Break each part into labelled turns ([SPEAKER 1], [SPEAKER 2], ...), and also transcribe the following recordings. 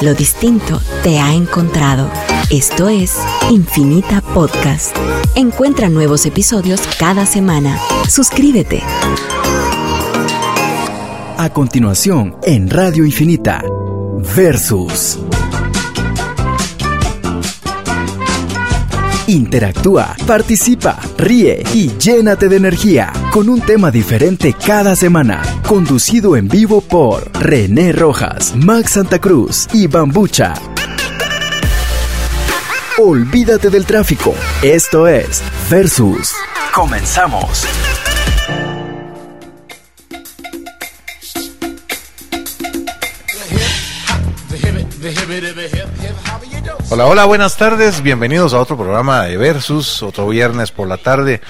[SPEAKER 1] lo distinto te ha encontrado. Esto es Infinita Podcast. Encuentra nuevos episodios cada semana. Suscríbete.
[SPEAKER 2] A continuación, en Radio Infinita, Versus. Interactúa, participa, ríe y llénate de energía con un tema diferente cada semana. Conducido en vivo por René Rojas, Max Santa Cruz y Bambucha. Olvídate del tráfico. Esto es Versus. Comenzamos.
[SPEAKER 3] Hola, hola, buenas tardes. Bienvenidos a otro programa de Versus, otro viernes por la tarde,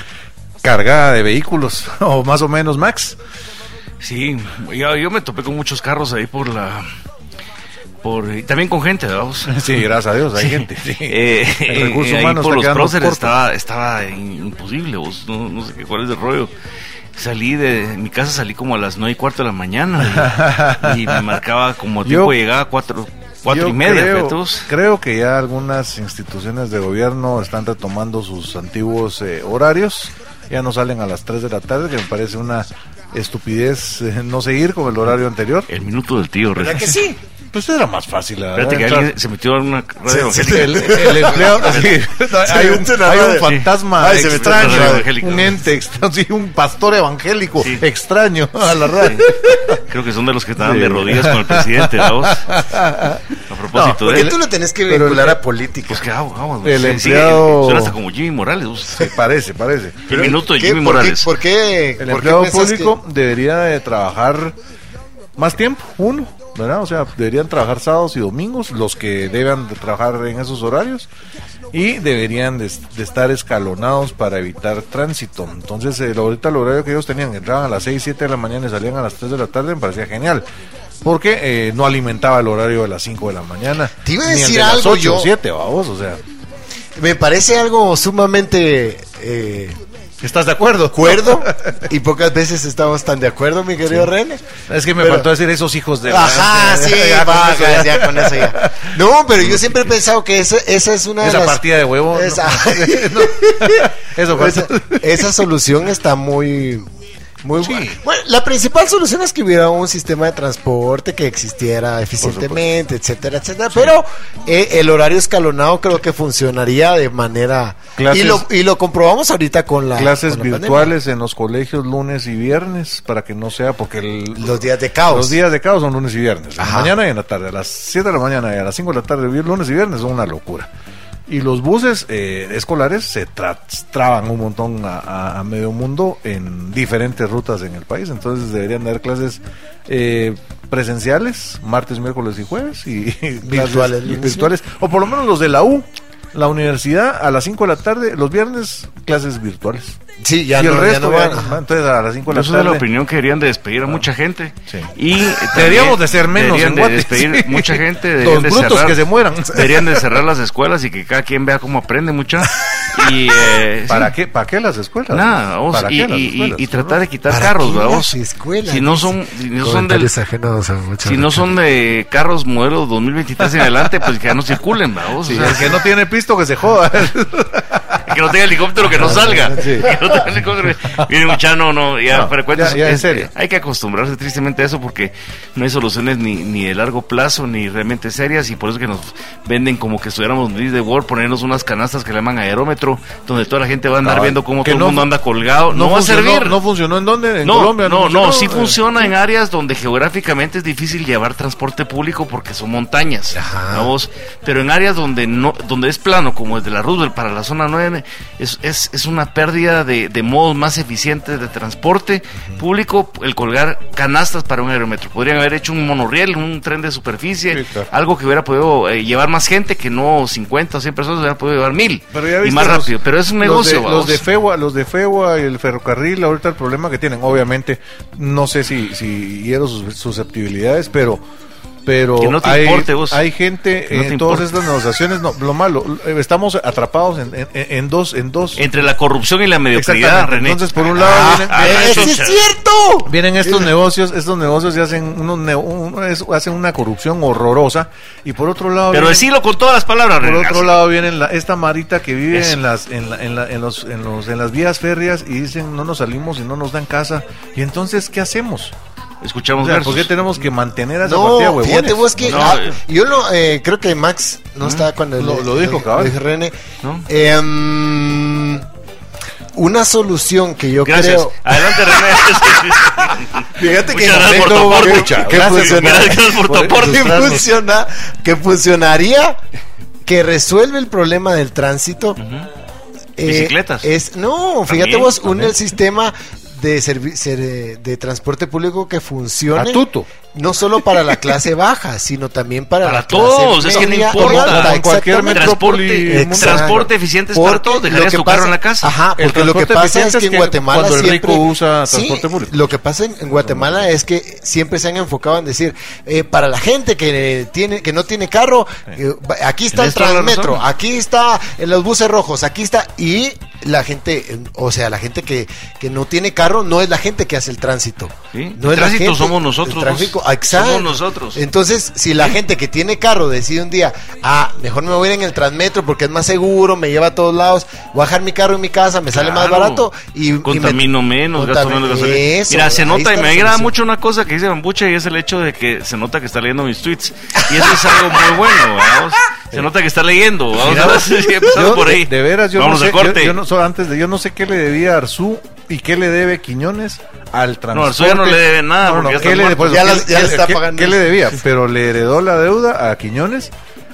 [SPEAKER 3] cargada de vehículos, o más o menos, Max.
[SPEAKER 4] Sí, yo, yo me topé con muchos carros ahí por la... Por, y también con gente, vamos.
[SPEAKER 3] Sí, gracias a Dios, hay gente. sí.
[SPEAKER 4] Eh,
[SPEAKER 3] El
[SPEAKER 4] eh,
[SPEAKER 3] recurso
[SPEAKER 4] ahí
[SPEAKER 3] humano
[SPEAKER 4] por
[SPEAKER 3] está
[SPEAKER 4] los
[SPEAKER 3] quedando
[SPEAKER 4] próceres
[SPEAKER 3] corto.
[SPEAKER 4] estaba, estaba in- imposible, vos. No, no sé qué, cuál es el rollo. Salí de mi casa, salí como a las nueve y cuarto de la mañana. Y, y me marcaba como tiempo,
[SPEAKER 3] Yo-
[SPEAKER 4] llegaba a cuatro, cuatro
[SPEAKER 3] Yo
[SPEAKER 4] y media,
[SPEAKER 3] creo,
[SPEAKER 4] fetos.
[SPEAKER 3] creo que ya algunas instituciones de gobierno están retomando sus antiguos eh, horarios. Ya no salen a las 3 de la tarde, que me parece una estupidez eh, no seguir con el horario anterior.
[SPEAKER 4] El minuto del tío, ¿verdad?
[SPEAKER 3] sí? Pues era más fácil. la
[SPEAKER 4] Espérate que
[SPEAKER 3] verdad, entrar-
[SPEAKER 4] alguien se metió a una
[SPEAKER 3] Sí,
[SPEAKER 4] radio
[SPEAKER 3] sí,
[SPEAKER 4] evangélica.
[SPEAKER 3] el, el empleado, sí, hay, un,
[SPEAKER 5] mete en la
[SPEAKER 3] hay un
[SPEAKER 5] radio.
[SPEAKER 3] fantasma
[SPEAKER 5] Ay, se me
[SPEAKER 3] extraño,
[SPEAKER 4] metió en la radio evangélica.
[SPEAKER 3] un ente extraño, sí, un pastor evangélico
[SPEAKER 4] Sí.
[SPEAKER 3] extraño a la radio.
[SPEAKER 4] Creo que son de los que estaban
[SPEAKER 3] Sí.
[SPEAKER 4] de rodillas con el presidente, vamos. A propósito de
[SPEAKER 5] Porque
[SPEAKER 4] él.
[SPEAKER 5] tú lo tenés que
[SPEAKER 3] Pero-
[SPEAKER 5] vincular a políticos.
[SPEAKER 4] Pues que hago, vamos.
[SPEAKER 3] El
[SPEAKER 4] sí,
[SPEAKER 3] empleado-
[SPEAKER 4] sí, suena hasta como Jimmy Morales. vos.
[SPEAKER 3] Sí, parece, parece.
[SPEAKER 4] el minuto de
[SPEAKER 5] ¿Qué?
[SPEAKER 4] Jimmy
[SPEAKER 5] ¿Por qué-
[SPEAKER 4] Morales.
[SPEAKER 5] ¿Por qué?
[SPEAKER 3] El
[SPEAKER 5] por qué
[SPEAKER 3] empleado
[SPEAKER 5] pensás que-
[SPEAKER 3] público debería de trabajar más tiempo, uno, ¿verdad? O sea, deberían trabajar sábados y domingos, los que deban de trabajar en esos horarios, y deberían de, de estar escalonados para evitar tránsito. Entonces, el, ahorita el horario que ellos tenían, que entraban a las 6, 7 de la mañana y salían a las 3 de la tarde, me parecía genial. Porque eh, no alimentaba el horario de las 5 de la mañana.
[SPEAKER 5] Te iba a
[SPEAKER 3] ni el de
[SPEAKER 5] decir
[SPEAKER 3] las
[SPEAKER 5] algo
[SPEAKER 3] ocho o
[SPEAKER 5] yo.
[SPEAKER 3] 7, vamos, o sea.
[SPEAKER 5] Me parece algo sumamente. eh,
[SPEAKER 3] ¿Estás de acuerdo?
[SPEAKER 5] acuerdo y pocas veces estamos tan de acuerdo, mi querido René.
[SPEAKER 3] Es que me
[SPEAKER 5] Pero-
[SPEAKER 3] faltó decir esos hijos de...
[SPEAKER 5] Ajá, sí,
[SPEAKER 3] Ya con
[SPEAKER 5] va,
[SPEAKER 3] eso ya.
[SPEAKER 5] ya, ya, con eso ya. No, pero yo siempre he pensado que esa, esa es una de
[SPEAKER 3] Esa
[SPEAKER 5] las-
[SPEAKER 3] partida de huevo. no.
[SPEAKER 5] Esa- eh,
[SPEAKER 3] No. Eso fue.
[SPEAKER 5] esa, esa solución está muy muy
[SPEAKER 3] Sí.
[SPEAKER 5] buena. Bueno, la principal solución es que hubiera un sistema de transporte que existiera eficientemente, etcétera, etcétera. Pero eh, el horario escalonado creo que funcionaría de manera
[SPEAKER 3] Clases-
[SPEAKER 5] y lo y lo comprobamos ahorita con la
[SPEAKER 3] Clases
[SPEAKER 5] con la pandemia.
[SPEAKER 3] virtuales en los colegios lunes y viernes para que no sea porque el-
[SPEAKER 5] los días de caos.
[SPEAKER 3] los días de caos son lunes y viernes. en la
[SPEAKER 5] Ajá.
[SPEAKER 3] Mañana y en la tarde. A las 7 de la mañana y a las 5 de la tarde, lunes y viernes son una locura. Y los buses eh, escolares se tra- traban un montón a, a- a medio mundo en diferentes rutas en el país. Entonces deberían dar clases eh, presenciales, martes, miércoles y jueves, y, y clases
[SPEAKER 5] Virtuales, lunes y
[SPEAKER 3] virtuales. O por lo menos los de la U, la universidad, a las 5 de la tarde, los viernes, clases virtuales.
[SPEAKER 5] Sí, ya
[SPEAKER 3] y el
[SPEAKER 5] no, ya
[SPEAKER 3] resto,
[SPEAKER 5] no
[SPEAKER 3] van-
[SPEAKER 5] van.
[SPEAKER 3] van, entonces a las 5 de
[SPEAKER 4] Yo
[SPEAKER 3] la
[SPEAKER 4] soy de
[SPEAKER 3] tarde.
[SPEAKER 4] la opinión que deberían de despedir
[SPEAKER 5] Ah.
[SPEAKER 4] a mucha gente.
[SPEAKER 3] Sí.
[SPEAKER 4] Y eh,
[SPEAKER 3] Deberíamos
[SPEAKER 4] también
[SPEAKER 3] de ser menos
[SPEAKER 4] Deberían
[SPEAKER 3] en
[SPEAKER 4] de
[SPEAKER 3] Guate,
[SPEAKER 4] despedir
[SPEAKER 3] sí.
[SPEAKER 4] mucha gente.
[SPEAKER 3] Los
[SPEAKER 4] Deberían de
[SPEAKER 3] brutos
[SPEAKER 4] cerrar-
[SPEAKER 3] que se mueran.
[SPEAKER 4] Deberían de cerrar las escuelas y que cada quien vea cómo aprende mucha. Y, eh,
[SPEAKER 3] ¿Para,
[SPEAKER 4] sí.
[SPEAKER 3] qué, ¿Para qué las escuelas? Pues,
[SPEAKER 4] Nada, vos,
[SPEAKER 3] ¿Para
[SPEAKER 4] y,
[SPEAKER 3] qué las
[SPEAKER 4] y- y-
[SPEAKER 3] escuelas?
[SPEAKER 4] y tratar de quitar
[SPEAKER 5] ¿Para
[SPEAKER 4] carros,
[SPEAKER 5] qué
[SPEAKER 4] ¿va
[SPEAKER 5] las
[SPEAKER 4] vos?
[SPEAKER 5] escuelas?
[SPEAKER 4] Si no son, si no son del,
[SPEAKER 5] Comentarios ajenados a mucha
[SPEAKER 4] si no
[SPEAKER 5] gente.
[SPEAKER 4] son de carros modelos 2023 en adelante, pues que ya no circulen, ¿va vos? O
[SPEAKER 3] Sí,
[SPEAKER 4] sea,
[SPEAKER 3] el que no tiene pisto que se joda.
[SPEAKER 4] que no tenga helicóptero que no salga.
[SPEAKER 3] Sí.
[SPEAKER 4] Que no tenga helicóptero. Viene un chano, no, ya
[SPEAKER 3] No,
[SPEAKER 4] frecuentes-
[SPEAKER 3] ya- ya, en
[SPEAKER 4] es-
[SPEAKER 3] serio.
[SPEAKER 4] Hay que acostumbrarse tristemente a eso porque no hay soluciones ni, ni de largo plazo ni realmente serias y por eso que nos venden como que estuviéramos en de World, ponernos unas canastas que le llaman aerómetro, donde toda la gente va a andar
[SPEAKER 3] Cabal.
[SPEAKER 4] viendo cómo
[SPEAKER 3] Que
[SPEAKER 4] todo
[SPEAKER 3] no
[SPEAKER 4] el mundo
[SPEAKER 3] fu-
[SPEAKER 4] anda colgado. No, va a
[SPEAKER 3] funcionó,
[SPEAKER 4] servir.
[SPEAKER 3] ¿No funcionó en dónde? ¿En
[SPEAKER 4] No,
[SPEAKER 3] Colombia?
[SPEAKER 4] no, no, sí
[SPEAKER 3] Eh,
[SPEAKER 4] funciona en áreas donde geográficamente es difícil llevar transporte público porque son montañas, vamos, pero en áreas donde no, donde es plano, como desde la Roosevelt para la zona 9, es, es, es una pérdida de, de modos más eficientes de transporte público el colgar canastas para un aerómetro. Podrían haber hecho un monorriel, un tren de superficie,
[SPEAKER 3] Sí, claro.
[SPEAKER 4] algo que hubiera podido eh, llevar más gente que no 50 o 100 personas, hubiera podido llevar mil
[SPEAKER 3] Pero ya
[SPEAKER 4] y
[SPEAKER 3] viste
[SPEAKER 4] más
[SPEAKER 3] los-
[SPEAKER 4] rápido, pero es un
[SPEAKER 3] los de-
[SPEAKER 4] negocio.
[SPEAKER 3] Los
[SPEAKER 4] vamos.
[SPEAKER 3] de, Fewa, los de Fewa y el ferrocarril, ahorita el problema que tienen, obviamente, no sé si, si hiero sus susceptibilidades, pero Pero
[SPEAKER 4] Que no te
[SPEAKER 3] hay,
[SPEAKER 4] importe, vos.
[SPEAKER 3] hay gente
[SPEAKER 4] Que no
[SPEAKER 3] en
[SPEAKER 4] te
[SPEAKER 3] todas
[SPEAKER 4] importe.
[SPEAKER 3] estas negociaciones, no, lo malo, eh, estamos atrapados en, en- en dos, en dos.
[SPEAKER 4] Entre la corrupción y la mediocridad,
[SPEAKER 3] Exactamente.
[SPEAKER 4] René.
[SPEAKER 3] Entonces, por un lado, vienen-
[SPEAKER 4] ah,
[SPEAKER 5] ¡Eh,
[SPEAKER 4] eso
[SPEAKER 5] ¡Sí es
[SPEAKER 4] se-
[SPEAKER 5] cierto!
[SPEAKER 3] Vienen estos negocios, estos negocios y hacen unos ne- un- es- hacen una corrupción horrorosa y por otro lado
[SPEAKER 4] Pero
[SPEAKER 3] vienen-
[SPEAKER 4] decilo con todas las palabras,
[SPEAKER 3] por
[SPEAKER 4] René.
[SPEAKER 3] otro lado vienen la- esta marita que vive
[SPEAKER 4] Eso.
[SPEAKER 3] en las en, la- en la- en los, en los- en las vías férreas y dicen no nos salimos y no nos dan casa y entonces qué hacemos
[SPEAKER 4] Escuchamos
[SPEAKER 3] o sea, ¿por
[SPEAKER 4] versos.
[SPEAKER 3] qué tenemos que mantener a esa partida
[SPEAKER 5] No,
[SPEAKER 3] huevones?
[SPEAKER 5] fíjate vos que
[SPEAKER 4] No,
[SPEAKER 5] ah,
[SPEAKER 4] eh. Mm.
[SPEAKER 5] yo lo, eh, creo que Max no estaba cuando
[SPEAKER 3] Lo-
[SPEAKER 5] le-
[SPEAKER 3] lo dijo, cabal.
[SPEAKER 5] dijo René.
[SPEAKER 4] ¿No?
[SPEAKER 5] Em, una solución que yo
[SPEAKER 4] Gracias.
[SPEAKER 5] creo
[SPEAKER 4] Adelante, René.
[SPEAKER 5] Fíjate que
[SPEAKER 4] Muchas gracias por tu
[SPEAKER 5] no,
[SPEAKER 4] aporte.
[SPEAKER 5] escucha, que
[SPEAKER 4] Gracias,
[SPEAKER 5] funciona-
[SPEAKER 4] gracias por tu
[SPEAKER 5] que
[SPEAKER 4] aporte.
[SPEAKER 5] funciona- que funcionaría, que resuelve el problema del tránsito. eh,
[SPEAKER 4] Bicicletas.
[SPEAKER 5] Es, no, fíjate
[SPEAKER 4] También,
[SPEAKER 5] vos, un
[SPEAKER 4] también.
[SPEAKER 5] el sistema de, servi- ser- eh, de transporte público que funcione.
[SPEAKER 3] Atuto.
[SPEAKER 5] No solo para la clase baja, sino también para,
[SPEAKER 4] Para
[SPEAKER 5] la clase
[SPEAKER 4] todos, es que no
[SPEAKER 5] media o
[SPEAKER 4] importa.
[SPEAKER 5] alta,
[SPEAKER 3] Como en cualquier
[SPEAKER 5] exactamente.
[SPEAKER 4] Transporte,
[SPEAKER 3] metrópoli
[SPEAKER 5] Exacto.
[SPEAKER 4] transporte eficiente es para
[SPEAKER 5] Porque
[SPEAKER 4] todos.
[SPEAKER 5] lo
[SPEAKER 4] Dejarías
[SPEAKER 5] que
[SPEAKER 4] tu carro
[SPEAKER 5] pasa-
[SPEAKER 4] en la casa.
[SPEAKER 5] Ajá,
[SPEAKER 3] El
[SPEAKER 5] porque lo que
[SPEAKER 3] transporte
[SPEAKER 5] pasa es
[SPEAKER 3] eficiente
[SPEAKER 5] que en
[SPEAKER 3] es que
[SPEAKER 5] Guatemala
[SPEAKER 3] cuando el
[SPEAKER 5] siempre-
[SPEAKER 3] rico usa
[SPEAKER 5] Sí,
[SPEAKER 3] transporte público.
[SPEAKER 5] Lo que pasa en, en Guatemala es que siempre se han enfocado en decir, eh, para la gente que eh, tiene que no tiene carro, eh, va- aquí está
[SPEAKER 4] Tienes
[SPEAKER 5] el
[SPEAKER 4] toda la
[SPEAKER 5] Transmetro,
[SPEAKER 4] razón.
[SPEAKER 5] aquí está eh, los buses rojos, aquí está y la gente, eh, o sea, la gente que, que no tiene carro no es la gente que hace el tránsito.
[SPEAKER 4] Sí,
[SPEAKER 5] No
[SPEAKER 4] el
[SPEAKER 5] es la
[SPEAKER 4] tránsito
[SPEAKER 5] gente,
[SPEAKER 4] somos nosotros,
[SPEAKER 5] el tráfico,
[SPEAKER 4] vos.
[SPEAKER 5] exacto.
[SPEAKER 4] Somos nosotros.
[SPEAKER 5] Entonces, si la gente que tiene carro decide un día, ah, mejor me voy a ir en el Transmetro porque es más seguro, me lleva a todos lados, voy a dejar mi carro en mi casa, me sale más
[SPEAKER 4] Claro.
[SPEAKER 5] barato y y me-
[SPEAKER 4] contamino menos, gasto
[SPEAKER 5] contamina-
[SPEAKER 4] menos gasolina.
[SPEAKER 5] Eso,
[SPEAKER 4] Mira, se
[SPEAKER 5] ahí
[SPEAKER 4] nota y
[SPEAKER 5] está
[SPEAKER 4] me
[SPEAKER 5] la
[SPEAKER 4] agrada
[SPEAKER 5] solución.
[SPEAKER 4] mucho una cosa que dice Bambucha y es el hecho de que se nota que está leyendo mis tweets. Y eso es algo muy bueno, vamos. Se nota que está leyendo, vamos.
[SPEAKER 3] Mira,
[SPEAKER 4] vamos, sí, empezamos
[SPEAKER 3] Yo,
[SPEAKER 4] por ahí.
[SPEAKER 3] De, de veras, yo
[SPEAKER 4] Vamos
[SPEAKER 3] no
[SPEAKER 4] al
[SPEAKER 3] sé.
[SPEAKER 4] corte.
[SPEAKER 3] Yo, yo no, so- antes de yo no sé qué le debía Arzú y qué le debe Quiñones al transporte.
[SPEAKER 4] Arzú ya no le debe nada, porque ya está
[SPEAKER 3] ¿qué le,
[SPEAKER 4] muerto.
[SPEAKER 3] pues,
[SPEAKER 5] Ya
[SPEAKER 3] ¿qué-
[SPEAKER 5] las- ya
[SPEAKER 3] qué-
[SPEAKER 5] le está
[SPEAKER 3] qué-
[SPEAKER 5] pagando.
[SPEAKER 3] qué le debía? Pero le heredó la deuda a Quiñones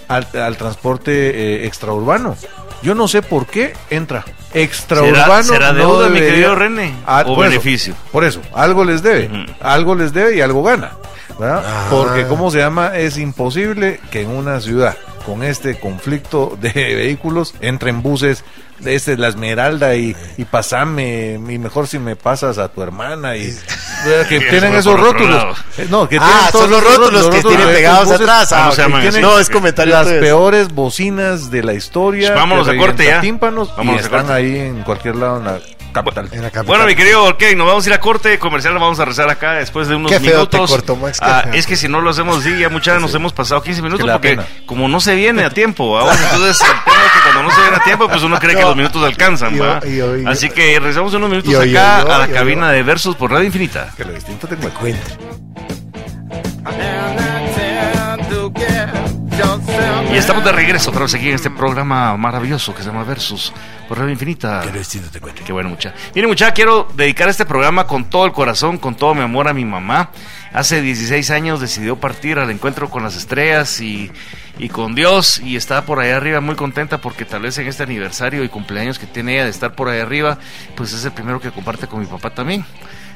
[SPEAKER 3] al, al transporte eh, extraurbano. Yo no sé por qué entra. Extraurbano.
[SPEAKER 4] será
[SPEAKER 3] no
[SPEAKER 4] deuda, mi
[SPEAKER 3] debería- Ah,
[SPEAKER 4] querido René? ¿O
[SPEAKER 3] por eso,
[SPEAKER 4] beneficio?
[SPEAKER 3] por eso, algo les debe.
[SPEAKER 4] Ujú.
[SPEAKER 3] Algo les debe y algo gana. ¿verdad?
[SPEAKER 5] Ah.
[SPEAKER 3] Porque, ¿cómo se llama? Es imposible que en una ciudad con este conflicto de vehículos entren buses de este, la Esmeralda y, y pasame, y mejor si me pasas a tu hermana. y Que
[SPEAKER 4] Sí, eso
[SPEAKER 3] tienen
[SPEAKER 4] fue
[SPEAKER 3] esos
[SPEAKER 4] por otro lado.
[SPEAKER 3] rótulos. Eh, No, que
[SPEAKER 5] Ah,
[SPEAKER 3] tienen todos
[SPEAKER 5] son los
[SPEAKER 3] esos
[SPEAKER 5] rótulos que tienen
[SPEAKER 3] de estos
[SPEAKER 5] pegados
[SPEAKER 3] buses
[SPEAKER 5] atrás. Ah,
[SPEAKER 4] ¿cómo se
[SPEAKER 5] ok,
[SPEAKER 4] llaman
[SPEAKER 5] tienen-
[SPEAKER 4] esos?
[SPEAKER 5] no, es comentario
[SPEAKER 3] las
[SPEAKER 5] tuyo.
[SPEAKER 3] peores bocinas de la historia.
[SPEAKER 4] Vámonos
[SPEAKER 3] que
[SPEAKER 4] a corte
[SPEAKER 3] revienta
[SPEAKER 4] ya.
[SPEAKER 3] Tímpanos y
[SPEAKER 4] Vámonos a
[SPEAKER 3] están
[SPEAKER 4] corte.
[SPEAKER 3] ahí en cualquier lado en la capital.
[SPEAKER 5] En la capital.
[SPEAKER 4] Bueno, mi querido Kevin, nos vamos a ir a corte comercial, vamos a rezar acá después de unos
[SPEAKER 5] Qué feo te
[SPEAKER 4] minutos.
[SPEAKER 5] cortó, Max, qué
[SPEAKER 4] Ah,
[SPEAKER 5] feo.
[SPEAKER 4] es que si no lo hacemos así, ya muchas nos hemos pasado 15
[SPEAKER 3] Que
[SPEAKER 4] minutos
[SPEAKER 3] la
[SPEAKER 4] porque
[SPEAKER 3] pena.
[SPEAKER 4] como no se viene a tiempo, ¿va? entonces el tema es que cuando no se viene a tiempo, pues uno cree que
[SPEAKER 5] No.
[SPEAKER 4] los minutos alcanzan,
[SPEAKER 5] Yo,
[SPEAKER 4] ¿va?
[SPEAKER 5] yo, yo.
[SPEAKER 4] Así que rezamos unos minutos
[SPEAKER 5] Yo, yo,
[SPEAKER 4] acá
[SPEAKER 5] yo,
[SPEAKER 4] a la
[SPEAKER 5] yo,
[SPEAKER 4] cabina
[SPEAKER 5] yo.
[SPEAKER 4] de Versus por Radio Infinita.
[SPEAKER 3] Que lo distinto te encuentra.
[SPEAKER 5] Cuenta.
[SPEAKER 4] Y estamos de regreso otra vez aquí en este programa maravilloso que se llama Versus por Radio Infinita. Este, Qué bueno, mucha. Mire, mucha, quiero dedicar este programa con todo el corazón, con todo mi amor a mi mamá. Hace 16 años decidió partir al encuentro con las estrellas y, y con Dios y está por allá arriba muy contenta porque tal vez en este aniversario y cumpleaños que tiene ella de estar por allá arriba, pues es el primero que comparte con mi papá también.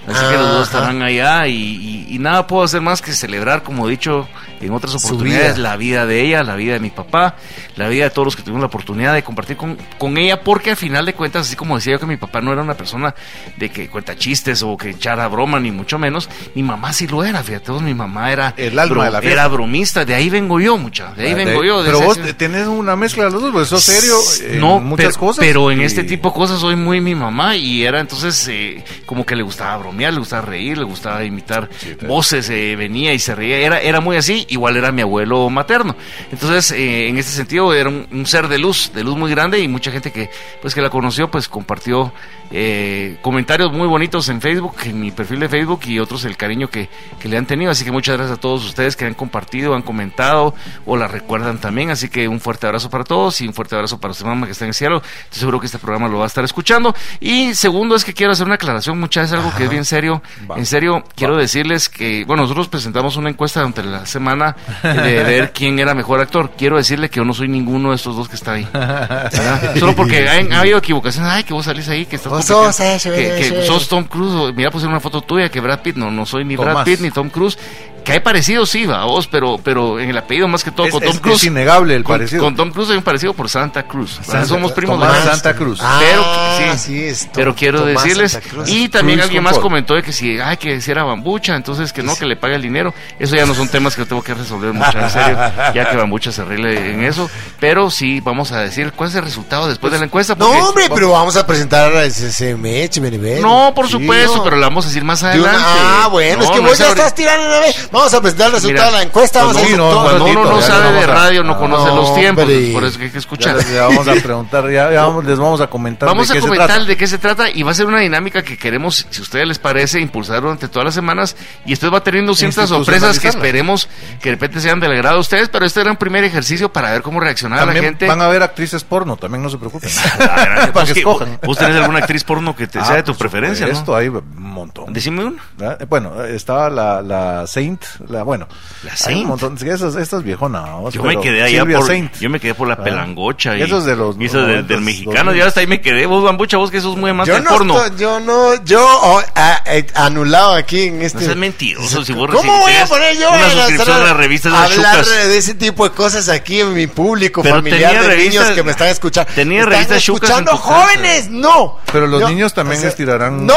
[SPEAKER 4] Así que los dos
[SPEAKER 5] Ajá.
[SPEAKER 4] estarán allá y, y- y nada puedo hacer más que celebrar, como he dicho en otras
[SPEAKER 5] Su
[SPEAKER 4] oportunidades,
[SPEAKER 5] vida.
[SPEAKER 4] la vida de ella, la vida de mi papá, la vida de todos los que tuvimos la oportunidad de compartir con, con ella, porque al final de cuentas, así como decía yo que mi papá no era una persona de que cuenta chistes o que echara broma, ni mucho menos, mi mamá sí lo era, fíjate, vos, mi mamá era,
[SPEAKER 3] El alma de la fiesta.
[SPEAKER 4] era bromista, de ahí vengo yo, mucha, de ahí
[SPEAKER 3] Ah,
[SPEAKER 4] vengo
[SPEAKER 3] de-
[SPEAKER 4] yo. de
[SPEAKER 3] Pero
[SPEAKER 4] ese-
[SPEAKER 3] vos
[SPEAKER 4] ese-
[SPEAKER 3] tenés una mezcla de los dos, pues sos serio en
[SPEAKER 4] no,
[SPEAKER 3] muchas
[SPEAKER 4] pero,
[SPEAKER 3] cosas.
[SPEAKER 4] Pero en
[SPEAKER 3] y-
[SPEAKER 4] este tipo de cosas soy muy mi mamá y era entonces eh, como que le gustaba bromear, le gustaba reír, le gustaba imitar
[SPEAKER 3] claro.
[SPEAKER 4] voces, eh, venía y se reía, era, era muy así, igual era mi abuelo materno. Entonces, eh, en este sentido, era un, un ser de luz, de luz muy grande y mucha gente que, pues, que la conoció, pues compartió eh, comentarios muy bonitos en Facebook, en mi perfil de Facebook y otros el cariño que, que le han tenido. Así que muchas gracias a todos ustedes que han compartido, han comentado o la recuerdan también. Así que un fuerte abrazo para todos y un fuerte abrazo para usted, mamá, que está en el cielo. Estoy seguro que este programa lo va a estar escuchando. Y segundo es que quiero hacer una aclaración, muchas veces algo que es bien serio. En serio, quiero decirles que, bueno, nosotros presentamos una encuesta durante la semana eh, de ver quién era mejor actor. Quiero decirle que yo no soy ninguno de estos dos que está ahí. ¿verdad? Solo porque hay- ha habido equivocaciones. Ay, que vos salís ahí, que estás
[SPEAKER 5] Vos
[SPEAKER 4] complicado,
[SPEAKER 5] sos ese,
[SPEAKER 4] que, que
[SPEAKER 5] ese.
[SPEAKER 4] sos Tom Cruise. o- Mira, puse una foto tuya que Brad Pitt. No, no soy ni
[SPEAKER 3] Tomás.
[SPEAKER 4] Brad Pitt ni Tom Cruise. Que hay parecido, sí, a vos, pero, pero en el apellido más que todo
[SPEAKER 3] Es-
[SPEAKER 4] con
[SPEAKER 3] es-
[SPEAKER 4] Tom Cruise.
[SPEAKER 3] es innegable el
[SPEAKER 4] con,
[SPEAKER 3] parecido.
[SPEAKER 4] Con Tom Cruise hay un parecido por Santa Cruz. ¿verdad?
[SPEAKER 3] Santa-
[SPEAKER 4] Somos primos de
[SPEAKER 3] Tomás
[SPEAKER 4] Santa
[SPEAKER 3] Santa Cruz.
[SPEAKER 4] pero Ah, sí,
[SPEAKER 5] Ah, sí, es Tom-
[SPEAKER 4] pero quiero
[SPEAKER 5] Tomás
[SPEAKER 4] decirles
[SPEAKER 5] Santa Cruz.
[SPEAKER 4] y también
[SPEAKER 3] Cruz
[SPEAKER 4] alguien
[SPEAKER 3] con
[SPEAKER 4] más
[SPEAKER 3] Paul.
[SPEAKER 4] comentó de que si ay que si era bambucha entonces que no que le pague el dinero eso ya no son temas que tengo que resolver mucho en serio ya que bambucha se arregle en eso pero sí vamos a decir cuál es el resultado después de la encuesta
[SPEAKER 5] No,
[SPEAKER 4] porque-
[SPEAKER 5] hombre, pero vamos a presentar a SMH, Meribel.
[SPEAKER 4] no por
[SPEAKER 5] Sí,
[SPEAKER 4] supuesto
[SPEAKER 5] no.
[SPEAKER 4] pero la vamos a decir más
[SPEAKER 5] De una-
[SPEAKER 4] adelante
[SPEAKER 5] ah, bueno, es
[SPEAKER 4] No,
[SPEAKER 5] que
[SPEAKER 4] no
[SPEAKER 5] vos ya
[SPEAKER 4] ahorita.
[SPEAKER 5] estás tirando una vez. Vamos a presentar el resultado
[SPEAKER 4] Mira,
[SPEAKER 5] de la encuesta. Vamos
[SPEAKER 3] pues
[SPEAKER 5] a
[SPEAKER 3] sí,
[SPEAKER 5] hacer
[SPEAKER 3] no,
[SPEAKER 5] todo.
[SPEAKER 4] cuando uno no
[SPEAKER 3] ya
[SPEAKER 4] sabe
[SPEAKER 3] no
[SPEAKER 4] de
[SPEAKER 3] vamos a-
[SPEAKER 4] radio no
[SPEAKER 5] Ah,
[SPEAKER 4] conoce los
[SPEAKER 5] hombre.
[SPEAKER 4] tiempos por eso que hay que
[SPEAKER 3] Ya
[SPEAKER 4] escuchar
[SPEAKER 3] les vamos a preguntar, ya, ya vamos- les vamos a comentar.
[SPEAKER 4] Vamos
[SPEAKER 3] de
[SPEAKER 4] a
[SPEAKER 3] qué se
[SPEAKER 4] comentar
[SPEAKER 3] trata.
[SPEAKER 4] de qué se trata y va a ser una dinámica que queremos, si a ustedes les parece, impulsar durante todas las semanas y después va teniendo ciertas sorpresas que
[SPEAKER 3] Institucionalizarla.
[SPEAKER 4] esperemos que de repente sean del agrado a ustedes, pero este era un primer ejercicio para ver cómo reaccionaba la
[SPEAKER 3] También
[SPEAKER 4] gente.
[SPEAKER 3] van a ver actrices porno, también no se preocupen.
[SPEAKER 4] Ah,
[SPEAKER 3] Para
[SPEAKER 4] gracias.
[SPEAKER 3] que
[SPEAKER 4] ¿Vos qué-
[SPEAKER 3] escojan. Ah,
[SPEAKER 4] ¿Vos tenés alguna actriz porno que te sea de tu preferencia?
[SPEAKER 3] Esto
[SPEAKER 4] ¿no?
[SPEAKER 3] hay un montón.
[SPEAKER 4] Decime una.
[SPEAKER 3] ¿verdad? Eh, Bueno, eh, estaba la, la Saint, la bueno.
[SPEAKER 4] La
[SPEAKER 3] hay
[SPEAKER 4] Saint.
[SPEAKER 3] Un montón, sí, esas, estas viejona. vamos,
[SPEAKER 4] Yo
[SPEAKER 3] pero
[SPEAKER 4] me quedé allá
[SPEAKER 3] Silvia
[SPEAKER 4] por,
[SPEAKER 3] Saint.
[SPEAKER 4] yo me quedé por la
[SPEAKER 3] Ah.
[SPEAKER 4] pelangocha y,
[SPEAKER 3] Eso es de los
[SPEAKER 4] y eso es de- del
[SPEAKER 3] noventas,
[SPEAKER 4] mexicano.
[SPEAKER 3] 2000.
[SPEAKER 4] Y ahora hasta ahí me quedé. Vos, Bambucha, vos que sos muy más
[SPEAKER 5] Yo
[SPEAKER 4] del
[SPEAKER 5] no,
[SPEAKER 4] porno.
[SPEAKER 5] estoy- yo no, yo oh, a- eh, anulado aquí en este.
[SPEAKER 4] No seas mentiroso, si vos
[SPEAKER 5] ¿Cómo voy a
[SPEAKER 4] recibiste
[SPEAKER 5] poner yo
[SPEAKER 4] una
[SPEAKER 5] a las-
[SPEAKER 4] suscripción a las revistas de
[SPEAKER 5] hablar
[SPEAKER 4] Chucas?
[SPEAKER 5] de ese tipo de cosas aquí en mi público
[SPEAKER 4] Pero
[SPEAKER 5] familiar
[SPEAKER 4] tenía
[SPEAKER 5] de
[SPEAKER 4] revistas-
[SPEAKER 5] niños que me están escuchando?
[SPEAKER 4] tenía
[SPEAKER 5] Están
[SPEAKER 4] revistas Chucas en
[SPEAKER 5] escuchando
[SPEAKER 4] tu casa.
[SPEAKER 5] jóvenes, no.
[SPEAKER 3] Pero los
[SPEAKER 5] Yo-
[SPEAKER 3] niños también estirarán.
[SPEAKER 5] No,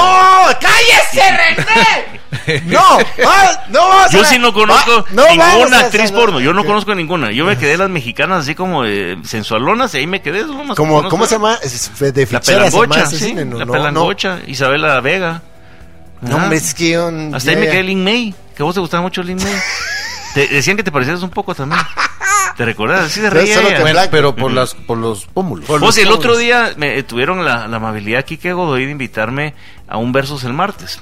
[SPEAKER 5] cállese, René. No, ah, no. vas a-
[SPEAKER 4] Yo sí no conozco
[SPEAKER 5] va- no vamos
[SPEAKER 4] ninguna
[SPEAKER 5] a-
[SPEAKER 4] actriz porno. Yo no
[SPEAKER 5] ¿Qué?
[SPEAKER 4] conozco ninguna. Yo me quedé las mexicanas así como eh, sensualonas y ahí me quedé. eso es lo más que
[SPEAKER 5] Como,
[SPEAKER 4] conozco.
[SPEAKER 5] ¿Cómo se llama? Es- es De
[SPEAKER 4] La
[SPEAKER 5] fichera, se llama
[SPEAKER 4] pelangocha,
[SPEAKER 5] ese
[SPEAKER 4] sí.
[SPEAKER 5] cine, no,
[SPEAKER 4] la
[SPEAKER 5] no,
[SPEAKER 4] pelangocha, Isabela Vega.
[SPEAKER 5] No,
[SPEAKER 4] Ajá.
[SPEAKER 5] hombre, es que yo-
[SPEAKER 4] Hasta ahí
[SPEAKER 5] ya,
[SPEAKER 4] me
[SPEAKER 5] ya.
[SPEAKER 4] quedé Lin May. Que a vos te gustaba mucho Lin May. Te- decían que te parecías un poco también. ¿Te recordás? Así se
[SPEAKER 5] Pero
[SPEAKER 4] reía.
[SPEAKER 5] solo
[SPEAKER 4] ella.
[SPEAKER 5] que
[SPEAKER 3] Bueno,
[SPEAKER 5] Black.
[SPEAKER 3] pero por las por los pómulos.
[SPEAKER 4] Vos, el otro día me, eh, tuvieron la, la amabilidad Kike Godoy de invitarme a un versus el martes.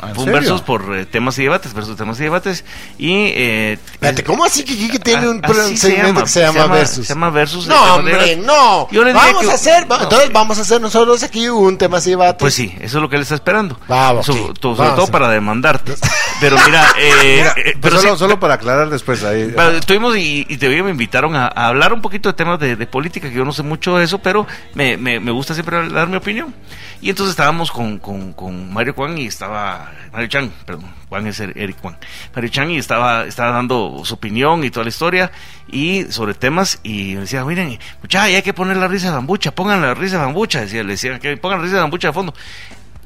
[SPEAKER 3] Ah, ¿en
[SPEAKER 4] Fue un
[SPEAKER 3] serio?
[SPEAKER 4] versus por eh, temas y debates, versus temas y debates. Y. Eh,
[SPEAKER 5] Espérate, ¿cómo así que Kiki tiene un
[SPEAKER 4] Ah, así se
[SPEAKER 5] segmento
[SPEAKER 4] llama,
[SPEAKER 5] que se llama Versus?
[SPEAKER 4] Se llama Versus. de
[SPEAKER 5] No,
[SPEAKER 4] temas de
[SPEAKER 5] hombre,
[SPEAKER 4] debates.
[SPEAKER 5] no.
[SPEAKER 4] Yo le dije
[SPEAKER 5] vamos
[SPEAKER 4] que-
[SPEAKER 5] a hacer, va-
[SPEAKER 4] No.
[SPEAKER 5] entonces vamos a hacer nosotros aquí un tema así debate.
[SPEAKER 4] Pues sí, eso es lo que él está esperando.
[SPEAKER 5] Vamos,
[SPEAKER 4] So-
[SPEAKER 5] sí,
[SPEAKER 4] to- sobre
[SPEAKER 5] vamos. pues
[SPEAKER 4] todo para demandarte. Pero mira, eh, eh, pero
[SPEAKER 3] Pero Pues solo,
[SPEAKER 4] sí,
[SPEAKER 3] solo para aclarar después ahí.
[SPEAKER 4] pero estuvimos y, y te vi, me invitaron a, a hablar un poquito de temas de, de política, que yo no sé mucho de eso, pero me, me- me gusta siempre dar mi opinión. Y entonces estábamos con, con- con Mario Juan y estaba. Mario Chan, perdón, Juan es Er- Eric Juan. Mario Chan y estaba, estaba dando su opinión y toda la historia y sobre temas. Y me decía, miren, muchachos, hay que poner la risa de bambucha, pongan la risa de bambucha. Decía, le decían que pongan la risa de bambucha de fondo.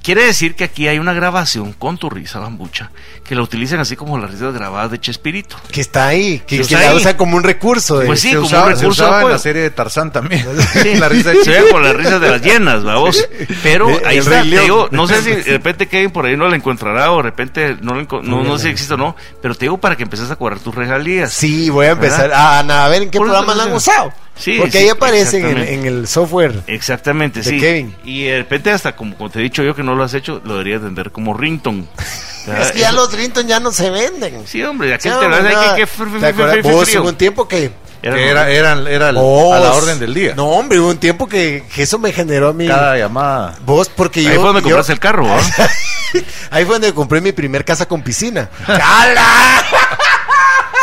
[SPEAKER 4] Quiere decir que aquí hay una grabación con tu risa bambucha que la utilizan así como las risas grabadas de Chespirito.
[SPEAKER 5] que está ahí, que,
[SPEAKER 4] Está
[SPEAKER 5] que la
[SPEAKER 4] Pues ahí.
[SPEAKER 5] usan como un recurso. de-
[SPEAKER 4] Pues sí,
[SPEAKER 3] se
[SPEAKER 4] como
[SPEAKER 3] usaba,
[SPEAKER 4] un
[SPEAKER 3] se
[SPEAKER 4] recurso de
[SPEAKER 3] usaba en
[SPEAKER 4] apoyo.
[SPEAKER 3] la
[SPEAKER 5] pues.
[SPEAKER 3] serie de Tarzán también.
[SPEAKER 4] Sí,
[SPEAKER 3] la risa de
[SPEAKER 4] se ve con las risas de las llenas, vamos. Pero
[SPEAKER 5] El
[SPEAKER 4] ahí
[SPEAKER 5] Rey
[SPEAKER 4] está, te
[SPEAKER 5] León.
[SPEAKER 4] digo, no sé si de repente Kevin por ahí no la encontrará o de repente no, la enco- no, no sé si existe o no, pero te digo para que empieces a cobrar tus regalías.
[SPEAKER 5] Sí, voy a empezar. Ah, Ana, a ver en qué
[SPEAKER 4] Por eso
[SPEAKER 5] programa
[SPEAKER 4] te
[SPEAKER 5] la han
[SPEAKER 4] decía.
[SPEAKER 5] usado.
[SPEAKER 4] Sí,
[SPEAKER 5] Porque
[SPEAKER 4] sí,
[SPEAKER 5] ahí aparecen en,
[SPEAKER 4] exactamente.
[SPEAKER 5] en el software.
[SPEAKER 4] Exactamente,
[SPEAKER 5] De
[SPEAKER 4] sí.
[SPEAKER 5] Kevin.
[SPEAKER 4] Y de repente hasta como, como te he dicho yo que no lo has hecho, lo debería atender como rington.
[SPEAKER 5] Es que ya los Rinton ya no se venden.
[SPEAKER 4] Ah, Sí, hombre, ya que
[SPEAKER 5] No,
[SPEAKER 4] te hablas de
[SPEAKER 5] nada.
[SPEAKER 4] que- que
[SPEAKER 5] ¿Te
[SPEAKER 4] fr- fr- fr-
[SPEAKER 5] acuerdas?
[SPEAKER 4] fr-
[SPEAKER 5] Vos,
[SPEAKER 4] frío.
[SPEAKER 5] hubo un tiempo que
[SPEAKER 3] Que era, era, era el-
[SPEAKER 5] Oh,
[SPEAKER 3] a la orden del día.
[SPEAKER 5] No, hombre, hubo un tiempo que, que eso me generó a mí.
[SPEAKER 3] Cada llamada.
[SPEAKER 5] Vos, porque
[SPEAKER 4] Ahí
[SPEAKER 5] yo.
[SPEAKER 4] fue donde
[SPEAKER 5] yo-
[SPEAKER 4] compraste el carro, ¿va?
[SPEAKER 5] Ahí fue donde compré mi primer casa con piscina.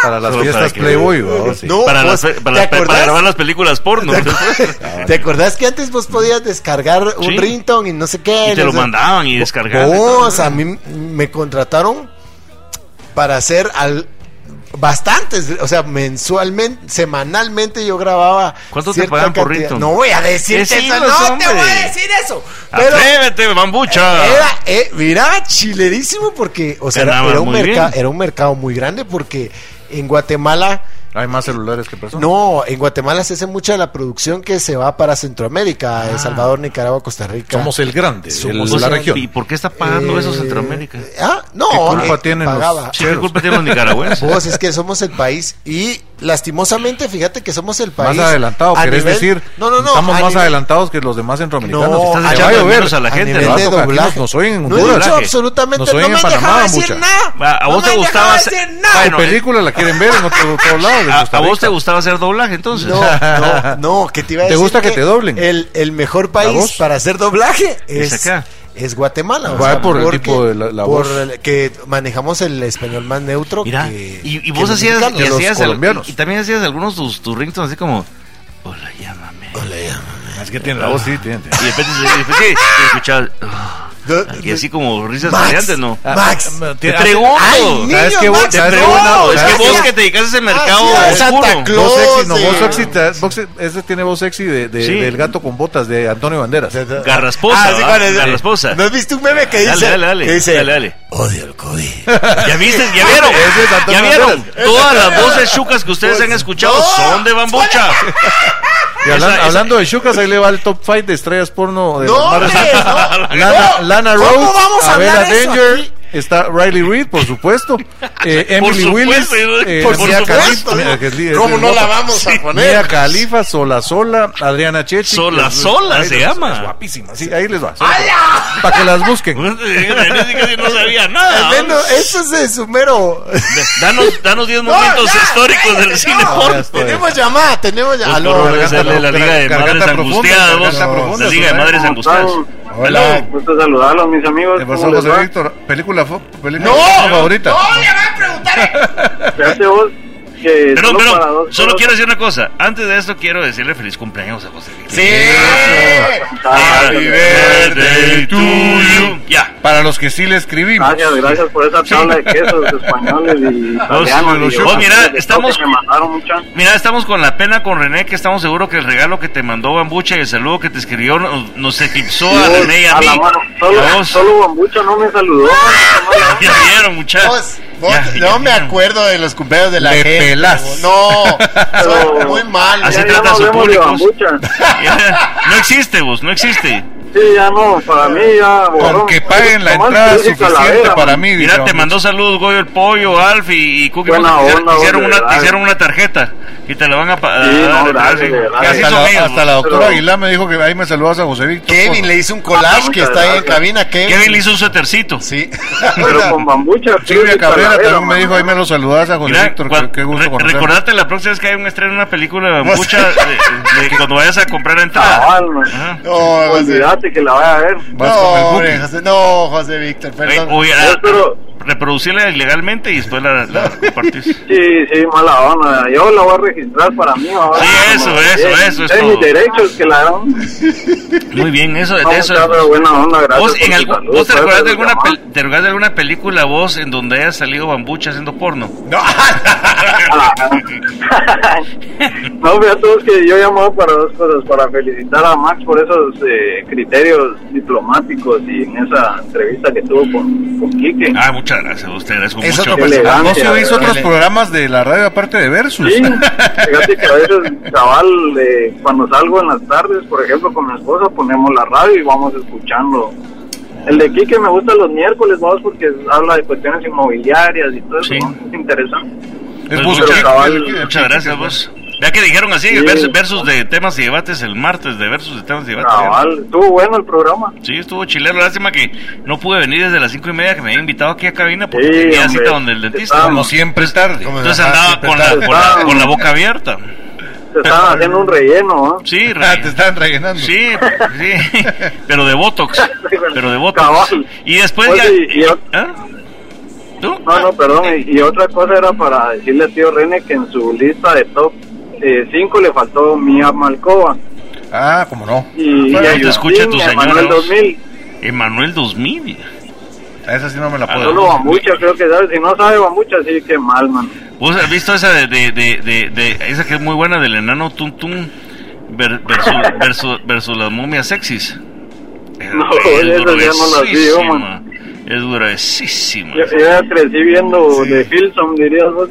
[SPEAKER 3] Para las
[SPEAKER 4] Solo para
[SPEAKER 3] fiestas
[SPEAKER 4] que-
[SPEAKER 3] Playboy, ¿verdad? Sí.
[SPEAKER 5] No,
[SPEAKER 4] para,
[SPEAKER 5] vos,
[SPEAKER 4] las-
[SPEAKER 5] ¿te
[SPEAKER 4] para, las- para
[SPEAKER 5] acordás?
[SPEAKER 4] grabar las películas porno.
[SPEAKER 5] ¿Te acordás que antes vos podías descargar un
[SPEAKER 4] Sí.
[SPEAKER 5] ringtone y no sé qué?
[SPEAKER 4] Y te
[SPEAKER 5] no
[SPEAKER 4] lo
[SPEAKER 5] sé-
[SPEAKER 4] mandaban y descargaban. y todo.
[SPEAKER 5] Vos, a mí me contrataron para hacer al bastantes, o sea, mensualmente, semanalmente yo grababa.
[SPEAKER 4] ¿Cuánto te
[SPEAKER 5] cierta
[SPEAKER 4] pagaban por
[SPEAKER 5] cantidad-
[SPEAKER 4] ringtone?
[SPEAKER 5] No voy a decirte
[SPEAKER 4] Decinos,
[SPEAKER 5] eso, no
[SPEAKER 4] hombre.
[SPEAKER 5] te voy a decir eso. Pero
[SPEAKER 4] Atrévete, bambucha.
[SPEAKER 5] era, eh, mira, chilerísimo porque, o sea, era,
[SPEAKER 4] Ganaban
[SPEAKER 5] era un
[SPEAKER 4] muy
[SPEAKER 5] merca-
[SPEAKER 4] bien.
[SPEAKER 5] era un mercado muy grande porque en Guatemala
[SPEAKER 3] Hay más celulares que personas.
[SPEAKER 5] no, en Guatemala se hace mucha de la producción que se va para Centroamérica, El Salvador, Nicaragua, Costa Rica.
[SPEAKER 3] Ah. Somos el grande,
[SPEAKER 5] Somos
[SPEAKER 3] el-
[SPEAKER 4] O
[SPEAKER 3] la
[SPEAKER 4] sea,
[SPEAKER 3] región.
[SPEAKER 4] ¿Y por qué está pagando eso
[SPEAKER 5] Eh,
[SPEAKER 4] Centroamérica?
[SPEAKER 5] Ah, no,
[SPEAKER 3] ¿Qué culpa
[SPEAKER 5] eh,
[SPEAKER 3] tienen los-
[SPEAKER 5] pagaba.
[SPEAKER 4] Sí, ¿Qué culpa tienen los nicaragüenses?
[SPEAKER 5] Vos, es que somos el país y lastimosamente, fíjate que somos el país
[SPEAKER 3] Más adelantado,
[SPEAKER 5] a
[SPEAKER 3] querés
[SPEAKER 5] nivel-
[SPEAKER 3] decir.
[SPEAKER 5] No, no, no.
[SPEAKER 3] Estamos
[SPEAKER 5] a
[SPEAKER 3] más
[SPEAKER 5] nivel-
[SPEAKER 3] adelantados que los demás centroamericanos.
[SPEAKER 5] No,
[SPEAKER 4] Estás
[SPEAKER 5] a
[SPEAKER 4] echando
[SPEAKER 5] nivel-
[SPEAKER 4] de menos a la
[SPEAKER 5] a
[SPEAKER 4] gente.
[SPEAKER 5] nivel
[SPEAKER 4] ¿no?
[SPEAKER 5] de
[SPEAKER 3] Vasco, que aquí
[SPEAKER 5] doblaje.
[SPEAKER 3] nos oyen en
[SPEAKER 5] no he dicho
[SPEAKER 3] doblaje.
[SPEAKER 5] absolutamente,
[SPEAKER 3] Nos oyen
[SPEAKER 5] no me
[SPEAKER 3] en
[SPEAKER 5] han dejado
[SPEAKER 3] Panamá,
[SPEAKER 5] decir
[SPEAKER 3] mucha.
[SPEAKER 5] nada.
[SPEAKER 4] Va, Ah, ¿A vos
[SPEAKER 5] no
[SPEAKER 4] te
[SPEAKER 5] me han dejado
[SPEAKER 4] gustaba
[SPEAKER 5] decir
[SPEAKER 4] hacer-
[SPEAKER 5] nada.
[SPEAKER 3] Hay
[SPEAKER 4] Ah, Bueno, eh,
[SPEAKER 3] películas la quieren ver en otro, otro lado. en
[SPEAKER 4] ¿A,
[SPEAKER 3] Costa
[SPEAKER 4] a vos te
[SPEAKER 3] Rica.
[SPEAKER 4] gustaba hacer doblaje entonces?
[SPEAKER 5] No, no, no, que te iba a
[SPEAKER 3] ¿Te
[SPEAKER 5] decir.
[SPEAKER 3] gusta que te doblen?
[SPEAKER 5] El, el mejor
[SPEAKER 3] ¿La
[SPEAKER 5] país
[SPEAKER 3] voz?
[SPEAKER 5] para hacer doblaje
[SPEAKER 4] Es
[SPEAKER 5] es,
[SPEAKER 4] acá.
[SPEAKER 5] es Guatemala.
[SPEAKER 3] Va por el tipo de la- la
[SPEAKER 5] por
[SPEAKER 3] voz.
[SPEAKER 5] el que manejamos el español más neutro.
[SPEAKER 4] Mira,
[SPEAKER 5] que-
[SPEAKER 4] y, y
[SPEAKER 5] que
[SPEAKER 4] vos
[SPEAKER 5] los
[SPEAKER 4] hacías,
[SPEAKER 5] mexicanos.
[SPEAKER 4] y,
[SPEAKER 3] los
[SPEAKER 4] hacías al-
[SPEAKER 3] colombianos.
[SPEAKER 4] y también hacías algunos tus, tus ringtones así como, hola, llámame.
[SPEAKER 3] Es que tiene la voz, sí, tiene.
[SPEAKER 4] Y de repente, se- y de repente, y escuchabas, "Ah, Y así como risas
[SPEAKER 5] Max,
[SPEAKER 4] variantes, ¿no?
[SPEAKER 5] Max,
[SPEAKER 3] Ah,
[SPEAKER 4] Te
[SPEAKER 3] hace-
[SPEAKER 4] pregunto.
[SPEAKER 5] Ay,
[SPEAKER 3] ¿Sabes
[SPEAKER 5] niño,
[SPEAKER 3] qué vos?
[SPEAKER 5] Max,
[SPEAKER 4] te
[SPEAKER 3] ¿Sabes qué
[SPEAKER 4] pregunto.
[SPEAKER 5] no,
[SPEAKER 4] es que
[SPEAKER 5] gracias.
[SPEAKER 4] vos que te dedicas a ese mercado
[SPEAKER 5] Gracias,
[SPEAKER 4] oscuro.
[SPEAKER 5] Santa Claus.
[SPEAKER 3] Voz sexy, no, voz
[SPEAKER 5] Sí.
[SPEAKER 3] sexy, ta- voz se- ese tiene voz sexy de, de-
[SPEAKER 4] Sí.
[SPEAKER 3] del gato con botas de Antonio Banderas.
[SPEAKER 4] Garrasposa,
[SPEAKER 5] Ah, sí,
[SPEAKER 4] ¿va?
[SPEAKER 5] ¿cuál es?
[SPEAKER 4] Garrasposa.
[SPEAKER 5] ¿No has visto un meme que dice?
[SPEAKER 4] Dale, dale, dale.
[SPEAKER 5] que dice,
[SPEAKER 4] Dale, dale.
[SPEAKER 5] Odio el Cody.
[SPEAKER 4] ¿Ya viste? ¿Ya vieron?
[SPEAKER 3] Ese es Antonio
[SPEAKER 4] ¿Ya vieron?
[SPEAKER 3] Banderas. Pues,
[SPEAKER 4] Todas las voces chucas que ustedes han escuchado son de bambucha.
[SPEAKER 3] Y hablan-
[SPEAKER 4] Esa- esa-
[SPEAKER 3] hablando de Shukas, ahí le va el top 5 de estrellas porno de
[SPEAKER 5] No,
[SPEAKER 3] las más
[SPEAKER 5] hombre,
[SPEAKER 3] recientes.
[SPEAKER 5] no.
[SPEAKER 3] Lana,
[SPEAKER 5] No,
[SPEAKER 3] Lana
[SPEAKER 5] ¿cómo
[SPEAKER 3] Rhodes,
[SPEAKER 5] vamos a
[SPEAKER 3] Abela
[SPEAKER 5] hablar eso
[SPEAKER 3] Danger,
[SPEAKER 5] aquí?
[SPEAKER 3] está Riley Reid, por supuesto, eh,
[SPEAKER 4] Por
[SPEAKER 3] Emily
[SPEAKER 4] supuesto,
[SPEAKER 3] Willis,
[SPEAKER 4] ¿no?
[SPEAKER 3] eh,
[SPEAKER 4] Por
[SPEAKER 3] Mia
[SPEAKER 4] supuesto.
[SPEAKER 3] Khalifa, Mira, que es líder,
[SPEAKER 5] ¿Cómo
[SPEAKER 3] es
[SPEAKER 5] no la
[SPEAKER 3] guapa.
[SPEAKER 5] vamos a
[SPEAKER 3] Mia
[SPEAKER 5] poner?
[SPEAKER 3] Khalifa, Sola Sola, Adriana Chechi.
[SPEAKER 4] Sola
[SPEAKER 3] Las-
[SPEAKER 4] Sola
[SPEAKER 3] ahí
[SPEAKER 4] se
[SPEAKER 3] les-
[SPEAKER 4] llama.
[SPEAKER 3] Es guapísima, sí, ahí les va. Para que las busquen.
[SPEAKER 4] no sabía
[SPEAKER 5] Al
[SPEAKER 4] nada.
[SPEAKER 5] menos eso es de su mero.
[SPEAKER 4] Danos, danos 10
[SPEAKER 5] No,
[SPEAKER 4] momentos
[SPEAKER 5] ¡Ah, ya,
[SPEAKER 4] históricos
[SPEAKER 5] cállate,
[SPEAKER 4] del cine
[SPEAKER 5] no.
[SPEAKER 4] porno.
[SPEAKER 3] Estoy-
[SPEAKER 5] Tenemos llamada, tenemos llamada.
[SPEAKER 4] Los
[SPEAKER 5] Aló,
[SPEAKER 4] corredores
[SPEAKER 5] garganta-
[SPEAKER 4] salen de la Liga de
[SPEAKER 3] garganta
[SPEAKER 4] Madres
[SPEAKER 3] profunda,
[SPEAKER 4] Angustiadas.
[SPEAKER 3] garganta
[SPEAKER 4] vos.
[SPEAKER 3] profunda,
[SPEAKER 4] La Liga de
[SPEAKER 3] ¿sabes?
[SPEAKER 4] Madres
[SPEAKER 6] ¿Cómo están?
[SPEAKER 4] Angustiadas.
[SPEAKER 3] Hola.
[SPEAKER 6] Hola, gusto saludarlos, mis amigos.
[SPEAKER 3] Te
[SPEAKER 6] ¿Cómo
[SPEAKER 3] pasó
[SPEAKER 6] les
[SPEAKER 3] José
[SPEAKER 6] va?
[SPEAKER 3] Víctor, película, fo- película
[SPEAKER 5] No,
[SPEAKER 3] favorita.
[SPEAKER 5] no, le va a preguntar.
[SPEAKER 6] Fíjate vos que
[SPEAKER 4] Pero,
[SPEAKER 6] solo
[SPEAKER 4] pero,
[SPEAKER 6] para dos
[SPEAKER 4] solo
[SPEAKER 6] cosas-
[SPEAKER 4] quiero decir una cosa. Antes de esto, quiero decirle feliz cumpleaños a José Víctor.
[SPEAKER 5] Sí.
[SPEAKER 6] Happy
[SPEAKER 3] birthday to you.
[SPEAKER 4] Ya.
[SPEAKER 3] Para los que sí le escribimos.
[SPEAKER 6] Gracias, gracias por esa tabla de quesos españoles y italianos.
[SPEAKER 4] sí, los
[SPEAKER 6] y
[SPEAKER 4] chicos.
[SPEAKER 6] otros
[SPEAKER 4] Mira,
[SPEAKER 6] que
[SPEAKER 4] estamos-
[SPEAKER 6] me mandaron mucha.
[SPEAKER 4] Mira, estamos con la pena con René, que estamos seguros que el regalo que te mandó Bambucha y el saludo que te escribió nos, nos eclipsó Oh, a René y a,
[SPEAKER 6] A
[SPEAKER 4] mí.
[SPEAKER 6] la mano.
[SPEAKER 4] A
[SPEAKER 6] Solo,
[SPEAKER 4] vos.
[SPEAKER 6] solo Bambucha no me saludó. no me saludó.
[SPEAKER 4] Ya vieron, muchachos.
[SPEAKER 5] Vos, vos, no me acuerdo de los cumpleaños de la
[SPEAKER 3] Le
[SPEAKER 5] gente.
[SPEAKER 3] pelás.
[SPEAKER 5] vos. No, soy
[SPEAKER 6] Pero-
[SPEAKER 5] muy mal.
[SPEAKER 4] Así
[SPEAKER 6] Ya,
[SPEAKER 4] trata
[SPEAKER 6] ya
[SPEAKER 4] a
[SPEAKER 6] no
[SPEAKER 4] sus
[SPEAKER 6] hablemos de
[SPEAKER 4] públicos.
[SPEAKER 6] Bambucha.
[SPEAKER 4] No existe, vos, no existe.
[SPEAKER 6] Sí, ya no, para mí ya.
[SPEAKER 3] Con
[SPEAKER 6] borrón.
[SPEAKER 3] que paguen la
[SPEAKER 6] Tomás,
[SPEAKER 3] entrada
[SPEAKER 6] Cruz y
[SPEAKER 3] suficiente
[SPEAKER 6] Calavera,
[SPEAKER 3] para
[SPEAKER 6] man.
[SPEAKER 3] mí.
[SPEAKER 4] Mira,
[SPEAKER 3] dice
[SPEAKER 4] te mandó saludos Goyo el Pollo, Alf y, y Cookie.
[SPEAKER 6] Buena
[SPEAKER 4] Monster. Hicieron-
[SPEAKER 6] onda,
[SPEAKER 4] hicieron,
[SPEAKER 6] hombre,
[SPEAKER 4] una,
[SPEAKER 6] gracias.
[SPEAKER 4] hicieron una tarjeta y te la van a pa-
[SPEAKER 6] eh. Sí,
[SPEAKER 4] a
[SPEAKER 6] no,
[SPEAKER 4] dar,
[SPEAKER 6] gracias,
[SPEAKER 4] así.
[SPEAKER 6] de verdad.
[SPEAKER 4] Que así
[SPEAKER 3] Hasta
[SPEAKER 4] son
[SPEAKER 3] la,
[SPEAKER 4] ellos,
[SPEAKER 3] hasta la
[SPEAKER 4] vos.
[SPEAKER 3] doctora
[SPEAKER 6] Pero-
[SPEAKER 3] Aguilar me dijo que ahí me saludas a José Víctor.
[SPEAKER 5] Kevin le hizo un collage que está ahí en cabina. Kevin,
[SPEAKER 4] Kevin le hizo un suetercito.
[SPEAKER 5] Sí.
[SPEAKER 6] Pero con Bambucha. Cruz
[SPEAKER 3] Silvia
[SPEAKER 6] y
[SPEAKER 3] Cabrera
[SPEAKER 6] Calavera,
[SPEAKER 3] también me
[SPEAKER 6] man.
[SPEAKER 3] dijo ahí me lo saludas a José
[SPEAKER 4] Mira,
[SPEAKER 3] Víctor.
[SPEAKER 4] cuan-
[SPEAKER 3] Qué, qué gusto
[SPEAKER 4] re-
[SPEAKER 3] conocerlo.
[SPEAKER 4] recordate la próxima vez que hay un estreno de una película de Bambucha de- de cuando vayas a comprar la entrada.
[SPEAKER 6] Cabal, man.
[SPEAKER 4] Ajá.
[SPEAKER 5] No, José.
[SPEAKER 6] Olvídate que la vaya a ver.
[SPEAKER 3] Vas con el
[SPEAKER 5] No,
[SPEAKER 3] Buki.
[SPEAKER 5] hombre, José, no, José Víctor,
[SPEAKER 4] Oye,
[SPEAKER 5] perdón.
[SPEAKER 4] oye,
[SPEAKER 6] Yo
[SPEAKER 4] ah,
[SPEAKER 6] espero-
[SPEAKER 4] reproducirla ilegalmente y después la, la compartís.
[SPEAKER 6] Sí, sí, mala onda. Yo la voy a registrar para mí. ahora.
[SPEAKER 4] Sí, eso,
[SPEAKER 6] Como-
[SPEAKER 4] eso,
[SPEAKER 6] eh,
[SPEAKER 4] eso es
[SPEAKER 6] Es
[SPEAKER 4] todo.
[SPEAKER 6] mis derechos que la dan.
[SPEAKER 4] Muy bien, eso, de
[SPEAKER 6] No,
[SPEAKER 4] eso.
[SPEAKER 6] muchacho, buena onda, gracias.
[SPEAKER 4] ¿Vos,
[SPEAKER 6] por
[SPEAKER 4] en
[SPEAKER 6] tu
[SPEAKER 4] algún-
[SPEAKER 6] saludo,
[SPEAKER 4] vos te
[SPEAKER 6] gracias
[SPEAKER 4] recordás de
[SPEAKER 6] por
[SPEAKER 4] alguna,
[SPEAKER 6] llamar.
[SPEAKER 4] pel- te recordás de alguna película vos en donde haya salido Bambucha haciendo porno?
[SPEAKER 6] no, vea todos que yo he llamado para dos cosas, para felicitar a Max por esos eh, criterios diplomáticos y en esa entrevista que tuvo con, con Quique.
[SPEAKER 4] Ah, muchas gracias a ustedes.
[SPEAKER 5] Es otro
[SPEAKER 6] Qué
[SPEAKER 3] Ah,
[SPEAKER 6] elegancia,
[SPEAKER 3] No se hizo
[SPEAKER 6] ¿verdad?
[SPEAKER 3] otros programas de la radio aparte de Versus.
[SPEAKER 6] eh, Sí, fíjate que a veces, chaval, eh, cuando salgo en las tardes, por ejemplo, con mi esposa, ponemos la radio y vamos escuchando. El de Quique me gusta los miércoles, vamos, porque habla de cuestiones inmobiliarias y todo eso,
[SPEAKER 4] Sí.
[SPEAKER 6] ¿no? Es interesante.
[SPEAKER 3] Es
[SPEAKER 4] Pues
[SPEAKER 3] Buki,
[SPEAKER 4] mucho
[SPEAKER 3] Buki,
[SPEAKER 6] cabal.
[SPEAKER 3] Buki,
[SPEAKER 4] Muchas
[SPEAKER 3] Buki,
[SPEAKER 4] gracias
[SPEAKER 3] Buki.
[SPEAKER 4] vos. Ya que dijeron así,
[SPEAKER 6] Sí.
[SPEAKER 4] versus, versus de temas y debates el martes, de versus de temas y debates.
[SPEAKER 6] Chaval, estuvo bueno el programa.
[SPEAKER 4] Sí, estuvo chilero. Lástima que no pude venir desde las cinco y media que me había invitado aquí a cabina porque
[SPEAKER 6] Sí,
[SPEAKER 4] tenía
[SPEAKER 6] hombre,
[SPEAKER 4] cita donde el dentista.
[SPEAKER 6] estamos.
[SPEAKER 3] Como siempre es tarde.
[SPEAKER 5] Como-
[SPEAKER 4] Entonces
[SPEAKER 5] Ajá,
[SPEAKER 4] andaba
[SPEAKER 3] Ah,
[SPEAKER 5] siempre
[SPEAKER 4] con la,
[SPEAKER 5] tarde.
[SPEAKER 4] con, la, con la boca abierta.
[SPEAKER 6] Se estaban haciendo un relleno, ¿ah?
[SPEAKER 3] Ah,
[SPEAKER 4] Sí, re-
[SPEAKER 3] te están rellenando.
[SPEAKER 4] Sí, sí, pero de Botox. Pero de Botox.
[SPEAKER 6] Cabal.
[SPEAKER 4] Y después
[SPEAKER 6] Pues,
[SPEAKER 4] ya.
[SPEAKER 6] y- y-
[SPEAKER 4] ¿Ah? ¿Tú?
[SPEAKER 6] No, no, perdón. Y, y otra cosa era para decirle al tío René que en su lista de top 5 le faltó Mia Malcova.
[SPEAKER 3] Ah, como no.
[SPEAKER 6] Y,
[SPEAKER 4] Bueno,
[SPEAKER 6] y
[SPEAKER 4] te
[SPEAKER 6] Agustín,
[SPEAKER 4] escucha tu
[SPEAKER 6] y
[SPEAKER 4] señora,
[SPEAKER 6] Manuel
[SPEAKER 4] vos.
[SPEAKER 6] 2000.
[SPEAKER 4] Emanuel 2000.
[SPEAKER 3] A esa sí no me la
[SPEAKER 4] Ah,
[SPEAKER 3] puedo.
[SPEAKER 6] Solo Bambucha, creo que sabe. Si no sabe Bambucha, sí, que mal, man.
[SPEAKER 4] ¿Vos has visto esa de, de, de, de- de- esa que es muy buena del enano Tum Tum ver- versus, versus, versus las momias sexys? Es-
[SPEAKER 6] No,
[SPEAKER 4] es
[SPEAKER 6] esas ya no las vi yo,
[SPEAKER 4] gruesísima,
[SPEAKER 6] man.
[SPEAKER 4] Es gruesísima.
[SPEAKER 6] Yo, eh, yo ya crecí viendo de Hilson, dirías vos.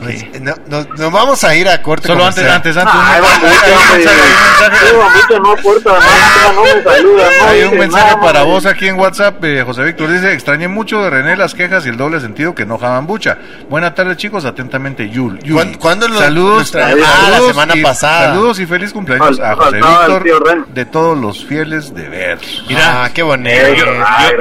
[SPEAKER 5] Pues, no, no- nos vamos a ir a corte.
[SPEAKER 3] Solo antes,
[SPEAKER 5] comercial.
[SPEAKER 3] antes, antes.
[SPEAKER 6] Ay,
[SPEAKER 3] un-
[SPEAKER 6] Bambucha,
[SPEAKER 3] hay un
[SPEAKER 6] hombre.
[SPEAKER 3] mensaje-
[SPEAKER 6] Sí, Bambucha no aporta nada, no me saluda. No
[SPEAKER 3] Hay un
[SPEAKER 6] dice
[SPEAKER 3] mensaje
[SPEAKER 6] nada,
[SPEAKER 3] para
[SPEAKER 6] man.
[SPEAKER 3] vos aquí en WhatsApp, eh, José Víctor. Dice, extrañé mucho de René las quejas y el doble sentido que no jaban bucha. Buenas tardes, chicos. Atentamente, Yul. Yul.
[SPEAKER 5] ¿Cuándo- cuándo lo-
[SPEAKER 3] saludos,
[SPEAKER 5] lo traemos?
[SPEAKER 6] Ah,
[SPEAKER 5] la
[SPEAKER 3] saludos
[SPEAKER 5] semana
[SPEAKER 3] y-
[SPEAKER 5] pasada.
[SPEAKER 3] Saludos y feliz cumpleaños
[SPEAKER 6] Fal-
[SPEAKER 3] a José
[SPEAKER 6] faltaba el tío Ren.
[SPEAKER 3] Víctor de todos los fieles de Versus.
[SPEAKER 4] Mira,
[SPEAKER 5] Ah, qué bonito.
[SPEAKER 6] Eh,
[SPEAKER 4] yo, yo-
[SPEAKER 6] Ay,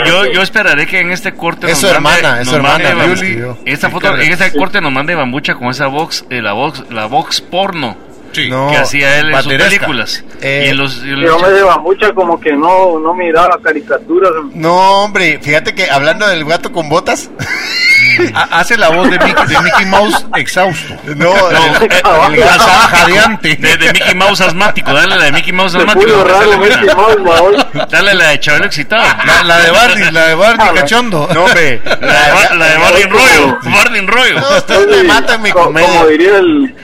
[SPEAKER 4] yo-
[SPEAKER 6] gracias.
[SPEAKER 4] yo esperaré que en este corte
[SPEAKER 5] Es su
[SPEAKER 4] mande-
[SPEAKER 5] hermana, es su
[SPEAKER 4] nos mande
[SPEAKER 5] hermana,
[SPEAKER 4] bambu-
[SPEAKER 5] Yuli. escribió.
[SPEAKER 4] Esta foto,
[SPEAKER 3] Ricardo.
[SPEAKER 4] en este corte nos mande bambucha con esa box, eh, la box, la box porno
[SPEAKER 3] Sí.
[SPEAKER 5] No.
[SPEAKER 4] que hacía él en sus
[SPEAKER 3] Banderesca.
[SPEAKER 4] películas.
[SPEAKER 5] Oh, Eh,
[SPEAKER 4] y en los, y en los-
[SPEAKER 6] Yo me de Bambucha como que no, no miraba caricaturas.
[SPEAKER 5] No, hombre, fíjate que hablando del gato con botas,
[SPEAKER 3] Ha- Hace la voz de Mickey, de Mickey Mouse exhausto.
[SPEAKER 5] No,
[SPEAKER 4] No, eh,
[SPEAKER 3] El
[SPEAKER 4] la-
[SPEAKER 3] jasa- jadeante.
[SPEAKER 4] de, de Mickey Mouse asmático, dale la de Mickey Mouse
[SPEAKER 6] Se
[SPEAKER 4] asmático.
[SPEAKER 6] pudo
[SPEAKER 4] esa es
[SPEAKER 6] raro,
[SPEAKER 4] la buena.
[SPEAKER 6] Mickey Mouse, baúl.
[SPEAKER 4] Dale la de Chabelo excitado.
[SPEAKER 3] La, la de Barney, la de Barney,
[SPEAKER 6] Ah, la-
[SPEAKER 3] cachondo.
[SPEAKER 5] no, hombre.
[SPEAKER 4] La de, Bar- la de Marlin Royo. Marlin Royo.
[SPEAKER 5] No, ustedes me matan mi
[SPEAKER 6] Co-
[SPEAKER 5] comedia.
[SPEAKER 6] Como diría el,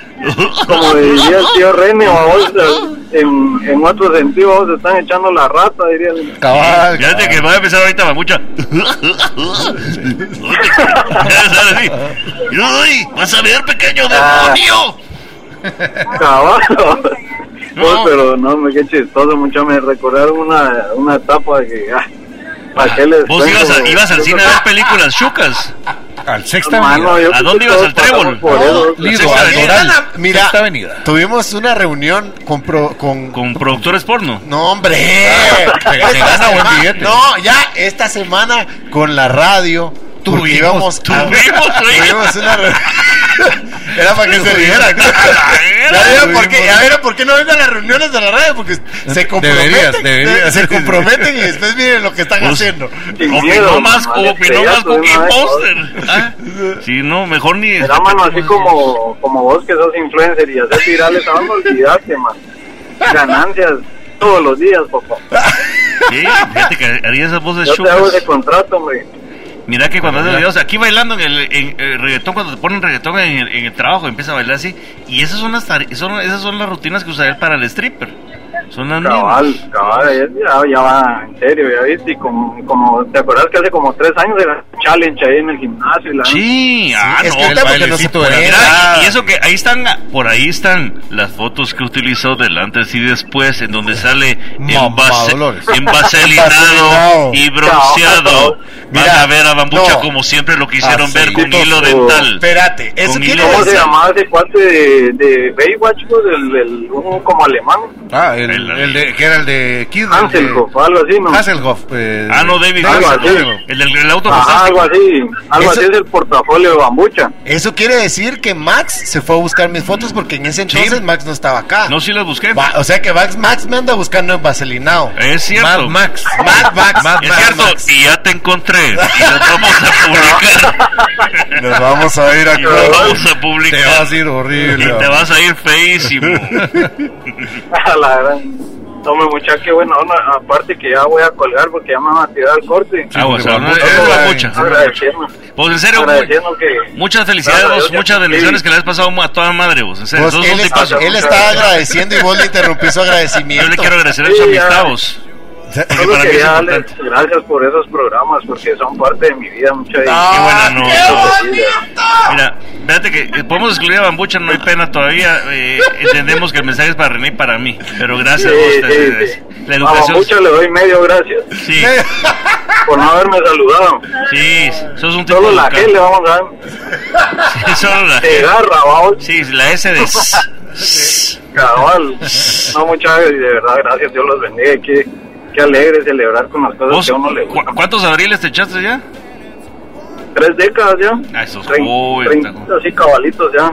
[SPEAKER 6] como diría el tío René, baúl, en, en otro sentido, baúl, se están echando la rata, diría el...
[SPEAKER 3] Cabal.
[SPEAKER 4] Ya te que voy a empezar ahorita mamucha. ¡Uy! ¡Vas a ver, pequeño
[SPEAKER 6] Ah,
[SPEAKER 4] demonio!
[SPEAKER 6] Caballo.
[SPEAKER 4] No.
[SPEAKER 6] Pues, pero no, me qué chistoso, mucho me recordaron una, una etapa que, ah, ¿para qué les
[SPEAKER 4] Vos
[SPEAKER 6] cuento?
[SPEAKER 4] ibas, a- ibas al
[SPEAKER 6] Yo
[SPEAKER 4] cine a
[SPEAKER 6] creo
[SPEAKER 4] ver películas chucas.
[SPEAKER 3] Al
[SPEAKER 6] que-
[SPEAKER 3] sexta
[SPEAKER 6] Mano,
[SPEAKER 3] avenida.
[SPEAKER 6] yo
[SPEAKER 4] ¿A
[SPEAKER 6] creo
[SPEAKER 4] dónde
[SPEAKER 6] que
[SPEAKER 4] ibas,
[SPEAKER 6] todos
[SPEAKER 4] al trébol?
[SPEAKER 6] pasamos por eso.
[SPEAKER 3] Lido,
[SPEAKER 4] Sexta
[SPEAKER 3] al
[SPEAKER 4] avenida.
[SPEAKER 3] Doral.
[SPEAKER 5] Mira.
[SPEAKER 3] Sexta avenida.
[SPEAKER 5] Tuvimos una reunión con... pro- con,
[SPEAKER 4] Con productores porno.
[SPEAKER 5] No, hombre.
[SPEAKER 3] se gana buen
[SPEAKER 5] semana-
[SPEAKER 3] billete.
[SPEAKER 5] No, ya esta semana con la radio
[SPEAKER 4] Tuvimos,
[SPEAKER 5] porque íbamos a-
[SPEAKER 4] tuvimos, oye.
[SPEAKER 5] tuvimos una re- Era para que se viera. Ya vieron por qué, ya vieron por qué no vengo a las reuniones de la radio porque se comprometen,
[SPEAKER 3] Deberías, deberías.
[SPEAKER 5] se comprometen y después miren lo que están
[SPEAKER 4] Pues,
[SPEAKER 5] haciendo.
[SPEAKER 6] Sin
[SPEAKER 4] Opinó
[SPEAKER 6] miedo,
[SPEAKER 4] más,
[SPEAKER 6] mano, al
[SPEAKER 4] opinó más
[SPEAKER 6] estrellato de
[SPEAKER 4] Cookie
[SPEAKER 6] una vez,
[SPEAKER 4] Monster. ¿Ah? Sí, no, mejor ni. este
[SPEAKER 6] Mira, mano, así como, como vos que sos influencer y haces virales, a olvidarte, man. Ganancias todos los días, papá.
[SPEAKER 4] Sí, fíjate que haría esas voces
[SPEAKER 6] Yo te hago
[SPEAKER 4] chucas.
[SPEAKER 6] ese contrato, hombre.
[SPEAKER 4] Mira que cuando haces videos, aquí bailando en el, en el reggaetón, cuando te ponen reggaetón en el, en el trabajo, empieza a bailar así. Y esas son las, tare- son, esas son las rutinas que usaría para el stripper. Son las mismas.
[SPEAKER 6] Cabal, cabal, ya, ya va, en serio, ya viste. Y como, como, ¿te acuerdas que hace como tres años era un challenge ahí en el gimnasio? Y la
[SPEAKER 4] Sí, ah,
[SPEAKER 5] es
[SPEAKER 4] no,
[SPEAKER 5] que
[SPEAKER 4] el
[SPEAKER 5] ahorita porque no se
[SPEAKER 3] bailecito de la
[SPEAKER 5] puede.
[SPEAKER 4] Mira, y eso que ahí están, por ahí están las fotos que utilizó del antes y después, en donde sale
[SPEAKER 5] Mamá
[SPEAKER 4] envase-
[SPEAKER 5] Dolores.
[SPEAKER 4] envaselinado y bronceado. Van
[SPEAKER 5] Mira,
[SPEAKER 4] a ver a Bambucha
[SPEAKER 5] no.
[SPEAKER 4] como siempre lo quisieron
[SPEAKER 5] Así.
[SPEAKER 4] ver con
[SPEAKER 5] Putos,
[SPEAKER 4] hilo
[SPEAKER 6] oh,
[SPEAKER 4] dental.
[SPEAKER 5] Espérate, eso
[SPEAKER 4] Con
[SPEAKER 5] tiene
[SPEAKER 4] hilo
[SPEAKER 6] ¿Cómo
[SPEAKER 5] que
[SPEAKER 6] se
[SPEAKER 5] ser-
[SPEAKER 6] llamaba ese cuate de, de Baywatch, pues, el, el, uno como alemán?
[SPEAKER 3] Ah, el,
[SPEAKER 4] El-
[SPEAKER 3] el de, que era el de Kid. el de-
[SPEAKER 6] Hanselhoff, algo así, ¿no?
[SPEAKER 3] Hasselhoff. eh,
[SPEAKER 4] Ah, no, David.
[SPEAKER 6] Algo
[SPEAKER 4] Hasselhoff,
[SPEAKER 6] así.
[SPEAKER 4] el del el auto
[SPEAKER 6] Ajá,
[SPEAKER 4] fantástico.
[SPEAKER 6] algo así, algo
[SPEAKER 5] Eso-
[SPEAKER 6] así es el portafolio de Bambucha.
[SPEAKER 5] Eso quiere decir que Max se fue a buscar mis fotos porque en ese entonces Max no estaba acá.
[SPEAKER 4] No, sí las busqué.
[SPEAKER 5] Va- o sea que Max, Max me anda buscando en Vaselinao.
[SPEAKER 4] Eh, Es cierto.
[SPEAKER 3] Mad Max.
[SPEAKER 5] Mad Max.
[SPEAKER 3] Mad
[SPEAKER 4] Es
[SPEAKER 3] Mad
[SPEAKER 4] cierto,
[SPEAKER 3] Max.
[SPEAKER 4] y ya te encontré. Y las vamos a publicar.
[SPEAKER 5] Nos vamos a ir a
[SPEAKER 4] Y las vamos a publicar.
[SPEAKER 3] Te vas a ir horrible.
[SPEAKER 4] y te vas a ir feísimo.
[SPEAKER 6] A la gran. Tome mucha que bueno, aparte que ya voy a colgar porque ya me van a tirar el corte.
[SPEAKER 4] Ah, o sea, no,
[SPEAKER 3] Bambucha.
[SPEAKER 4] es
[SPEAKER 3] Ay,
[SPEAKER 4] Bambucha.
[SPEAKER 6] Agradeciendo.
[SPEAKER 4] Vos, en serio,
[SPEAKER 6] Agradeciendo que.
[SPEAKER 4] muchas felicidades,
[SPEAKER 6] Claro,
[SPEAKER 4] vos,
[SPEAKER 6] yo ya
[SPEAKER 4] muchas
[SPEAKER 6] cumplí.
[SPEAKER 4] bendiciones que le has pasado a toda madre, vos. En serio,
[SPEAKER 5] Vos,
[SPEAKER 4] sos un
[SPEAKER 5] Pues, él, es-
[SPEAKER 4] tipazo.
[SPEAKER 5] él está agradeciendo y vos le interrumpí su agradecimiento.
[SPEAKER 4] Yo le quiero agradecer a
[SPEAKER 6] Sí,
[SPEAKER 4] sus
[SPEAKER 6] ya.
[SPEAKER 4] amistad, vos. que
[SPEAKER 6] Solo
[SPEAKER 4] para mí es
[SPEAKER 6] quería darles
[SPEAKER 4] importante.
[SPEAKER 6] gracias por esos programas porque son parte de mi vida, mucha
[SPEAKER 4] Qué buena nota.
[SPEAKER 6] Sí, ya.
[SPEAKER 4] Mira, fíjate que eh, podemos excluir a Bambucha, no hay pena todavía. eh, entendemos que el mensaje es para René y para mí. Pero gracias, vos.
[SPEAKER 6] Sí,
[SPEAKER 4] te-
[SPEAKER 6] sí,
[SPEAKER 4] te-
[SPEAKER 6] sí.
[SPEAKER 4] La
[SPEAKER 6] A
[SPEAKER 4] educación.
[SPEAKER 6] Bambucha le doy medio gracias
[SPEAKER 4] Sí,
[SPEAKER 6] por no haberme saludado.
[SPEAKER 4] sí, sos un tipo
[SPEAKER 6] Solo la
[SPEAKER 4] educado.
[SPEAKER 6] G le vamos a dar.
[SPEAKER 4] Sí, solo la
[SPEAKER 6] Te agarra, vamos,
[SPEAKER 4] Sí, la S de. s- s-
[SPEAKER 6] cabal. No, muchas gracias, de verdad, gracias, Dios los bendiga. y Qué, qué alegre celebrar con las cosas
[SPEAKER 4] ¿Vos,
[SPEAKER 6] que a uno le
[SPEAKER 4] cu-
[SPEAKER 6] gustan.
[SPEAKER 4] ¿Cuántos abriles te echaste ya?
[SPEAKER 6] Tres décadas ya.
[SPEAKER 4] Ah, esos
[SPEAKER 6] Trein-
[SPEAKER 4] jóvenes,
[SPEAKER 6] treinta,
[SPEAKER 4] taco.
[SPEAKER 6] sí, cabalitos ya.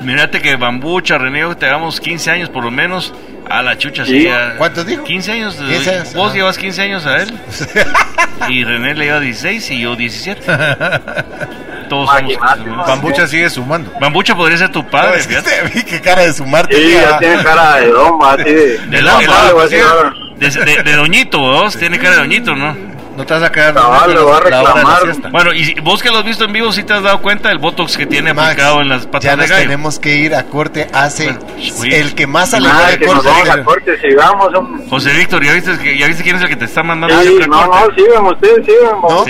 [SPEAKER 4] Mírate que bambucha, René, te hagamos 15 años por lo menos a la chucha.
[SPEAKER 6] Sí.
[SPEAKER 4] ya-
[SPEAKER 5] ¿Cuántos dijo?
[SPEAKER 4] 15 años. eh,
[SPEAKER 5] 15 años,
[SPEAKER 4] Vos
[SPEAKER 5] ajá.
[SPEAKER 4] llevas 15 años a él. y René le lleva 16 y yo 17. Todos somos.
[SPEAKER 6] Imagínate, ¿no?
[SPEAKER 3] Bambucha sigue sumando.
[SPEAKER 4] Bambucha podría ser tu
[SPEAKER 5] No,
[SPEAKER 4] padre,
[SPEAKER 5] es que
[SPEAKER 4] fíjate.
[SPEAKER 5] te vi que cara de su Marte.
[SPEAKER 6] Sí, ya tiene cara de doma, así de.
[SPEAKER 5] este
[SPEAKER 4] De lado,
[SPEAKER 6] Cabal, le voy a
[SPEAKER 3] sí.
[SPEAKER 6] decir ahora.
[SPEAKER 4] De, de- de doñito, vos. Tiene cara de doñito, ¿no?
[SPEAKER 3] No te vas a quedar.
[SPEAKER 6] Cabal, lo va
[SPEAKER 3] la
[SPEAKER 6] a
[SPEAKER 3] hora de la
[SPEAKER 6] reclamar.
[SPEAKER 3] siesta.
[SPEAKER 4] Bueno, y si- vos que lo has visto en vivo, sí te has dado cuenta del botox que tiene
[SPEAKER 5] Max,
[SPEAKER 4] aplicado en las
[SPEAKER 5] ya
[SPEAKER 4] patas de
[SPEAKER 5] nos
[SPEAKER 4] gallo.
[SPEAKER 5] tenemos que ir a corte. Hace
[SPEAKER 4] Bueno, sí.
[SPEAKER 5] el que más alejó
[SPEAKER 6] Nada,
[SPEAKER 5] de
[SPEAKER 6] Ah, que nos
[SPEAKER 5] corte.
[SPEAKER 6] vamos a corte, sigamos. hombre.
[SPEAKER 4] José Víctor, ¿ya viste, que- ¿ya viste quién es el que te está mandando
[SPEAKER 6] Sí,
[SPEAKER 4] siempre a
[SPEAKER 6] no,
[SPEAKER 4] corte?
[SPEAKER 6] no, sigan ustedes, sigan.
[SPEAKER 5] ¿No?
[SPEAKER 6] vamos.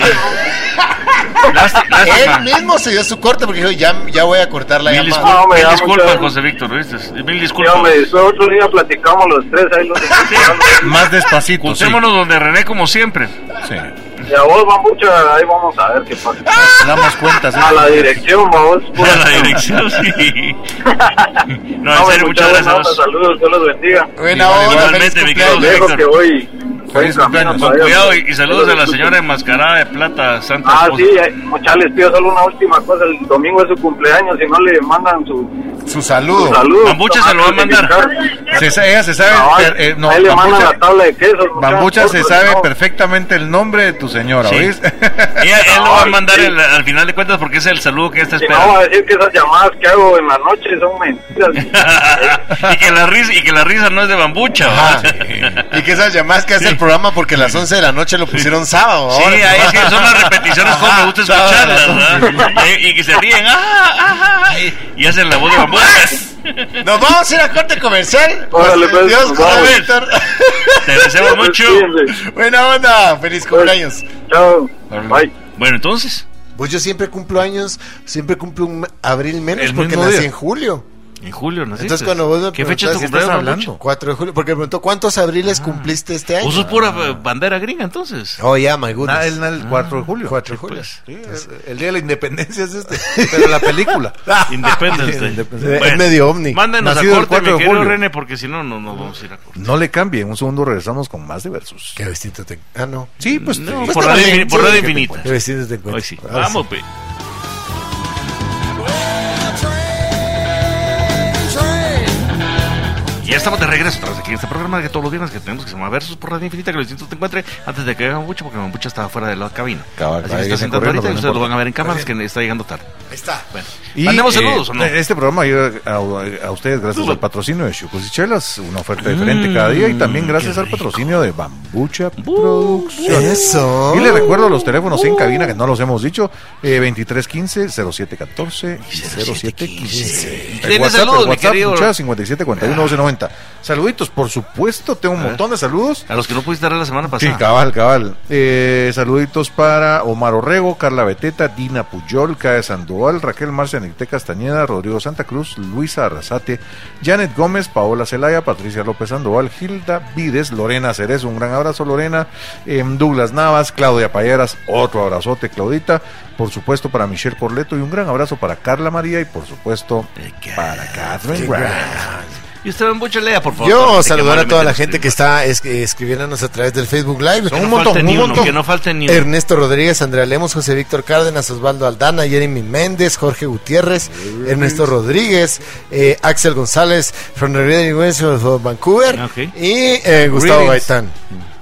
[SPEAKER 4] Lásti- lástima.
[SPEAKER 5] Él mismo se dio su corte porque dijo, ya, ya voy a cortar la
[SPEAKER 4] Mil
[SPEAKER 5] llamada.
[SPEAKER 4] disculpas,
[SPEAKER 6] No, me
[SPEAKER 4] mil
[SPEAKER 6] da
[SPEAKER 4] disculpas,
[SPEAKER 6] mucha-
[SPEAKER 4] José Víctor, ¿viste? Mil
[SPEAKER 6] Ya, hombre,
[SPEAKER 4] disculpas.
[SPEAKER 6] después otro día platicamos los tres, ahí los
[SPEAKER 3] Más despacito. sí.
[SPEAKER 4] Juntémonos donde René, como siempre.
[SPEAKER 3] Sí.
[SPEAKER 6] Y a vos, Bambucha, ahí vamos a ver qué pasa.
[SPEAKER 3] Damos cuentas. ¿eh?
[SPEAKER 6] A la dirección, vamos.
[SPEAKER 4] A la dirección, sí. No, en
[SPEAKER 6] hombre,
[SPEAKER 4] serio, muchas
[SPEAKER 6] buena
[SPEAKER 4] gracias a
[SPEAKER 6] onda,
[SPEAKER 4] vos.
[SPEAKER 6] Saludos, Dios los bendiga.
[SPEAKER 5] Buena
[SPEAKER 4] Igual-
[SPEAKER 5] onda, feliz
[SPEAKER 4] igualmente, mi querido
[SPEAKER 5] cumpleaños.
[SPEAKER 6] Dejo
[SPEAKER 4] Víctor.
[SPEAKER 6] que voy Feliz
[SPEAKER 4] Bueno,
[SPEAKER 6] cumpleaños,
[SPEAKER 4] con
[SPEAKER 6] todavía,
[SPEAKER 4] cuidado
[SPEAKER 6] pues.
[SPEAKER 4] y, y saludos a la señora enmascarada de plata, Santa
[SPEAKER 6] Ah,
[SPEAKER 4] Esposa.
[SPEAKER 6] sí, eh, muchachos, les pido solo una última cosa. El domingo es su cumpleaños. Si no le mandan su,
[SPEAKER 3] Su
[SPEAKER 6] su
[SPEAKER 3] saludo.
[SPEAKER 6] saludo.
[SPEAKER 4] Bambucha Oh. se lo va a mandar.
[SPEAKER 3] Se sa- ella se sabe.
[SPEAKER 6] Cabal,
[SPEAKER 3] per- eh, no,
[SPEAKER 6] ahí le mandan
[SPEAKER 3] Bambucha,
[SPEAKER 6] la tabla de quesos.
[SPEAKER 3] Bambucha se
[SPEAKER 6] muchachos,
[SPEAKER 3] sabe
[SPEAKER 6] no.
[SPEAKER 3] perfectamente el nombre de tu señora,
[SPEAKER 4] Sí.
[SPEAKER 3] ¿oíste?
[SPEAKER 4] Ella, él lo va a
[SPEAKER 6] Ay,
[SPEAKER 4] mandar
[SPEAKER 6] sí.
[SPEAKER 4] el- al final de cuentas porque es el saludo que ella está
[SPEAKER 6] Si no, va
[SPEAKER 4] esperando.
[SPEAKER 6] a decir que esas llamadas que hago en la noche son mentiras.
[SPEAKER 4] y, que la risa, y que la risa no es de bambucha.
[SPEAKER 5] Ajá.
[SPEAKER 4] ¿verdad?
[SPEAKER 5] Ah, Y que esas llamadas que hace el programa porque las 11 de la noche lo pusieron sábado.
[SPEAKER 4] Sí,
[SPEAKER 5] ahora.
[SPEAKER 4] ahí es que son las repeticiones como me gusta
[SPEAKER 5] Ajá,
[SPEAKER 4] escucharlas,
[SPEAKER 5] sábado a las
[SPEAKER 4] ¿verdad? Eh, Y que se ríen, ah, ah, ah, y, y hacen la voz de bambucha.
[SPEAKER 5] Nos vamos a ir a corte comercial.
[SPEAKER 6] Órale, pues,
[SPEAKER 5] Dios,
[SPEAKER 6] nos vamos.
[SPEAKER 5] Víctor.
[SPEAKER 4] Te deseamos mucho.
[SPEAKER 6] Cuídense.
[SPEAKER 5] Buena onda. Feliz
[SPEAKER 6] Pues,
[SPEAKER 5] cumpleaños.
[SPEAKER 6] Chao. Bye.
[SPEAKER 4] Bueno, entonces.
[SPEAKER 5] Pues yo siempre cumplo años, siempre cumplo un abril menos
[SPEAKER 3] El
[SPEAKER 5] porque
[SPEAKER 3] mismo
[SPEAKER 5] nací
[SPEAKER 3] día.
[SPEAKER 5] en julio.
[SPEAKER 4] En julio, ¿no
[SPEAKER 5] Entonces cuando vos me
[SPEAKER 4] pues, ¿Qué fecha
[SPEAKER 5] preguntás
[SPEAKER 4] es tu cumpleaños, Ah.
[SPEAKER 5] si estás
[SPEAKER 4] Bambucha?
[SPEAKER 5] hablando? 4 de julio, porque me preguntó ¿cuántos abriles cumpliste este año?
[SPEAKER 4] ¿Vos sos pura eh, bandera gringa entonces?
[SPEAKER 5] Oh, ya, my goodness.
[SPEAKER 4] Ah,
[SPEAKER 3] Na- el, el 4 de julio.
[SPEAKER 5] 4 de julio.
[SPEAKER 4] Pues,
[SPEAKER 3] Sí, es- el día de la independencia es este. Pero la película.
[SPEAKER 4] Independence Day.
[SPEAKER 3] Independence.
[SPEAKER 4] Bueno,
[SPEAKER 5] es medio ovni.
[SPEAKER 4] Mándanos
[SPEAKER 3] Nacido el
[SPEAKER 4] a corte,
[SPEAKER 3] 4 de
[SPEAKER 4] mi querido
[SPEAKER 3] julio.
[SPEAKER 4] René, porque si no, no nos vamos a ir a corte.
[SPEAKER 3] No le cambien. Un segundo regresamos con más de versus.
[SPEAKER 5] Qué vestido tengo. Ah, no.
[SPEAKER 3] Sí, pues.
[SPEAKER 4] No,
[SPEAKER 3] sí.
[SPEAKER 4] por
[SPEAKER 5] está
[SPEAKER 4] Radio
[SPEAKER 5] bien,
[SPEAKER 4] Infin- por
[SPEAKER 5] sí,
[SPEAKER 4] Radio
[SPEAKER 5] que te
[SPEAKER 4] Infinita.
[SPEAKER 5] Qué vestido te encuentro.
[SPEAKER 4] Hoy sí.
[SPEAKER 5] Ahora
[SPEAKER 4] Vamos, pe. Y ya estamos de regreso tras aquí en este programa que todos los viernes que tenemos que se llama Versus por Radio Infinita, que los distintos te encuentre antes de que haga mucho, porque Mambucha estaba fuera de la cabina.
[SPEAKER 3] Cabal,
[SPEAKER 4] Así que
[SPEAKER 3] ahí
[SPEAKER 4] está
[SPEAKER 3] viene
[SPEAKER 4] sentado
[SPEAKER 3] corriendo,
[SPEAKER 4] ahorita y
[SPEAKER 3] pero no
[SPEAKER 4] ustedes lo van
[SPEAKER 3] importa.
[SPEAKER 4] a ver en cámaras que está llegando tarde.
[SPEAKER 5] Ahí está.
[SPEAKER 4] Bueno, mandemos
[SPEAKER 3] eh,
[SPEAKER 4] saludos o no.
[SPEAKER 3] Este programa llega a, a ustedes gracias al patrocinio de Chucos y Chelas, una oferta
[SPEAKER 4] Mm,
[SPEAKER 3] diferente cada día y también gracias al patrocinio de Bambucha
[SPEAKER 4] Uh,
[SPEAKER 3] Producciones.
[SPEAKER 5] Eso.
[SPEAKER 3] Y les recuerdo los teléfonos en cabina que no los hemos dicho: eh, 2315-0714 y 0715.
[SPEAKER 4] Tiene saludos, mi querido. Ah.
[SPEAKER 3] 5741-1290. Saluditos, por supuesto, tengo un montón de saludos.
[SPEAKER 4] A los que no pudiste dar la semana
[SPEAKER 3] Sí,
[SPEAKER 4] pasada.
[SPEAKER 3] cabal, cabal. Eh, saluditos para Omar Orrego, Carla Beteta, Dina Puyol, Cae Sandoval, Raquel Marcianite Castañeda, Rodrigo Santa Cruz, Luisa Arrasate, Janet Gómez, Paola Celaya, Patricia López Sandoval, Gilda Vides, Lorena Cerezo, un gran abrazo Lorena, em, Douglas Navas, Claudia Payeras, otro abrazote Claudita, por supuesto para Michelle Corleto y un gran abrazo para Carla María y por supuesto
[SPEAKER 4] Eh,
[SPEAKER 3] para Catherine Grant.
[SPEAKER 4] Y usted, Mambucha, lea, por favor.
[SPEAKER 5] Yo
[SPEAKER 4] Antes de que
[SPEAKER 5] saludar a toda la
[SPEAKER 4] amablemente
[SPEAKER 5] gente
[SPEAKER 4] nos
[SPEAKER 5] que está es- escribiéndonos a través del Facebook Live.
[SPEAKER 4] Que no falte ni uno, que no falte ni uno.
[SPEAKER 5] Ernesto Rodríguez, Andrea Lemos, José Víctor Cárdenas, Osvaldo Aldana, Jeremy Méndez, Jorge Gutiérrez, Ernesto Rodríguez, eh, Axel González, Fernando Gómez de Vancouver
[SPEAKER 4] Ah, Ok.
[SPEAKER 5] y eh, Gustavo
[SPEAKER 3] Greetings.
[SPEAKER 5] Gaitán.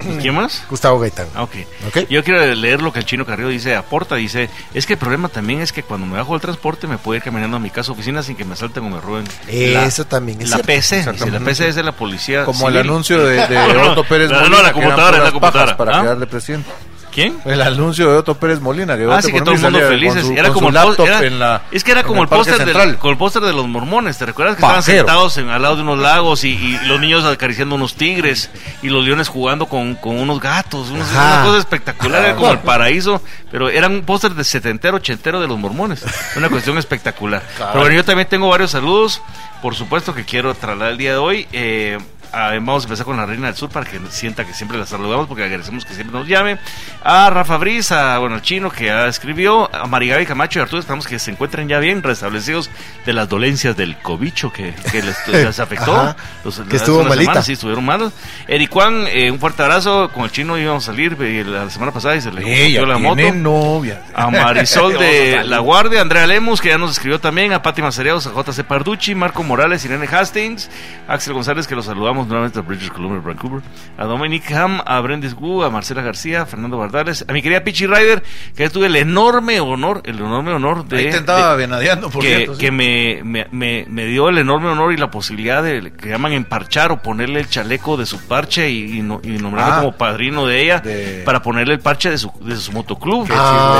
[SPEAKER 4] ¿Y ¿Quién más?
[SPEAKER 5] Gustavo Gaitán.
[SPEAKER 4] Ah, ok.
[SPEAKER 5] Ok.
[SPEAKER 4] Yo quiero leer lo que el chino Carrillo dice, aporta, dice, es que el problema también es que cuando me bajo del transporte me puedo ir caminando a mi casa o oficina sin que me asalten o me roben. la-
[SPEAKER 5] Eh, Eso también es
[SPEAKER 4] La
[SPEAKER 5] cierto.
[SPEAKER 4] PC, dice, la
[SPEAKER 3] Exactamente.
[SPEAKER 4] PC es de la policía.
[SPEAKER 3] Como
[SPEAKER 4] civil.
[SPEAKER 3] el anuncio de, de
[SPEAKER 4] No, no,
[SPEAKER 3] Otto Pérez
[SPEAKER 4] no, no,
[SPEAKER 3] Molina,
[SPEAKER 4] la
[SPEAKER 3] que eran
[SPEAKER 4] computadora,
[SPEAKER 3] puras
[SPEAKER 4] la
[SPEAKER 3] pajas
[SPEAKER 4] computadora,
[SPEAKER 3] para
[SPEAKER 4] ¿ah?
[SPEAKER 3] quedarle presidente.
[SPEAKER 4] ¿Quién?
[SPEAKER 3] El anuncio de Otto Pérez Molina. Que
[SPEAKER 4] Ah, sí, que todo el mundo feliz. Era como el pos- era- es que era como el póster del-
[SPEAKER 3] central.
[SPEAKER 4] con el póster de los mormones. ¿Te recuerdas que
[SPEAKER 3] Pajero.
[SPEAKER 4] estaban sentados en- al lado de unos lagos y, y los niños acariciando unos tigres y los leones jugando con, con unos gatos? Unos,
[SPEAKER 5] Ajá.
[SPEAKER 4] una cosa espectacular, era como el paraíso. Pero era un póster de setentero, ochentero de los mormones. Una cuestión espectacular. Pero bueno, yo también tengo varios saludos. Por supuesto que quiero trasladar el día de hoy. Eh, a- vamos a empezar con la Reina del Sur para que sienta que siempre la saludamos porque agradecemos que siempre nos llame. A Rafa Briz, a bueno, al chino que ya escribió, a Marigaby Camacho y Arturo, esperamos que se encuentren ya bien, restablecidos de las dolencias del cobicho que, que les, les afectó.
[SPEAKER 5] Ajá,
[SPEAKER 4] Los-
[SPEAKER 5] que
[SPEAKER 4] las-
[SPEAKER 5] estuvo
[SPEAKER 4] las
[SPEAKER 5] malita.
[SPEAKER 4] semanas, sí, estuvieron malos. Eric Juan, eh, un fuerte abrazo. Con el chino íbamos a salir eh, la semana pasada y se le rompió la moto.
[SPEAKER 3] tiene novia.
[SPEAKER 4] A Marisol
[SPEAKER 3] Vamos a
[SPEAKER 4] de
[SPEAKER 3] salir.
[SPEAKER 4] La Guardia, Andrea Lemus, que ya nos escribió también, a Pati Macereos, a JC Parducci, Marco Morales, Irene Hastings, Axel González, que los saludamos nuevamente a British Columbia, Vancouver, a Dominic Ham, a Brendis Wu, a Marcela García, a Fernando Bardales, a mi querida Pichi Ryder, que yo tuve el enorme honor, el enorme honor de...
[SPEAKER 3] Ahí te andaba
[SPEAKER 4] de-
[SPEAKER 3] venadeando, por
[SPEAKER 4] que,
[SPEAKER 3] cierto. sí.
[SPEAKER 4] que me, me, me- me dio el enorme honor y la posibilidad de que llaman emparchar o ponerle el chaleco de su parche y, y no- y nombrarme
[SPEAKER 3] Ah.
[SPEAKER 4] como padrino de ella
[SPEAKER 3] De-
[SPEAKER 4] para ponerle el parche de su, de su motoclub. Que
[SPEAKER 5] Ah,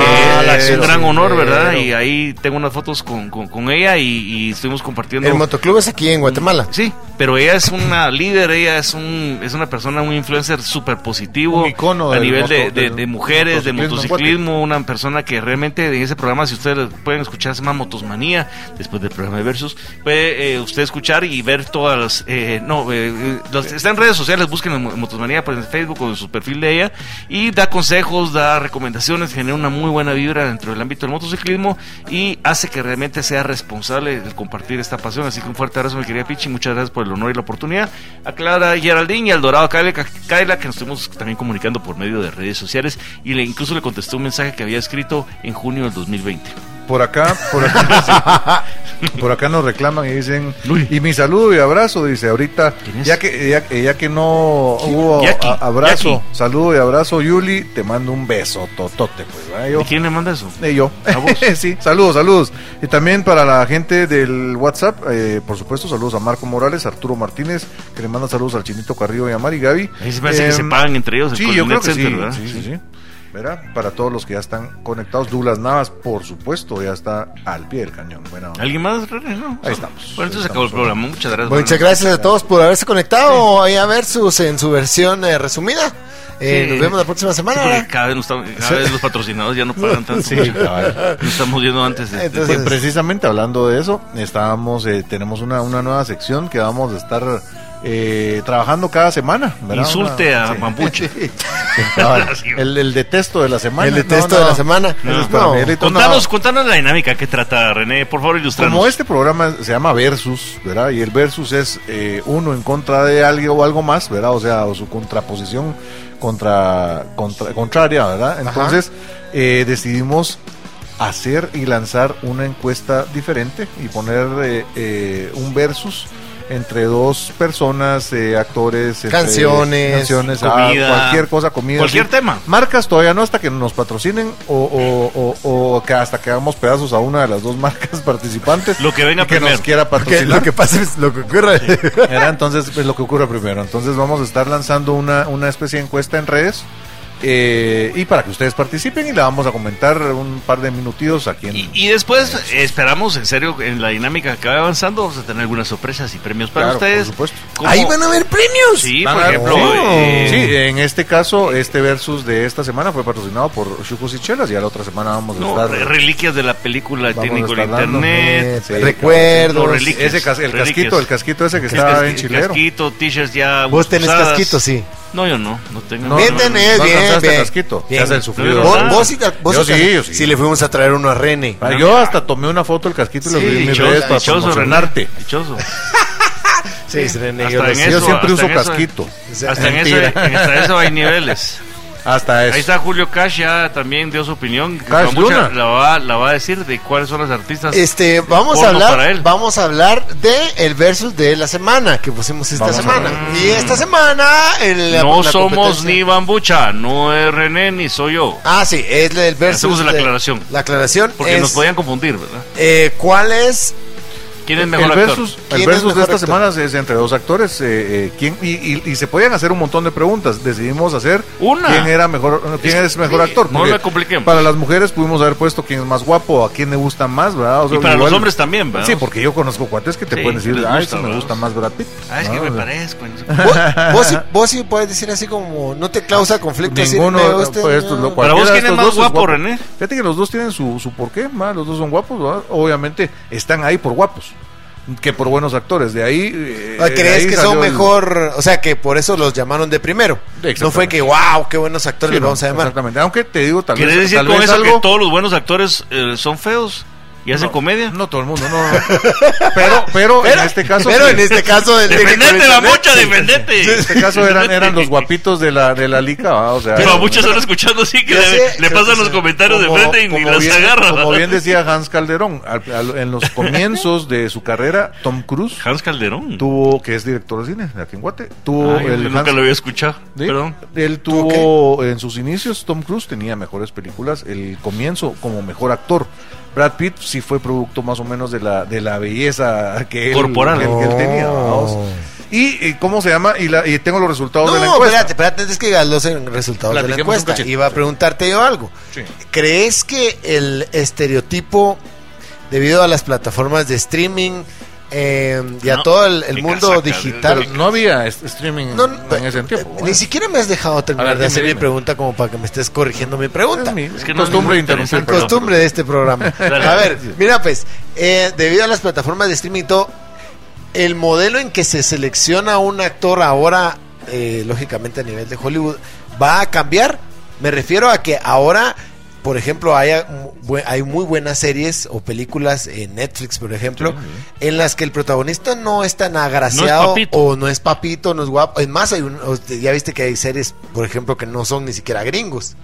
[SPEAKER 4] es un
[SPEAKER 5] la-
[SPEAKER 4] gran honor, ¿verdad?
[SPEAKER 3] chilero.
[SPEAKER 4] Y ahí tengo unas fotos con, con- con ella y, y estuvimos compartiendo.
[SPEAKER 5] El motoclub es aquí en Guatemala.
[SPEAKER 4] Sí, pero ella es una líder, ella es un es una persona, un influencer súper positivo.
[SPEAKER 3] Un icono
[SPEAKER 4] a
[SPEAKER 3] del
[SPEAKER 4] nivel de,
[SPEAKER 3] moto-
[SPEAKER 4] de-
[SPEAKER 3] del
[SPEAKER 4] de mujeres, de
[SPEAKER 3] motociclismo en
[SPEAKER 4] motociclismo, una persona que realmente en ese programa, si ustedes pueden escuchar, se llama Motosmanía, después del programa de Versus, puede eh, usted escuchar y ver todas las... eh, no, eh, eh, los- está en redes sociales, busquen en Mo- Motosmanía, pues en Facebook o en su perfil de ella, y da consejos, da recomendaciones, genera una muy buena vibra dentro del ámbito del motociclismo y hace que realmente sea responsable el compartir esta pasión. Así que un fuerte abrazo, mi querida Pichi, muchas gracias por el honor y la oportunidad. a Clara Geraldine y al Dorado Kaila, Kaila, que nos estuvimos también comunicando por medio de redes sociales y le incluso le contesté un mensaje que había escrito en junio del 2020.
[SPEAKER 3] Por acá, por acá, por acá nos reclaman y dicen,
[SPEAKER 4] Uy.
[SPEAKER 3] y mi saludo y abrazo, dice ahorita,
[SPEAKER 4] ¿Quién es?
[SPEAKER 3] ya que, ya, eh, ya que no hubo
[SPEAKER 4] Jackie,
[SPEAKER 3] a- abrazo,
[SPEAKER 4] Jackie.
[SPEAKER 3] saludo y abrazo, Yuli, te mando un beso, totote, pues, ¿verdad? Yo,
[SPEAKER 4] ¿Y quién le manda eso?
[SPEAKER 3] eh, yo.
[SPEAKER 4] ¿A vos?
[SPEAKER 3] sí, saludos, saludos. Y también para la gente del WhatsApp, eh, por supuesto, saludos a Marco Morales, Arturo Martínez, que le manda saludos al Chinito Carrillo y a Mari Gaby.
[SPEAKER 4] Ahí se me hace que se
[SPEAKER 3] Em,
[SPEAKER 4] pagan entre ellos. el
[SPEAKER 3] Sí, yo creo
[SPEAKER 4] Colinet
[SPEAKER 3] que sí,
[SPEAKER 4] Center, ¿verdad?
[SPEAKER 3] sí, sí, sí. Verá, Para todos los que ya están conectados, Douglas Navas, por supuesto, ya está al pie del cañón. Bueno,
[SPEAKER 4] ¿Alguien más? René? No.
[SPEAKER 3] Ahí estamos.
[SPEAKER 4] Bueno,
[SPEAKER 3] Ahí
[SPEAKER 4] entonces acabó
[SPEAKER 3] estamos.
[SPEAKER 4] el programa. Muchas gracias.
[SPEAKER 5] Muchas gracias a todos por haberse conectado. Ahí a ver sus, en su versión eh, resumida. Eh,
[SPEAKER 4] Sí.
[SPEAKER 5] Nos vemos la próxima
[SPEAKER 4] Sí,
[SPEAKER 5] semana.
[SPEAKER 4] porque
[SPEAKER 5] ¿verdad?
[SPEAKER 4] cada vez, nos estamos- cada vez los patrocinados ya no pagan tanto.
[SPEAKER 3] cabal.
[SPEAKER 4] Nos estamos viendo antes de- de-
[SPEAKER 5] Entonces-
[SPEAKER 3] Pues, precisamente hablando de eso, estábamos, eh, tenemos una, una nueva sección que vamos a estar eh, trabajando cada semana. ¿verdad?
[SPEAKER 4] Insulte
[SPEAKER 3] Una-
[SPEAKER 4] a
[SPEAKER 3] sí.
[SPEAKER 4] Mampuche.
[SPEAKER 3] Cabal. el, el detesto de la semana.
[SPEAKER 5] El de texto
[SPEAKER 3] No, no.
[SPEAKER 5] de la semana.
[SPEAKER 3] Eso es
[SPEAKER 5] Ah, No.
[SPEAKER 3] para Miguelito, no.
[SPEAKER 4] Contanos, contanos la dinámica que trata René, por favor, ilustranos.
[SPEAKER 3] Como este programa se llama Versus, ¿verdad? Y el Versus es eh, uno en contra de algo o algo más, ¿verdad? O sea, o su contraposición contra, contra- contraria, ¿verdad? Entonces eh, decidimos hacer y lanzar una encuesta diferente y poner eh, eh, un Versus entre dos personas, eh, actores, entre-
[SPEAKER 5] Canciones,
[SPEAKER 3] canciones, ah,
[SPEAKER 4] comida,
[SPEAKER 3] cualquier cosa, comida,
[SPEAKER 4] cualquier
[SPEAKER 3] sí.
[SPEAKER 4] tema.
[SPEAKER 3] Marcas todavía no hasta que nos patrocinen o, o- o- o que hasta que hagamos pedazos a una de las dos marcas participantes.
[SPEAKER 4] Lo que venga
[SPEAKER 3] y que
[SPEAKER 4] primero.
[SPEAKER 3] nos quiera
[SPEAKER 5] Porque
[SPEAKER 3] patrocinar.
[SPEAKER 5] lo que pasa es lo que ocurre.
[SPEAKER 3] Era, entonces pues, lo que ocurra primero. Entonces vamos a estar lanzando una, una especie de encuesta en redes. eh, y para que ustedes participen y la vamos a comentar un par de minutitos aquí en
[SPEAKER 4] Y, y después eh, esperamos, en serio, en la dinámica que va avanzando, vamos a tener algunas sorpresas y premios para
[SPEAKER 3] Claro, por
[SPEAKER 4] ustedes.
[SPEAKER 3] supuesto.
[SPEAKER 4] Como-
[SPEAKER 5] Ahí van a haber premios.
[SPEAKER 4] Sí,
[SPEAKER 3] Van
[SPEAKER 4] por
[SPEAKER 3] a-
[SPEAKER 4] ejemplo.
[SPEAKER 3] sí,
[SPEAKER 4] eh,
[SPEAKER 3] sí, en este caso, este versus de esta semana fue patrocinado por Chucos y Chelas. Ya la otra semana vamos a
[SPEAKER 4] no,
[SPEAKER 3] estar.
[SPEAKER 4] re- reliquias de la película
[SPEAKER 3] Vamos a
[SPEAKER 4] técnico de
[SPEAKER 3] estar dando
[SPEAKER 4] internet.
[SPEAKER 5] Eh,
[SPEAKER 3] Sí,
[SPEAKER 4] los
[SPEAKER 5] recuerdos.
[SPEAKER 4] reliquias,
[SPEAKER 3] Ese cas- el
[SPEAKER 4] reliquias.
[SPEAKER 3] casquito, el casquito ese que está
[SPEAKER 4] Casqui-
[SPEAKER 3] en chilero.
[SPEAKER 4] Casquito, t-shirts ya.
[SPEAKER 5] Vos tenés
[SPEAKER 4] usadas.
[SPEAKER 5] casquito, sí.
[SPEAKER 4] No, yo no, no tengo.
[SPEAKER 3] No,
[SPEAKER 5] bien
[SPEAKER 3] no,
[SPEAKER 5] tenés,
[SPEAKER 3] no
[SPEAKER 5] bien,
[SPEAKER 3] alcanzaste
[SPEAKER 5] bien.
[SPEAKER 3] casquito. Te
[SPEAKER 5] Bien.
[SPEAKER 3] has el sufrido.
[SPEAKER 5] Vos,
[SPEAKER 4] Ah.
[SPEAKER 5] vos sí te- vos
[SPEAKER 3] Yo
[SPEAKER 5] sí te-
[SPEAKER 3] sí, yo sí.
[SPEAKER 5] le fuimos a traer uno a René.
[SPEAKER 3] Ah, Yo hasta tomé una foto del casquito y lo
[SPEAKER 4] Sí,
[SPEAKER 3] subí en mis
[SPEAKER 4] dichoso,
[SPEAKER 3] redes para
[SPEAKER 4] dichoso,
[SPEAKER 3] promocionarte.
[SPEAKER 4] René, Dichoso.
[SPEAKER 5] Sí, René.
[SPEAKER 4] Hasta
[SPEAKER 5] yo lo
[SPEAKER 4] en
[SPEAKER 5] sé.
[SPEAKER 4] eso,
[SPEAKER 3] Yo siempre
[SPEAKER 4] hasta
[SPEAKER 3] uso
[SPEAKER 4] en eso-
[SPEAKER 3] casquito.
[SPEAKER 4] Hasta en, eso,
[SPEAKER 3] Mentira.
[SPEAKER 4] hasta eso hay niveles.
[SPEAKER 3] Hasta
[SPEAKER 4] Ahí
[SPEAKER 3] eso.
[SPEAKER 4] está Julio Cash, ya también dio su opinión.
[SPEAKER 3] Cash Luna.
[SPEAKER 4] Guambucha la va, la va a decir de cuáles son las artistas.
[SPEAKER 5] Este, vamos a
[SPEAKER 4] Porno para él.
[SPEAKER 5] hablar, vamos a hablar de el versus de la semana que pusimos esta
[SPEAKER 3] Vamos a
[SPEAKER 5] semana. Y esta semana el- la-
[SPEAKER 4] Mm. no
[SPEAKER 5] la
[SPEAKER 4] somos
[SPEAKER 5] competencia-
[SPEAKER 4] ni Bambucha, no es René ni soy yo.
[SPEAKER 5] Ah, sí, es el versus.
[SPEAKER 4] Hacemos la
[SPEAKER 5] de-
[SPEAKER 4] aclaración.
[SPEAKER 5] La aclaración
[SPEAKER 4] Porque
[SPEAKER 5] es,
[SPEAKER 4] nos podían confundir, ¿verdad?
[SPEAKER 5] eh, ¿cuál es?
[SPEAKER 4] ¿Quién es
[SPEAKER 3] El
[SPEAKER 4] mejor actor?
[SPEAKER 3] versus, el
[SPEAKER 5] ¿Quién es
[SPEAKER 3] versus de
[SPEAKER 5] mejor
[SPEAKER 3] esta
[SPEAKER 5] actor?
[SPEAKER 3] semana es entre dos actores. eh, eh, ¿quién? Y, y- y se podían hacer un montón de preguntas. Decidimos hacer
[SPEAKER 4] Una.
[SPEAKER 3] quién era mejor, quién es mejor
[SPEAKER 4] sí,
[SPEAKER 3] actor.
[SPEAKER 4] no
[SPEAKER 3] porque
[SPEAKER 4] la compliquemos.
[SPEAKER 3] Para las mujeres pudimos haber puesto quién es más guapo, a quién le gusta más, ¿verdad? O sea,
[SPEAKER 4] Y para
[SPEAKER 3] pues, igual-
[SPEAKER 4] los hombres también, ¿verdad?
[SPEAKER 3] Sí, porque yo conozco cuates que te
[SPEAKER 4] Sí,
[SPEAKER 3] pueden decir,
[SPEAKER 4] les
[SPEAKER 3] ah,
[SPEAKER 4] gusta,
[SPEAKER 3] ese me
[SPEAKER 4] ¿verdad?
[SPEAKER 3] gusta más Brad Pitt.
[SPEAKER 4] Ah, es que
[SPEAKER 3] ¿no?
[SPEAKER 4] me parezco. y no sé qué.
[SPEAKER 5] Vos, vos sí, vos sí puedes decir así como no te causa conflicto. decir,
[SPEAKER 3] Ninguno,
[SPEAKER 5] me gusta,
[SPEAKER 3] pues, esto,
[SPEAKER 5] no.
[SPEAKER 3] lo- cualquiera
[SPEAKER 4] vos,
[SPEAKER 3] de
[SPEAKER 4] ¿quién es
[SPEAKER 3] estos
[SPEAKER 4] más
[SPEAKER 3] dos
[SPEAKER 4] guapo, René?
[SPEAKER 3] Fíjate que los dos tienen su, su porqué, ma, los dos son guapos, ¿verdad? obviamente están ahí por guapos, que por buenos actores. De ahí. eh,
[SPEAKER 5] Ah, ¿Crees
[SPEAKER 3] de ahí
[SPEAKER 5] que
[SPEAKER 3] salió
[SPEAKER 5] son
[SPEAKER 3] el-
[SPEAKER 5] mejor? O sea, que por eso los llamaron de primero.
[SPEAKER 3] Exactamente.
[SPEAKER 5] No fue que, wow, qué buenos actores
[SPEAKER 3] Sí,
[SPEAKER 5] los
[SPEAKER 3] no,
[SPEAKER 5] vamos a llamar.
[SPEAKER 3] Exactamente. Aunque te digo, tal
[SPEAKER 4] ¿Quieres
[SPEAKER 3] vez,
[SPEAKER 4] decir
[SPEAKER 3] tal
[SPEAKER 4] con
[SPEAKER 3] vez
[SPEAKER 4] eso
[SPEAKER 3] algo.
[SPEAKER 4] que todos los buenos actores eh, son feos y hacen comedia?
[SPEAKER 3] No todo el mundo, no. pero, pero, en este caso.
[SPEAKER 5] Pero
[SPEAKER 3] sí.
[SPEAKER 5] en este caso, el
[SPEAKER 4] ¡Defendete,
[SPEAKER 5] técnico de
[SPEAKER 4] Bambucha,
[SPEAKER 5] internet,
[SPEAKER 4] defendete!
[SPEAKER 3] En este caso eran, eran los guapitos de la, de la liga, ¿verdad? o sea.
[SPEAKER 4] Pero a muchos están escuchando, sí, que
[SPEAKER 5] Ya
[SPEAKER 4] le,
[SPEAKER 5] sé,
[SPEAKER 4] le
[SPEAKER 5] creo
[SPEAKER 4] pasan
[SPEAKER 5] que
[SPEAKER 4] los
[SPEAKER 5] sí.
[SPEAKER 4] comentarios
[SPEAKER 3] Como-
[SPEAKER 4] de frente y ni
[SPEAKER 3] como
[SPEAKER 4] las
[SPEAKER 3] bien-
[SPEAKER 4] agarra.
[SPEAKER 3] Como bien decía Hans Calderón, al- al- en los comienzos de su carrera, Tom Cruise
[SPEAKER 4] Hans Calderón.
[SPEAKER 3] tuvo, que es director de cine de aquí en Guate, tuvo
[SPEAKER 4] Ay,
[SPEAKER 3] el
[SPEAKER 4] Ah, yo nunca
[SPEAKER 3] Hans-
[SPEAKER 4] lo había escuchado.
[SPEAKER 3] ¿Sí?
[SPEAKER 4] Perdón.
[SPEAKER 3] Él tuvo en sus inicios, Tom Cruise tenía mejores películas, el comienzo como mejor actor. Brad Pitt sí fue producto más o menos de la, de la belleza que él,
[SPEAKER 4] Corporal.
[SPEAKER 3] que él- que él tenía.
[SPEAKER 5] Oh.
[SPEAKER 3] vamos. Y, eh, cómo se llama, y, la- y tengo los resultados de la
[SPEAKER 5] No,
[SPEAKER 3] encuesta.
[SPEAKER 5] espérate, espérate, antes que digas los en- resultados de la
[SPEAKER 3] Platiquemos un
[SPEAKER 5] encuesta.
[SPEAKER 3] cachito.
[SPEAKER 5] Iba a preguntarte yo algo.
[SPEAKER 3] Sí.
[SPEAKER 5] ¿Crees que el estereotipo, debido a las plataformas de streaming eh, y a
[SPEAKER 4] No,
[SPEAKER 5] todo el, el
[SPEAKER 4] qué
[SPEAKER 5] mundo
[SPEAKER 4] casaca,
[SPEAKER 5] digital...
[SPEAKER 3] Pero no había est- streaming
[SPEAKER 5] No,
[SPEAKER 3] en
[SPEAKER 5] no,
[SPEAKER 3] ese tiempo. ¿eh?
[SPEAKER 5] Ni siquiera me has dejado terminar
[SPEAKER 3] A ver,
[SPEAKER 5] de hacer
[SPEAKER 3] dime, dime.
[SPEAKER 5] mi pregunta como para que me estés corrigiendo mi pregunta.
[SPEAKER 3] Es mi
[SPEAKER 4] Es que no es
[SPEAKER 3] costumbre
[SPEAKER 4] muy
[SPEAKER 3] de interrumpir.
[SPEAKER 4] interesante.
[SPEAKER 3] perdón.
[SPEAKER 5] costumbre de este programa.
[SPEAKER 4] Dale.
[SPEAKER 5] A ver, mira pues, eh, debido a las plataformas de streaming y todo, el modelo en que se selecciona un actor ahora, eh, lógicamente a nivel de Hollywood, va a cambiar. Me refiero a que ahora por ejemplo, haya bu- hay muy buenas series o películas en Netflix, por ejemplo, en las que el protagonista no es tan agraciado
[SPEAKER 4] papito.
[SPEAKER 5] o no es papito, no es guapo. Es más, hay un- o- ya viste que hay series, por ejemplo, que no son ni siquiera gringos.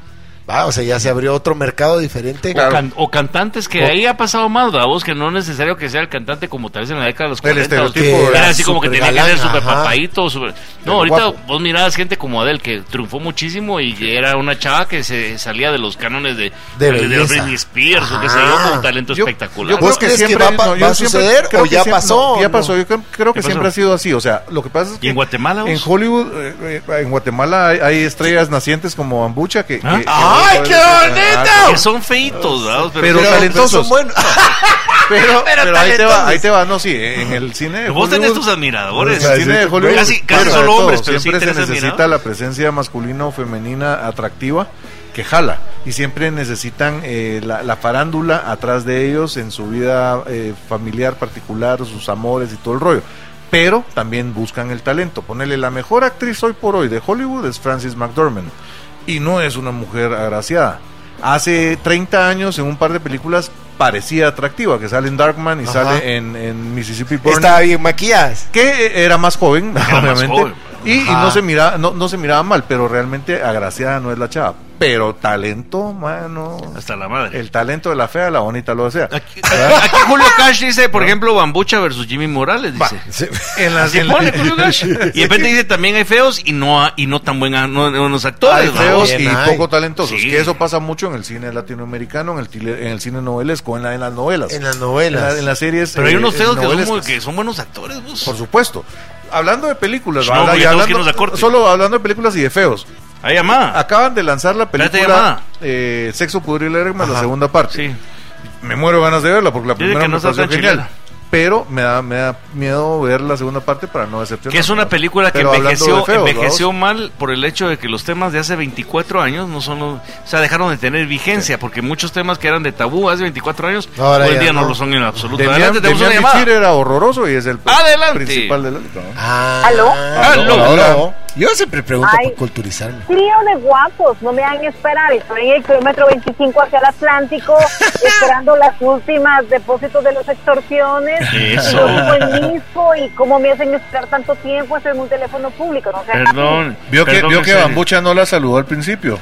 [SPEAKER 5] ¿va? O sea, ya se abrió otro mercado diferente.
[SPEAKER 3] Claro.
[SPEAKER 4] Can- o cantantes que
[SPEAKER 5] O-
[SPEAKER 4] ahí ha pasado más, vos que no es necesario que sea el cantante como tal vez en la década de los
[SPEAKER 3] El
[SPEAKER 4] 40. o-
[SPEAKER 3] estereotipo
[SPEAKER 4] que era
[SPEAKER 5] era
[SPEAKER 4] así como que tenía que
[SPEAKER 5] supergalán,
[SPEAKER 4] ser súper
[SPEAKER 5] ajá.
[SPEAKER 4] papadito. súper- No,
[SPEAKER 5] Pero
[SPEAKER 4] ahorita
[SPEAKER 5] guapo.
[SPEAKER 4] vos mirabas gente como Adele que triunfó muchísimo y que era una chava que se salía de los cánones de,
[SPEAKER 5] De
[SPEAKER 4] los
[SPEAKER 5] belleza.
[SPEAKER 4] Britney Spears o que se
[SPEAKER 5] Ajá.
[SPEAKER 4] dio con un talento
[SPEAKER 3] Yo-
[SPEAKER 4] espectacular.
[SPEAKER 5] ¿Vos crees que va a pa-
[SPEAKER 3] yo
[SPEAKER 5] va a
[SPEAKER 3] siempre
[SPEAKER 5] suceder
[SPEAKER 3] creo
[SPEAKER 5] o
[SPEAKER 3] que
[SPEAKER 5] ya
[SPEAKER 3] siempre-
[SPEAKER 5] pasó,
[SPEAKER 3] no, ya
[SPEAKER 5] no?
[SPEAKER 3] pasó. Yo cre- creo que
[SPEAKER 4] ¿Qué
[SPEAKER 3] siempre
[SPEAKER 4] pasó?
[SPEAKER 3] ha sido así. O sea, lo que pasa es que.
[SPEAKER 4] ¿Y en Guatemala, vos?
[SPEAKER 3] En Hollywood, eh, eh, en Guatemala hay, hay estrellas nacientes como Bambucha que.
[SPEAKER 4] ¿Ah?
[SPEAKER 3] que- que-
[SPEAKER 5] ¡Ay,
[SPEAKER 3] que-
[SPEAKER 5] qué bonito!
[SPEAKER 3] ah,
[SPEAKER 4] que son feitos, ¿verdad?
[SPEAKER 3] Pero talentosos. Ah,
[SPEAKER 5] son buenos.
[SPEAKER 3] Pero, pero, ahí te va,
[SPEAKER 5] talentosos.
[SPEAKER 3] ahí te va. No, sí, en el cine. de
[SPEAKER 4] vos tenés
[SPEAKER 3] Hollywood-
[SPEAKER 4] tus admiradores.
[SPEAKER 3] en el cine de Hollywood,
[SPEAKER 4] Casi, casi
[SPEAKER 3] bueno, de
[SPEAKER 4] solo
[SPEAKER 3] todo,
[SPEAKER 4] hombres, pero sí
[SPEAKER 3] siempre
[SPEAKER 4] tenés
[SPEAKER 3] se necesita
[SPEAKER 4] admiradores.
[SPEAKER 3] la presencia masculina o femenina atractiva que jala y siempre necesitan eh, la, la farándula atrás de ellos en su vida eh, familiar particular, sus amores y todo el rollo. Pero también buscan el talento. Ponele la mejor actriz hoy por hoy de Hollywood es Frances McDormand y no es una mujer agraciada. Hace 30 años en un par de películas parecía atractiva, que sale en Darkman y
[SPEAKER 5] Ajá.
[SPEAKER 3] sale en, en Mississippi Burning
[SPEAKER 5] Estaba bien maquilladas.
[SPEAKER 3] que era más joven,
[SPEAKER 4] más
[SPEAKER 3] obviamente.
[SPEAKER 4] joven. pues.
[SPEAKER 3] Y, y
[SPEAKER 5] Ajá.
[SPEAKER 3] no se miraba, no, no se miraba mal, pero realmente agraciada no es la chava. Pero talento, mano.
[SPEAKER 4] Hasta la madre.
[SPEAKER 3] El talento de la fea, la bonita lo desea.
[SPEAKER 4] Aquí, aquí Julio Cash dice, por ejemplo, Bambucha versus Jimmy Morales, dice.
[SPEAKER 3] En las
[SPEAKER 4] Así
[SPEAKER 3] en-
[SPEAKER 4] pone Julio Cash. Y de repente dice, también hay feos y no, ha- y no tan buenos actores.
[SPEAKER 3] hay
[SPEAKER 4] ¿no?
[SPEAKER 3] feos
[SPEAKER 5] Bien,
[SPEAKER 3] y
[SPEAKER 5] hay.
[SPEAKER 3] poco talentosos.
[SPEAKER 4] Sí.
[SPEAKER 3] Que eso pasa mucho en el cine latinoamericano, en el, tile- en el cine novelesco, en, la, en las novelas.
[SPEAKER 5] En las novelas.
[SPEAKER 3] En, la- en las series.
[SPEAKER 4] Pero hay
[SPEAKER 3] eh,
[SPEAKER 4] unos feos que son,
[SPEAKER 3] novelescas.
[SPEAKER 4] muy- que son buenos actores, pues. vos.
[SPEAKER 3] Por supuesto. Hablando de películas,
[SPEAKER 4] No,
[SPEAKER 3] ¿verdad?
[SPEAKER 4] porque
[SPEAKER 3] Y
[SPEAKER 4] tenemos que
[SPEAKER 3] hablando-
[SPEAKER 4] irnos a corte.
[SPEAKER 3] solo hablando de películas y de feos.
[SPEAKER 4] Hay llamada.
[SPEAKER 3] Acaban de lanzar la
[SPEAKER 4] Espérate,
[SPEAKER 3] película
[SPEAKER 4] llamada.
[SPEAKER 3] eh, Sexo, Pudrir y Lágrimas, la
[SPEAKER 5] Ajá.
[SPEAKER 3] segunda parte.
[SPEAKER 4] Sí.
[SPEAKER 3] Me muero de ganas de verla porque la
[SPEAKER 4] Dice
[SPEAKER 3] primera
[SPEAKER 4] que no
[SPEAKER 3] me
[SPEAKER 4] está
[SPEAKER 3] pareció
[SPEAKER 4] tan
[SPEAKER 3] genial.
[SPEAKER 4] chilena.
[SPEAKER 3] Pero me da, me da miedo ver la segunda parte para no decepcionar.
[SPEAKER 4] Que es una película que
[SPEAKER 3] Pero hablando
[SPEAKER 4] envejeció,
[SPEAKER 3] de feos,
[SPEAKER 4] envejeció
[SPEAKER 3] ¿vamos?
[SPEAKER 4] mal por el hecho de que los temas de hace 24 años no son los, o sea, dejaron de tener vigencia, porque muchos temas que eran de tabú hace 24 años,
[SPEAKER 5] Ahora
[SPEAKER 4] hoy en
[SPEAKER 5] ya
[SPEAKER 4] día no.
[SPEAKER 5] no.
[SPEAKER 4] lo son en absoluto.
[SPEAKER 3] Demian-
[SPEAKER 4] Adelante, tenemos una
[SPEAKER 3] Demian
[SPEAKER 4] llamada.
[SPEAKER 3] Bichir era horroroso y es el
[SPEAKER 4] Adelante.
[SPEAKER 3] principal de la ¿no?
[SPEAKER 5] Ah.
[SPEAKER 7] ¿Aló?
[SPEAKER 4] Aló.
[SPEAKER 5] Aló. Yo siempre pregunto
[SPEAKER 7] Ay.
[SPEAKER 5] por culturizarme.
[SPEAKER 7] Trío de guapos, no me hagan esperar. Estoy en el kilómetro 25 hacia el Atlántico, esperando las últimas depósitos de las extorsiones.
[SPEAKER 4] Eso.
[SPEAKER 7] Y yo vivo en Misco, y cómo me hacen esperar tanto tiempo, estoy en un teléfono público, no sé.
[SPEAKER 4] Perdón.
[SPEAKER 3] Vio que,
[SPEAKER 4] perdón,
[SPEAKER 3] vio
[SPEAKER 4] en
[SPEAKER 3] que
[SPEAKER 4] serio.
[SPEAKER 3] Bambucha no la saludó al principio.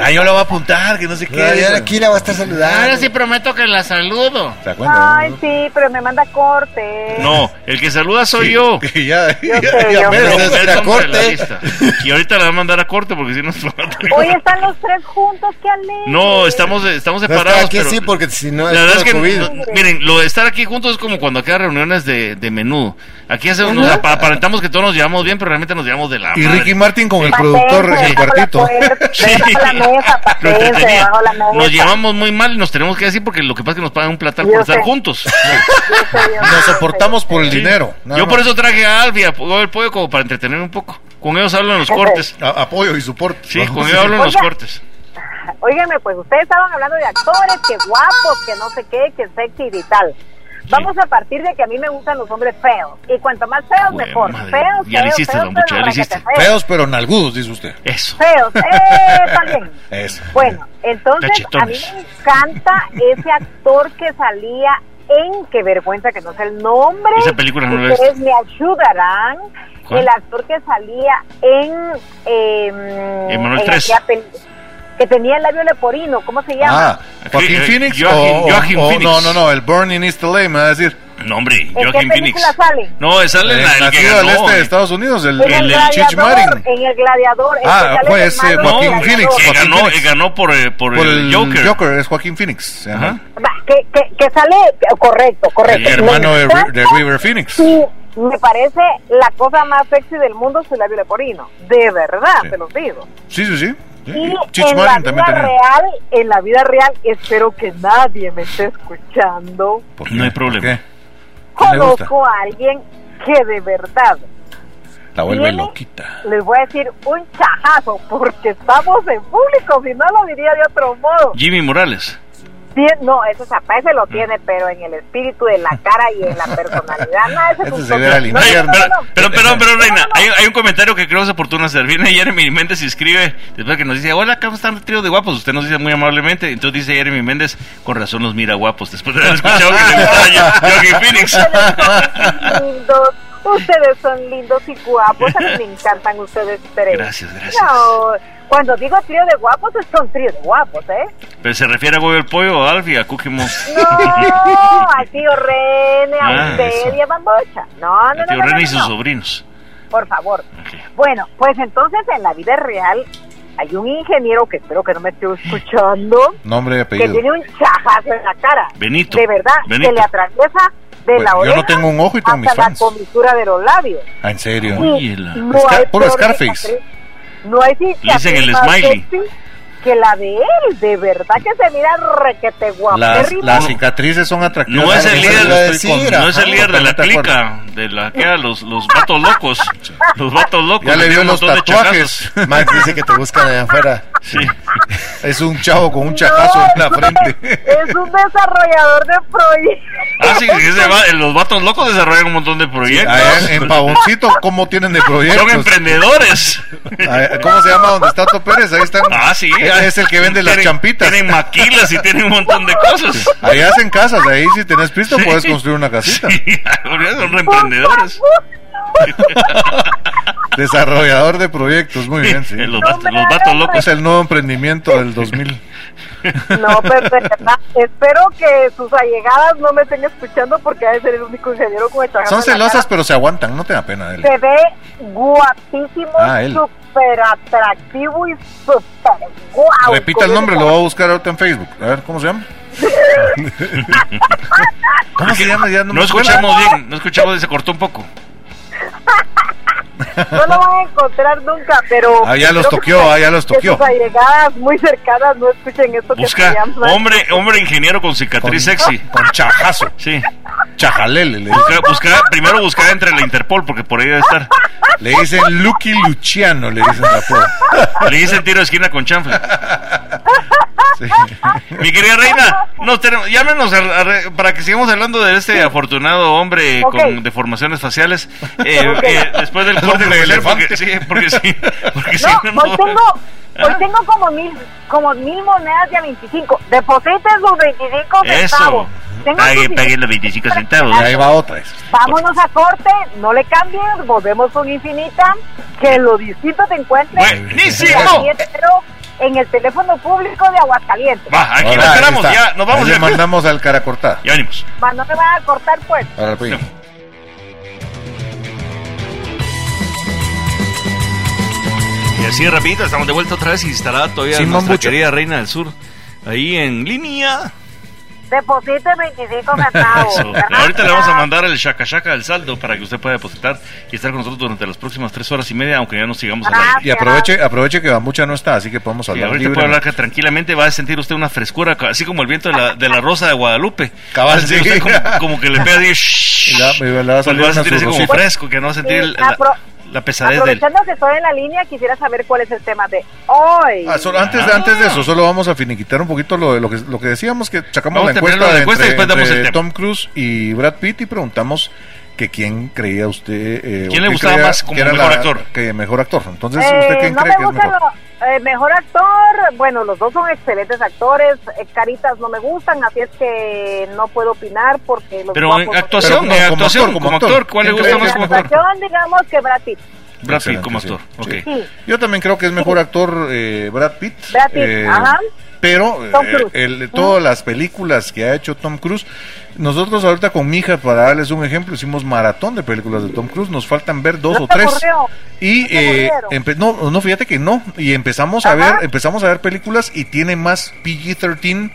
[SPEAKER 4] Ah, yo la voy a apuntar, que no sé
[SPEAKER 5] Ya, ya aquí la va a estar saludando.
[SPEAKER 4] prometo que la saludo.
[SPEAKER 3] ¿Te das cuenta?
[SPEAKER 7] Ay, sí, pero me manda corte.
[SPEAKER 4] No, el que saluda soy yo.
[SPEAKER 3] Y ya,
[SPEAKER 7] Yo
[SPEAKER 3] ya-
[SPEAKER 7] sé,
[SPEAKER 3] ya
[SPEAKER 7] yo
[SPEAKER 3] mero.
[SPEAKER 5] sé.
[SPEAKER 4] Pero
[SPEAKER 5] Pero
[SPEAKER 4] es hombre
[SPEAKER 5] la
[SPEAKER 4] de la
[SPEAKER 5] corte.
[SPEAKER 4] lista. Y ahorita la va a mandar a corte porque si no nos va a matar.
[SPEAKER 7] Hoy están los tres juntos, qué alegre.
[SPEAKER 4] No, estamos, estamos
[SPEAKER 5] No, está
[SPEAKER 4] separados.
[SPEAKER 5] aquí
[SPEAKER 4] pero-
[SPEAKER 5] sí, porque si no
[SPEAKER 4] La verdad es que,
[SPEAKER 5] COVID.
[SPEAKER 4] no- miren, lo de estar aquí juntos es como cuando acá reuniones de, de menudo. Aquí hacemos, nos apa- aparentamos que todos nos llevamos bien, pero realmente nos llevamos de la
[SPEAKER 3] Y
[SPEAKER 4] madre.
[SPEAKER 3] Ricky Martin con el
[SPEAKER 7] Patense,
[SPEAKER 3] productor en el
[SPEAKER 7] debajo la
[SPEAKER 3] cuartito.
[SPEAKER 7] puerta,
[SPEAKER 4] Sí.
[SPEAKER 7] debajo la mesa,
[SPEAKER 4] Lo
[SPEAKER 7] patense,
[SPEAKER 4] entretenía.
[SPEAKER 7] debajo la mesa.
[SPEAKER 4] Nos llevamos muy mal y nos tenemos que decir porque lo que pasa es que nos pagan un platal por
[SPEAKER 7] Yo
[SPEAKER 4] estar
[SPEAKER 7] sé.
[SPEAKER 4] juntos.
[SPEAKER 7] Yo sé, yo
[SPEAKER 3] Nos
[SPEAKER 7] sé.
[SPEAKER 3] soportamos por el
[SPEAKER 4] Sí.
[SPEAKER 3] dinero. nada
[SPEAKER 4] Yo por
[SPEAKER 3] más.
[SPEAKER 4] eso traje a Alvia, el pollo como para entretenerme un poco. Con ellos hablo en los cortes.
[SPEAKER 3] A- apoyo y soporte.
[SPEAKER 4] Sí,
[SPEAKER 3] Vamos.
[SPEAKER 4] con ellos hablo en los
[SPEAKER 7] Oiga.
[SPEAKER 4] cortes.
[SPEAKER 7] Óigame, pues ustedes estaban hablando de actores, que guapos, que no sé qué, que sexy y tal. Vamos a partir de que a mí me gustan los hombres feos. Y cuanto más feos,
[SPEAKER 4] Jue
[SPEAKER 7] mejor.
[SPEAKER 4] madre,
[SPEAKER 7] Feos,
[SPEAKER 4] ya lo
[SPEAKER 7] feos,
[SPEAKER 4] hiciste,
[SPEAKER 7] feos,
[SPEAKER 4] don Bucho, ya lo
[SPEAKER 7] pero
[SPEAKER 4] hiciste.
[SPEAKER 7] requete feos.
[SPEAKER 3] Feos pero nalgudos, dice usted.
[SPEAKER 4] Eso.
[SPEAKER 7] Feos, eh, también.
[SPEAKER 3] Eso.
[SPEAKER 7] Bueno, entonces a mí
[SPEAKER 4] Cachetones.
[SPEAKER 7] me encanta ese actor que salía en Qué vergüenza que no sé el nombre.
[SPEAKER 4] Esa película no la he
[SPEAKER 7] Ustedes me ayudarán.
[SPEAKER 4] ¿Cuál?
[SPEAKER 7] El actor que salía en. Eh,
[SPEAKER 4] Emanuel
[SPEAKER 7] en
[SPEAKER 4] tres.
[SPEAKER 7] aquella peli- Que tenía el labio leporino, ¿cómo se llama?
[SPEAKER 3] Ah, Joaquín
[SPEAKER 4] Eh,
[SPEAKER 3] Phoenix.
[SPEAKER 4] Joaquín-
[SPEAKER 3] o- o-
[SPEAKER 4] Joaquín
[SPEAKER 3] o-
[SPEAKER 4] Phoenix.
[SPEAKER 3] No, no, no, el Burn in East LA, me va a decir.
[SPEAKER 4] No, hombre,
[SPEAKER 7] qué
[SPEAKER 4] Joaquín Phoenix.
[SPEAKER 7] película sale?
[SPEAKER 4] No, sale
[SPEAKER 3] Eh,
[SPEAKER 4] la del que
[SPEAKER 3] nacido al
[SPEAKER 4] ganó.
[SPEAKER 3] este de Estados Unidos, el,
[SPEAKER 7] en
[SPEAKER 3] el,
[SPEAKER 7] el,
[SPEAKER 3] el Chich
[SPEAKER 7] gladiador. eh.
[SPEAKER 3] Marin.
[SPEAKER 7] En el gladiador. el
[SPEAKER 3] Ah,
[SPEAKER 7] que sale
[SPEAKER 3] fue
[SPEAKER 7] de
[SPEAKER 3] ese
[SPEAKER 7] malo,
[SPEAKER 3] Joaquín
[SPEAKER 7] el
[SPEAKER 3] Phoenix,
[SPEAKER 7] gladiador.
[SPEAKER 4] eh, Que
[SPEAKER 3] Joaquín
[SPEAKER 4] ganó,
[SPEAKER 3] Phoenix.
[SPEAKER 4] eh, ganó por, eh, por,
[SPEAKER 3] Por
[SPEAKER 4] el
[SPEAKER 3] el
[SPEAKER 4] Joker.
[SPEAKER 3] es Joaquín Phoenix. se llama.
[SPEAKER 4] Ajá.
[SPEAKER 7] Va, Que, que, que sale, correcto, correcto.
[SPEAKER 3] El hermano
[SPEAKER 7] Me
[SPEAKER 3] de, Ri-
[SPEAKER 7] encanta
[SPEAKER 3] de River Phoenix.
[SPEAKER 7] Sí, me parece la cosa más sexy del mundo su labio leporino. De verdad,
[SPEAKER 3] Sí.
[SPEAKER 7] te los digo.
[SPEAKER 3] Sí, sí, sí.
[SPEAKER 7] Y
[SPEAKER 3] Chich
[SPEAKER 7] en la
[SPEAKER 3] Marin también
[SPEAKER 7] vida
[SPEAKER 3] tenía.
[SPEAKER 7] real, en la vida real, espero que nadie me esté escuchando.
[SPEAKER 3] ¿Por
[SPEAKER 4] No hay
[SPEAKER 3] ¿Por
[SPEAKER 4] problema.
[SPEAKER 3] ¿Quién le gusta?
[SPEAKER 7] Conozco a alguien que de verdad
[SPEAKER 3] La vuelve
[SPEAKER 7] Tiene-
[SPEAKER 3] loquita.
[SPEAKER 7] les voy a decir un chajazo porque estamos en público, si no lo diría de otro modo.
[SPEAKER 4] Jimmy Morales.
[SPEAKER 7] tiene, no, eso Zapá ese lo
[SPEAKER 4] Mm.
[SPEAKER 7] tiene, pero en el espíritu, en la cara y en la personalidad. No, ese es
[SPEAKER 3] Ese
[SPEAKER 7] un
[SPEAKER 3] se debe al
[SPEAKER 7] no, no,
[SPEAKER 3] infierno.
[SPEAKER 7] no, no.
[SPEAKER 4] Pero, perdón, pero Reina, hay, hay un comentario que creo es oportuno hacer. Viene Jeremy Méndez y escribe, después que nos dice, hola, acá están el trío de guapos. Usted nos dice muy amablemente. Entonces dice Jeremy Méndez, con razón los mira guapos. Después de haber escuchado que les gustaba Yo- Joaquín Phoenix.
[SPEAKER 7] Ustedes son lindos, ustedes son lindos y guapos, a mí me encantan ustedes tres.
[SPEAKER 4] Gracias, gracias.
[SPEAKER 7] No, cuando digo trío de guapos, son trío de guapos, ¿eh?
[SPEAKER 4] Pero se refiere a Huevo el Pollo, a Alf y a Cookie Monster.
[SPEAKER 7] No, al tío René,
[SPEAKER 4] Ah,
[SPEAKER 7] a usted
[SPEAKER 4] eso.
[SPEAKER 7] y a Bambocha. No, no,
[SPEAKER 4] El
[SPEAKER 7] no,
[SPEAKER 4] tío
[SPEAKER 7] no, no,
[SPEAKER 4] René y
[SPEAKER 7] no,
[SPEAKER 4] sus
[SPEAKER 7] no.
[SPEAKER 4] sobrinos.
[SPEAKER 7] Por favor.
[SPEAKER 4] Ok.
[SPEAKER 7] Bueno, pues entonces en la vida real hay un ingeniero que espero que no me esté escuchando,
[SPEAKER 3] Nombre y
[SPEAKER 7] que
[SPEAKER 3] apellido.
[SPEAKER 7] tiene un chapazo en la cara.
[SPEAKER 4] Benito,
[SPEAKER 7] De verdad,
[SPEAKER 4] Benito.
[SPEAKER 7] que le atraviesa de
[SPEAKER 3] Bueno,
[SPEAKER 7] la
[SPEAKER 3] yo no
[SPEAKER 7] oreja
[SPEAKER 3] tengo un ojo y tengo mis
[SPEAKER 7] hasta la
[SPEAKER 3] fans.
[SPEAKER 7] comisura de los labios.
[SPEAKER 3] Ah, en serio.
[SPEAKER 4] Uy.
[SPEAKER 7] Y
[SPEAKER 4] la-
[SPEAKER 7] no
[SPEAKER 3] Scar-
[SPEAKER 7] hay
[SPEAKER 3] puro
[SPEAKER 7] peor
[SPEAKER 3] Scarface.
[SPEAKER 7] cicatriz- No hay cicatriz
[SPEAKER 4] Le dicen el
[SPEAKER 7] más
[SPEAKER 4] smiley.
[SPEAKER 7] sexy Que la de él, de verdad que se mira requete
[SPEAKER 3] Las,
[SPEAKER 7] guapérrimo.
[SPEAKER 3] las cicatrices son atractivas.
[SPEAKER 4] No es el
[SPEAKER 3] Eso
[SPEAKER 4] líder,
[SPEAKER 3] yo estoy
[SPEAKER 8] sí,
[SPEAKER 3] con-
[SPEAKER 8] era.
[SPEAKER 4] No es el líder de la
[SPEAKER 3] totalmente acuerdo.
[SPEAKER 4] clica, de la que era los, los vatos locos. Los vatos locos.
[SPEAKER 3] Ya le dio
[SPEAKER 4] un
[SPEAKER 3] los
[SPEAKER 4] montón de
[SPEAKER 3] tatuajes.
[SPEAKER 8] Max dice que te buscan allá afuera.
[SPEAKER 4] chacazos. Sí.
[SPEAKER 3] Es un chavo con un chacazo en la
[SPEAKER 7] es un-
[SPEAKER 3] frente.
[SPEAKER 7] Es un desarrollador de proyectos.
[SPEAKER 4] Ah, sí, ese va- los vatos locos desarrollan un montón de proyectos.
[SPEAKER 3] Allá en, en Pavoncito, ¿cómo tienen de
[SPEAKER 4] Son
[SPEAKER 3] proyectos?
[SPEAKER 4] emprendedores.
[SPEAKER 3] Ah, ¿Cómo se llama donde está Tato Pérez? Ahí están.
[SPEAKER 4] Ah, sí.
[SPEAKER 3] Ah, Es el que vende las
[SPEAKER 4] Tienen-
[SPEAKER 3] champitas.
[SPEAKER 4] Tienen maquilas y tienen un montón de cosas.
[SPEAKER 3] Ahí hacen casas, ahí si tenés pisto
[SPEAKER 4] Sí.
[SPEAKER 3] puedes construir una casita.
[SPEAKER 4] Sí, son reemprendedores.
[SPEAKER 3] Desarrollador de proyectos, muy bien, sí.
[SPEAKER 4] Eh, Los,
[SPEAKER 3] Es
[SPEAKER 4] vatos, los vatos locos.
[SPEAKER 3] el nuevo emprendimiento del 2000.
[SPEAKER 7] No, pero de verdad, espero que sus allegadas no me estén escuchando porque ha de ser el único ingeniero con el
[SPEAKER 3] Son celosas, pero se aguantan, no te da pena. Eli.
[SPEAKER 7] Se ve guapísimo,
[SPEAKER 3] Ah, él.
[SPEAKER 7] súper atractivo y súper guau.
[SPEAKER 3] Repita
[SPEAKER 7] con
[SPEAKER 3] el nombre,
[SPEAKER 7] esa-
[SPEAKER 3] lo voy a buscar ahorita en Facebook. A ver, ¿cómo se llama? ¿Cómo se llama? Ya no
[SPEAKER 4] No,
[SPEAKER 3] me acuerdo.
[SPEAKER 4] escuchamos bien, no escuchamos bien, se cortó un poco.
[SPEAKER 7] No lo van a encontrar nunca, pero.
[SPEAKER 3] Ah, ya los
[SPEAKER 7] espero
[SPEAKER 3] toqueó,
[SPEAKER 7] que-
[SPEAKER 3] ah, ya los
[SPEAKER 7] que
[SPEAKER 3] toqueó.
[SPEAKER 7] sus allegadas muy cercanas no escuchen esto que se
[SPEAKER 4] Busca
[SPEAKER 7] llama.
[SPEAKER 4] hombre, hombre ingeniero con
[SPEAKER 3] Con,
[SPEAKER 4] cicatriz sexy.
[SPEAKER 3] con chajazo.
[SPEAKER 4] Sí.
[SPEAKER 3] Chajalele, le,
[SPEAKER 4] Busca, busca- primero buscar entre la Interpol porque por ahí debe estar.
[SPEAKER 3] le dicen Lucky Luciano, le dicen la prueba.
[SPEAKER 4] Le hice el tiro de esquina con chanfla.
[SPEAKER 3] Sí.
[SPEAKER 4] Mi querida reina, nos tenemos, llámenos a- a re- para que sigamos hablando de este afortunado hombre
[SPEAKER 7] Ok.
[SPEAKER 4] con deformaciones faciales. eh,
[SPEAKER 7] Ok.
[SPEAKER 4] eh, después del corte
[SPEAKER 3] Hombre
[SPEAKER 4] comercial, porque
[SPEAKER 3] elefante.
[SPEAKER 4] sí, porque sí, porque sí,
[SPEAKER 7] No, hoy tengo, hoy
[SPEAKER 4] ¿Ah?
[SPEAKER 7] tengo como mil, como mil monedas de a 25. Depositen los 25
[SPEAKER 4] Eso.
[SPEAKER 7] centavos. Tengo
[SPEAKER 4] Pague,
[SPEAKER 7] 25
[SPEAKER 4] pague los 25 centavos.
[SPEAKER 3] Y ahí va otra.
[SPEAKER 7] Vámonos a corte, no le cambien, volvemos con Infinita, que los distintos te encuentren.
[SPEAKER 4] ¡Buenísimo!
[SPEAKER 7] Aquí espero en el teléfono público de Aguascalientes.
[SPEAKER 4] Va, aquí
[SPEAKER 3] Ahora,
[SPEAKER 4] lo
[SPEAKER 3] ahí
[SPEAKER 4] esperamos,
[SPEAKER 3] está.
[SPEAKER 4] ya, nos vamos
[SPEAKER 3] Ahí le
[SPEAKER 4] ya.
[SPEAKER 3] mandamos al cara cortada.
[SPEAKER 4] Ya venimos.
[SPEAKER 7] Ma, No me van a cortar pues.
[SPEAKER 3] Ahora el pillo.
[SPEAKER 4] Y así rapidito, estamos de vuelta otra vez y estará todavía
[SPEAKER 3] Sin
[SPEAKER 4] nuestra
[SPEAKER 3] mambucha.
[SPEAKER 4] querida reina del sur. Ahí en línea.
[SPEAKER 7] Depositen 25 centavos.
[SPEAKER 4] Eso. Ahorita le vamos a mandar el shaka shaka del saldo para que usted pueda depositar y estar con nosotros durante las próximas tres horas y media, aunque ya nos sigamos al aire.
[SPEAKER 7] Gracias.
[SPEAKER 3] Y aproveche, aproveche que Bambucha no está, así que podemos
[SPEAKER 4] Sí,
[SPEAKER 3] hablar.
[SPEAKER 4] ahorita
[SPEAKER 3] libremente.
[SPEAKER 4] puede hablar que tranquilamente va a sentir usted una frescura, ca- así como el viento de la, de la rosa de Guadalupe.
[SPEAKER 3] Cabal,
[SPEAKER 4] Va a sentir
[SPEAKER 3] sí.
[SPEAKER 4] usted como, como que le pega así, shhh.
[SPEAKER 3] Y la- y le va a
[SPEAKER 4] Pues
[SPEAKER 3] salir
[SPEAKER 4] va a
[SPEAKER 3] una
[SPEAKER 4] sentir así como
[SPEAKER 3] sudorcita.
[SPEAKER 4] fresco, que no va a sentir
[SPEAKER 7] Sí,
[SPEAKER 4] la,
[SPEAKER 7] apro-
[SPEAKER 4] la pesadez de él.
[SPEAKER 7] Aprovechando que estoy en la línea, quisiera saber cuál es el tema de hoy.
[SPEAKER 3] Ah, solo- antes, de, antes de eso, solo vamos a finiquitar un poquito lo, de- lo, que, lo que decíamos, que sacamos
[SPEAKER 4] Vamos
[SPEAKER 3] la
[SPEAKER 4] a terminar
[SPEAKER 3] encuesta,
[SPEAKER 4] la encuesta y
[SPEAKER 3] entre,
[SPEAKER 4] después damos
[SPEAKER 3] entre
[SPEAKER 4] el tema.
[SPEAKER 3] Tom Cruise y Brad Pitt y preguntamos que quién creía usted... eh, o
[SPEAKER 4] ¿Quién le gustaba más como
[SPEAKER 3] que era
[SPEAKER 4] mejor actor?
[SPEAKER 3] Que mejor actor. Entonces,
[SPEAKER 7] Eh,
[SPEAKER 3] ¿usted quién
[SPEAKER 7] no
[SPEAKER 3] cree
[SPEAKER 7] me
[SPEAKER 3] que es
[SPEAKER 7] gusta
[SPEAKER 3] mejor?
[SPEAKER 7] lo- eh, mejor actor. Bueno, los dos son excelentes actores. eh, caritas no me gustan, así es que no puedo opinar porque los
[SPEAKER 4] Pero
[SPEAKER 7] guapos
[SPEAKER 4] en
[SPEAKER 7] no-
[SPEAKER 4] actuación,
[SPEAKER 3] Pero como-
[SPEAKER 4] en
[SPEAKER 3] como
[SPEAKER 4] actuación,
[SPEAKER 3] actor,
[SPEAKER 4] como,
[SPEAKER 3] como
[SPEAKER 4] actor,
[SPEAKER 3] actor.
[SPEAKER 4] ¿cuál le
[SPEAKER 3] ¿Quién
[SPEAKER 4] gusta
[SPEAKER 7] En
[SPEAKER 4] más como actor?
[SPEAKER 7] actuación, digamos que Brad Pitt.
[SPEAKER 4] Brad Pitt como actor,
[SPEAKER 3] Excelente,
[SPEAKER 4] ok.
[SPEAKER 3] sí. Sí.
[SPEAKER 7] Sí.
[SPEAKER 3] Yo también creo que es mejor actor eh, Brad Pitt.
[SPEAKER 7] Brad Pitt,
[SPEAKER 3] eh,
[SPEAKER 7] ajá.
[SPEAKER 3] Pero eh,
[SPEAKER 7] Tom Cruise.
[SPEAKER 3] el- todas las películas que ha hecho Tom Cruise, nosotros ahorita con mi hija, para darles un ejemplo, hicimos maratón de películas de Tom Cruise, nos faltan ver dos
[SPEAKER 7] No
[SPEAKER 3] o
[SPEAKER 7] te
[SPEAKER 3] tres.
[SPEAKER 7] aburrió,
[SPEAKER 3] Y
[SPEAKER 7] no te
[SPEAKER 3] eh,
[SPEAKER 7] aburrieron.
[SPEAKER 3] empe- no, no, fíjate que no. Y empezamos a
[SPEAKER 7] Ajá.
[SPEAKER 3] ver, empezamos a ver películas y tiene más PG-13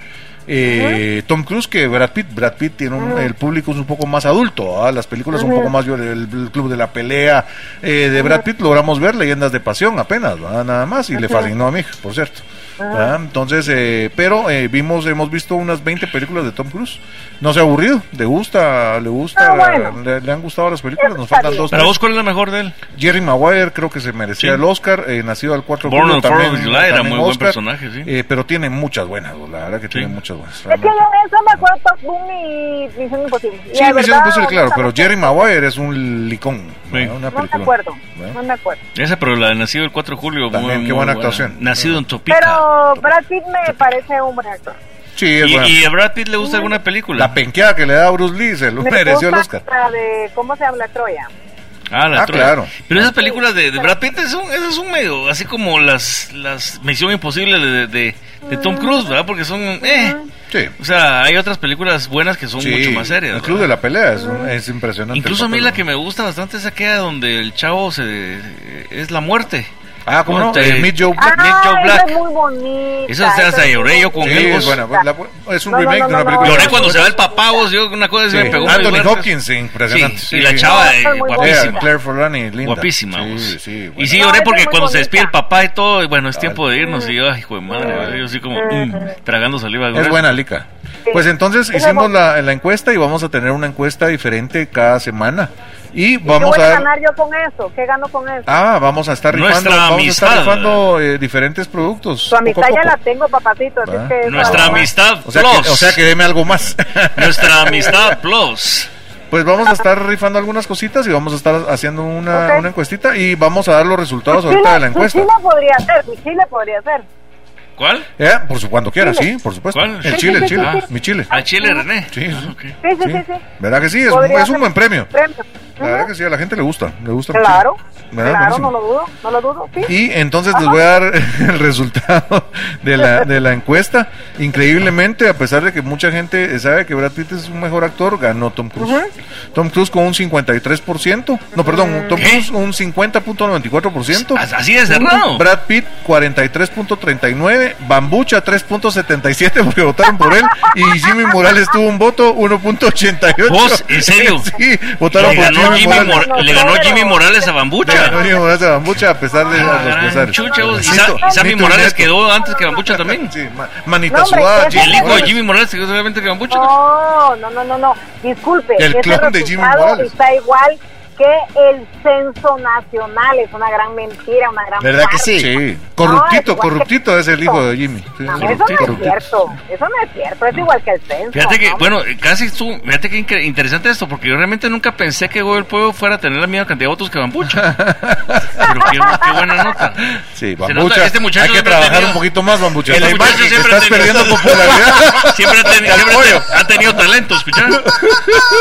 [SPEAKER 3] eh, Tom Cruise que Brad Pitt. Brad Pitt tiene un- el público es un poco más adulto, ¿ah? las películas son un poco más el, el club de la pelea eh, de Brad Pitt logramos ver Leyendas de Pasión apenas, ¿verdad? nada más y le fascinó a mi hija, por cierto. ¿verdad? Entonces, eh, pero eh, vimos, hemos visto unas 20 películas de Tom Cruise. No se ha aburrido, le gusta, le gusta,
[SPEAKER 7] Ah, bueno.
[SPEAKER 3] le, le han gustado las películas,
[SPEAKER 7] Eso
[SPEAKER 3] nos
[SPEAKER 7] está
[SPEAKER 3] faltan
[SPEAKER 7] bien.
[SPEAKER 3] dos.
[SPEAKER 4] Para
[SPEAKER 3] tres.
[SPEAKER 4] vos, ¿cuál es la mejor de él?
[SPEAKER 3] Jerry Maguire creo que se merecía
[SPEAKER 4] Sí.
[SPEAKER 3] el Oscar, eh, nacido al 4 de
[SPEAKER 4] Born
[SPEAKER 3] julio,
[SPEAKER 4] on the Fourth of
[SPEAKER 3] también-
[SPEAKER 4] July, era
[SPEAKER 3] también
[SPEAKER 4] muy buen personaje, sí.
[SPEAKER 3] Eh, pero tiene muchas buenas, la verdad que tiene muchas buenas.
[SPEAKER 7] Es que
[SPEAKER 3] realmente.
[SPEAKER 7] yo de eso me acuerdo Top Boom y Misión Imposible. Y
[SPEAKER 3] Sí,
[SPEAKER 7] la
[SPEAKER 3] me hicieron
[SPEAKER 7] verdad,
[SPEAKER 3] posible, claro, pero
[SPEAKER 7] honestamente,
[SPEAKER 3] Jerry Maguire es un licón.
[SPEAKER 4] Sí.
[SPEAKER 3] ¿no? Una
[SPEAKER 7] No me
[SPEAKER 3] película.
[SPEAKER 7] acuerdo,
[SPEAKER 3] ¿no?
[SPEAKER 7] no me acuerdo.
[SPEAKER 4] Esa, pero la de nacido el 4 de julio.
[SPEAKER 3] También, qué buena actuación. Mm.
[SPEAKER 4] Nacido en Topica.
[SPEAKER 7] Pero Brad Pitt me parece un buen actor.
[SPEAKER 3] Sí, es buena.
[SPEAKER 4] ¿Y, ¿Y a Brad Pitt le gusta alguna película?
[SPEAKER 3] La penqueada que le da a Bruce Lee se lo
[SPEAKER 7] Me
[SPEAKER 3] mereció el
[SPEAKER 7] gusta
[SPEAKER 3] Oscar.
[SPEAKER 7] la de ¿Cómo se habla Troya?
[SPEAKER 4] Ah, la
[SPEAKER 3] Ah,
[SPEAKER 4] Troya.
[SPEAKER 3] claro.
[SPEAKER 4] Pero esas películas de, de Brad Pitt son, esas son medio, así como las, las Misión Imposible de, de, de Tom Cruise, ¿verdad? Porque son, eh.
[SPEAKER 3] Sí.
[SPEAKER 4] O sea, hay otras películas buenas que son
[SPEAKER 3] Sí,
[SPEAKER 4] mucho más serias.
[SPEAKER 3] El club de
[SPEAKER 4] ¿verdad?
[SPEAKER 3] la pelea es, un- es impresionante.
[SPEAKER 4] Incluso a
[SPEAKER 3] el
[SPEAKER 4] mí
[SPEAKER 3] papel,
[SPEAKER 4] la
[SPEAKER 3] ¿no?
[SPEAKER 4] que me gusta bastante es aquella donde el chavo se, eh, es la muerte.
[SPEAKER 3] Ah, ¿cómo no?
[SPEAKER 4] Te-
[SPEAKER 3] Eh, Meet Joe Black.
[SPEAKER 4] Ah, Nick Joe
[SPEAKER 7] esa
[SPEAKER 4] Black.
[SPEAKER 7] es muy bonita.
[SPEAKER 4] Esa se
[SPEAKER 7] esa
[SPEAKER 4] hace
[SPEAKER 7] es
[SPEAKER 4] lloré
[SPEAKER 7] muy
[SPEAKER 4] yo con
[SPEAKER 3] Sí,
[SPEAKER 4] él,
[SPEAKER 3] es
[SPEAKER 4] vos.
[SPEAKER 3] buena. La- es un
[SPEAKER 7] No, no,
[SPEAKER 3] remake
[SPEAKER 7] no,
[SPEAKER 3] de una
[SPEAKER 7] no,
[SPEAKER 3] película.
[SPEAKER 4] Lloré cuando se va el papá, vos, yo una cosa
[SPEAKER 3] Sí,
[SPEAKER 4] así me pegó muy
[SPEAKER 3] Anthony
[SPEAKER 4] fuerte.
[SPEAKER 3] Hopkins, impresionante.
[SPEAKER 4] Sí, y la chava, eh,
[SPEAKER 7] Muy buena.
[SPEAKER 3] Claire,
[SPEAKER 4] guapísima.
[SPEAKER 3] Claire Forlani, linda.
[SPEAKER 4] Guapísima. vos.
[SPEAKER 3] Sí, sí.
[SPEAKER 4] y
[SPEAKER 3] buena.
[SPEAKER 4] sí
[SPEAKER 7] No,
[SPEAKER 4] lloré
[SPEAKER 7] esa
[SPEAKER 4] porque
[SPEAKER 7] es muy
[SPEAKER 4] cuando se despide el
[SPEAKER 7] bonita.
[SPEAKER 4] papá y todo, y bueno, es
[SPEAKER 3] Vale.
[SPEAKER 4] tiempo de irnos. Y yo, ay, hijo de madre, ¿verdad? yo así como mm, tragando saliva. alguna
[SPEAKER 3] Es
[SPEAKER 4] vez.
[SPEAKER 3] buena, Lica. Pues entonces
[SPEAKER 7] Esa
[SPEAKER 3] hicimos
[SPEAKER 7] voz.
[SPEAKER 3] la, la encuesta y vamos a tener una encuesta diferente cada semana. Y
[SPEAKER 7] ¿Qué
[SPEAKER 3] vamos
[SPEAKER 7] voy
[SPEAKER 3] a
[SPEAKER 7] a
[SPEAKER 3] ver.
[SPEAKER 7] ganar yo con eso? ¿Qué gano con eso?
[SPEAKER 3] Ah, vamos a estar
[SPEAKER 4] Nuestra
[SPEAKER 3] rifando, vamos a estar
[SPEAKER 4] amistad.
[SPEAKER 3] rifando, eh, diferentes productos.
[SPEAKER 7] Su amistad
[SPEAKER 3] poco a
[SPEAKER 7] ya la
[SPEAKER 3] poco.
[SPEAKER 7] tengo, papacito. Así
[SPEAKER 3] Va.
[SPEAKER 7] es que
[SPEAKER 4] Nuestra
[SPEAKER 7] vamos.
[SPEAKER 4] amistad
[SPEAKER 3] O sea,
[SPEAKER 4] plus.
[SPEAKER 3] que, o sea que deme algo más.
[SPEAKER 4] Nuestra amistad plus.
[SPEAKER 3] Pues vamos a estar rifando algunas cositas y vamos a estar haciendo una,
[SPEAKER 7] Ok.
[SPEAKER 3] una encuestita y vamos a dar los resultados
[SPEAKER 7] Chile,
[SPEAKER 3] ahorita de la
[SPEAKER 7] su
[SPEAKER 3] encuesta.
[SPEAKER 7] Chile podría ser, su Chile podría ser.
[SPEAKER 4] ¿Cuál?
[SPEAKER 3] Eh, por su, cuando quiera,
[SPEAKER 7] Chile.
[SPEAKER 3] sí, por supuesto.
[SPEAKER 4] ¿Cuál?
[SPEAKER 3] El chile, el chile,
[SPEAKER 4] Ah.
[SPEAKER 3] mi chile.
[SPEAKER 4] A Chile, René.
[SPEAKER 3] Sí,
[SPEAKER 4] Ah,
[SPEAKER 3] sí.
[SPEAKER 4] ok.
[SPEAKER 7] Sí, sí,
[SPEAKER 3] Sí.
[SPEAKER 7] sí, sí.
[SPEAKER 3] ¿Verdad que sí? Es,
[SPEAKER 7] Podría
[SPEAKER 3] un- es un
[SPEAKER 7] ser.
[SPEAKER 3] buen premio.
[SPEAKER 7] Premio.
[SPEAKER 3] La verdad
[SPEAKER 7] Ujú.
[SPEAKER 3] que sí, a la gente le gusta, le gusta mucho.
[SPEAKER 7] Claro,
[SPEAKER 3] ¿Verdad?
[SPEAKER 7] claro,
[SPEAKER 3] Buenísimo.
[SPEAKER 7] no lo dudo, no lo dudo, sí.
[SPEAKER 3] Y entonces les voy a dar el resultado de la, de la encuesta. Increíblemente, a pesar de que mucha gente sabe que Brad Pitt es un mejor actor, ganó Tom Cruise. Tom Cruise con un 53%. No,
[SPEAKER 7] Mm.
[SPEAKER 3] perdón, Tom
[SPEAKER 4] ¿Qué?
[SPEAKER 3] Cruise un 50.94%.
[SPEAKER 4] Así de cerrado.
[SPEAKER 3] Brad Pitt 43.39, Bambucha 3.77 porque votaron por él y Jimmy Morales tuvo un voto 1.88.
[SPEAKER 4] ¿Vos? ¿En serio?
[SPEAKER 3] Sí, votaron
[SPEAKER 4] Le
[SPEAKER 3] por
[SPEAKER 4] ganó,
[SPEAKER 3] Jimmy
[SPEAKER 4] Jimmy
[SPEAKER 3] Morales.
[SPEAKER 4] Mor- le ganó Jimmy Morales
[SPEAKER 3] Le
[SPEAKER 4] a
[SPEAKER 3] ganó
[SPEAKER 4] Bambucha.
[SPEAKER 3] Jimmy Morales a Bambucha a pesar de
[SPEAKER 4] Ah,
[SPEAKER 3] los
[SPEAKER 4] gran
[SPEAKER 3] pesares.
[SPEAKER 4] chucha, vos. y,
[SPEAKER 3] Nito,
[SPEAKER 4] Sa- y Sammy
[SPEAKER 3] Nito
[SPEAKER 4] Morales
[SPEAKER 3] Neto.
[SPEAKER 4] quedó antes que Bambucha también.
[SPEAKER 3] Sí, ma- manita
[SPEAKER 7] No, hombre,
[SPEAKER 3] sudada,
[SPEAKER 7] ese
[SPEAKER 3] Jimmy
[SPEAKER 4] El hijo de
[SPEAKER 3] Morales.
[SPEAKER 4] Jimmy Morales quedó solamente que Bambucha.
[SPEAKER 7] No, no, no, no, no. Disculpe,
[SPEAKER 3] El
[SPEAKER 7] ese
[SPEAKER 3] clon de Jimmy
[SPEAKER 7] resultado
[SPEAKER 3] Morales.
[SPEAKER 7] está igual que el censo nacional, es una gran mentira, una gran
[SPEAKER 5] ¿Verdad que
[SPEAKER 7] farsa.
[SPEAKER 5] sí?
[SPEAKER 3] Sí,
[SPEAKER 7] No,
[SPEAKER 3] corruptito,
[SPEAKER 7] es igual
[SPEAKER 3] corruptito
[SPEAKER 7] que-
[SPEAKER 3] es el hijo de Jimmy. Sí,
[SPEAKER 7] No,
[SPEAKER 3] corruptito,
[SPEAKER 7] eso no es
[SPEAKER 3] corruptito.
[SPEAKER 7] cierto, eso no es cierto, es igual que el censo.
[SPEAKER 4] Fíjate que,
[SPEAKER 7] ¿no?
[SPEAKER 4] bueno, eh, casi tú, fíjate que incre- interesante esto, porque yo realmente nunca pensé que Goyo el Pueblo fuera a tener la misma cantidad de votos que Bambucha. Pero qué, qué buena nota.
[SPEAKER 3] Sí,
[SPEAKER 4] nota,
[SPEAKER 3] Bambucha.
[SPEAKER 4] este muchacho
[SPEAKER 3] Hay que
[SPEAKER 4] siempre ha
[SPEAKER 3] trabajar
[SPEAKER 4] tenido-
[SPEAKER 3] un poquito más, Bambucha.
[SPEAKER 4] El
[SPEAKER 3] Te
[SPEAKER 4] muchacho
[SPEAKER 3] imaginas,
[SPEAKER 4] siempre ha
[SPEAKER 3] estás
[SPEAKER 4] tenido-
[SPEAKER 3] perdiendo popularidad.
[SPEAKER 4] Siempre ha, teni-
[SPEAKER 3] Te
[SPEAKER 4] siempre
[SPEAKER 3] apoyo.
[SPEAKER 4] ha tenido talento, ¿escuchas? Sí.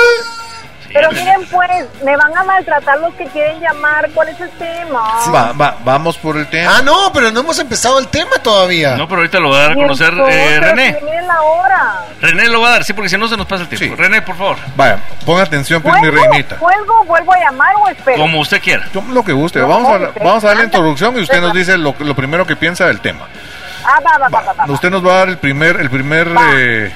[SPEAKER 7] Pero miren, pues, me van a maltratar los que quieren llamar, ¿cuál es el tema?
[SPEAKER 3] Va- va- vamos por el tema.
[SPEAKER 5] Ah, no, pero no hemos empezado el tema todavía.
[SPEAKER 4] No, pero ahorita lo va a dar a
[SPEAKER 7] Dios,
[SPEAKER 4] conocer
[SPEAKER 7] no,
[SPEAKER 4] eh,
[SPEAKER 7] pero
[SPEAKER 4] René.
[SPEAKER 7] si miren la hora.
[SPEAKER 4] René lo va a dar, sí, porque si no se nos pasa el tiempo.
[SPEAKER 3] Sí.
[SPEAKER 4] René, por favor,
[SPEAKER 3] Vaya, pon atención, pues, mi
[SPEAKER 7] ¿Vuelvo,
[SPEAKER 3] reinita.
[SPEAKER 7] ¿Vuelvo, vuelvo a llamar o espero?
[SPEAKER 4] como usted quiera.
[SPEAKER 3] Toma lo que guste.
[SPEAKER 7] No,
[SPEAKER 3] Vamos a, la-
[SPEAKER 7] usted
[SPEAKER 3] vamos a dar la
[SPEAKER 7] anda.
[SPEAKER 3] introducción y usted
[SPEAKER 7] Venga.
[SPEAKER 3] nos dice lo, lo primero que piensa del tema.
[SPEAKER 7] Ah, va, va, va, va, va, va.
[SPEAKER 3] Usted nos va a dar el primer, el primer
[SPEAKER 7] Va.
[SPEAKER 3] eh,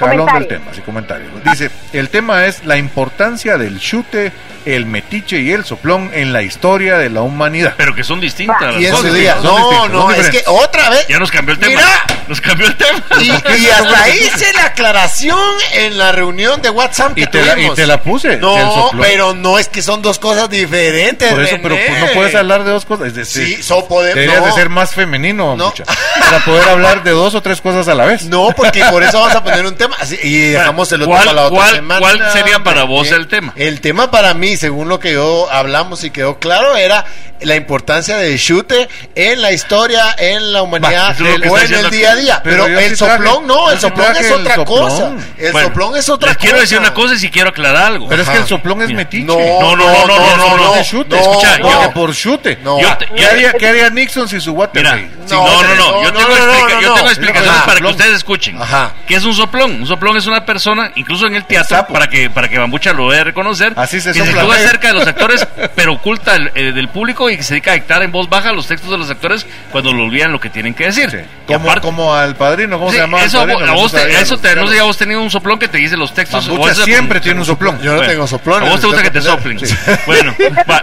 [SPEAKER 3] jalón del
[SPEAKER 7] Comentario.
[SPEAKER 3] tema, así comentario. Dice, el tema es la importancia del chute, el metiche y el soplón en la historia de la humanidad.
[SPEAKER 4] Pero que son distintas
[SPEAKER 7] Va.
[SPEAKER 4] las
[SPEAKER 5] Y en su
[SPEAKER 4] cosas.
[SPEAKER 5] día.
[SPEAKER 3] distintos, son
[SPEAKER 5] No,
[SPEAKER 3] distintos,
[SPEAKER 5] no,
[SPEAKER 3] son
[SPEAKER 5] es que
[SPEAKER 3] diferentes.
[SPEAKER 5] otra vez.
[SPEAKER 4] Ya nos cambió el tema.
[SPEAKER 5] Mira.
[SPEAKER 4] Nos cambió el tema.
[SPEAKER 5] Y, y hasta ahí hice la aclaración en la reunión de WhatsApp que
[SPEAKER 3] Y te la- y
[SPEAKER 5] tuvimos.
[SPEAKER 3] te la puse, el
[SPEAKER 5] No,
[SPEAKER 3] soplón.
[SPEAKER 5] pero no es que son dos cosas diferentes.
[SPEAKER 3] Por eso, pero
[SPEAKER 5] René.
[SPEAKER 3] pues, no puedes hablar de dos cosas. Es
[SPEAKER 5] Sí,
[SPEAKER 3] decir,
[SPEAKER 5] so podemos-
[SPEAKER 3] deberías de
[SPEAKER 5] no.
[SPEAKER 3] ser más femenino,
[SPEAKER 5] No.
[SPEAKER 3] mucha, para poder hablar de dos o tres cosas a la vez.
[SPEAKER 5] No, porque por eso vamos a poner un tema así, y dejamos el otro
[SPEAKER 4] ¿Cuál-
[SPEAKER 5] para la otra
[SPEAKER 4] cuál-
[SPEAKER 5] semana.
[SPEAKER 4] cuál sería para vos
[SPEAKER 5] Eh,
[SPEAKER 4] el tema?
[SPEAKER 5] El tema para mí, según lo que yo hablamos y quedó claro, era la importancia del chute en la historia, en la
[SPEAKER 3] Va,
[SPEAKER 5] humanidad
[SPEAKER 3] eso es lo que
[SPEAKER 5] o
[SPEAKER 4] está
[SPEAKER 5] en
[SPEAKER 4] diciendo
[SPEAKER 5] el día a
[SPEAKER 4] aquí.
[SPEAKER 5] día.
[SPEAKER 3] Pero
[SPEAKER 5] Pero,
[SPEAKER 3] yo
[SPEAKER 5] el
[SPEAKER 3] sí
[SPEAKER 5] soplón
[SPEAKER 3] traje- yo
[SPEAKER 5] no, el
[SPEAKER 3] sí
[SPEAKER 5] soplón
[SPEAKER 3] traje
[SPEAKER 5] es
[SPEAKER 3] el
[SPEAKER 5] otra
[SPEAKER 3] soplón.
[SPEAKER 5] cosa. El
[SPEAKER 4] Bueno,
[SPEAKER 5] soplón es otra
[SPEAKER 4] les
[SPEAKER 5] cosa.
[SPEAKER 4] quiero decir una cosa y si quiero aclarar algo.
[SPEAKER 3] Pero es que el
[SPEAKER 5] Ajá.
[SPEAKER 3] soplón es
[SPEAKER 4] Mira.
[SPEAKER 3] metiche.
[SPEAKER 5] No,
[SPEAKER 4] No, no, no, no, no, no.
[SPEAKER 3] es chute.
[SPEAKER 5] no,
[SPEAKER 3] Escucha,
[SPEAKER 5] no.
[SPEAKER 3] yo que por chute.
[SPEAKER 5] No.
[SPEAKER 4] Yo te-
[SPEAKER 3] ¿Qué
[SPEAKER 4] yo-
[SPEAKER 3] haría, qué haría Nixon si su water
[SPEAKER 4] Mira,
[SPEAKER 3] rey?
[SPEAKER 4] sí, no, no, no,
[SPEAKER 5] no,
[SPEAKER 4] yo
[SPEAKER 5] no,
[SPEAKER 4] tengo,
[SPEAKER 5] no, no,
[SPEAKER 4] explica-
[SPEAKER 5] no,
[SPEAKER 4] yo
[SPEAKER 5] no.
[SPEAKER 4] tengo explicaciones
[SPEAKER 5] Ajá.
[SPEAKER 4] para que ustedes escuchen.
[SPEAKER 5] Ajá.
[SPEAKER 4] ¿Qué es un soplón? soplón. Un soplón es una persona, incluso en el teatro,
[SPEAKER 3] sapo.
[SPEAKER 4] para que para que Bambucha lo vea reconocer.
[SPEAKER 3] Así se
[SPEAKER 4] que se
[SPEAKER 3] sopla.
[SPEAKER 4] sitúa cerca de los actores, pero oculta el- eh, del público y que se dedica a dictar en voz baja los textos de los actores cuando lo olvidan lo que tienen que decir.
[SPEAKER 3] Sí.
[SPEAKER 4] Y
[SPEAKER 3] Como,
[SPEAKER 4] aparte-
[SPEAKER 3] como al padrino, ¿cómo
[SPEAKER 4] Sí,
[SPEAKER 3] se llamaba? el
[SPEAKER 4] eso,
[SPEAKER 3] padrino?
[SPEAKER 4] a vos te-
[SPEAKER 3] Jesús
[SPEAKER 4] eso te-
[SPEAKER 3] Adriano.
[SPEAKER 4] no sé si vos tenido un soplón que te dice los textos.
[SPEAKER 3] Bambucha
[SPEAKER 4] o eso-
[SPEAKER 3] siempre tiene un soplón.
[SPEAKER 5] Yo no
[SPEAKER 4] Bueno.
[SPEAKER 5] tengo soplón.
[SPEAKER 4] A vos te gusta que te soplen.
[SPEAKER 5] Sí.
[SPEAKER 4] Bueno, va.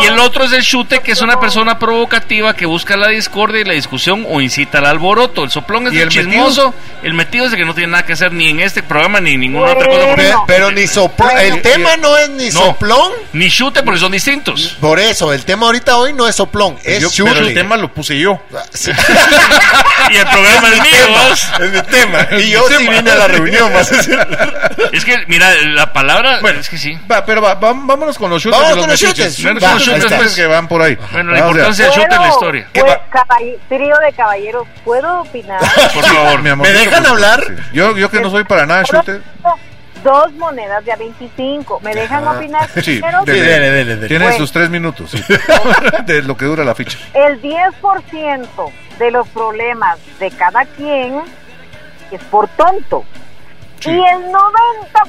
[SPEAKER 4] Y, y el otro es el chute, que es una persona provocativa que busca la discordia y la discusión o incita al alboroto. El soplón es
[SPEAKER 3] ¿Y
[SPEAKER 4] el,
[SPEAKER 3] el metido?
[SPEAKER 4] chismoso, el metido es el que no tiene nada que hacer ni en este programa ni en ninguna otra cosa.
[SPEAKER 5] Pe-
[SPEAKER 4] porque-
[SPEAKER 5] Pero, ni soplón. El tema no es ni
[SPEAKER 4] No.
[SPEAKER 5] soplón.
[SPEAKER 4] Ni chute porque son distintos.
[SPEAKER 5] Por eso, el tema ahorita hoy no es soplón, es
[SPEAKER 3] Yo-
[SPEAKER 5] chute.
[SPEAKER 3] pero el tema lo puse yo.
[SPEAKER 5] Sí,
[SPEAKER 4] Y el programa es mío. vos.
[SPEAKER 5] es mi tema. Y yo
[SPEAKER 3] Mi
[SPEAKER 5] sí
[SPEAKER 3] tema.
[SPEAKER 5] vine a la reunión. vas a decir.
[SPEAKER 4] Es que, mira, la palabra...
[SPEAKER 3] Bueno.
[SPEAKER 4] es que sí.
[SPEAKER 3] Va, pero va, vam- vámonos con los shooters.
[SPEAKER 5] Vamos
[SPEAKER 3] y
[SPEAKER 5] con los shooters.
[SPEAKER 3] mechiches. Menos
[SPEAKER 4] Va,
[SPEAKER 3] shooters,
[SPEAKER 4] ahí está.
[SPEAKER 3] pues, que van por ahí.
[SPEAKER 4] Bueno, la
[SPEAKER 3] Ah, o sea,
[SPEAKER 4] importancia del chute en la historia.
[SPEAKER 3] ¿Qué
[SPEAKER 7] Pues,
[SPEAKER 3] va?
[SPEAKER 7] caball- trío de caballeros, ¿puedo opinar?
[SPEAKER 3] Ah,
[SPEAKER 4] Por favor.
[SPEAKER 3] mi amor,
[SPEAKER 5] ¿Me dejan
[SPEAKER 3] sí.
[SPEAKER 5] hablar?
[SPEAKER 3] Yo, yo que no soy para nada shooter.
[SPEAKER 7] Dos monedas de a 25. ¿Me dejan opinar?
[SPEAKER 3] Sí,
[SPEAKER 7] Pero
[SPEAKER 3] dele,
[SPEAKER 5] dele, dele, dele.
[SPEAKER 3] Tiene
[SPEAKER 7] Bueno.
[SPEAKER 3] sus tres minutos sí. de lo que dura la ficha.
[SPEAKER 7] el 10% de los problemas de cada quien es por tonto.
[SPEAKER 3] Sí.
[SPEAKER 7] Y el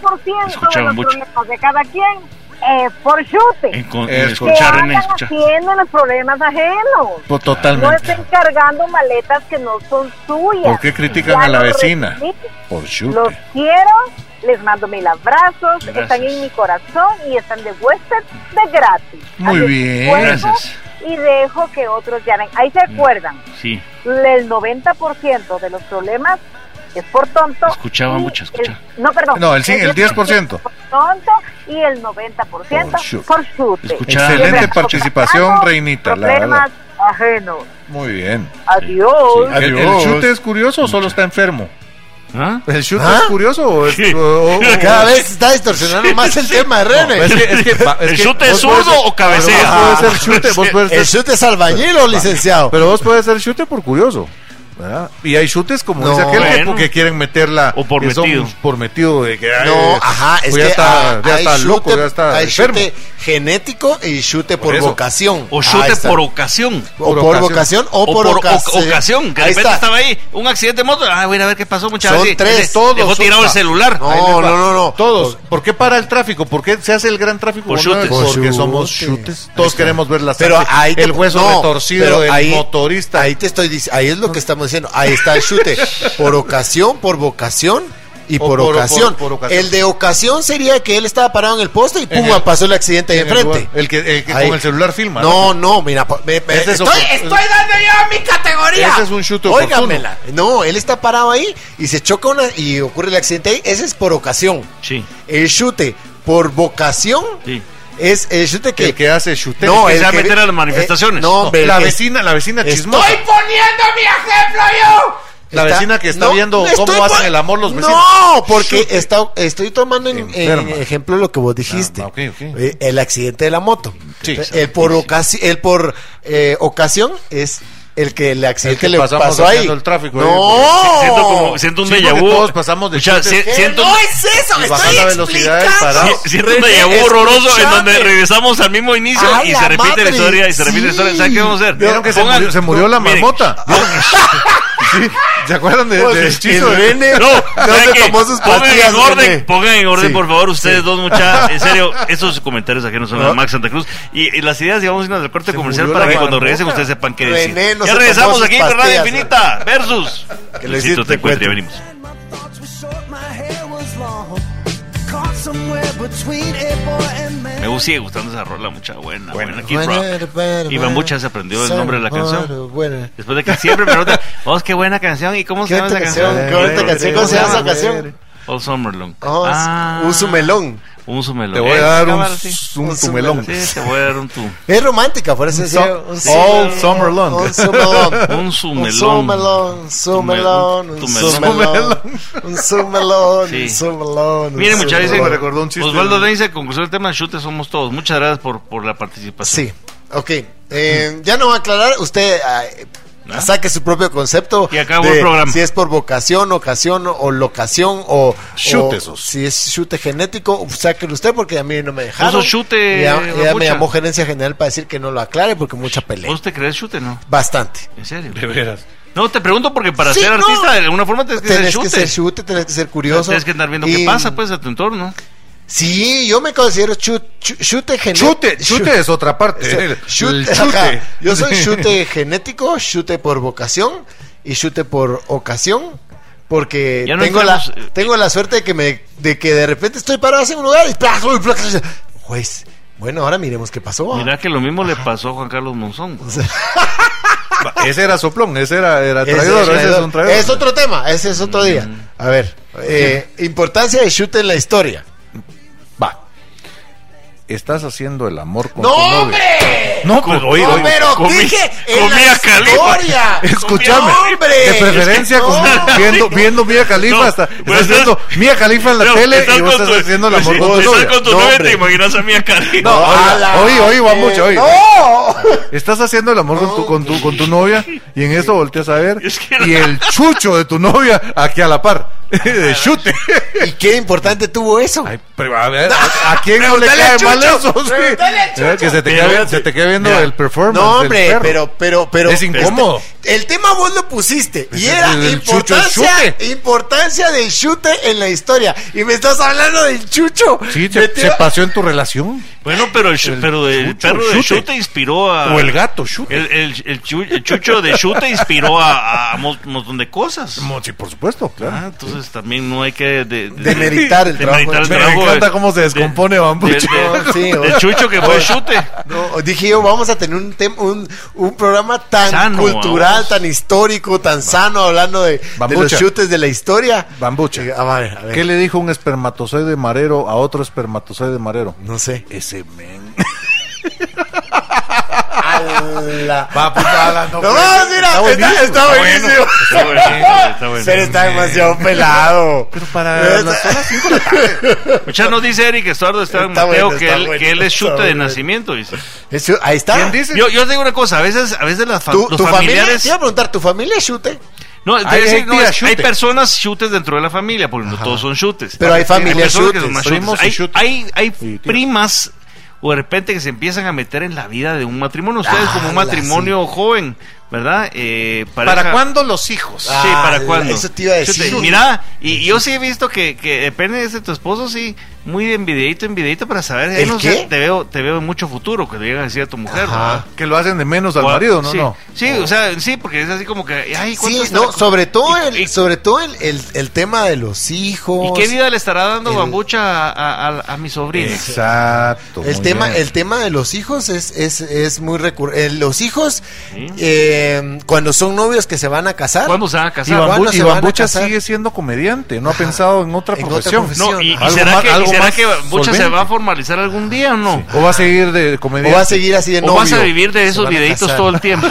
[SPEAKER 7] 90% de
[SPEAKER 4] Escuchaba
[SPEAKER 7] los
[SPEAKER 4] mucho.
[SPEAKER 7] problemas de cada quien es por
[SPEAKER 4] En
[SPEAKER 7] chute.
[SPEAKER 4] con-
[SPEAKER 3] Es
[SPEAKER 4] en
[SPEAKER 7] Que
[SPEAKER 4] escuchar,
[SPEAKER 7] andan
[SPEAKER 4] en escuchar.
[SPEAKER 7] haciendo los problemas ajenos.
[SPEAKER 3] Pues,
[SPEAKER 7] No
[SPEAKER 3] totalmente.
[SPEAKER 7] estén cargando maletas que no son suyas.
[SPEAKER 3] ¿Por qué critican
[SPEAKER 7] Ya
[SPEAKER 3] a la
[SPEAKER 7] los
[SPEAKER 3] vecina?
[SPEAKER 7] recibí,
[SPEAKER 3] Por shooter.
[SPEAKER 7] Los quiero, les mando mil abrazos,
[SPEAKER 4] Gracias.
[SPEAKER 7] están en mi corazón y están de huésped de gratis.
[SPEAKER 3] Muy
[SPEAKER 7] Así
[SPEAKER 3] bien.
[SPEAKER 7] vuelvo
[SPEAKER 4] Gracias.
[SPEAKER 7] Y dejo que otros llamen. Ahí se acuerdan,
[SPEAKER 4] Sí.
[SPEAKER 7] el 90% de los problemas es por tonto.
[SPEAKER 4] Escuchaba
[SPEAKER 7] y
[SPEAKER 4] mucho, escuchaba.
[SPEAKER 7] el- no, perdón.
[SPEAKER 3] No, el cien- el 10%.
[SPEAKER 7] por tonto y el 90%
[SPEAKER 3] Por chute.
[SPEAKER 7] por chute.
[SPEAKER 4] Escuchaba.
[SPEAKER 3] Excelente
[SPEAKER 7] Siempre
[SPEAKER 3] participación,
[SPEAKER 7] tocando
[SPEAKER 3] Reinita. La
[SPEAKER 7] Problemas
[SPEAKER 3] verdad.
[SPEAKER 7] ajenos.
[SPEAKER 3] Muy bien.
[SPEAKER 7] Adiós.
[SPEAKER 3] ¿El, el
[SPEAKER 5] Adiós.
[SPEAKER 3] shooter es curioso o solo está enfermo?
[SPEAKER 4] ¿Ah?
[SPEAKER 3] ¿El shooter
[SPEAKER 5] ¿Ah?
[SPEAKER 3] es curioso o es.? o- o-
[SPEAKER 5] Cada vez está distorsionando más el tema de René.
[SPEAKER 3] Es que- es que- es
[SPEAKER 4] ¿El
[SPEAKER 3] que
[SPEAKER 4] shooter es
[SPEAKER 3] vos puedes
[SPEAKER 4] zurdo
[SPEAKER 3] ser-
[SPEAKER 4] o cabecea?
[SPEAKER 3] Vos puedes ser shooter, vos puedes ser
[SPEAKER 5] el chute es albañil o licenciado.
[SPEAKER 3] Pero vos puedes ser shooter por curioso. ¿verdad? Y hay shooters como
[SPEAKER 5] No.
[SPEAKER 3] dice aquel que
[SPEAKER 4] Bueno.
[SPEAKER 3] porque quieren meterla.
[SPEAKER 4] O por
[SPEAKER 3] que son
[SPEAKER 4] metido.
[SPEAKER 3] Por metido de que, ay,
[SPEAKER 5] no, ajá, es
[SPEAKER 3] pues
[SPEAKER 5] que
[SPEAKER 3] ya está,
[SPEAKER 5] ah,
[SPEAKER 3] ya
[SPEAKER 5] hay
[SPEAKER 3] está loco,
[SPEAKER 5] chute-
[SPEAKER 3] ya está
[SPEAKER 5] hay
[SPEAKER 3] enfermo.
[SPEAKER 5] chute genético y chute por,
[SPEAKER 3] Por eso.
[SPEAKER 5] vocación.
[SPEAKER 4] O
[SPEAKER 5] Ahí
[SPEAKER 4] chute
[SPEAKER 5] está.
[SPEAKER 4] por ocasión.
[SPEAKER 5] o por vocación o por,
[SPEAKER 4] o-
[SPEAKER 5] ocasión.
[SPEAKER 4] ocasión. Que de
[SPEAKER 5] Ahí
[SPEAKER 4] repente
[SPEAKER 5] está.
[SPEAKER 4] estaba ahí, un accidente de moto. Ah, voy a ir a ver qué pasó, muchachos.
[SPEAKER 5] Son tres, todos
[SPEAKER 4] Dejó
[SPEAKER 5] son-
[SPEAKER 4] tirado el celular.
[SPEAKER 5] No,
[SPEAKER 3] Ahí les va.
[SPEAKER 5] no, no, no.
[SPEAKER 3] Todos. ¿Por qué para el tráfico? ¿Por qué se hace el gran tráfico?
[SPEAKER 4] Por
[SPEAKER 3] Bueno,
[SPEAKER 4] shooters.
[SPEAKER 5] Por
[SPEAKER 3] Porque
[SPEAKER 5] shooters.
[SPEAKER 3] somos shooters.
[SPEAKER 5] Ahí
[SPEAKER 3] Todos
[SPEAKER 5] está.
[SPEAKER 3] queremos ver la
[SPEAKER 5] Pero
[SPEAKER 3] sangre,
[SPEAKER 5] ahí te-
[SPEAKER 3] el hueso
[SPEAKER 5] no, pero
[SPEAKER 3] retorcido del
[SPEAKER 5] ahí-
[SPEAKER 3] motorista.
[SPEAKER 5] Ahí te estoy dic- ahí es lo que estamos diciendo. Ahí está el chute. Por ocasión, por vocación y
[SPEAKER 3] O
[SPEAKER 5] por,
[SPEAKER 3] por-
[SPEAKER 5] ocasión.
[SPEAKER 3] por- por ocasión.
[SPEAKER 5] El de ocasión sería que él estaba parado en el poste y
[SPEAKER 3] En
[SPEAKER 5] pum,
[SPEAKER 3] el-
[SPEAKER 5] pasó el accidente ahí
[SPEAKER 3] en el
[SPEAKER 5] enfrente.
[SPEAKER 3] lugar. El que, el que
[SPEAKER 5] Ahí.
[SPEAKER 3] con el celular filma.
[SPEAKER 5] No, no, mira, po- me- me-
[SPEAKER 3] Ese es
[SPEAKER 5] estoy,
[SPEAKER 3] opor-
[SPEAKER 5] estoy dando yo mi categoría.
[SPEAKER 3] Ese es un shooter
[SPEAKER 5] Óigamela. No, él está parado ahí y se choca una, y ocurre el accidente ahí. Ese es por ocasión.
[SPEAKER 4] Sí,
[SPEAKER 5] El chute por vocación
[SPEAKER 4] sí.
[SPEAKER 5] es el chute que
[SPEAKER 3] El que hace shooter.
[SPEAKER 5] no,
[SPEAKER 4] que
[SPEAKER 5] el
[SPEAKER 4] se va a
[SPEAKER 5] que- eh,
[SPEAKER 4] meter a las manifestaciones.
[SPEAKER 5] no, hombre,
[SPEAKER 3] la
[SPEAKER 5] el que-
[SPEAKER 3] vecina, la vecina
[SPEAKER 5] Estoy
[SPEAKER 3] chismosa.
[SPEAKER 5] poniendo mi ejemplo yo.
[SPEAKER 3] La vecina que está viendo
[SPEAKER 5] estoy
[SPEAKER 3] cómo hacen el amor los vecinos.
[SPEAKER 5] No, porque está, estoy tomando en,
[SPEAKER 3] Enferma.
[SPEAKER 5] en ejemplo lo que vos dijiste.
[SPEAKER 3] Ah, ok, ok.
[SPEAKER 5] Eh, El accidente de la moto.
[SPEAKER 3] Sí,
[SPEAKER 5] Entonces, el por, ocasi el por eh, ocasión es el que el accidente
[SPEAKER 3] El que
[SPEAKER 5] le
[SPEAKER 3] pasamos
[SPEAKER 5] pasó ahí.
[SPEAKER 3] haciendo el tráfico ahí,
[SPEAKER 5] ¡No!
[SPEAKER 4] Siento como, siento un
[SPEAKER 3] Sí,
[SPEAKER 4] déjà
[SPEAKER 3] porque
[SPEAKER 4] vu.
[SPEAKER 3] todos pasamos de
[SPEAKER 4] O sea,
[SPEAKER 3] chutes.
[SPEAKER 4] si-
[SPEAKER 5] ¡Que
[SPEAKER 4] siento,
[SPEAKER 5] no es eso!
[SPEAKER 3] Y
[SPEAKER 5] ¡Me
[SPEAKER 3] bajar
[SPEAKER 5] estoy
[SPEAKER 3] la velocidad y
[SPEAKER 5] explicando!
[SPEAKER 3] parar.
[SPEAKER 4] si- siento un
[SPEAKER 5] René,
[SPEAKER 4] déjà vu horroroso en donde
[SPEAKER 5] escúchame.
[SPEAKER 4] regresamos al mismo inicio
[SPEAKER 5] ¡A
[SPEAKER 4] y
[SPEAKER 5] la
[SPEAKER 4] se repite
[SPEAKER 5] madre!
[SPEAKER 4] la historia y se repite la historia.
[SPEAKER 5] Sí.
[SPEAKER 4] ¿Sabes qué vamos a hacer?
[SPEAKER 3] Vieron que se
[SPEAKER 4] Pongan-
[SPEAKER 3] murió, se murió la
[SPEAKER 4] Miren,
[SPEAKER 3] marmota. Sí, ¿Se acuerdan de,
[SPEAKER 5] Pues,
[SPEAKER 3] del hechizo?
[SPEAKER 5] el René
[SPEAKER 4] No,
[SPEAKER 5] no
[SPEAKER 4] ¿saben
[SPEAKER 5] se
[SPEAKER 4] qué?
[SPEAKER 5] tomó sus
[SPEAKER 4] pongan
[SPEAKER 5] pastillas,
[SPEAKER 4] en
[SPEAKER 5] René.
[SPEAKER 4] orden, pongan en orden,
[SPEAKER 5] Sí.
[SPEAKER 4] por favor, ustedes dos muchachos. En serio, esos comentarios aquí no son de Max Santa Cruz. Y, y las ideas llevamos a irnos al corte comercial
[SPEAKER 3] murió
[SPEAKER 4] para
[SPEAKER 3] la
[SPEAKER 4] que cuando
[SPEAKER 3] marmota.
[SPEAKER 4] regresen ustedes sepan qué
[SPEAKER 5] René,
[SPEAKER 4] decir.
[SPEAKER 5] no se
[SPEAKER 4] ya
[SPEAKER 5] tomó
[SPEAKER 4] regresamos
[SPEAKER 5] sus
[SPEAKER 4] aquí en Radio
[SPEAKER 5] pastillas,
[SPEAKER 4] Infinita versus
[SPEAKER 5] Que lo hiciste,
[SPEAKER 4] Luisito te encuentra, ya
[SPEAKER 5] cuento.
[SPEAKER 4] venimos.
[SPEAKER 9] My thoughts were short, my hair was long. Caught somewhere between a boy and man.
[SPEAKER 4] Me gusta- sigue gustando esa rola, mucha buena, buena. Kid
[SPEAKER 5] Bueno,
[SPEAKER 4] Rock.
[SPEAKER 5] bueno,
[SPEAKER 4] Y Bambucha se aprendió el nombre de la canción.
[SPEAKER 5] Bueno, bueno.
[SPEAKER 4] Después de que siempre me preguntan, oh, qué buena canción, ¿y cómo se
[SPEAKER 5] ¿Qué
[SPEAKER 4] llama esa
[SPEAKER 5] otra canción?
[SPEAKER 4] canción?
[SPEAKER 5] ¿Qué otra canción? ¿Cómo se llama esa canción?
[SPEAKER 4] All Summer Long.
[SPEAKER 5] Oh, es
[SPEAKER 4] Ah,
[SPEAKER 5] un sumelón.
[SPEAKER 4] Un sumelón.
[SPEAKER 3] Te voy
[SPEAKER 4] Eh,
[SPEAKER 3] a dar un,
[SPEAKER 4] cámara, sí.
[SPEAKER 3] un tumelón.
[SPEAKER 4] Sí, te voy a dar un tú.
[SPEAKER 5] Es romántica, por eso decía.
[SPEAKER 3] sum-
[SPEAKER 5] un
[SPEAKER 3] all
[SPEAKER 5] sumelón,
[SPEAKER 3] summer long.
[SPEAKER 5] Un sumelón.
[SPEAKER 4] Un
[SPEAKER 5] Un
[SPEAKER 4] sumelón.
[SPEAKER 5] sumelón, sumelón, un
[SPEAKER 4] Tumelón.
[SPEAKER 5] sumelón, un sumelón,
[SPEAKER 4] Sí.
[SPEAKER 5] un sumelón.
[SPEAKER 4] Miren, muchachos,
[SPEAKER 3] me
[SPEAKER 4] dicen-
[SPEAKER 3] recordó un chiste.
[SPEAKER 4] Osvaldo Denis se concluyó el tema de chute, somos todos. Muchas gracias por, por la participación.
[SPEAKER 5] Sí, ok. Eh, ya no va a aclarar, usted ah, eh,
[SPEAKER 4] ¿Ah?
[SPEAKER 5] saque su propio concepto.
[SPEAKER 4] Y acabó el programa.
[SPEAKER 5] Si es por vocación, ocasión o locación o.
[SPEAKER 3] Chute
[SPEAKER 5] o
[SPEAKER 3] esos.
[SPEAKER 5] Si es chute genético, sáquelo usted porque a mí no me dejaron.
[SPEAKER 4] Puso chute,
[SPEAKER 5] Ya,
[SPEAKER 4] eh,
[SPEAKER 5] ya me
[SPEAKER 4] mucha.
[SPEAKER 5] llamó gerencia general para decir que no lo aclare porque mucha pelea.
[SPEAKER 4] ¿Vos te crees chute, no?
[SPEAKER 5] Bastante.
[SPEAKER 4] En serio.
[SPEAKER 3] De veras.
[SPEAKER 4] No, te pregunto porque para
[SPEAKER 5] Sí,
[SPEAKER 4] ser
[SPEAKER 5] no.
[SPEAKER 4] artista de alguna forma tienes que ser
[SPEAKER 5] Tienes que
[SPEAKER 4] chute.
[SPEAKER 5] ser chute, tienes que ser curioso.
[SPEAKER 4] Tienes que andar viendo
[SPEAKER 5] Y-
[SPEAKER 4] qué pasa pues a tu entorno.
[SPEAKER 5] Sí, yo me considero chu- chu- chute genético.
[SPEAKER 3] Chute, chute es otra parte. El
[SPEAKER 5] Chute, ajá. Yo soy chute genético, chute por vocación y chute por ocasión. Porque
[SPEAKER 4] Ya no
[SPEAKER 5] tengo, la,
[SPEAKER 4] entramos, eh,
[SPEAKER 5] tengo la suerte de que, me, de que de repente estoy parado en un lugar y ¡plas! uy, ¡plas! Pues, bueno, ahora miremos qué pasó.
[SPEAKER 4] Mira que lo mismo le pasó a Juan Carlos Monzón. güey.
[SPEAKER 3] Ese era soplón, ese era, era
[SPEAKER 5] Ese es
[SPEAKER 3] traidor, ese,
[SPEAKER 5] traidor.
[SPEAKER 3] es un traidor.
[SPEAKER 5] Es otro tema, ese es otro día.
[SPEAKER 4] Mm.
[SPEAKER 5] A ver, eh, importancia de chute en la historia.
[SPEAKER 3] Va. Estás haciendo el amor con
[SPEAKER 5] ¡No,
[SPEAKER 3] tu novio.
[SPEAKER 5] hombre!
[SPEAKER 3] No, pues oye,
[SPEAKER 5] No,
[SPEAKER 3] oye,
[SPEAKER 5] pero
[SPEAKER 4] comí-
[SPEAKER 5] dije en
[SPEAKER 4] comí
[SPEAKER 5] la
[SPEAKER 4] a Califa.
[SPEAKER 5] historia.
[SPEAKER 3] Escúchame,
[SPEAKER 5] ¡No, hombre!
[SPEAKER 3] de preferencia
[SPEAKER 5] Es que
[SPEAKER 3] con-
[SPEAKER 5] no.
[SPEAKER 3] viendo, viendo Mía Califa,
[SPEAKER 4] No,
[SPEAKER 3] hasta,
[SPEAKER 4] bueno,
[SPEAKER 3] estás viendo
[SPEAKER 4] estás-
[SPEAKER 3] Mía Califa en la
[SPEAKER 4] Pero
[SPEAKER 3] tele
[SPEAKER 4] estás
[SPEAKER 3] y vos
[SPEAKER 4] con
[SPEAKER 3] estás
[SPEAKER 4] tu-
[SPEAKER 3] haciendo el amor
[SPEAKER 4] sí,
[SPEAKER 3] con tu
[SPEAKER 4] estás
[SPEAKER 3] novia.
[SPEAKER 4] con tu
[SPEAKER 3] No,
[SPEAKER 4] novia,
[SPEAKER 3] hombre.
[SPEAKER 4] te imaginas a mí acá.
[SPEAKER 3] No,
[SPEAKER 5] ¡Ala! eh,
[SPEAKER 3] oye, oye, va mucho, oye.
[SPEAKER 5] ¡No!
[SPEAKER 3] Estás haciendo el amor con tu, con tu, con tu novia y en eso volteas a ver
[SPEAKER 4] Es que-
[SPEAKER 3] y el chucho de tu novia aquí a la par. De chute.
[SPEAKER 5] ¿Y qué importante tuvo eso?
[SPEAKER 3] Ay, pero a ver, ¿a a quién no le
[SPEAKER 5] Pregúntale
[SPEAKER 3] cae
[SPEAKER 5] al
[SPEAKER 3] mal
[SPEAKER 5] Chucho,
[SPEAKER 3] eso? Sí.
[SPEAKER 5] pregúntale al
[SPEAKER 3] Mira, Que se te,
[SPEAKER 4] Pero
[SPEAKER 3] queda,
[SPEAKER 4] fíjate,
[SPEAKER 3] se te queda viendo
[SPEAKER 4] mira,
[SPEAKER 3] el performance.
[SPEAKER 5] No,
[SPEAKER 3] del
[SPEAKER 5] hombre,
[SPEAKER 3] perro.
[SPEAKER 5] pero, pero, pero.
[SPEAKER 3] Es incómodo.
[SPEAKER 5] este, el tema vos lo pusiste. Y
[SPEAKER 3] Es
[SPEAKER 5] era
[SPEAKER 3] el- el chucho, el
[SPEAKER 5] importancia,
[SPEAKER 3] chute.
[SPEAKER 5] importancia del chute en la historia. Y me estás hablando del chucho.
[SPEAKER 3] Sí,
[SPEAKER 5] Me
[SPEAKER 3] se,
[SPEAKER 5] tira-
[SPEAKER 3] se pasó en tu relación.
[SPEAKER 4] Bueno, pero el, chu-
[SPEAKER 3] El
[SPEAKER 4] pero el
[SPEAKER 3] chucho,
[SPEAKER 4] perro de
[SPEAKER 3] chute.
[SPEAKER 4] chute inspiró
[SPEAKER 5] Ah.
[SPEAKER 4] a...
[SPEAKER 3] O el gato, chute.
[SPEAKER 4] El, el- el chu- el chucho de chute inspiró a, a mo- un montón de cosas.
[SPEAKER 3] Mo- Sí, por supuesto,
[SPEAKER 4] Ah,
[SPEAKER 3] claro.
[SPEAKER 4] entonces también no hay que... de- de-
[SPEAKER 5] Demeritar el trabajo
[SPEAKER 4] demeritar
[SPEAKER 5] del
[SPEAKER 4] el
[SPEAKER 3] Me
[SPEAKER 4] trabajo
[SPEAKER 3] encanta
[SPEAKER 4] de-
[SPEAKER 3] cómo se
[SPEAKER 4] de-
[SPEAKER 3] descompone Bambuche.
[SPEAKER 4] de- de-
[SPEAKER 5] Sí,
[SPEAKER 4] del chucho que fue chute.
[SPEAKER 5] No, dije yo, vamos a tener un, tem- un, un programa tan
[SPEAKER 4] Sano,
[SPEAKER 5] cultural,
[SPEAKER 4] vamos.
[SPEAKER 5] tan histórico, tan sano, hablando de, de los
[SPEAKER 3] Bambucha.
[SPEAKER 5] chutes de la historia.
[SPEAKER 3] Bambucha.
[SPEAKER 5] Eh, A ver, a ver.
[SPEAKER 3] ¿Qué le dijo un espermatozoide marero a otro espermatozoide marero?
[SPEAKER 5] No sé.
[SPEAKER 3] Ese men.
[SPEAKER 5] Ala.
[SPEAKER 3] Va, pues, ala, no,
[SPEAKER 5] No,
[SPEAKER 3] pues,
[SPEAKER 5] mira,
[SPEAKER 3] está buenísimo.
[SPEAKER 5] está, está buenísimo.
[SPEAKER 4] Está buenísimo, está buenísimo.
[SPEAKER 5] Pero está demasiado pelado.
[SPEAKER 3] Pero para las zonas cinco de la
[SPEAKER 4] Ya nos dice Eric Estuardo está
[SPEAKER 5] Está
[SPEAKER 4] Mateo
[SPEAKER 5] bueno,
[SPEAKER 4] que,
[SPEAKER 5] está
[SPEAKER 4] él,
[SPEAKER 5] bueno,
[SPEAKER 4] que él es
[SPEAKER 5] está
[SPEAKER 4] chute de
[SPEAKER 5] bueno.
[SPEAKER 4] nacimiento. dice.
[SPEAKER 5] Eso- ahí está.
[SPEAKER 3] ¿Quién dice?
[SPEAKER 4] Yo, yo te digo una cosa, a veces, a veces las fa-
[SPEAKER 5] ¿Tu,
[SPEAKER 4] los
[SPEAKER 5] tu familia?
[SPEAKER 4] familiares...
[SPEAKER 5] Te iba a preguntar, ¿tu familia es chute?
[SPEAKER 4] No, te
[SPEAKER 3] Hay-
[SPEAKER 4] voy a decir,
[SPEAKER 3] hay
[SPEAKER 4] no,
[SPEAKER 3] tías
[SPEAKER 4] es-
[SPEAKER 3] chute.
[SPEAKER 4] hay personas chutes dentro de la familia, porque no todos son chutes.
[SPEAKER 5] Pero hay familias
[SPEAKER 4] personas que
[SPEAKER 5] chutes,
[SPEAKER 4] son más
[SPEAKER 3] primos
[SPEAKER 4] chutes.
[SPEAKER 3] y chutes.
[SPEAKER 4] Hay, hay, hay
[SPEAKER 3] tías.
[SPEAKER 4] primas o de repente que se empiezan a meter en la vida de un matrimonio. Ustedes
[SPEAKER 5] Ah,
[SPEAKER 4] como un
[SPEAKER 5] la
[SPEAKER 4] matrimonio joven, ¿verdad? Eh,
[SPEAKER 3] ¿Para
[SPEAKER 4] pareja-
[SPEAKER 3] cuándo los hijos?
[SPEAKER 4] Sí,
[SPEAKER 5] Ah,
[SPEAKER 4] ¿para
[SPEAKER 5] la-
[SPEAKER 4] cuándo?
[SPEAKER 5] eso te iba a decir.
[SPEAKER 4] Chute, mira, y y yo sí he visto que, que depende de ese tu esposo, sí, muy en videito, en videito para saber. eh,
[SPEAKER 5] ¿El
[SPEAKER 4] no
[SPEAKER 5] qué?
[SPEAKER 4] sé, te veo, te veo mucho futuro, que le llegan a decir a tu mujer.
[SPEAKER 5] Ajá.
[SPEAKER 4] ¿verdad?
[SPEAKER 3] Que lo hacen de menos al
[SPEAKER 4] O a-
[SPEAKER 3] marido, ¿no?
[SPEAKER 4] Sí,
[SPEAKER 3] no. Oh.
[SPEAKER 4] sí, o sea, sí, porque es así como que, ay, ¿cuánto
[SPEAKER 5] Sí,
[SPEAKER 4] estará
[SPEAKER 5] no,
[SPEAKER 4] co-
[SPEAKER 5] sobre todo,
[SPEAKER 4] y-
[SPEAKER 5] el,
[SPEAKER 4] y-
[SPEAKER 5] sobre todo el, el, el tema de los hijos.
[SPEAKER 4] ¿Y qué vida le estará dando
[SPEAKER 5] el-
[SPEAKER 4] bambucha a, a, a- a mi sobrina?
[SPEAKER 3] Exacto.
[SPEAKER 5] El
[SPEAKER 3] muy
[SPEAKER 5] tema,
[SPEAKER 3] bien.
[SPEAKER 5] el tema de los hijos es, es, es muy recurrente. Los hijos,
[SPEAKER 4] Sí.
[SPEAKER 5] eh, cuando son novios que se van a casar,
[SPEAKER 4] ¿Cuándo se van a
[SPEAKER 3] Y
[SPEAKER 4] casar?
[SPEAKER 5] Iván-
[SPEAKER 3] Bambu-
[SPEAKER 5] ¿Cuándo
[SPEAKER 3] y
[SPEAKER 5] se van a
[SPEAKER 3] Bambucha
[SPEAKER 5] casar?
[SPEAKER 3] sigue siendo comediante, no ha pensado en otra
[SPEAKER 5] en otra
[SPEAKER 3] profesión.
[SPEAKER 5] profesión.
[SPEAKER 4] No, y, y
[SPEAKER 3] Algo
[SPEAKER 4] será,
[SPEAKER 3] más-
[SPEAKER 4] que, y
[SPEAKER 3] algo
[SPEAKER 4] será
[SPEAKER 3] más
[SPEAKER 4] que bambucha se
[SPEAKER 3] solvente.
[SPEAKER 4] va a formalizar algún día o no?
[SPEAKER 3] O va a seguir de comediante.
[SPEAKER 5] o va a seguir así de
[SPEAKER 4] ¿O
[SPEAKER 5] novio.
[SPEAKER 4] vas a vivir de
[SPEAKER 5] Se
[SPEAKER 4] esos
[SPEAKER 5] van a
[SPEAKER 4] videitos
[SPEAKER 5] casar.
[SPEAKER 4] todo el tiempo?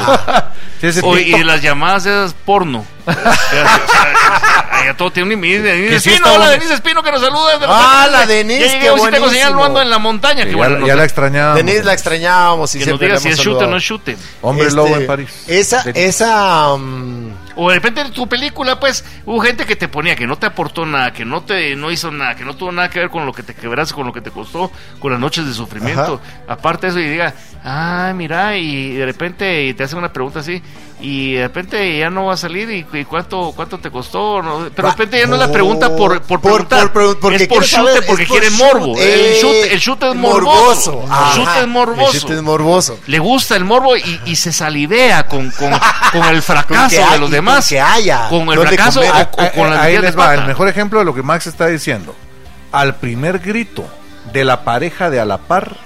[SPEAKER 3] Sí, ese
[SPEAKER 4] O- y
[SPEAKER 3] TikTok.
[SPEAKER 4] de las llamadas esas porno. O sea, Allá todo tiene un limite. Denise
[SPEAKER 3] sí
[SPEAKER 4] Espino,
[SPEAKER 3] está
[SPEAKER 4] hola
[SPEAKER 3] bueno.
[SPEAKER 4] Denise Espino que nos saluda. desde Los
[SPEAKER 5] Ah,
[SPEAKER 4] Ángeles.
[SPEAKER 5] la Denise,
[SPEAKER 4] Ya llegué,
[SPEAKER 5] qué
[SPEAKER 4] hoy sí tengo señal,
[SPEAKER 5] buenísimo.
[SPEAKER 4] no ando en la montaña.
[SPEAKER 3] Sí,
[SPEAKER 4] Que
[SPEAKER 3] ya,
[SPEAKER 4] bueno,
[SPEAKER 3] la-
[SPEAKER 4] no
[SPEAKER 3] ya
[SPEAKER 4] sé.
[SPEAKER 3] la extrañaba.
[SPEAKER 5] Denise la extrañábamos y
[SPEAKER 4] que nos
[SPEAKER 5] siempre
[SPEAKER 4] diga
[SPEAKER 5] la
[SPEAKER 4] si es
[SPEAKER 5] hemos
[SPEAKER 4] chute o no
[SPEAKER 5] saludado.
[SPEAKER 4] es chute.
[SPEAKER 3] Hombre
[SPEAKER 5] Este,
[SPEAKER 3] lobo en París.
[SPEAKER 5] Esa,
[SPEAKER 3] De-
[SPEAKER 5] esa. mm,
[SPEAKER 4] O de repente en tu película, pues, hubo gente que te ponía que no te aportó nada, que no te no hizo nada, que no tuvo nada que ver con lo que te quebraste, con lo que te costó, con las noches de sufrimiento. Aparte de eso, y diga, ah, mira, y de repente y te hacen una pregunta así, y de repente ya no va a salir, y, y cuánto cuánto te costó, No, pero de repente ya no es la pregunta por, por,
[SPEAKER 5] Ah, Por-
[SPEAKER 4] preguntar,
[SPEAKER 5] por- por- porque
[SPEAKER 4] es por
[SPEAKER 5] quiere saber,
[SPEAKER 4] chute, porque
[SPEAKER 5] es por
[SPEAKER 4] quiere morbo.
[SPEAKER 5] chute. eh,
[SPEAKER 4] el, chute, el chute es morboso.
[SPEAKER 5] Ajá,
[SPEAKER 4] El chute es morboso.
[SPEAKER 5] El chute es morboso.
[SPEAKER 4] Le gusta el morbo y, y se salivea con, con, con el fracaso
[SPEAKER 5] Con que hay-
[SPEAKER 4] de los
[SPEAKER 5] con
[SPEAKER 4] demás.
[SPEAKER 5] que haya
[SPEAKER 4] Con el
[SPEAKER 5] donde
[SPEAKER 4] fracaso
[SPEAKER 5] comer.
[SPEAKER 4] o,
[SPEAKER 5] Ah,
[SPEAKER 4] o con las
[SPEAKER 3] ahí
[SPEAKER 4] medidas de
[SPEAKER 3] les va,
[SPEAKER 4] pata.
[SPEAKER 3] el mejor ejemplo de lo que Max está diciendo. Al primer grito de la pareja de a la par,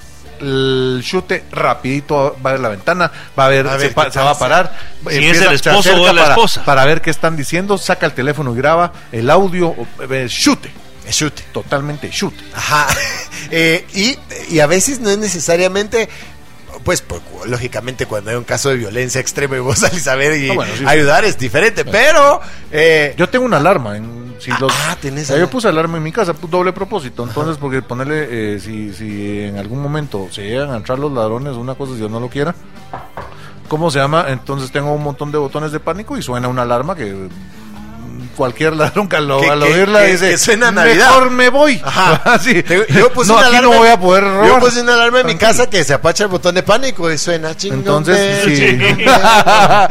[SPEAKER 3] el chute rapidito va a ver la ventana, va a ver,
[SPEAKER 5] A
[SPEAKER 3] se,
[SPEAKER 5] ver
[SPEAKER 3] pa-
[SPEAKER 5] qué
[SPEAKER 3] se va a
[SPEAKER 5] pasa.
[SPEAKER 3] parar.
[SPEAKER 4] Si es
[SPEAKER 3] empieza-
[SPEAKER 4] el
[SPEAKER 3] se
[SPEAKER 4] esposo
[SPEAKER 3] acerca
[SPEAKER 4] o la
[SPEAKER 3] para,
[SPEAKER 4] esposa.
[SPEAKER 3] Para ver qué están diciendo, saca el teléfono y graba el audio, o- eh, chute,
[SPEAKER 5] Es chute.
[SPEAKER 3] totalmente chute.
[SPEAKER 5] Ajá. Eh, y, y a veces no es necesariamente. Pues, por- lógicamente, cuando hay un caso de violencia extrema y vos salís a ver y
[SPEAKER 3] Ah, bueno, sí.
[SPEAKER 5] ayudar es diferente, pero. eh,
[SPEAKER 3] Yo tengo una alarma. En, si
[SPEAKER 5] Ah,
[SPEAKER 3] los-
[SPEAKER 5] ah, tenés
[SPEAKER 3] o sea,
[SPEAKER 5] alarma.
[SPEAKER 3] yo puse alarma en mi casa, pu- doble propósito. Entonces, porque ponerle, eh, si, si en algún momento se llegan a entrar los ladrones, una cosa, si yo no lo quiera, ¿cómo se llama? Entonces tengo un montón de botones de pánico y suena una alarma que mm, cualquier ladrón que al,
[SPEAKER 5] Que-
[SPEAKER 3] al
[SPEAKER 5] que-
[SPEAKER 3] oírla
[SPEAKER 5] que-
[SPEAKER 3] dice,
[SPEAKER 5] que suena a Navidad.
[SPEAKER 3] mejor me voy.
[SPEAKER 4] Ah,
[SPEAKER 5] Ajá.
[SPEAKER 3] Así.
[SPEAKER 5] Te- Yo puse
[SPEAKER 3] no,
[SPEAKER 5] una
[SPEAKER 3] aquí
[SPEAKER 5] alarma.
[SPEAKER 3] no voy a poder robar.
[SPEAKER 5] Yo puse una alarma en mi casa que se apacha el botón de pánico y suena chingón.
[SPEAKER 3] Entonces,
[SPEAKER 5] bell,
[SPEAKER 3] sí.
[SPEAKER 5] chingón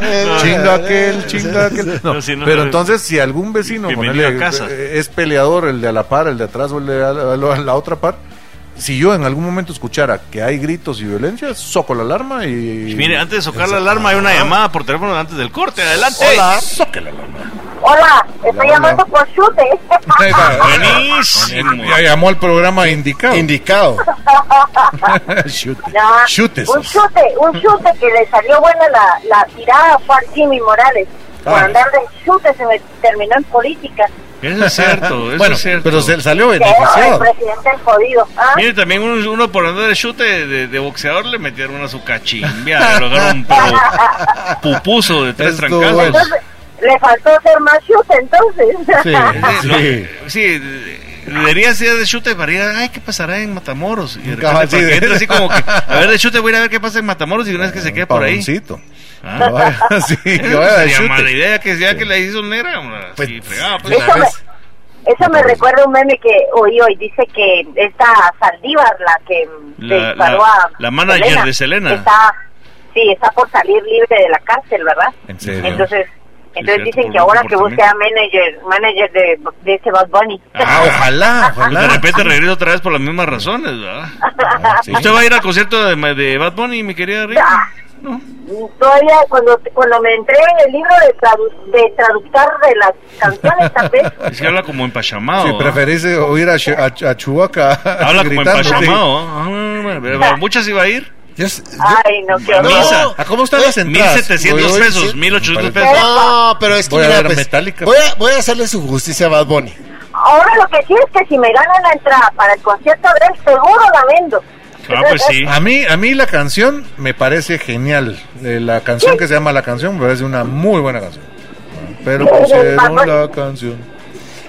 [SPEAKER 5] bell, bell,
[SPEAKER 3] chinga aquel,
[SPEAKER 5] bell.
[SPEAKER 3] chinga aquel. No,
[SPEAKER 4] No, sí, no,
[SPEAKER 3] pero
[SPEAKER 4] no.
[SPEAKER 3] entonces, si algún vecino
[SPEAKER 4] Bienvenido
[SPEAKER 3] ponele,
[SPEAKER 4] a casa.
[SPEAKER 3] eh, es peleador, el de a la par, el de atrás o el de a la, a la- a la otra par, si yo en algún momento escuchara que hay gritos y violencia, soco la alarma y.
[SPEAKER 4] Pues Mire, antes de socar la alarma hay una llamada por teléfono antes del corte. Adelante.
[SPEAKER 3] Hola.
[SPEAKER 7] Hola, estoy
[SPEAKER 3] Hola,
[SPEAKER 7] llamando por chute.
[SPEAKER 3] Ahí va.
[SPEAKER 4] Buenísimo.
[SPEAKER 3] Ya llamó al programa indicado.
[SPEAKER 5] Indicado.
[SPEAKER 3] Chute.
[SPEAKER 7] No, ah,
[SPEAKER 3] Chutes.
[SPEAKER 7] Un chute, un chute que le salió buena la, la tirada fue al Jimmy Morales. Por
[SPEAKER 3] Ah.
[SPEAKER 7] andar de chute se me terminó en política.
[SPEAKER 4] Eso es cierto, eso
[SPEAKER 5] bueno,
[SPEAKER 4] es cierto.
[SPEAKER 5] pero se salió
[SPEAKER 7] Que el
[SPEAKER 5] beneficiado.
[SPEAKER 7] presidente es jodido. ¿ah?
[SPEAKER 4] Mire, también uno, uno por andar de chute de, de boxeador le metieron una su cachimbia, le lograron pero pupuso de tres
[SPEAKER 5] Esto
[SPEAKER 4] trancazos.
[SPEAKER 5] duele.
[SPEAKER 7] Entonces, le faltó hacer más chute entonces.
[SPEAKER 5] Sí,
[SPEAKER 4] Es de- lo-
[SPEAKER 5] sí.
[SPEAKER 4] sí, de- debería ser de chute para ir a, ay, ¿qué pasará en Matamoros? Y de
[SPEAKER 5] Nunca
[SPEAKER 4] repente
[SPEAKER 5] va así
[SPEAKER 4] para que
[SPEAKER 5] de-
[SPEAKER 4] entre así como que, a ver, de chute voy a ir a ver qué pasa en Matamoros y una vez que se quede por ahí.
[SPEAKER 3] Pavoncito.
[SPEAKER 4] Ah,
[SPEAKER 3] Que vaya- sí, que
[SPEAKER 4] Eso
[SPEAKER 3] vaya de
[SPEAKER 4] sería
[SPEAKER 3] chute.
[SPEAKER 4] mala idea que sea que la hizo negra. hombre,
[SPEAKER 5] Pues,
[SPEAKER 4] así, fregado, pues.
[SPEAKER 7] Eso me, eso me recuerda un meme que oí hoy. Dice que esta Saldívar, la que
[SPEAKER 4] La-
[SPEAKER 7] le disparó
[SPEAKER 4] la-
[SPEAKER 7] a.
[SPEAKER 4] la manager de Selena.
[SPEAKER 7] Está, sí, está por salir libre de la cárcel, ¿verdad?
[SPEAKER 3] En serio.
[SPEAKER 7] Entonces. Entonces
[SPEAKER 4] cierto,
[SPEAKER 7] dicen
[SPEAKER 4] por
[SPEAKER 7] que
[SPEAKER 4] un
[SPEAKER 7] ahora que
[SPEAKER 4] comportamiento.
[SPEAKER 7] busque a manager, manager de, de ese Bad Bunny.
[SPEAKER 5] Ah, ojalá,
[SPEAKER 4] Pues
[SPEAKER 5] ojalá.
[SPEAKER 4] de repente regreso otra vez por las mismas razones, ¿verdad?
[SPEAKER 5] Ah, sí.
[SPEAKER 4] ¿Usted va a ir al concierto de, de Bad Bunny, mi querida Rita? No.
[SPEAKER 7] Ah. Todavía cuando, cuando me entré en el libro de, tradu- de traductar de las canciones, tal vez.
[SPEAKER 4] Es que habla como empachamado.
[SPEAKER 3] Si
[SPEAKER 4] ¿ah?
[SPEAKER 3] preferís eh, oír a, Chu- a, a Chubaca
[SPEAKER 4] Habla como
[SPEAKER 3] gritando.
[SPEAKER 4] empachamado. ¿ah? Ah, pero para Muchas iba a ir.
[SPEAKER 5] Yo s- yo-
[SPEAKER 7] Ay, no, qué
[SPEAKER 4] No.
[SPEAKER 7] horror.
[SPEAKER 4] Misa.
[SPEAKER 5] ¿A cómo están las entradas?
[SPEAKER 4] 1700
[SPEAKER 5] Voy hoy,
[SPEAKER 4] pesos,
[SPEAKER 5] sí.
[SPEAKER 4] 1800
[SPEAKER 3] Me
[SPEAKER 4] pesos.
[SPEAKER 5] No, pero es que
[SPEAKER 3] Voy a
[SPEAKER 5] mira,
[SPEAKER 3] ver
[SPEAKER 5] pues,
[SPEAKER 3] Metallica.
[SPEAKER 5] voy, a, voy a hacerle su justicia a Bad Bunny.
[SPEAKER 7] Ahora lo que sí es que si me ganan la entrada para el concierto de él, seguro la vendo.
[SPEAKER 4] Ah, pues sí.
[SPEAKER 3] A mí, a mí la canción me parece genial. Eh, la canción que se llama La Canción me parece una muy buena canción. Pero pusieron la canción.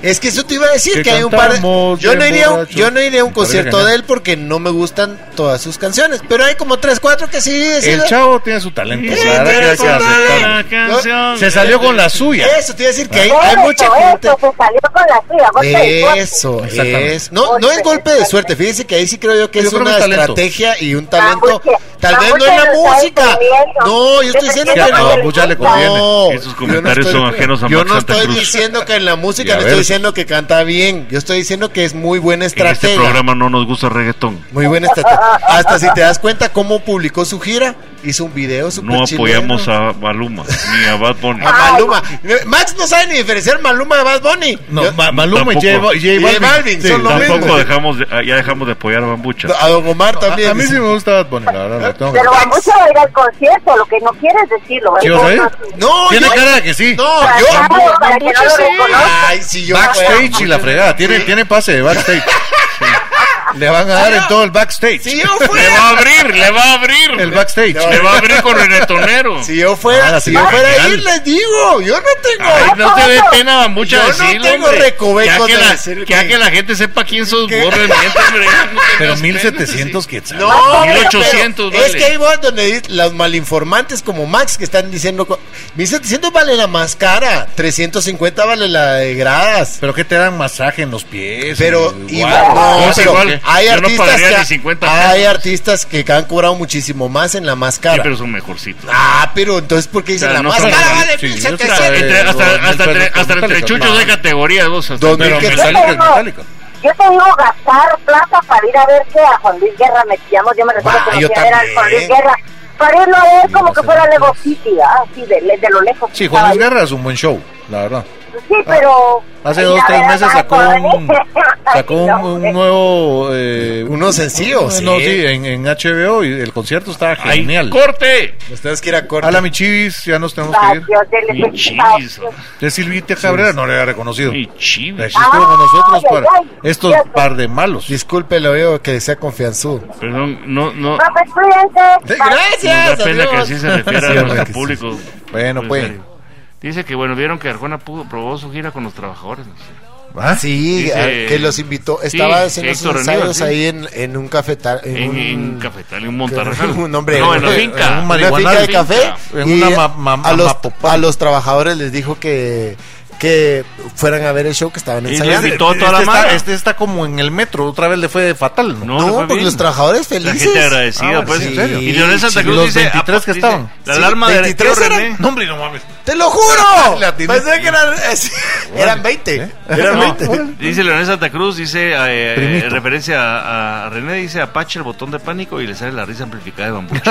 [SPEAKER 5] Es que eso te iba a decir
[SPEAKER 3] Que
[SPEAKER 5] que hay un par de...
[SPEAKER 3] cantamos
[SPEAKER 5] Yo
[SPEAKER 3] bien
[SPEAKER 5] no, iría a un,
[SPEAKER 3] borrachos.
[SPEAKER 5] yo no iría a un
[SPEAKER 3] Me parece
[SPEAKER 5] concierto
[SPEAKER 3] genial.
[SPEAKER 5] de él porque no me gustan todas sus canciones, pero hay como tres, cuatro que sí... sí
[SPEAKER 3] El chavo tiene su talento.
[SPEAKER 5] Sí,
[SPEAKER 3] la verdad que hay que
[SPEAKER 5] tiene su
[SPEAKER 3] aceptarlo.
[SPEAKER 4] La canción.
[SPEAKER 3] Se salió con la suya.
[SPEAKER 5] Eso te iba a decir que hay,
[SPEAKER 7] Eso,
[SPEAKER 5] hay mucha gente...
[SPEAKER 7] eso, se salió con Ah, la suya. golpe de suerte.
[SPEAKER 5] Eso
[SPEAKER 3] Exactamente.
[SPEAKER 5] es. No, no es golpe de suerte. Fíjense que ahí sí creo yo que
[SPEAKER 3] Yo
[SPEAKER 5] es
[SPEAKER 3] creo que
[SPEAKER 5] una
[SPEAKER 3] es talento.
[SPEAKER 5] estrategia y un talento.
[SPEAKER 7] Babuche,
[SPEAKER 5] Tal vez no
[SPEAKER 7] Babuche
[SPEAKER 5] en la
[SPEAKER 7] lo está
[SPEAKER 5] música.
[SPEAKER 7] entendiendo.
[SPEAKER 5] No, yo estoy
[SPEAKER 7] Yo
[SPEAKER 5] diciendo
[SPEAKER 7] pensé
[SPEAKER 5] que
[SPEAKER 3] que
[SPEAKER 5] no.
[SPEAKER 3] a Babuche le conviene.
[SPEAKER 5] No,
[SPEAKER 4] Esos
[SPEAKER 5] yo
[SPEAKER 4] comentarios
[SPEAKER 5] estoy-
[SPEAKER 4] son ajenos a
[SPEAKER 5] Yo
[SPEAKER 4] Max
[SPEAKER 5] no
[SPEAKER 4] Santa
[SPEAKER 5] estoy
[SPEAKER 4] Cruz.
[SPEAKER 5] diciendo que en la
[SPEAKER 3] Y a
[SPEAKER 5] música, no
[SPEAKER 3] ver.
[SPEAKER 5] estoy diciendo que canta bien. Yo estoy diciendo que es muy buena
[SPEAKER 4] En este
[SPEAKER 5] estrategia.
[SPEAKER 4] programa no nos gusta reggaetón.
[SPEAKER 5] Muy buena estrategia. Hasta si te das cuenta cómo publicó su gira, hizo un video super
[SPEAKER 4] No apoyamos a Maluma ni a Bad Bunny.
[SPEAKER 5] a Maluma. Max no sabe ni diferenciar Maluma de Bad Bunny.
[SPEAKER 3] No,
[SPEAKER 5] Yo-
[SPEAKER 3] Ma- Maluma y J, Ba-
[SPEAKER 4] Tampoco.
[SPEAKER 3] J Balvin.
[SPEAKER 5] J Balvin,
[SPEAKER 3] Sí,
[SPEAKER 5] son lo mismo.
[SPEAKER 4] Tampoco dejamos de- ah, ya dejamos de apoyar a Bambucha.
[SPEAKER 5] a Don Omar
[SPEAKER 3] A,
[SPEAKER 5] también.
[SPEAKER 3] a mí sí me gusta Bad Bunny, la verdad. lo tengo que
[SPEAKER 7] Pero
[SPEAKER 3] decir.
[SPEAKER 7] Bambucha va a ir al concierto, lo que no quieres decirlo.
[SPEAKER 3] ¿Sí
[SPEAKER 7] ¿eh?
[SPEAKER 3] vas a ir?
[SPEAKER 5] No,
[SPEAKER 3] Tiene
[SPEAKER 5] yo-
[SPEAKER 3] cara de que sí.
[SPEAKER 5] No,
[SPEAKER 7] Para
[SPEAKER 5] yo.
[SPEAKER 7] nada, para que no lo reconozca.
[SPEAKER 5] Ay, si yo.
[SPEAKER 3] Backstage
[SPEAKER 5] fuera-
[SPEAKER 3] y la fregada. Tiene, tiene pase de backstage. Sí. Le van a dar en todo el backstage.
[SPEAKER 5] Si yo
[SPEAKER 4] Le va a
[SPEAKER 5] fuera.
[SPEAKER 4] abrir, le va a abrir.
[SPEAKER 3] El backstage.
[SPEAKER 4] Le va a abrir con reggaetonero.
[SPEAKER 5] Si yo fuera,
[SPEAKER 3] Ah,
[SPEAKER 5] si
[SPEAKER 3] sí,
[SPEAKER 5] yo
[SPEAKER 3] va,
[SPEAKER 5] fuera a
[SPEAKER 3] genial.
[SPEAKER 5] ir, les digo. Yo no tengo.
[SPEAKER 4] Ay, no te dé pena Bambucha
[SPEAKER 5] Yo no
[SPEAKER 4] decirlo,
[SPEAKER 5] tengo
[SPEAKER 4] hombre.
[SPEAKER 5] recovecos
[SPEAKER 4] que,
[SPEAKER 5] de
[SPEAKER 4] la,
[SPEAKER 5] decir
[SPEAKER 4] que
[SPEAKER 5] que-
[SPEAKER 4] haga que la gente sepa quién sos
[SPEAKER 5] ¿Qué?
[SPEAKER 4] vos realmente, hombre. No tengas
[SPEAKER 3] Pero
[SPEAKER 4] pena,
[SPEAKER 3] 1700
[SPEAKER 4] sí.
[SPEAKER 3] quetzales.
[SPEAKER 5] No,
[SPEAKER 4] 1800
[SPEAKER 5] Oh, pero Es
[SPEAKER 4] vale.
[SPEAKER 5] que ahí vos donde dis- los malinformantes como Max que están diciendo. co- 1700 vale la más cara. 350 vale la de gradas.
[SPEAKER 3] Pero que te dan masaje en los pies. eh,
[SPEAKER 5] Pero
[SPEAKER 3] y-
[SPEAKER 5] igual, no,
[SPEAKER 4] no,
[SPEAKER 5] pero
[SPEAKER 4] igual,
[SPEAKER 5] hay
[SPEAKER 4] yo no
[SPEAKER 5] artistas
[SPEAKER 4] pagaría
[SPEAKER 5] que,
[SPEAKER 4] ni 50
[SPEAKER 5] hay
[SPEAKER 4] pesos.
[SPEAKER 5] artistas que han cobrado muchísimo más en la más
[SPEAKER 4] Sí,
[SPEAKER 5] cara.
[SPEAKER 4] pero son mejorcitos.
[SPEAKER 5] Ah, pero entonces ¿por qué dicen
[SPEAKER 4] O sea,
[SPEAKER 5] la
[SPEAKER 4] no
[SPEAKER 5] más
[SPEAKER 4] son
[SPEAKER 5] cara
[SPEAKER 4] tan-
[SPEAKER 5] vale
[SPEAKER 3] sí,
[SPEAKER 5] 1700?
[SPEAKER 3] yo estaba-
[SPEAKER 4] Entre- hasta,
[SPEAKER 3] Eh,
[SPEAKER 4] hasta,
[SPEAKER 3] pero
[SPEAKER 4] entre,
[SPEAKER 3] con
[SPEAKER 4] hasta entre
[SPEAKER 3] Metallica,
[SPEAKER 4] chuchos
[SPEAKER 3] no.
[SPEAKER 4] hay categorías, vos. hasta-
[SPEAKER 5] Dos mil
[SPEAKER 3] Pero
[SPEAKER 5] que-
[SPEAKER 3] Metallica es
[SPEAKER 7] Yo te digo-
[SPEAKER 3] Metallica.
[SPEAKER 7] Yo te digo gastar plata para ir a ver que a Juan Luis Guerra metíamos. Yo me recuerdo
[SPEAKER 5] Bah,
[SPEAKER 7] que
[SPEAKER 5] yo
[SPEAKER 7] me fui a ver al
[SPEAKER 5] también.
[SPEAKER 7] Juan Luis Guerra. Para irlo a ver
[SPEAKER 3] Sí,
[SPEAKER 7] como
[SPEAKER 3] no
[SPEAKER 7] que
[SPEAKER 3] sé.
[SPEAKER 7] fuera Lego City, ah, así de, de lo lejos. que
[SPEAKER 3] Sí, Juan Luis
[SPEAKER 7] estaba
[SPEAKER 3] Guerra es un buen show, la verdad.
[SPEAKER 7] ahí. Sí, pero.
[SPEAKER 3] Hace
[SPEAKER 7] Ay,
[SPEAKER 3] dos,
[SPEAKER 7] la
[SPEAKER 3] tres
[SPEAKER 7] verdad,
[SPEAKER 3] meses sacó
[SPEAKER 7] Juan Luis
[SPEAKER 3] un,
[SPEAKER 7] Guerra,
[SPEAKER 3] sacó un,
[SPEAKER 7] no,
[SPEAKER 3] un
[SPEAKER 7] eh,
[SPEAKER 3] nuevo... eh,
[SPEAKER 5] Uno sencillo,
[SPEAKER 3] no,
[SPEAKER 5] sí.
[SPEAKER 3] no, sí, en, en HBO y el concierto estaba
[SPEAKER 4] ¡Ay,
[SPEAKER 3] genial.
[SPEAKER 4] corte!
[SPEAKER 5] Nos tenemos que ir a corte.
[SPEAKER 3] Hola, mi chivis, ya nos tenemos que
[SPEAKER 7] ay,
[SPEAKER 3] ir.
[SPEAKER 7] Dios, de- de-
[SPEAKER 4] Mi
[SPEAKER 7] de-
[SPEAKER 4] chis.
[SPEAKER 3] De Silvita Cabrera no le había reconocido.
[SPEAKER 4] Mi
[SPEAKER 3] Aquí
[SPEAKER 4] chivis.
[SPEAKER 3] estuvo con nosotros
[SPEAKER 7] Ah, Ay,
[SPEAKER 3] para
[SPEAKER 7] ay, ay.
[SPEAKER 3] estos par de malos.
[SPEAKER 5] Disculpe, lo veo que sea confianzudo.
[SPEAKER 4] Perdón, no, no. Nos
[SPEAKER 7] Profe, cuídense.
[SPEAKER 5] Gracias,
[SPEAKER 4] da pena que
[SPEAKER 5] adiós.
[SPEAKER 4] así se refiera
[SPEAKER 3] Sí,
[SPEAKER 4] a
[SPEAKER 3] hombre, que
[SPEAKER 4] nuestro
[SPEAKER 3] sí.
[SPEAKER 4] público.
[SPEAKER 3] Bueno, pues.
[SPEAKER 4] eh, Dice que, bueno, vieron que Arjona pudo- probó su gira con los trabajadores. no sé.
[SPEAKER 3] ¿Ah?
[SPEAKER 5] Sí,
[SPEAKER 4] Dice-
[SPEAKER 5] ah, que los invitó.
[SPEAKER 4] Sí,
[SPEAKER 5] Estaba haciendo sus
[SPEAKER 4] Héctor Aníbal,
[SPEAKER 5] ensayos
[SPEAKER 4] sí.
[SPEAKER 5] ahí en, en un cafetal.
[SPEAKER 4] En,
[SPEAKER 5] un,
[SPEAKER 4] en Cafetal, en Montarrajal.
[SPEAKER 5] un hombre-
[SPEAKER 4] No, en la
[SPEAKER 5] en-
[SPEAKER 4] finca.
[SPEAKER 3] en un
[SPEAKER 5] una
[SPEAKER 3] marihuanal.
[SPEAKER 5] finca de café.
[SPEAKER 4] Finca.
[SPEAKER 3] En
[SPEAKER 5] y
[SPEAKER 3] una ma- ma-
[SPEAKER 5] a, los,
[SPEAKER 3] mapopal.
[SPEAKER 5] a los trabajadores les dijo que, que fueran a ver el show que estaban
[SPEAKER 4] Y
[SPEAKER 5] ensayando.
[SPEAKER 4] les- toda- toda
[SPEAKER 3] este,
[SPEAKER 4] la
[SPEAKER 3] está,
[SPEAKER 4] mano.
[SPEAKER 3] este está como en el metro, otra vez le fue de fatal. ¿no?
[SPEAKER 4] No, le
[SPEAKER 5] No,
[SPEAKER 4] fue
[SPEAKER 5] porque
[SPEAKER 4] bien.
[SPEAKER 5] los trabajadores
[SPEAKER 4] La
[SPEAKER 5] felices.
[SPEAKER 4] gente agradecida,
[SPEAKER 3] Ah,
[SPEAKER 4] pues.
[SPEAKER 3] sí,
[SPEAKER 4] en serio. Y Leonel Santa
[SPEAKER 5] sí,
[SPEAKER 4] Cruz
[SPEAKER 3] los
[SPEAKER 4] dice,
[SPEAKER 3] 23 que
[SPEAKER 4] dice,
[SPEAKER 3] estaban.
[SPEAKER 4] La
[SPEAKER 5] Sí,
[SPEAKER 4] alarma de
[SPEAKER 5] 23
[SPEAKER 4] René.
[SPEAKER 5] eran.
[SPEAKER 3] No, hombre, no mames.
[SPEAKER 5] ¡Te lo juro!
[SPEAKER 3] La tiene-
[SPEAKER 5] Pensé que eran, eran
[SPEAKER 4] ¿eh?
[SPEAKER 5] 20. Eran
[SPEAKER 4] No,
[SPEAKER 5] 20.
[SPEAKER 4] dice Leonel Santa Cruz, dice eh,
[SPEAKER 3] Primito.
[SPEAKER 4] en referencia a, a René, dice apache el botón de pánico y le sale la risa amplificada de bambú.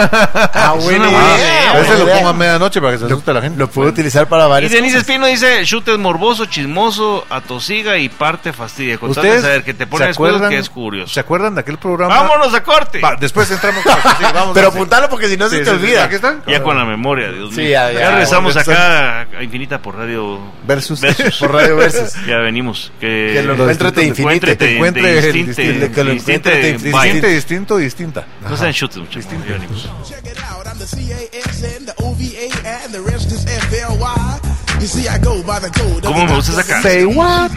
[SPEAKER 5] Ah,
[SPEAKER 4] Es una
[SPEAKER 5] buena
[SPEAKER 4] buena
[SPEAKER 5] idea,
[SPEAKER 3] A veces
[SPEAKER 5] buena
[SPEAKER 3] lo
[SPEAKER 5] idea.
[SPEAKER 3] pongo a medianoche para que se asuste la gente.
[SPEAKER 5] Lo puedo utilizar para
[SPEAKER 4] y
[SPEAKER 5] varias
[SPEAKER 4] Denise
[SPEAKER 5] cosas.
[SPEAKER 4] Espino dice, shoot es morboso, chismoso, atosiga y parte fastidia. Con tal de
[SPEAKER 3] Ustedes
[SPEAKER 4] saber que te pone
[SPEAKER 3] ¿se
[SPEAKER 4] después
[SPEAKER 3] acuerdan-
[SPEAKER 4] que es
[SPEAKER 3] ¿Se
[SPEAKER 4] curioso.
[SPEAKER 3] acuerdan de aquel programa?
[SPEAKER 4] ¡Vámonos a corte!
[SPEAKER 3] Va, después entramos. con- sí, vamos
[SPEAKER 5] Pero
[SPEAKER 3] a-
[SPEAKER 5] apuntalo porque si no
[SPEAKER 3] Sí,
[SPEAKER 5] se
[SPEAKER 3] sí,
[SPEAKER 5] te
[SPEAKER 3] sí,
[SPEAKER 5] olvida.
[SPEAKER 3] Aquí están.
[SPEAKER 4] Ya con la memoria, Dios
[SPEAKER 5] Sí,
[SPEAKER 4] mío.
[SPEAKER 5] ya, ya.
[SPEAKER 4] regresamos
[SPEAKER 3] Regresamos.
[SPEAKER 4] acá a Infinita por Radio
[SPEAKER 3] Versus.
[SPEAKER 5] Por Radio Versus.
[SPEAKER 4] Ya venimos. Que,
[SPEAKER 5] Que lo encuentre
[SPEAKER 4] te
[SPEAKER 5] de infinito,
[SPEAKER 4] encuentre,
[SPEAKER 5] te
[SPEAKER 4] te
[SPEAKER 3] encuentre
[SPEAKER 4] encuentre,
[SPEAKER 3] el
[SPEAKER 4] distinte,
[SPEAKER 3] distinto,
[SPEAKER 5] que lo
[SPEAKER 4] distinte,
[SPEAKER 5] encuentre te
[SPEAKER 4] vaya.
[SPEAKER 3] Distinto, distinto, distinta.
[SPEAKER 4] No sean chutes, muchachos. Ya venimos.
[SPEAKER 10] Check it out, I'm the CASN, the OVA, and the rest is FLY. You see, I go by the code.
[SPEAKER 4] ¿Cómo me gusta esa canción?
[SPEAKER 5] Say what?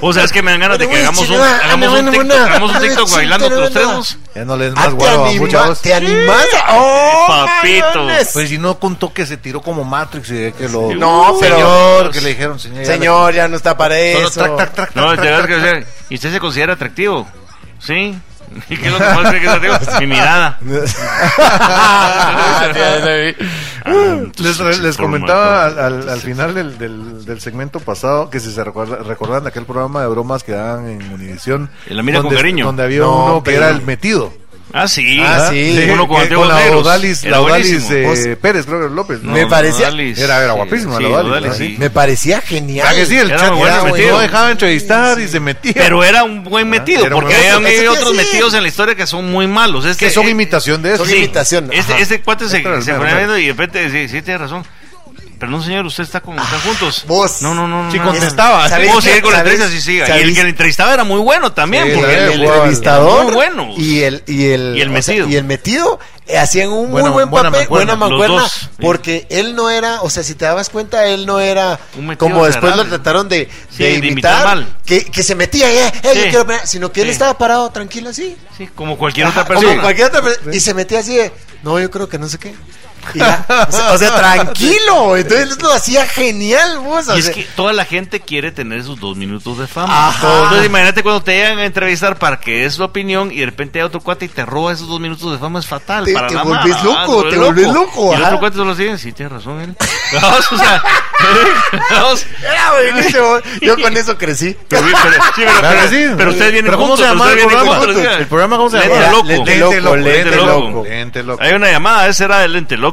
[SPEAKER 4] O sea, es que me dan ganas de que
[SPEAKER 5] Bueno,
[SPEAKER 4] hagamos un,
[SPEAKER 5] bueno,
[SPEAKER 4] hagamos un
[SPEAKER 5] bueno,
[SPEAKER 4] TikTok,
[SPEAKER 5] bueno.
[SPEAKER 4] hagamos un TikTok
[SPEAKER 5] Sí,
[SPEAKER 4] bailando
[SPEAKER 5] pero
[SPEAKER 4] entre los tres.
[SPEAKER 5] no.
[SPEAKER 4] ¿no?
[SPEAKER 3] Ya no les
[SPEAKER 5] Ah,
[SPEAKER 3] más guaro a
[SPEAKER 5] anima-
[SPEAKER 3] mucha voz.
[SPEAKER 5] ¿Te animas? ¡Oh,
[SPEAKER 4] papito.
[SPEAKER 5] mamones!
[SPEAKER 3] Pues si no contó que se tiró como Matrix y de que lo.
[SPEAKER 5] No, pero-
[SPEAKER 3] Señor, que le dijeron, señor. ya le-
[SPEAKER 5] Señor, ya no está para
[SPEAKER 3] Solo
[SPEAKER 5] eso.
[SPEAKER 3] trac, trac, trac,
[SPEAKER 4] No,
[SPEAKER 3] trac,
[SPEAKER 4] te vas
[SPEAKER 3] trac,
[SPEAKER 4] que
[SPEAKER 3] trac.
[SPEAKER 4] decir, ¿y usted se considera atractivo? ¿Sí? ¿Y qué es lo que más cree que es atractivo? Mi mirada.
[SPEAKER 5] Ah,
[SPEAKER 4] Ah,
[SPEAKER 3] Les, les comentaba al, al- al final del, del- del segmento pasado que si se recuerda- recuerdan aquel programa de bromas que daban en Univisión.
[SPEAKER 4] En La Mira con
[SPEAKER 3] donde-
[SPEAKER 4] Cariño.
[SPEAKER 3] Donde había
[SPEAKER 5] No,
[SPEAKER 3] uno que
[SPEAKER 5] pero-
[SPEAKER 3] era el metido.
[SPEAKER 4] Ah, sí.
[SPEAKER 5] Ah, sí.
[SPEAKER 4] Uno con
[SPEAKER 3] que-
[SPEAKER 4] anteojos
[SPEAKER 3] Eh, la
[SPEAKER 4] negros.
[SPEAKER 3] Odalis,
[SPEAKER 4] Era
[SPEAKER 3] la Odalis
[SPEAKER 4] buenísimo.
[SPEAKER 3] eh, Pérez, creo que era López. ¿no? Ah,
[SPEAKER 5] Me
[SPEAKER 4] No,
[SPEAKER 5] parecía-
[SPEAKER 4] Odalis,
[SPEAKER 3] Era- era
[SPEAKER 4] sí,
[SPEAKER 3] guapísimo,
[SPEAKER 4] sí,
[SPEAKER 3] la Odalis,
[SPEAKER 4] Odalis,
[SPEAKER 3] ¿no?
[SPEAKER 4] sí.
[SPEAKER 5] Me parecía genial.
[SPEAKER 3] Ah, que sí, el
[SPEAKER 4] Era
[SPEAKER 3] chat
[SPEAKER 4] muy bueno
[SPEAKER 3] era-
[SPEAKER 4] el metido.
[SPEAKER 3] no dejaba entrevistar y se metía.
[SPEAKER 4] Pero era un buen metido,
[SPEAKER 3] Ah, Era un
[SPEAKER 4] porque
[SPEAKER 3] buen
[SPEAKER 4] hay,
[SPEAKER 5] metido.
[SPEAKER 4] hay
[SPEAKER 5] Eso te iba a
[SPEAKER 4] otros
[SPEAKER 5] decir.
[SPEAKER 4] metidos en la historia que son muy malos. Este,
[SPEAKER 3] que son
[SPEAKER 4] eh,
[SPEAKER 3] imitación de eso.
[SPEAKER 5] son imitación,
[SPEAKER 4] Este,
[SPEAKER 5] ajá.
[SPEAKER 4] este cuate
[SPEAKER 3] Este era
[SPEAKER 4] se,
[SPEAKER 3] el
[SPEAKER 4] se
[SPEAKER 3] mero,
[SPEAKER 4] ponía
[SPEAKER 3] mero.
[SPEAKER 4] viendo y de repente decía, sí, tiene razón. Pero no, señor, usted está con, están juntos.
[SPEAKER 5] Ah, vos.
[SPEAKER 4] No, no, no. no,
[SPEAKER 3] Sí,
[SPEAKER 4] no,
[SPEAKER 3] contestaba.
[SPEAKER 4] No,
[SPEAKER 5] ¿Sabes
[SPEAKER 4] Puedo
[SPEAKER 5] qué?
[SPEAKER 4] seguir con la
[SPEAKER 5] ¿Sabes?
[SPEAKER 4] entrevista, sí, siga. Y el
[SPEAKER 5] ¿Sabes?
[SPEAKER 4] que le entrevistaba era muy bueno también.
[SPEAKER 3] Sí,
[SPEAKER 4] porque
[SPEAKER 3] era
[SPEAKER 4] él-
[SPEAKER 5] el
[SPEAKER 3] muy bueno.
[SPEAKER 5] entrevistador
[SPEAKER 4] Muy bueno.
[SPEAKER 5] y el y el
[SPEAKER 4] Y el
[SPEAKER 5] o
[SPEAKER 4] metido.
[SPEAKER 5] sea, y el metido eh, hacían un
[SPEAKER 3] Buena-
[SPEAKER 5] muy buen
[SPEAKER 3] buena
[SPEAKER 5] papel
[SPEAKER 3] mancuerna,
[SPEAKER 5] buena mancuerna
[SPEAKER 4] los dos, sí.
[SPEAKER 5] porque él no era o sea si te dabas cuenta él no era
[SPEAKER 4] Un metido
[SPEAKER 5] como después lo
[SPEAKER 4] agradable.
[SPEAKER 5] trataron de,
[SPEAKER 4] Sí,
[SPEAKER 5] de
[SPEAKER 4] de imitar
[SPEAKER 5] imitar,
[SPEAKER 4] mal.
[SPEAKER 5] que, que se metía eh, eh, yo
[SPEAKER 4] Sí.
[SPEAKER 5] quiero opinar, sino que él
[SPEAKER 4] Sí.
[SPEAKER 5] estaba parado tranquilo así
[SPEAKER 4] Sí, como cualquier
[SPEAKER 5] Ajá,
[SPEAKER 4] otra
[SPEAKER 5] como
[SPEAKER 4] persona.
[SPEAKER 5] cualquier otra persona, y se metía así de no yo creo que no sé qué Y ya, o, sea, o sea, tranquilo entonces él lo hacía genial vos o
[SPEAKER 4] Y es
[SPEAKER 5] sea,
[SPEAKER 4] que toda la gente quiere tener sus dos minutos de fama.
[SPEAKER 5] Ajá.
[SPEAKER 4] Entonces imagínate cuando te llegan a entrevistar para que es la opinión y de repente hay otro cuate y te roba esos dos minutos de fama, es fatal.
[SPEAKER 5] Te-
[SPEAKER 4] para
[SPEAKER 5] te
[SPEAKER 4] la
[SPEAKER 5] volvés
[SPEAKER 4] mala,
[SPEAKER 5] loco,
[SPEAKER 4] ah,
[SPEAKER 5] te volvés loco,
[SPEAKER 4] Y el
[SPEAKER 5] ajá.
[SPEAKER 4] otro cuate solo sigue, sí, tienes razón él. Vamos, o sea, vamos.
[SPEAKER 5] era buenísimo yo con eso crecí
[SPEAKER 4] Pero, sí, pero, sí, pero-
[SPEAKER 3] Claro que sí.
[SPEAKER 4] pero- pero ustedes vienen
[SPEAKER 3] ¿Pero cómo
[SPEAKER 4] juntos,
[SPEAKER 3] se
[SPEAKER 4] pero
[SPEAKER 3] llamaba
[SPEAKER 4] ustedes
[SPEAKER 3] el
[SPEAKER 4] vienen
[SPEAKER 3] programa?
[SPEAKER 4] juntos.
[SPEAKER 3] ¿El programa cómo se
[SPEAKER 4] Lente
[SPEAKER 3] llamaba?
[SPEAKER 4] loco.
[SPEAKER 5] Lente loco,
[SPEAKER 3] lente
[SPEAKER 5] lente
[SPEAKER 3] loco.
[SPEAKER 5] loco.
[SPEAKER 3] Lente loco.
[SPEAKER 4] Hay una llamada, esa era del lente loco.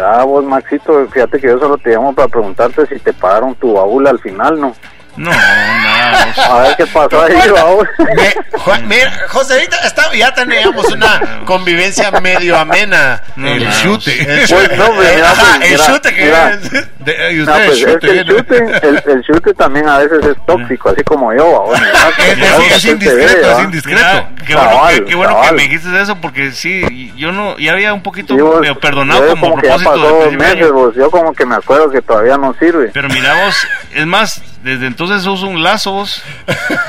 [SPEAKER 6] Ah, vos, Maxito, fíjate que yo solo te llamo para preguntarte si te pagaron tu baúl al final, ¿no?
[SPEAKER 4] No, nada.
[SPEAKER 6] A ver qué pasó ahí, baúl.
[SPEAKER 5] Me- Jo- mira, José, ahorita está- ya teníamos una convivencia medio amena.
[SPEAKER 4] No,
[SPEAKER 3] El
[SPEAKER 4] nada.
[SPEAKER 3] chute.
[SPEAKER 6] Pues no, hombre, mira,
[SPEAKER 5] Ajá,
[SPEAKER 6] pues,
[SPEAKER 5] el
[SPEAKER 6] mira,
[SPEAKER 5] chute que
[SPEAKER 6] mira.
[SPEAKER 4] eh,
[SPEAKER 3] De- y
[SPEAKER 6] No,
[SPEAKER 3] usted
[SPEAKER 6] pues es que el
[SPEAKER 3] ¿no?
[SPEAKER 6] chute, el, el chute también a veces es tóxico, así como yo, baúl.
[SPEAKER 3] Es decir, es indiscreto, es indiscreto.
[SPEAKER 4] Mira, Ah, qué bueno, que,
[SPEAKER 6] Cabal,
[SPEAKER 4] qué bueno que
[SPEAKER 6] cabal.
[SPEAKER 4] me dijiste eso porque sí, yo no, ya había un poquito
[SPEAKER 6] Sí, vos,
[SPEAKER 4] medio perdonado
[SPEAKER 6] yo
[SPEAKER 4] como,
[SPEAKER 6] que ya
[SPEAKER 4] propósito
[SPEAKER 6] pasó
[SPEAKER 4] de
[SPEAKER 6] dos
[SPEAKER 4] principio de año.
[SPEAKER 6] meses, vos, yo como que me acuerdo que todavía no sirve.
[SPEAKER 4] Pero miramos, es más, desde entonces uso un lazo vos.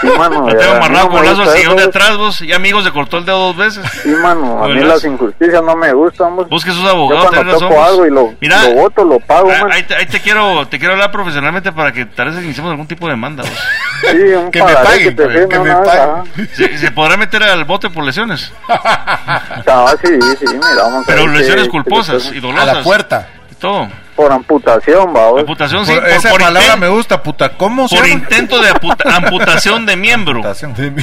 [SPEAKER 6] Sí, mano,
[SPEAKER 4] Ya
[SPEAKER 6] de
[SPEAKER 4] tengo
[SPEAKER 6] verdad,
[SPEAKER 4] amarrado
[SPEAKER 6] no
[SPEAKER 4] con
[SPEAKER 6] me
[SPEAKER 4] lazo al
[SPEAKER 6] gusta
[SPEAKER 4] sillón de
[SPEAKER 6] eso.
[SPEAKER 4] atrás vos. Y amigos, se cortó el dedo dos veces.
[SPEAKER 6] Sí, mano, a mí
[SPEAKER 4] Buenas.
[SPEAKER 6] las injusticias no me gustan, vos.
[SPEAKER 4] Vos que sos
[SPEAKER 6] Yo
[SPEAKER 4] abogado,
[SPEAKER 6] cuando
[SPEAKER 4] tenés razón.
[SPEAKER 6] toco
[SPEAKER 4] vos.
[SPEAKER 6] algo y lo,
[SPEAKER 4] Mira,
[SPEAKER 6] lo voto, lo pago,
[SPEAKER 4] ah,
[SPEAKER 6] man.
[SPEAKER 4] ahí, te, ahí te quiero, te quiero hablar profesionalmente para que tal vez iniciemos algún tipo de demanda vos.
[SPEAKER 6] Sí, un
[SPEAKER 5] Que me
[SPEAKER 6] pagaré
[SPEAKER 5] paguen,
[SPEAKER 6] te
[SPEAKER 5] pues, que
[SPEAKER 6] firme
[SPEAKER 5] me
[SPEAKER 6] una vez,
[SPEAKER 5] paguen.
[SPEAKER 6] ajá.
[SPEAKER 4] ¿Se, se podrá meter al bote por lesiones,
[SPEAKER 6] Chaval, ah, sí, sí, mira, vamos a
[SPEAKER 4] pero
[SPEAKER 6] ver qué-
[SPEAKER 4] lesiones
[SPEAKER 6] qué
[SPEAKER 4] culposas
[SPEAKER 6] pasa.
[SPEAKER 4] y dolorosas.
[SPEAKER 5] puerta.
[SPEAKER 4] y todo.
[SPEAKER 6] Por amputación, va, vos.
[SPEAKER 4] Amputación, sí,
[SPEAKER 3] Por-
[SPEAKER 4] por,
[SPEAKER 3] Esa
[SPEAKER 4] por
[SPEAKER 3] palabra
[SPEAKER 4] inten-
[SPEAKER 3] me gusta, puta. ¿Cómo se
[SPEAKER 4] por
[SPEAKER 3] llama?
[SPEAKER 4] intento de aputa- amputación de miembro.
[SPEAKER 3] Amputación.
[SPEAKER 6] Sí,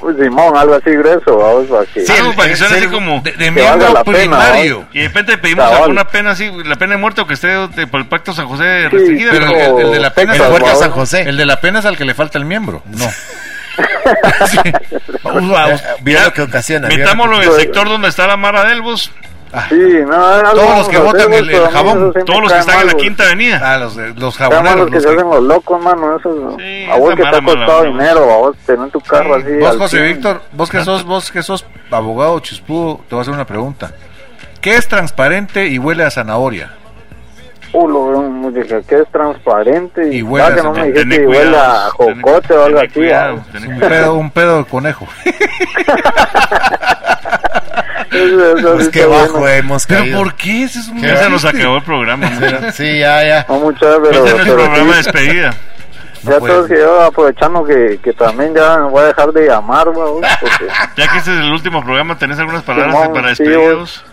[SPEAKER 6] pues, Simón, algo así grueso, va, vos, para que...
[SPEAKER 4] Sí, algo para que suene así como.
[SPEAKER 3] De, de
[SPEAKER 6] Que valga
[SPEAKER 3] miembro
[SPEAKER 6] la pena,
[SPEAKER 3] primario.
[SPEAKER 4] y de repente pedimos
[SPEAKER 6] Cabal.
[SPEAKER 4] alguna pena así, la pena de muerte o que esté de- por el pacto San José
[SPEAKER 6] Sí,
[SPEAKER 4] restringida.
[SPEAKER 3] Pero el, el de
[SPEAKER 4] Oh.
[SPEAKER 3] la pena
[SPEAKER 6] Texas,
[SPEAKER 3] es al-
[SPEAKER 6] ¿no?
[SPEAKER 3] El de la pena es al que le falta el miembro. No. Eh,
[SPEAKER 5] Mira lo que ocasiona. mira lo
[SPEAKER 4] Metámoslo en el sector donde está la Mara Delbos,
[SPEAKER 6] Sí, no, algo
[SPEAKER 3] Todos los
[SPEAKER 6] vamos
[SPEAKER 3] que
[SPEAKER 6] a hacer,
[SPEAKER 3] botan el-
[SPEAKER 6] vos,
[SPEAKER 3] el
[SPEAKER 6] pero a mí
[SPEAKER 3] jabón,
[SPEAKER 6] eso sí me
[SPEAKER 4] todos los que
[SPEAKER 6] cae
[SPEAKER 4] están en
[SPEAKER 6] mal,
[SPEAKER 4] la
[SPEAKER 6] vos.
[SPEAKER 4] Quinta Avenida.
[SPEAKER 3] Ah, los, de- los
[SPEAKER 6] Está mal los
[SPEAKER 3] jaboneros.
[SPEAKER 6] que
[SPEAKER 3] Los
[SPEAKER 6] se
[SPEAKER 3] que-
[SPEAKER 6] hacen los locos, mano. Eso,
[SPEAKER 4] Sí,
[SPEAKER 6] a vos
[SPEAKER 4] esa
[SPEAKER 6] que te
[SPEAKER 4] mala,
[SPEAKER 6] ha
[SPEAKER 4] mala, mala.
[SPEAKER 6] costado dinero, a vos tener tu carro así.
[SPEAKER 3] Vos,
[SPEAKER 6] al
[SPEAKER 3] José
[SPEAKER 6] cien.
[SPEAKER 3] Víctor, vos que sos, vos que sos abogado chispudo, te voy a hacer una pregunta. ¿Qué es transparente y huele a zanahoria?
[SPEAKER 6] Uh, lo veo muy nos dijo que es transparente.
[SPEAKER 3] Y huele
[SPEAKER 6] Ah, que
[SPEAKER 3] a
[SPEAKER 6] no me
[SPEAKER 3] zacate.
[SPEAKER 6] dijiste
[SPEAKER 4] Tené
[SPEAKER 6] que huele a
[SPEAKER 4] cuidado, tené-
[SPEAKER 6] jocote o algo
[SPEAKER 4] tené
[SPEAKER 6] así.
[SPEAKER 4] cuidado,
[SPEAKER 6] ah.
[SPEAKER 4] tené
[SPEAKER 3] Un
[SPEAKER 4] cuidado.
[SPEAKER 3] pedo, un pedo de conejo.
[SPEAKER 6] Eso- eso
[SPEAKER 5] Pues
[SPEAKER 6] sí
[SPEAKER 5] qué
[SPEAKER 6] está
[SPEAKER 5] bajo
[SPEAKER 6] bueno.
[SPEAKER 5] hemos
[SPEAKER 4] ¿Pero
[SPEAKER 5] caído.
[SPEAKER 4] por qué? Ese es un-
[SPEAKER 5] ¿Qué
[SPEAKER 4] Ya se nos
[SPEAKER 5] hiciste?
[SPEAKER 4] acabó el programa. mujer.
[SPEAKER 5] Sí, ya, ya.
[SPEAKER 6] No muchas, pero,
[SPEAKER 4] Este es nuestro
[SPEAKER 6] pero
[SPEAKER 4] programa de
[SPEAKER 6] sí,
[SPEAKER 4] despedida.
[SPEAKER 5] No
[SPEAKER 6] ya
[SPEAKER 5] puede
[SPEAKER 6] todos
[SPEAKER 5] ser.
[SPEAKER 6] que yo aprovechando que, que también ya voy a dejar de llamar, vamos, porque
[SPEAKER 4] Ya que este es el último programa, ¿tenés algunas palabras
[SPEAKER 6] Simón,
[SPEAKER 4] para
[SPEAKER 6] sí,
[SPEAKER 4] despedidos?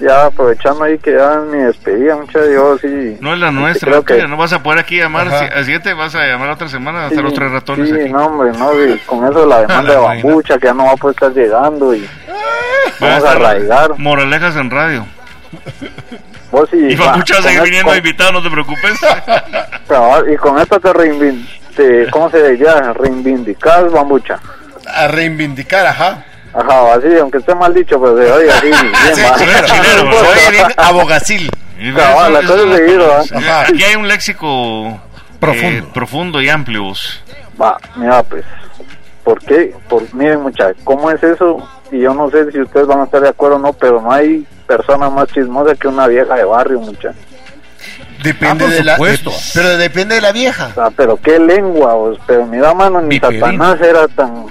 [SPEAKER 6] ya aprovechando ahí que ya mi despedida, muchas yo sí.
[SPEAKER 4] No es la nuestra,
[SPEAKER 6] creo que-
[SPEAKER 4] tía, no vas a poder aquí llamar.
[SPEAKER 5] Ajá.
[SPEAKER 4] si- Al siguiente vas a llamar otra semana a
[SPEAKER 6] sí,
[SPEAKER 4] estar los tres ratones
[SPEAKER 6] sí,
[SPEAKER 4] aquí.
[SPEAKER 6] no, hombre, no, sí, con eso la demanda de
[SPEAKER 3] la vaina.
[SPEAKER 6] bambucha que ya no va a poder estar llegando y
[SPEAKER 4] Van
[SPEAKER 6] vamos a
[SPEAKER 4] estar
[SPEAKER 6] arraigar.
[SPEAKER 4] Moralejas en radio.
[SPEAKER 6] Vos y,
[SPEAKER 4] Y va mucho a
[SPEAKER 6] con
[SPEAKER 4] seguir
[SPEAKER 6] es-
[SPEAKER 4] viniendo
[SPEAKER 6] con-
[SPEAKER 4] invitado, no te preocupes.
[SPEAKER 6] cabal, y con esto te reinvin te- ¿cómo se diría? Reivindicás, bambucha.
[SPEAKER 5] A reivindicar, ajá.
[SPEAKER 6] Ajá, así, aunque esté mal dicho, pues se oye así, bien, va.
[SPEAKER 5] claro.
[SPEAKER 4] chilero,
[SPEAKER 6] No
[SPEAKER 5] Soy
[SPEAKER 6] importa.
[SPEAKER 5] bien abogacil.
[SPEAKER 4] Y
[SPEAKER 6] Cabal, la
[SPEAKER 4] eso-
[SPEAKER 6] cosa es
[SPEAKER 4] eso-
[SPEAKER 6] seguir, ¿va?
[SPEAKER 4] Sí,
[SPEAKER 5] Ajá.
[SPEAKER 4] Aquí hay un léxico
[SPEAKER 5] Profundo.
[SPEAKER 4] eh, profundo y amplio. vos.
[SPEAKER 6] Va, mira, pues, ¿por qué? Por, miren, muchachos, ¿cómo es eso? Y yo no sé si ustedes van a estar de acuerdo o no, pero no hay persona más chismosa que una vieja de barrio, muchachos.
[SPEAKER 5] Depende
[SPEAKER 3] Ah, por
[SPEAKER 5] de la.
[SPEAKER 3] supuesto.
[SPEAKER 5] de- pero depende de la vieja.
[SPEAKER 6] O sea, pero qué lengua, vos. Pero mira, mano, ni
[SPEAKER 3] Viperino.
[SPEAKER 6] Satanás era tan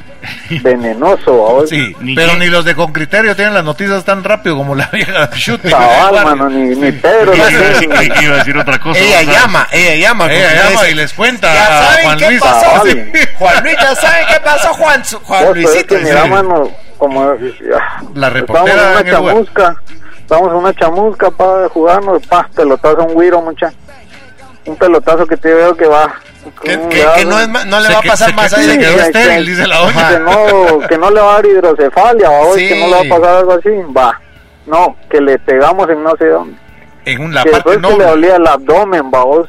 [SPEAKER 6] venenoso, vos.
[SPEAKER 3] Sí,
[SPEAKER 4] Ni
[SPEAKER 3] pero
[SPEAKER 4] qué.
[SPEAKER 3] ni los de con criterio tienen las noticias tan rápido como la vieja Shooting.
[SPEAKER 6] Cabal, mano, ni, ni Pedro.
[SPEAKER 4] Iba a
[SPEAKER 6] ni
[SPEAKER 4] decir-
[SPEAKER 6] Pedro, ni-
[SPEAKER 4] iba a decir otra cosa.
[SPEAKER 5] Ella
[SPEAKER 4] vos, ¿sabes?
[SPEAKER 5] llama, ella llama. con
[SPEAKER 3] Ella llama
[SPEAKER 5] certeza.
[SPEAKER 3] y les cuenta
[SPEAKER 5] Ya
[SPEAKER 3] a
[SPEAKER 5] saben
[SPEAKER 3] Juan
[SPEAKER 5] qué
[SPEAKER 3] Luis.
[SPEAKER 5] pasó.
[SPEAKER 6] Cabal.
[SPEAKER 5] sí. Juan Luis, ya saben qué pasó, Juan, Su- Juan
[SPEAKER 6] Vos, pero es
[SPEAKER 5] Luisito.
[SPEAKER 6] que mira,
[SPEAKER 5] sí.
[SPEAKER 6] mano, como... ah,
[SPEAKER 3] La
[SPEAKER 6] Estamos en
[SPEAKER 3] reportera
[SPEAKER 6] una
[SPEAKER 3] en el lugar.
[SPEAKER 6] chamusca. Estamos en una chamusca para jugarnos. Pa, pelotazo a un güiro, mucha. Un pelotazo que te veo que va.
[SPEAKER 5] Que,
[SPEAKER 6] Mm,
[SPEAKER 5] que,
[SPEAKER 6] ya,
[SPEAKER 5] que no, es, ma- no le
[SPEAKER 3] Se
[SPEAKER 5] va a
[SPEAKER 3] que-
[SPEAKER 5] pasar
[SPEAKER 3] se
[SPEAKER 5] más
[SPEAKER 3] que-
[SPEAKER 5] allá
[SPEAKER 3] se
[SPEAKER 5] de
[SPEAKER 3] quedó
[SPEAKER 5] que
[SPEAKER 6] que-
[SPEAKER 3] estéril, dice la doña.
[SPEAKER 6] Que no, que no le va a dar hidrocefalia, va, hoy,
[SPEAKER 5] Sí.
[SPEAKER 6] que no le va a pasar algo así. Va. No, que le pegamos en no sé dónde.
[SPEAKER 3] En un, la
[SPEAKER 6] que después
[SPEAKER 3] parte
[SPEAKER 6] que le
[SPEAKER 3] no.
[SPEAKER 6] dolía el abdomen, va, vos.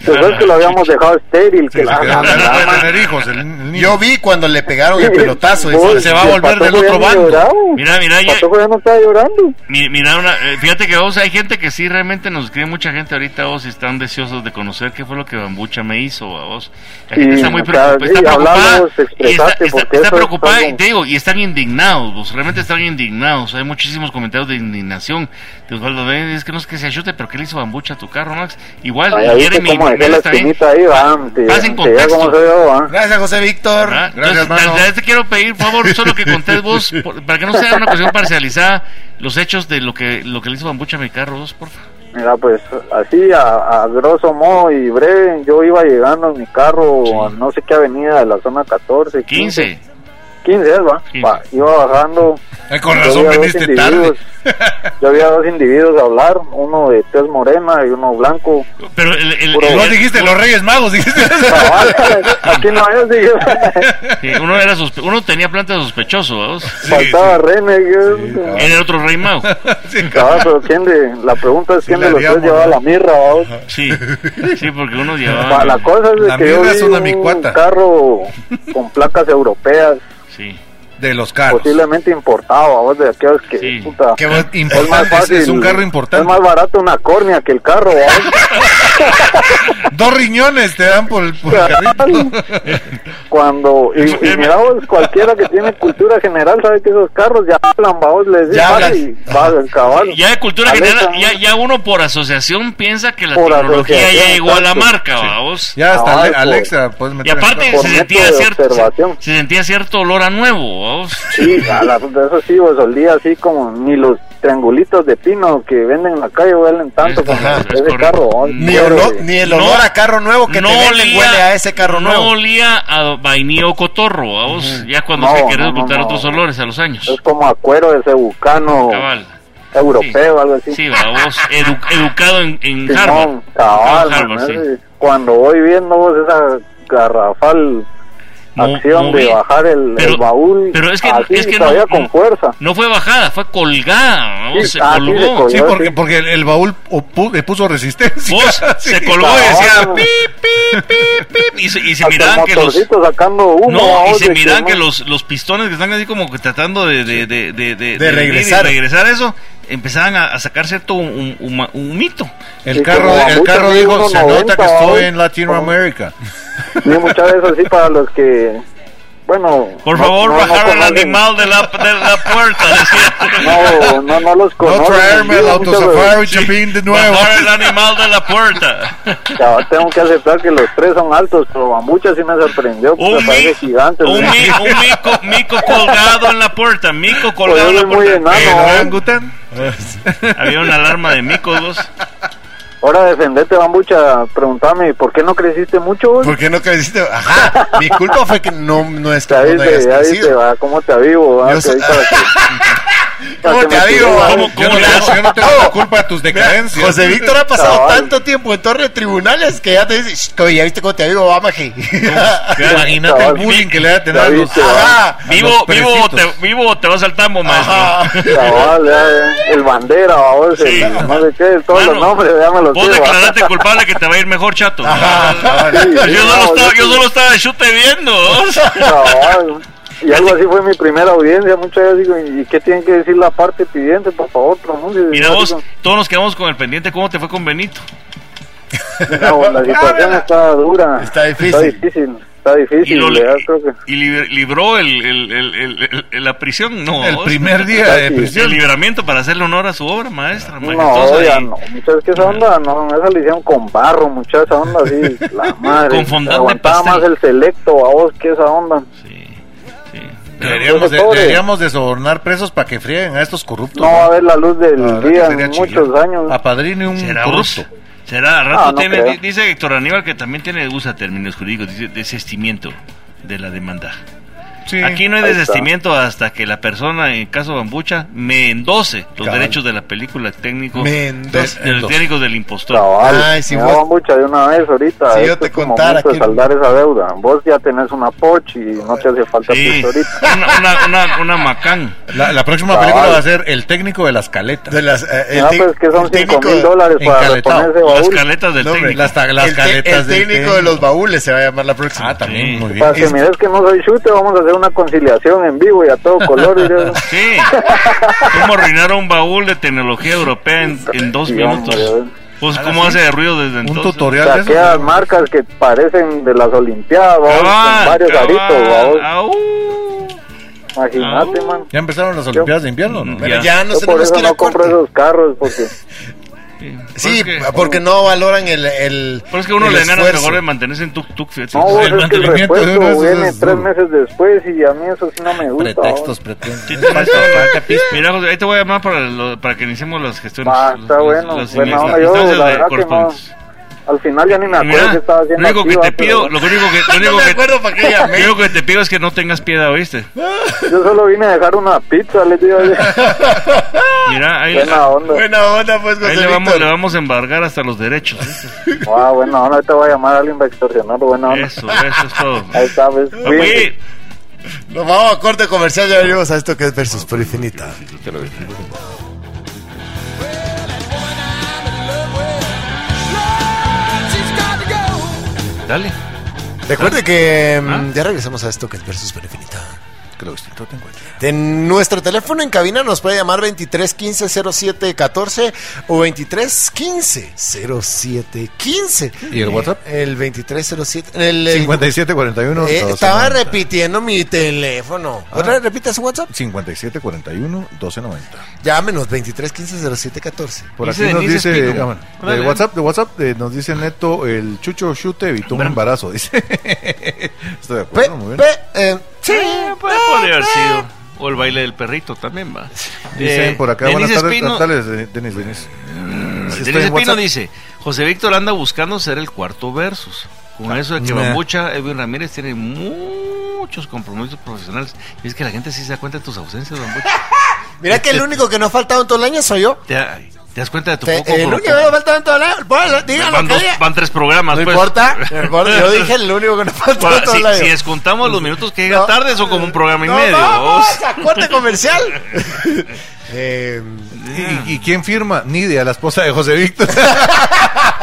[SPEAKER 6] Después que lo habíamos dejado estéril.
[SPEAKER 3] Se
[SPEAKER 6] que la-
[SPEAKER 3] quedó-
[SPEAKER 6] la-
[SPEAKER 3] no
[SPEAKER 6] la-
[SPEAKER 3] puede tener hijos. el- el niño.
[SPEAKER 5] Yo vi cuando le pegaron el pelotazo.
[SPEAKER 6] Vos,
[SPEAKER 5] dice,
[SPEAKER 3] se va a
[SPEAKER 6] y el
[SPEAKER 3] volver del
[SPEAKER 6] Patojo ya
[SPEAKER 3] otro
[SPEAKER 6] ni
[SPEAKER 3] bando.
[SPEAKER 6] lloraba.
[SPEAKER 4] Mira, mira,
[SPEAKER 6] El
[SPEAKER 4] ya-
[SPEAKER 6] Patojo ya no está llorando.
[SPEAKER 4] Mi- Mira, una, eh, fíjate que vos, hay gente que sí realmente nos escribe mucha gente ahorita vos y están deseosos de conocer qué fue lo que Bambucha me hizo a vos. La
[SPEAKER 6] Sí,
[SPEAKER 4] gente está muy
[SPEAKER 6] o sea,
[SPEAKER 4] preocupa-
[SPEAKER 6] sí,
[SPEAKER 4] está preocupada.
[SPEAKER 6] hablamos,
[SPEAKER 4] y está,
[SPEAKER 6] expresate,
[SPEAKER 4] está-
[SPEAKER 6] porque
[SPEAKER 4] está
[SPEAKER 6] eso es
[SPEAKER 4] preocupada
[SPEAKER 6] algo-
[SPEAKER 4] y te digo, y están indignados, vos, realmente están indignados. Hay muchísimos comentarios de indignación. De Osvaldo Vélez, es que no es que se ayude, pero ¿qué le hizo Bambucha a tu carro, Max? Igual,
[SPEAKER 6] Ahí
[SPEAKER 4] y
[SPEAKER 6] viste cómo dejé la
[SPEAKER 4] Méndez también.
[SPEAKER 6] espinita ahí, va, te-
[SPEAKER 4] Vas en
[SPEAKER 6] te digo
[SPEAKER 4] contexto.
[SPEAKER 6] cómo soy yo, va.
[SPEAKER 5] Gracias, José Víctor.
[SPEAKER 4] ¿verdad?
[SPEAKER 3] Gracias,
[SPEAKER 4] Entonces,
[SPEAKER 3] mano.
[SPEAKER 4] la verdad te quiero pedir, por favor, solo que contés vos, por- para que no sea una cuestión parcializada, los hechos de lo que, lo que le hizo Bambucha a mi carro, vos, por favor.
[SPEAKER 6] Mira, pues así, a, a grosso modo y breve, yo iba llegando en mi carro a no sé qué avenida de la zona 14, 15.
[SPEAKER 4] 15.
[SPEAKER 6] 15 es, va.
[SPEAKER 4] 15.
[SPEAKER 6] Va, Iba bajando.
[SPEAKER 3] Ay, Con
[SPEAKER 6] yo
[SPEAKER 3] razón
[SPEAKER 6] vi a dos
[SPEAKER 3] viniste tarde.
[SPEAKER 6] individuos- Yo había dos individuos a hablar, uno de tez morena y uno blanco.
[SPEAKER 4] Pero el, el-
[SPEAKER 6] Puro
[SPEAKER 4] el-
[SPEAKER 3] Vos dijiste los Reyes Magos, dijiste.
[SPEAKER 6] Cabal, Aquí no había así.
[SPEAKER 4] sí, uno, era sospe- uno tenía planta de sospechoso, ¿vos?
[SPEAKER 6] Faltaba René. yo-
[SPEAKER 4] Era el otro rey mago.
[SPEAKER 3] Sí,
[SPEAKER 6] Cabal, pero ¿quién de, la pregunta es quién
[SPEAKER 3] la
[SPEAKER 6] de los tres
[SPEAKER 3] haríamos,
[SPEAKER 6] llevaba
[SPEAKER 3] ¿no? Ah,
[SPEAKER 6] la mirra, va.
[SPEAKER 4] Sí, sí, porque uno
[SPEAKER 6] Pa- la
[SPEAKER 4] llevaba.
[SPEAKER 6] cosa es de
[SPEAKER 3] La
[SPEAKER 6] que yo
[SPEAKER 3] mierda es
[SPEAKER 6] vi
[SPEAKER 3] una
[SPEAKER 6] un
[SPEAKER 3] micuata.
[SPEAKER 6] carro con placas europeas,
[SPEAKER 4] Sí,
[SPEAKER 3] De los caros.
[SPEAKER 6] posiblemente importado, ¿va? vos de aquellos que
[SPEAKER 4] Sí.
[SPEAKER 6] puta,
[SPEAKER 3] Ah, Que
[SPEAKER 6] es
[SPEAKER 3] vos-
[SPEAKER 6] más
[SPEAKER 3] importante, ese es un carro
[SPEAKER 6] Es
[SPEAKER 3] importante.
[SPEAKER 6] más barato una córnea que el carro, ¿va?
[SPEAKER 3] Dos riñones te dan por el, por el carrito.
[SPEAKER 6] Cuando y, y mira vos, cualquiera que tiene cultura general sabe que esos carros ya hablan, ¿va? vos le decís,
[SPEAKER 5] Ya
[SPEAKER 6] "Vale",
[SPEAKER 5] hablan.
[SPEAKER 6] y va el caballo.
[SPEAKER 4] Ya de cultura
[SPEAKER 6] Alexa,
[SPEAKER 4] general,
[SPEAKER 6] ¿no?
[SPEAKER 4] ya, ya uno por asociación piensa que la
[SPEAKER 6] Por
[SPEAKER 4] tecnología ya
[SPEAKER 6] asociación,
[SPEAKER 4] llegó a la
[SPEAKER 6] exacto.
[SPEAKER 4] marca, ¿va vos?
[SPEAKER 3] Ya hasta
[SPEAKER 6] Ah,
[SPEAKER 3] Ale-
[SPEAKER 6] por-
[SPEAKER 3] Alexa puedes
[SPEAKER 4] Y
[SPEAKER 3] meter. en
[SPEAKER 4] aparte
[SPEAKER 3] el
[SPEAKER 6] Por
[SPEAKER 4] se
[SPEAKER 6] método
[SPEAKER 4] sentía,
[SPEAKER 6] de
[SPEAKER 4] cierto,
[SPEAKER 6] observación.
[SPEAKER 4] se, se sentía cierto olor a nuevo, ¿va vos?
[SPEAKER 6] Sí, a la- de eso sí, vos olía así como ni los triangulitos de pino que venden en la calle huelen tanto
[SPEAKER 4] Es-
[SPEAKER 6] como
[SPEAKER 4] ajá, es
[SPEAKER 6] ese
[SPEAKER 4] correcto.
[SPEAKER 6] carro. ¿va?
[SPEAKER 5] Ni,
[SPEAKER 6] Pero,
[SPEAKER 5] olor-
[SPEAKER 6] eh,
[SPEAKER 5] ni el olor
[SPEAKER 4] No.
[SPEAKER 5] a carro nuevo que te venden huele a ese carro
[SPEAKER 4] no
[SPEAKER 5] nuevo.
[SPEAKER 4] olía a vainillo cotorro, ¿va vos? Ya cuando
[SPEAKER 6] No,
[SPEAKER 4] se querés
[SPEAKER 6] no, no,
[SPEAKER 4] ocultar
[SPEAKER 6] no.
[SPEAKER 4] otros olores a los años.
[SPEAKER 6] Es como a cuero de ese bucano
[SPEAKER 4] Cabal.
[SPEAKER 6] europeo, algo así.
[SPEAKER 4] Sí, ¿va vos? Edu- educado en, en
[SPEAKER 6] Simón,
[SPEAKER 4] Harvard.
[SPEAKER 6] cabal,
[SPEAKER 4] Educado en Harvard,
[SPEAKER 6] ¿no?
[SPEAKER 4] sí.
[SPEAKER 6] Cuando voy viendo vos, esa garrafal
[SPEAKER 4] Mo-
[SPEAKER 6] acción de
[SPEAKER 4] movi-
[SPEAKER 6] bajar el,
[SPEAKER 4] Pero-
[SPEAKER 6] el baúl,
[SPEAKER 4] pero es que-
[SPEAKER 6] así,
[SPEAKER 4] es que no-
[SPEAKER 6] todavía con
[SPEAKER 4] no-
[SPEAKER 6] fuerza.
[SPEAKER 4] No fue bajada, fue colgada. vos,
[SPEAKER 6] Sí,
[SPEAKER 4] se
[SPEAKER 6] ah, sí, se
[SPEAKER 4] colgó.
[SPEAKER 6] colgó.
[SPEAKER 3] Sí,
[SPEAKER 6] Yo
[SPEAKER 3] porque,
[SPEAKER 6] sí.
[SPEAKER 3] porque el, el baúl opu- le puso resistencia.
[SPEAKER 4] Vos
[SPEAKER 3] Sí.
[SPEAKER 4] se colgó y decía
[SPEAKER 6] Cabal.
[SPEAKER 4] pip, pip, pip, pip. Y se, y se
[SPEAKER 6] Hasta el
[SPEAKER 4] miraban que los.
[SPEAKER 6] motorcito sacando humo.
[SPEAKER 4] No, y
[SPEAKER 6] vos,
[SPEAKER 4] se
[SPEAKER 6] de
[SPEAKER 4] miraban que
[SPEAKER 6] no-
[SPEAKER 4] los, los pistones que están así como que tratando de, de, de, de, de-
[SPEAKER 5] De
[SPEAKER 4] de
[SPEAKER 5] regresar.
[SPEAKER 4] de regresar eso, empezaban a, a sacar cierto un, un, un- un mito.
[SPEAKER 3] El
[SPEAKER 6] Sí,
[SPEAKER 3] carro,
[SPEAKER 6] como
[SPEAKER 3] el
[SPEAKER 6] mucho
[SPEAKER 3] carro
[SPEAKER 6] mide
[SPEAKER 3] dijo, se
[SPEAKER 6] 1.90,
[SPEAKER 3] nota que estoy
[SPEAKER 6] hoy.
[SPEAKER 3] en Latinoamérica.
[SPEAKER 6] Sí, muchas veces así para los que Bueno.
[SPEAKER 11] Por
[SPEAKER 6] no-
[SPEAKER 11] favor,
[SPEAKER 6] no- no
[SPEAKER 11] bajar al
[SPEAKER 6] conocen-
[SPEAKER 11] animal de la, de la puerta, decía.
[SPEAKER 6] No, no, no los
[SPEAKER 3] No
[SPEAKER 6] conozco.
[SPEAKER 3] traerme el autosafari Chapín de nuevo.
[SPEAKER 11] Bajar el animal de la puerta.
[SPEAKER 6] Cabal, tengo que aceptar que los tres son altos, pero Bambucha sí me sorprendió. porque
[SPEAKER 11] Un,
[SPEAKER 6] parece
[SPEAKER 11] mi-
[SPEAKER 6] gigante.
[SPEAKER 11] un
[SPEAKER 6] ¿no?
[SPEAKER 11] mi- un mico, mico colgado en la puerta, mico
[SPEAKER 6] Pues yo
[SPEAKER 11] colgado en la
[SPEAKER 6] soy muy
[SPEAKER 11] puerta.
[SPEAKER 6] enano. ¿eh?
[SPEAKER 3] Orangután.
[SPEAKER 11] Había una alarma de micos, vos.
[SPEAKER 6] Ahora defendete, Bambucha. Preguntame, ¿por qué no creciste mucho? vos?
[SPEAKER 5] ¿Por qué no creciste? Ajá, mi culpa fue que no, no es que
[SPEAKER 6] Ya
[SPEAKER 5] no hayas
[SPEAKER 6] viste, ya viste,
[SPEAKER 5] crecido.
[SPEAKER 6] va, ¿cómo te avivo? va?
[SPEAKER 5] Yo
[SPEAKER 6] Que
[SPEAKER 5] sé-
[SPEAKER 6] ahí para que- para
[SPEAKER 5] ¿Cómo
[SPEAKER 6] que
[SPEAKER 5] te
[SPEAKER 6] me
[SPEAKER 5] avivo,
[SPEAKER 6] tire,
[SPEAKER 5] va?
[SPEAKER 6] va.
[SPEAKER 11] ¿Cómo,
[SPEAKER 3] Yo
[SPEAKER 11] cómo
[SPEAKER 3] no,
[SPEAKER 11] le
[SPEAKER 3] tengo,
[SPEAKER 11] hace?
[SPEAKER 3] yo no tengo la culpa de tus decadencias.
[SPEAKER 5] José Víctor ha pasado
[SPEAKER 6] Cabal.
[SPEAKER 5] tanto tiempo en torre de tribunales que ya te dice, "Shh, oye, ya viste cómo te digo, vamaje.
[SPEAKER 3] Imagínate el bullying que le va a tener a los,
[SPEAKER 6] Ya viste, va.
[SPEAKER 5] Ajá.
[SPEAKER 11] Vivo,
[SPEAKER 3] los
[SPEAKER 11] vivo, o te,
[SPEAKER 3] perecitos.
[SPEAKER 11] vivo o te vas al tambo,
[SPEAKER 5] Ajá.
[SPEAKER 11] maestro.
[SPEAKER 6] Cabal, ya, eh, el bandera, va, vos, el-
[SPEAKER 11] Sí.
[SPEAKER 6] no sé qué, todos los
[SPEAKER 11] Claro.
[SPEAKER 6] nombres, ya me los
[SPEAKER 11] Vos
[SPEAKER 6] sé, va.
[SPEAKER 11] declarate culpable que te va a ir mejor, chato.
[SPEAKER 6] Sí,
[SPEAKER 11] Yo
[SPEAKER 6] no,
[SPEAKER 11] solo estaba, yo
[SPEAKER 6] sí-
[SPEAKER 11] solo estaba de chute viendo. vos.
[SPEAKER 6] Cabal. Y algo así fue mi primera audiencia, muchas veces digo, ¿y qué tienen que decir la parte pidiente? Por favor, pronúnciese.
[SPEAKER 11] Mira
[SPEAKER 6] Yo
[SPEAKER 11] vos,
[SPEAKER 6] digo,
[SPEAKER 11] todos nos quedamos con el pendiente. ¿Cómo te fue con Benito?
[SPEAKER 6] No, la situación está dura.
[SPEAKER 5] Está difícil.
[SPEAKER 6] Está difícil, está
[SPEAKER 11] Y,
[SPEAKER 6] difícil,
[SPEAKER 11] lo-
[SPEAKER 6] ¿verdad? creo que...
[SPEAKER 11] y li- libró el, el- el- el- el- la prisión, no.
[SPEAKER 3] El
[SPEAKER 11] vos.
[SPEAKER 3] primer día de
[SPEAKER 11] El
[SPEAKER 3] prisión.
[SPEAKER 11] libramiento para hacerle honor a su obra, maestra.
[SPEAKER 6] No,
[SPEAKER 11] majestuosa,
[SPEAKER 6] ya
[SPEAKER 11] y
[SPEAKER 6] no, muchachos, que esa onda, no, esa le hicieron con barro, muchachos, esa onda así, la madre.
[SPEAKER 11] Con fondant de
[SPEAKER 6] Aguantaba
[SPEAKER 11] pastel.
[SPEAKER 6] más el selecto, a vos, que esa onda.
[SPEAKER 11] Sí, sí.
[SPEAKER 3] Deberíamos de,
[SPEAKER 6] Pobres.
[SPEAKER 3] deberíamos de sobornar presos para que frieguen a estos corruptos.
[SPEAKER 6] No va a ver la luz del
[SPEAKER 3] La verdad que
[SPEAKER 6] día
[SPEAKER 3] sería
[SPEAKER 6] en muchos
[SPEAKER 3] chileno.
[SPEAKER 6] años.
[SPEAKER 3] Apadrine un
[SPEAKER 11] Será
[SPEAKER 3] corrupto.
[SPEAKER 11] vos. Será, a rato
[SPEAKER 6] Ah, no
[SPEAKER 11] tiene,
[SPEAKER 6] creo.
[SPEAKER 11] di- dice Héctor Aníbal que también tiene, usa términos jurídicos, dice desestimiento de la demanda.
[SPEAKER 3] Sí.
[SPEAKER 11] Aquí no hay
[SPEAKER 6] Ahí está.
[SPEAKER 11] desestimiento hasta que la persona, en el caso Bambucha, me endose los
[SPEAKER 5] Cabal.
[SPEAKER 11] derechos de la película técnico,
[SPEAKER 5] Me
[SPEAKER 11] de,
[SPEAKER 5] endose.
[SPEAKER 11] de los técnicos del impostor.
[SPEAKER 6] Cabal,
[SPEAKER 5] Ay, si
[SPEAKER 6] me
[SPEAKER 5] vos-
[SPEAKER 6] daban mucha de una vez ahorita.
[SPEAKER 5] Si yo
[SPEAKER 6] este
[SPEAKER 5] te
[SPEAKER 6] es tu
[SPEAKER 5] contara
[SPEAKER 6] momento de
[SPEAKER 5] que-
[SPEAKER 6] saldar esa deuda. Vos ya tenés una poch y no te hace falta
[SPEAKER 11] Sí,
[SPEAKER 6] pisto ahorita.
[SPEAKER 11] una, una, una, una macán.
[SPEAKER 3] La, la próxima
[SPEAKER 6] Cabal.
[SPEAKER 3] película va a ser El técnico de las caletas.
[SPEAKER 5] De las, eh, el
[SPEAKER 6] No,
[SPEAKER 5] tec-
[SPEAKER 6] pues que son
[SPEAKER 5] el
[SPEAKER 6] 5
[SPEAKER 5] técnico-
[SPEAKER 6] mil dólares para
[SPEAKER 3] encaletado.
[SPEAKER 6] reponer ese
[SPEAKER 11] Las
[SPEAKER 6] baúl.
[SPEAKER 11] caletas del
[SPEAKER 5] No, hombre,
[SPEAKER 11] técnico.
[SPEAKER 3] Las, ta- las
[SPEAKER 5] el te-
[SPEAKER 3] caletas
[SPEAKER 5] el
[SPEAKER 3] del
[SPEAKER 5] técnico de los baúles se va a llamar la próxima.
[SPEAKER 3] Ah, también,
[SPEAKER 11] Sí.
[SPEAKER 3] muy bien.
[SPEAKER 6] Para que
[SPEAKER 5] Es-
[SPEAKER 6] mires que no soy chute, vamos a hacer una conciliación en vivo y a todo color. y yo-
[SPEAKER 11] Sí. ¿Cómo arruinar un baúl de tecnología europea en, en dos
[SPEAKER 6] Sí,
[SPEAKER 11] minutos?
[SPEAKER 6] hombre.
[SPEAKER 11] Pues, ¿cómo hace de ruido desde
[SPEAKER 3] Un
[SPEAKER 11] entonces?
[SPEAKER 3] tutorial de
[SPEAKER 6] sea,
[SPEAKER 3] eso.
[SPEAKER 6] aquellas marcas que parecen de las Olimpiadas, vamos,
[SPEAKER 11] Cabal,
[SPEAKER 6] con varios
[SPEAKER 11] cabal,
[SPEAKER 6] aritos, vamos.
[SPEAKER 11] au.
[SPEAKER 6] Imagínate, man.
[SPEAKER 3] ¿Ya empezaron las Olimpiadas de invierno? no?
[SPEAKER 5] Pero
[SPEAKER 11] Ya.
[SPEAKER 5] ya
[SPEAKER 6] Yo
[SPEAKER 5] nos
[SPEAKER 6] por
[SPEAKER 5] tenemos
[SPEAKER 6] eso
[SPEAKER 5] que ir a
[SPEAKER 6] no compro
[SPEAKER 5] corte.
[SPEAKER 6] esos carros, porque
[SPEAKER 5] Sí,
[SPEAKER 11] Pero es que-
[SPEAKER 5] porque no valoran el. el
[SPEAKER 11] Pero es que uno
[SPEAKER 5] el
[SPEAKER 11] le gana
[SPEAKER 5] esfuerzo.
[SPEAKER 11] mejor de mantenerse en tuk-tuk. fíjate.
[SPEAKER 6] no, vos,
[SPEAKER 3] el
[SPEAKER 6] es que el
[SPEAKER 3] mantenimiento de uno de
[SPEAKER 6] repuesto
[SPEAKER 3] esos
[SPEAKER 6] viene
[SPEAKER 3] es
[SPEAKER 6] tres
[SPEAKER 3] duro.
[SPEAKER 6] meses después y a mí eso sí no me gusta.
[SPEAKER 3] Pretextos,
[SPEAKER 6] vos.
[SPEAKER 11] Sí,
[SPEAKER 3] pretextos.
[SPEAKER 11] tienes
[SPEAKER 3] Falta-
[SPEAKER 11] razón.
[SPEAKER 3] falta pizca.
[SPEAKER 11] Mira, José, ahí te voy a llamar para, lo- para que iniciemos las gestiones.
[SPEAKER 6] Ah,
[SPEAKER 4] pues,
[SPEAKER 6] está
[SPEAKER 11] las-
[SPEAKER 6] bueno,
[SPEAKER 11] las-
[SPEAKER 6] buena
[SPEAKER 11] las
[SPEAKER 6] onda. Yo,
[SPEAKER 11] instancias
[SPEAKER 6] la
[SPEAKER 11] de
[SPEAKER 6] verdad que no.
[SPEAKER 11] correspondientes.
[SPEAKER 6] Al final ya ni me
[SPEAKER 11] Y
[SPEAKER 6] acuerdo
[SPEAKER 11] mira,
[SPEAKER 6] qué estaba haciendo.
[SPEAKER 11] lo único
[SPEAKER 6] aquí,
[SPEAKER 11] que
[SPEAKER 6] va,
[SPEAKER 11] te
[SPEAKER 6] pero
[SPEAKER 11] pido,
[SPEAKER 6] bueno,
[SPEAKER 11] lo único que, lo
[SPEAKER 5] No
[SPEAKER 11] único
[SPEAKER 5] me
[SPEAKER 11] que-
[SPEAKER 5] acuerdo para qué
[SPEAKER 11] lo
[SPEAKER 5] llamé.
[SPEAKER 11] único que te pido es que no tengas piedad, ¿oíste?
[SPEAKER 6] Yo solo vine a dejar una pizza, les digo. oye,
[SPEAKER 11] Mira, ahí,
[SPEAKER 6] buena onda.
[SPEAKER 5] Buena onda, pues,
[SPEAKER 11] ahí
[SPEAKER 5] José
[SPEAKER 11] le, vamos,
[SPEAKER 5] Víctor.
[SPEAKER 11] le vamos a embargar hasta los derechos. ¿viste?
[SPEAKER 6] Ah, buena onda. Ahorita voy a llamar a alguien para extorsionar. Buena onda.
[SPEAKER 11] Eso, eso es todo.
[SPEAKER 6] Ahí está, pues, ves.
[SPEAKER 11] Oye,
[SPEAKER 5] Nos vamos a corte comercial y venimos a esto que es Versus por Infinita.
[SPEAKER 11] dale.
[SPEAKER 5] Recuerde que mm, ya regresamos a esto que es Versus por Infinita.
[SPEAKER 3] Ah. Que lo distinto te encuentres.
[SPEAKER 5] De nuestro teléfono en cabina nos puede llamar 23 15 07 14 o 23 15 07 15.
[SPEAKER 3] ¿Y el WhatsApp?
[SPEAKER 5] El 23 07. El, el-
[SPEAKER 3] 5741.
[SPEAKER 5] eh, estaba repitiendo mi teléfono.
[SPEAKER 11] Ah.
[SPEAKER 5] ¿Otra vez repitas su WhatsApp?
[SPEAKER 3] 5741 1290.
[SPEAKER 5] Llámenos 23 15 07 14.
[SPEAKER 3] Por
[SPEAKER 11] Dice
[SPEAKER 3] aquí nos
[SPEAKER 11] Denise
[SPEAKER 3] dice,
[SPEAKER 11] Espino.
[SPEAKER 3] ah, bueno,
[SPEAKER 11] Dale.
[SPEAKER 3] de WhatsApp, de WhatsApp eh, nos dice Neto, el chucho chute evitó un
[SPEAKER 11] Bueno.
[SPEAKER 3] embarazo, dice. Estoy de
[SPEAKER 5] Pe-
[SPEAKER 3] acuerdo, muy bien.
[SPEAKER 5] pe- eh, sí.
[SPEAKER 11] Eh, puede podría haber sido. O el baile del perrito también va.
[SPEAKER 3] Dicen
[SPEAKER 11] Eh,
[SPEAKER 3] por acá,
[SPEAKER 11] Denise
[SPEAKER 3] buenas tardes,
[SPEAKER 11] Espino-
[SPEAKER 3] buenas tardes, eh, Denis, Denis. Sí, estoy
[SPEAKER 11] Denise
[SPEAKER 3] en
[SPEAKER 11] Espino
[SPEAKER 3] WhatsApp.
[SPEAKER 11] dice, José Víctor anda buscando ser el cuarto versus. Con eso de que
[SPEAKER 3] nah.
[SPEAKER 11] Bambucha, Edwin Ramírez tiene muchos compromisos profesionales. Y es que la gente sí se da cuenta de tus ausencias, Bambucha.
[SPEAKER 5] Mira que el
[SPEAKER 11] Este-
[SPEAKER 5] único que no ha faltado en todo el año soy yo.
[SPEAKER 11] ¿Te, te das cuenta de tu
[SPEAKER 5] Te-
[SPEAKER 11] poco?
[SPEAKER 5] el
[SPEAKER 11] pro-
[SPEAKER 5] único que no ha faltado en todo el año. Bueno, dígalo,
[SPEAKER 11] van, dos-
[SPEAKER 5] que diga.
[SPEAKER 11] van tres programas,
[SPEAKER 5] No
[SPEAKER 11] pues.
[SPEAKER 5] importa. no importa, Yo dije el único que no ha faltado en
[SPEAKER 11] Para-
[SPEAKER 5] todo
[SPEAKER 11] si,
[SPEAKER 5] el año.
[SPEAKER 11] si descontamos los minutos que llega
[SPEAKER 5] No.
[SPEAKER 11] tarde, son como un programa y
[SPEAKER 5] No,
[SPEAKER 11] medio.
[SPEAKER 5] vamos
[SPEAKER 11] vos.
[SPEAKER 5] a corte comercial. Eh,
[SPEAKER 11] Ah.
[SPEAKER 3] ¿Y, y quién firma? Nidia, la esposa de José Víctor.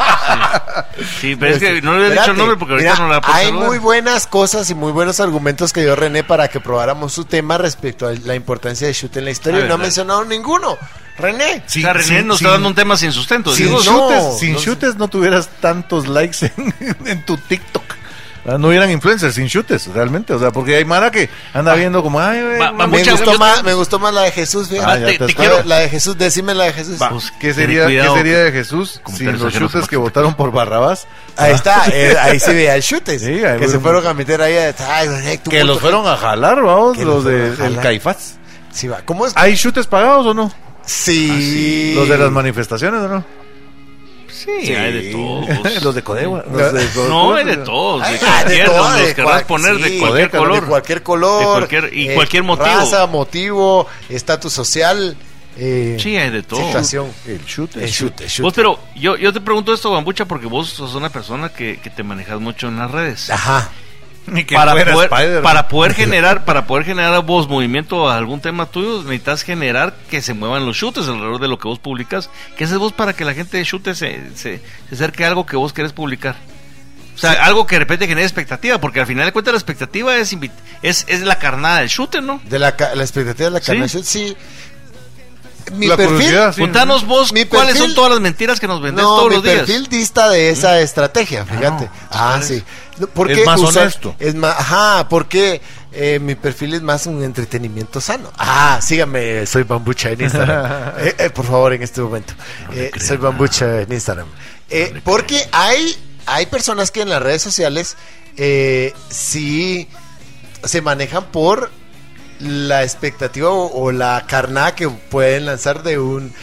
[SPEAKER 11] Sí, pero es que no le he dicho el
[SPEAKER 5] espérate,
[SPEAKER 11] nombre porque ahorita
[SPEAKER 5] mira,
[SPEAKER 11] no la
[SPEAKER 5] Hay muy buenas cosas y muy buenos argumentos que dio René para que probáramos su tema respecto a la importancia de Shoot en la
[SPEAKER 11] A
[SPEAKER 5] historia.
[SPEAKER 11] ver,
[SPEAKER 5] y no ha
[SPEAKER 11] dale.
[SPEAKER 5] mencionado ninguno. René.
[SPEAKER 11] O sea, René
[SPEAKER 3] sin-
[SPEAKER 11] nos
[SPEAKER 3] sin-
[SPEAKER 11] está dando un tema sin sustento.
[SPEAKER 5] sin
[SPEAKER 11] digo,
[SPEAKER 5] no,
[SPEAKER 3] Sin chutes,
[SPEAKER 5] no
[SPEAKER 3] sin
[SPEAKER 5] sé.
[SPEAKER 3] chutes no tuvieras tantos likes en, en tu TikTok. Ah, No hubieran influencers sin chutes, realmente. O sea, porque hay Mara que anda viendo como, ay, güey,
[SPEAKER 11] Ah. Va- va
[SPEAKER 3] mami,
[SPEAKER 5] Me
[SPEAKER 11] Muchas-
[SPEAKER 5] gustó,
[SPEAKER 11] yo-
[SPEAKER 5] más, me gustó más la de Jesús,
[SPEAKER 3] Ah,
[SPEAKER 5] fíjate.
[SPEAKER 3] ya
[SPEAKER 11] te-
[SPEAKER 3] te
[SPEAKER 11] te
[SPEAKER 3] está-
[SPEAKER 11] quiero-
[SPEAKER 5] la de Jesús, decime la de Jesús.
[SPEAKER 3] Va,
[SPEAKER 4] Pues,
[SPEAKER 3] ¿Qué
[SPEAKER 4] ten
[SPEAKER 3] sería,
[SPEAKER 4] cuidado,
[SPEAKER 3] qué sería de Jesús sin
[SPEAKER 4] comentarios
[SPEAKER 3] los
[SPEAKER 4] ajenos,
[SPEAKER 3] chutes que
[SPEAKER 4] Maxito.
[SPEAKER 3] votaron por Barrabás?
[SPEAKER 5] Ahí está, eh, ahí se veía el chute.
[SPEAKER 3] Sí, ahí
[SPEAKER 5] que
[SPEAKER 3] fue-
[SPEAKER 5] se fueron a meter ahí. a- ay, ay, tu
[SPEAKER 3] Que
[SPEAKER 5] puto-
[SPEAKER 3] los fueron a jalar, vamos,
[SPEAKER 5] Que
[SPEAKER 3] los
[SPEAKER 5] los fueron a
[SPEAKER 3] del
[SPEAKER 5] jalar.
[SPEAKER 3] Caifás.
[SPEAKER 5] Sí, va. ¿Cómo es?
[SPEAKER 11] Ah,
[SPEAKER 3] ¿Hay chutes pagados o no?
[SPEAKER 5] sí.
[SPEAKER 3] ¿Los de las manifestaciones o no?
[SPEAKER 11] Sí, hay de todos.
[SPEAKER 3] los de Codewa.
[SPEAKER 11] No, es de todos. De
[SPEAKER 5] Ay,
[SPEAKER 11] cualquier,
[SPEAKER 5] de todo,
[SPEAKER 11] donde los
[SPEAKER 5] de
[SPEAKER 11] querrás
[SPEAKER 5] cual-
[SPEAKER 11] poner, de
[SPEAKER 5] sí,
[SPEAKER 11] cualquier
[SPEAKER 5] de
[SPEAKER 11] color.
[SPEAKER 5] cualquier color. eh,
[SPEAKER 11] De cualquier- y cualquier motivo.
[SPEAKER 5] Raza, motivo, estatus social. eh,
[SPEAKER 11] Sí, hay de todo.
[SPEAKER 5] Situación. eh,
[SPEAKER 3] El chute.
[SPEAKER 5] El chute, chute.
[SPEAKER 11] Vos, pero yo, yo te pregunto esto, Bambucha, porque vos sos una persona que, que te manejas mucho en las redes.
[SPEAKER 5] Ajá.
[SPEAKER 3] Ni que
[SPEAKER 11] Para
[SPEAKER 3] fuera
[SPEAKER 11] poder,
[SPEAKER 3] Spider-Man.
[SPEAKER 11] para poder generar, para poder generar a vos movimiento a algún tema tuyo, necesitas generar que se muevan los chutes alrededor de lo que vos publicas. ¿Qué haces vos para que la gente de chutes se, se, se acerque a algo que vos querés publicar? O sea, algo que de repente genere expectativa, porque al final de cuentas la expectativa es invit- es, es la carnada del chute, ¿no?
[SPEAKER 5] De la, ca- la expectativa de la
[SPEAKER 11] Sí.
[SPEAKER 5] carnación, sí. Mi
[SPEAKER 3] La
[SPEAKER 5] perfil.
[SPEAKER 3] curiosidad, sí.
[SPEAKER 11] Contanos vos
[SPEAKER 5] Mi
[SPEAKER 11] cuáles
[SPEAKER 5] perfil-
[SPEAKER 11] son todas las mentiras que nos vendés
[SPEAKER 5] No,
[SPEAKER 11] todos
[SPEAKER 5] mi
[SPEAKER 11] los días. Mm.
[SPEAKER 5] perfil dista de esa estrategia, fíjate.
[SPEAKER 11] no. pues,
[SPEAKER 5] Ah, sí. No, porque
[SPEAKER 3] Es más honesto.
[SPEAKER 5] Es más, ajá, porque eh, mi perfil es más un entretenimiento sano. Ah, síganme, soy Bambucha en Instagram. Eh, eh, por favor, en este momento. Eh, soy Bambucha en Instagram. Eh, porque hay, hay personas que en las redes sociales eh, sí se manejan por la expectativa o, o la carnada que pueden lanzar de un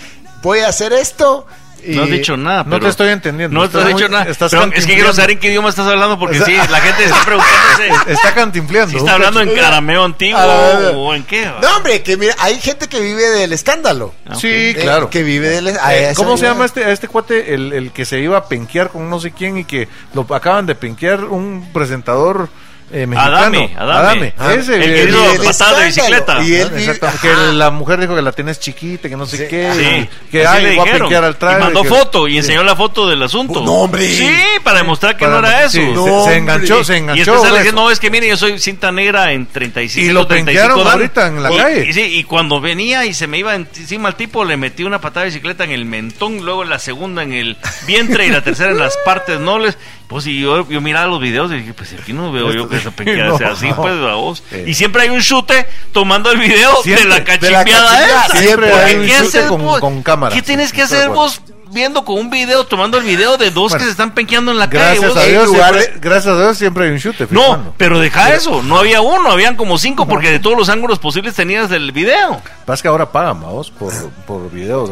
[SPEAKER 5] voy a hacer esto. y-
[SPEAKER 11] No has dicho nada,
[SPEAKER 3] No
[SPEAKER 11] pero-
[SPEAKER 3] te estoy entendiendo.
[SPEAKER 11] No te has
[SPEAKER 3] Estás
[SPEAKER 11] dicho
[SPEAKER 3] muy-
[SPEAKER 11] nada.
[SPEAKER 3] estás
[SPEAKER 11] Pero es que quiero
[SPEAKER 3] cantinfleando.
[SPEAKER 11] saber en qué idioma estás hablando, porque
[SPEAKER 3] O sea-
[SPEAKER 11] sí, la gente está preguntándose
[SPEAKER 3] Está cantimpleando.
[SPEAKER 11] si está hablando en carameo antiguo
[SPEAKER 5] A la verga.
[SPEAKER 11] o en qué.
[SPEAKER 5] No, hombre, que mira, hay gente que vive del escándalo.
[SPEAKER 11] Ah, ok.
[SPEAKER 3] Sí,
[SPEAKER 5] Eh,
[SPEAKER 3] claro.
[SPEAKER 5] Que vive del a
[SPEAKER 3] Eh,
[SPEAKER 5] esa
[SPEAKER 3] ¿Cómo se
[SPEAKER 5] vida.
[SPEAKER 3] llama este, a este cuate? El, el que se iba a penquear con no sé quién y que lo acaban de penquear un presentador eh, mexicano.
[SPEAKER 11] Adame, Adame.
[SPEAKER 5] Ah,
[SPEAKER 3] Ese,
[SPEAKER 11] el
[SPEAKER 3] eh,
[SPEAKER 11] querido
[SPEAKER 5] y el
[SPEAKER 11] patada de
[SPEAKER 5] escándalo,
[SPEAKER 11] bicicleta.
[SPEAKER 5] y el-
[SPEAKER 3] Exactamente, que
[SPEAKER 5] Ajá.
[SPEAKER 3] la mujer dijo que la tienes chiquita, que no sé
[SPEAKER 5] Ah. Sí.
[SPEAKER 3] qué,
[SPEAKER 11] Ah, Sí,
[SPEAKER 3] y que
[SPEAKER 11] así
[SPEAKER 3] ay,
[SPEAKER 11] le
[SPEAKER 3] voy a
[SPEAKER 11] dijeron.
[SPEAKER 3] penquear al traje.
[SPEAKER 11] y mandó
[SPEAKER 3] que-
[SPEAKER 11] foto y enseñó la foto del asunto.
[SPEAKER 5] No, hombre.
[SPEAKER 11] Sí, para demostrar que
[SPEAKER 3] para-
[SPEAKER 11] no era eso.
[SPEAKER 3] sí, se-
[SPEAKER 5] No,
[SPEAKER 3] se,
[SPEAKER 5] hombre.
[SPEAKER 3] enganchó, se
[SPEAKER 11] y este
[SPEAKER 3] enganchó. pues.
[SPEAKER 11] sale
[SPEAKER 3] grueso.
[SPEAKER 11] diciendo, no, es que mire, yo soy cinta negra en 35
[SPEAKER 3] Y lo
[SPEAKER 11] 35
[SPEAKER 3] penquearon
[SPEAKER 11] dan".
[SPEAKER 3] ahorita en la
[SPEAKER 11] Y-
[SPEAKER 3] calle.
[SPEAKER 11] Y, sí, y cuando venía y se me iba encima al tipo, le metí una patada de bicicleta en el mentón, luego la segunda en el vientre y la tercera en las partes nobles. Pues y yo, yo miraba los videos y dije, pues aquí no veo yo que se penqueara
[SPEAKER 3] No.
[SPEAKER 11] sea así, pues a vos.
[SPEAKER 3] Sí.
[SPEAKER 11] Y siempre hay un chute tomando el video
[SPEAKER 3] Siempre,
[SPEAKER 11] de
[SPEAKER 3] de
[SPEAKER 11] la
[SPEAKER 3] la
[SPEAKER 11] cachimbiada
[SPEAKER 5] cachimbiada,
[SPEAKER 11] esa.
[SPEAKER 5] siempre
[SPEAKER 11] Porque
[SPEAKER 5] hay un
[SPEAKER 11] ¿qué
[SPEAKER 3] chute
[SPEAKER 11] haces
[SPEAKER 3] con-
[SPEAKER 11] vos?
[SPEAKER 3] con cámara.
[SPEAKER 11] pues, ¿Qué tienes que
[SPEAKER 3] Estoy de
[SPEAKER 11] hacer
[SPEAKER 3] acuerdo.
[SPEAKER 11] vos viendo con un video, tomando el video de dos
[SPEAKER 3] Bueno,
[SPEAKER 11] que se están penqueando en la calle?
[SPEAKER 3] Gracias
[SPEAKER 11] Vos-
[SPEAKER 3] a
[SPEAKER 5] en
[SPEAKER 3] Dios,
[SPEAKER 5] lugar
[SPEAKER 3] siempre, gracias a Dios siempre hay un chute.
[SPEAKER 11] no,
[SPEAKER 3] firmando.
[SPEAKER 11] pero deja eso. No había uno, habían como cinco, porque de todos los ángulos posibles tenías el video.
[SPEAKER 3] Pasa que ahora pagan, vamos, por, por videos.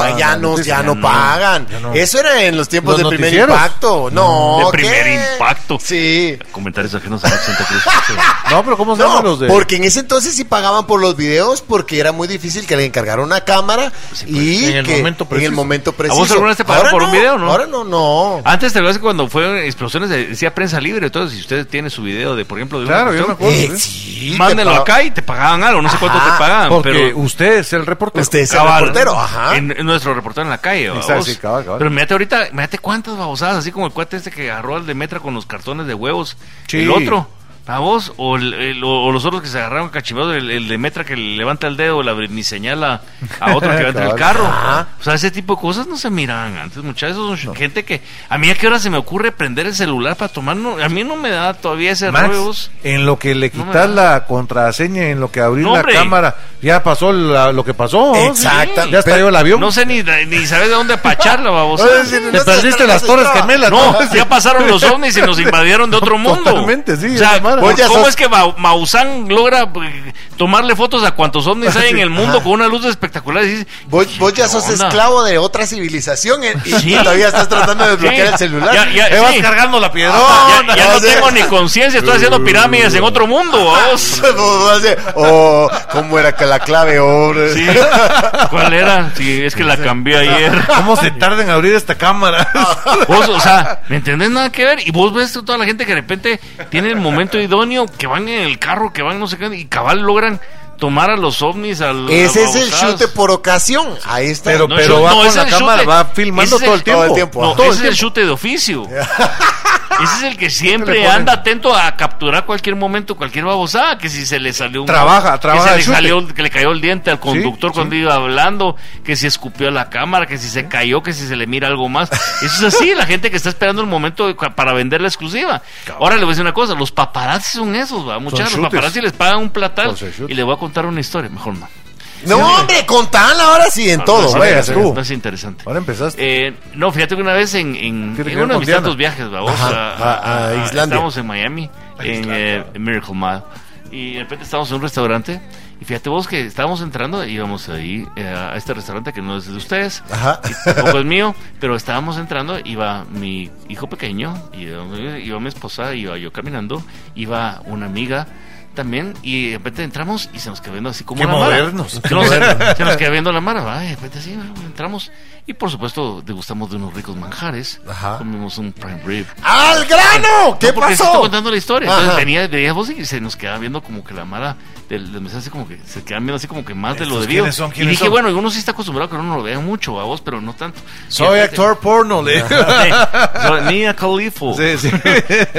[SPEAKER 3] así, Ah, pagan
[SPEAKER 5] ya
[SPEAKER 3] las
[SPEAKER 5] no,
[SPEAKER 3] noticias.
[SPEAKER 5] ya no pagan.
[SPEAKER 3] ya no.
[SPEAKER 5] Eso era en los tiempos
[SPEAKER 3] Los
[SPEAKER 5] de primer
[SPEAKER 3] noticieros.
[SPEAKER 5] impacto. No.
[SPEAKER 11] De primer
[SPEAKER 5] ¿qué?
[SPEAKER 11] impacto.
[SPEAKER 5] Sí.
[SPEAKER 11] Comentarios ajenos a Max Santa Cruz.
[SPEAKER 3] No, pero ¿cómo se
[SPEAKER 5] No,
[SPEAKER 3] llaman los de...?
[SPEAKER 5] porque en ese entonces sí pagaban por los videos porque era muy difícil que le encargara una cámara y
[SPEAKER 3] en el
[SPEAKER 5] que-
[SPEAKER 3] momento
[SPEAKER 5] en el
[SPEAKER 3] preciso.
[SPEAKER 5] momento
[SPEAKER 11] vos
[SPEAKER 5] preciso.
[SPEAKER 11] alguna vez te pagaron
[SPEAKER 5] Ahora
[SPEAKER 11] por un video, no? Ah,
[SPEAKER 5] Ahora no, no.
[SPEAKER 11] Antes te acuerdas que cuando fueron explosiones de- decía prensa libre, entonces si usted tiene su video de, por ejemplo, de una
[SPEAKER 3] Claro, yo me
[SPEAKER 11] explosión,
[SPEAKER 3] acuerdo.
[SPEAKER 5] Eh,
[SPEAKER 3] ¿sí?
[SPEAKER 5] sí,
[SPEAKER 11] mándenlo
[SPEAKER 5] te pa-
[SPEAKER 11] acá y te pagaban algo, no sé cuánto
[SPEAKER 5] Ajá,
[SPEAKER 11] te pagaban,
[SPEAKER 3] Porque
[SPEAKER 11] pero
[SPEAKER 3] usted es el reportero.
[SPEAKER 5] Usted es el
[SPEAKER 11] Cabal.
[SPEAKER 5] reportero, ajá.
[SPEAKER 11] En, en nuestro reportero en la calle,
[SPEAKER 3] Exacto,
[SPEAKER 11] babos.
[SPEAKER 3] sí, cabal, cabal.
[SPEAKER 11] Pero mírate ahorita, mírate cuántas babosadas, así como el cuate este que agarró al de Metra con los cartones de huevos.
[SPEAKER 3] Sí.
[SPEAKER 11] El otro, babos, o, el- el- o- o los otros que se agarraron cachimados, el, el de Metra que le levanta el dedo, la ni señala a otro que va entre el
[SPEAKER 3] Cabal.
[SPEAKER 11] carro.
[SPEAKER 5] Ajá.
[SPEAKER 11] O sea, ese tipo de cosas no se miraban antes, muchachos. Son gente que, a mí a qué hora se me ocurre prender el celular para tomar, no, a mí no me da todavía ese
[SPEAKER 3] Max,
[SPEAKER 11] rollo, vos.
[SPEAKER 3] en lo que le
[SPEAKER 11] No me
[SPEAKER 3] quitas
[SPEAKER 11] da.
[SPEAKER 3] la contraseña, en lo que abrís
[SPEAKER 11] No,
[SPEAKER 3] la
[SPEAKER 11] hombre.
[SPEAKER 3] cámara, ya pasó la- lo que pasó. ¿no?
[SPEAKER 5] Exacta-
[SPEAKER 3] Ya estalló el avión.
[SPEAKER 11] No sé ni, ni sabes de dónde apacharla, babosa.
[SPEAKER 5] Oye, si no
[SPEAKER 3] Te
[SPEAKER 5] se
[SPEAKER 3] perdiste las torres
[SPEAKER 5] estaba-
[SPEAKER 3] gemelas.
[SPEAKER 11] No,
[SPEAKER 3] Sí.
[SPEAKER 11] ya pasaron los ovnis y nos invadieron de otro mundo.
[SPEAKER 3] Totalmente, sí, Pues
[SPEAKER 11] O sea,
[SPEAKER 3] esa madre.
[SPEAKER 11] ¿cómo
[SPEAKER 5] Vos ya
[SPEAKER 11] cómo
[SPEAKER 5] sos-
[SPEAKER 11] es que Ma- Maussan logra eh, tomarle fotos a cuantos ovnis hay en el mundo con una luz espectacular? Y dices,
[SPEAKER 5] Vos, vos ya
[SPEAKER 11] ¿qué
[SPEAKER 5] sos
[SPEAKER 11] onda?
[SPEAKER 5] esclavo de otra civilización eh, y,
[SPEAKER 11] Sí.
[SPEAKER 5] y todavía estás tratando de
[SPEAKER 11] Sí.
[SPEAKER 5] desbloquear el celular.
[SPEAKER 11] Ya, ya,
[SPEAKER 5] Me vas
[SPEAKER 11] sí.
[SPEAKER 5] cargando la piedra.
[SPEAKER 11] ya, ya no tengo ni conciencia, estoy haciendo pirámides en otro mundo. vamos.
[SPEAKER 5] Oh, ¿cómo era que la clave? Oh,
[SPEAKER 11] Sí. ¿Cuál era? Sí, es que la cambié ayer.
[SPEAKER 3] ¿Cómo se tarda en abrir esta cámara?
[SPEAKER 11] Vos, o sea, ¿me entendés? Nada que ver. Y vos ves toda la gente que de repente tiene el momento idóneo, que van en el carro, que van no sé qué, y cabal logran tomar a los ovnis al.
[SPEAKER 5] Ese es el chute por ocasión. Ahí está.
[SPEAKER 3] Pero,
[SPEAKER 11] No,
[SPEAKER 3] pero
[SPEAKER 11] yo-
[SPEAKER 3] va
[SPEAKER 11] no,
[SPEAKER 3] con
[SPEAKER 11] ese
[SPEAKER 3] la
[SPEAKER 11] es el
[SPEAKER 3] cámara,
[SPEAKER 11] shooter.
[SPEAKER 3] va filmando
[SPEAKER 11] Ese es
[SPEAKER 3] todo
[SPEAKER 11] el-
[SPEAKER 3] el tiempo.
[SPEAKER 5] todo el tiempo.
[SPEAKER 11] No,
[SPEAKER 5] Todo
[SPEAKER 11] ese es el chute de oficio.
[SPEAKER 4] Ese es el que
[SPEAKER 3] le
[SPEAKER 4] siempre
[SPEAKER 3] ponen?
[SPEAKER 4] anda atento a capturar cualquier momento, cualquier babosada, que si se le salió un...
[SPEAKER 3] Trabaja,
[SPEAKER 4] que
[SPEAKER 3] trabaja
[SPEAKER 4] se
[SPEAKER 3] de
[SPEAKER 4] le
[SPEAKER 3] chute.
[SPEAKER 4] salió, que le cayó el diente al conductor
[SPEAKER 3] sí.
[SPEAKER 4] cuando iba hablando, que si escupió a la cámara, que si se cayó, que si se le mira algo más. Eso es así, la gente que está esperando el momento de- para vender la exclusiva. Ahora le voy a decir una cosa, los paparazzi son esos, va, muchachos. Los
[SPEAKER 3] shooters.
[SPEAKER 4] paparazzi les pagan un platal
[SPEAKER 3] Pues se shoot.
[SPEAKER 4] y le voy a contar una historia, mejor no.
[SPEAKER 5] No, hombre, contala ahora sí en todo.
[SPEAKER 4] no,
[SPEAKER 5] vaya,
[SPEAKER 4] es
[SPEAKER 3] tú.
[SPEAKER 4] interesante, no es interesante.
[SPEAKER 3] Ahora empezaste.
[SPEAKER 4] Eh, no, fíjate que una vez en,
[SPEAKER 3] Tiene
[SPEAKER 4] en,
[SPEAKER 3] que
[SPEAKER 4] en
[SPEAKER 3] ver
[SPEAKER 4] uno de
[SPEAKER 3] con
[SPEAKER 4] mis
[SPEAKER 3] Diana.
[SPEAKER 4] tantos viajes, vamos
[SPEAKER 5] Ajá,
[SPEAKER 4] a,
[SPEAKER 5] a- a Islandia.
[SPEAKER 4] Estamos en Miami, en, eh, en Miracle Mile, y de repente estábamos en un restaurante, y fíjate vos que estábamos entrando, íbamos ahí eh, a este restaurante que no es de ustedes,
[SPEAKER 5] Ajá.
[SPEAKER 4] tampoco es mío, pero estábamos entrando, iba mi hijo pequeño, iba, iba mi esposa, iba yo caminando, iba una amiga también, y de repente entramos y se nos quedó viendo así como
[SPEAKER 3] Qué
[SPEAKER 4] la mara.
[SPEAKER 3] modernos, Pues, qué
[SPEAKER 4] Se nos-
[SPEAKER 3] modernos.
[SPEAKER 4] se nos queda viendo la mara, va, y de repente así, va, entramos, y por supuesto degustamos de unos ricos manjares,
[SPEAKER 5] Ajá.
[SPEAKER 4] comimos un prime rib.
[SPEAKER 5] ¡Al grano! ¿Qué
[SPEAKER 4] No, porque se está
[SPEAKER 5] pasó?
[SPEAKER 4] contando la historia.
[SPEAKER 5] Ajá.
[SPEAKER 4] Entonces venía, venías vos y se nos quedaba viendo como que la mara del, del mensaje, como que se quedan viendo así como que más de lo
[SPEAKER 3] ¿Estos
[SPEAKER 4] debido.
[SPEAKER 3] quiénes son?
[SPEAKER 4] y
[SPEAKER 3] ¿Quiénes
[SPEAKER 4] dije,
[SPEAKER 3] son?
[SPEAKER 4] bueno, uno sí está acostumbrado que uno no lo vea mucho a vos, pero no tanto.
[SPEAKER 3] Soy actor porno, le
[SPEAKER 4] Mía Califo.
[SPEAKER 3] Sí, sí.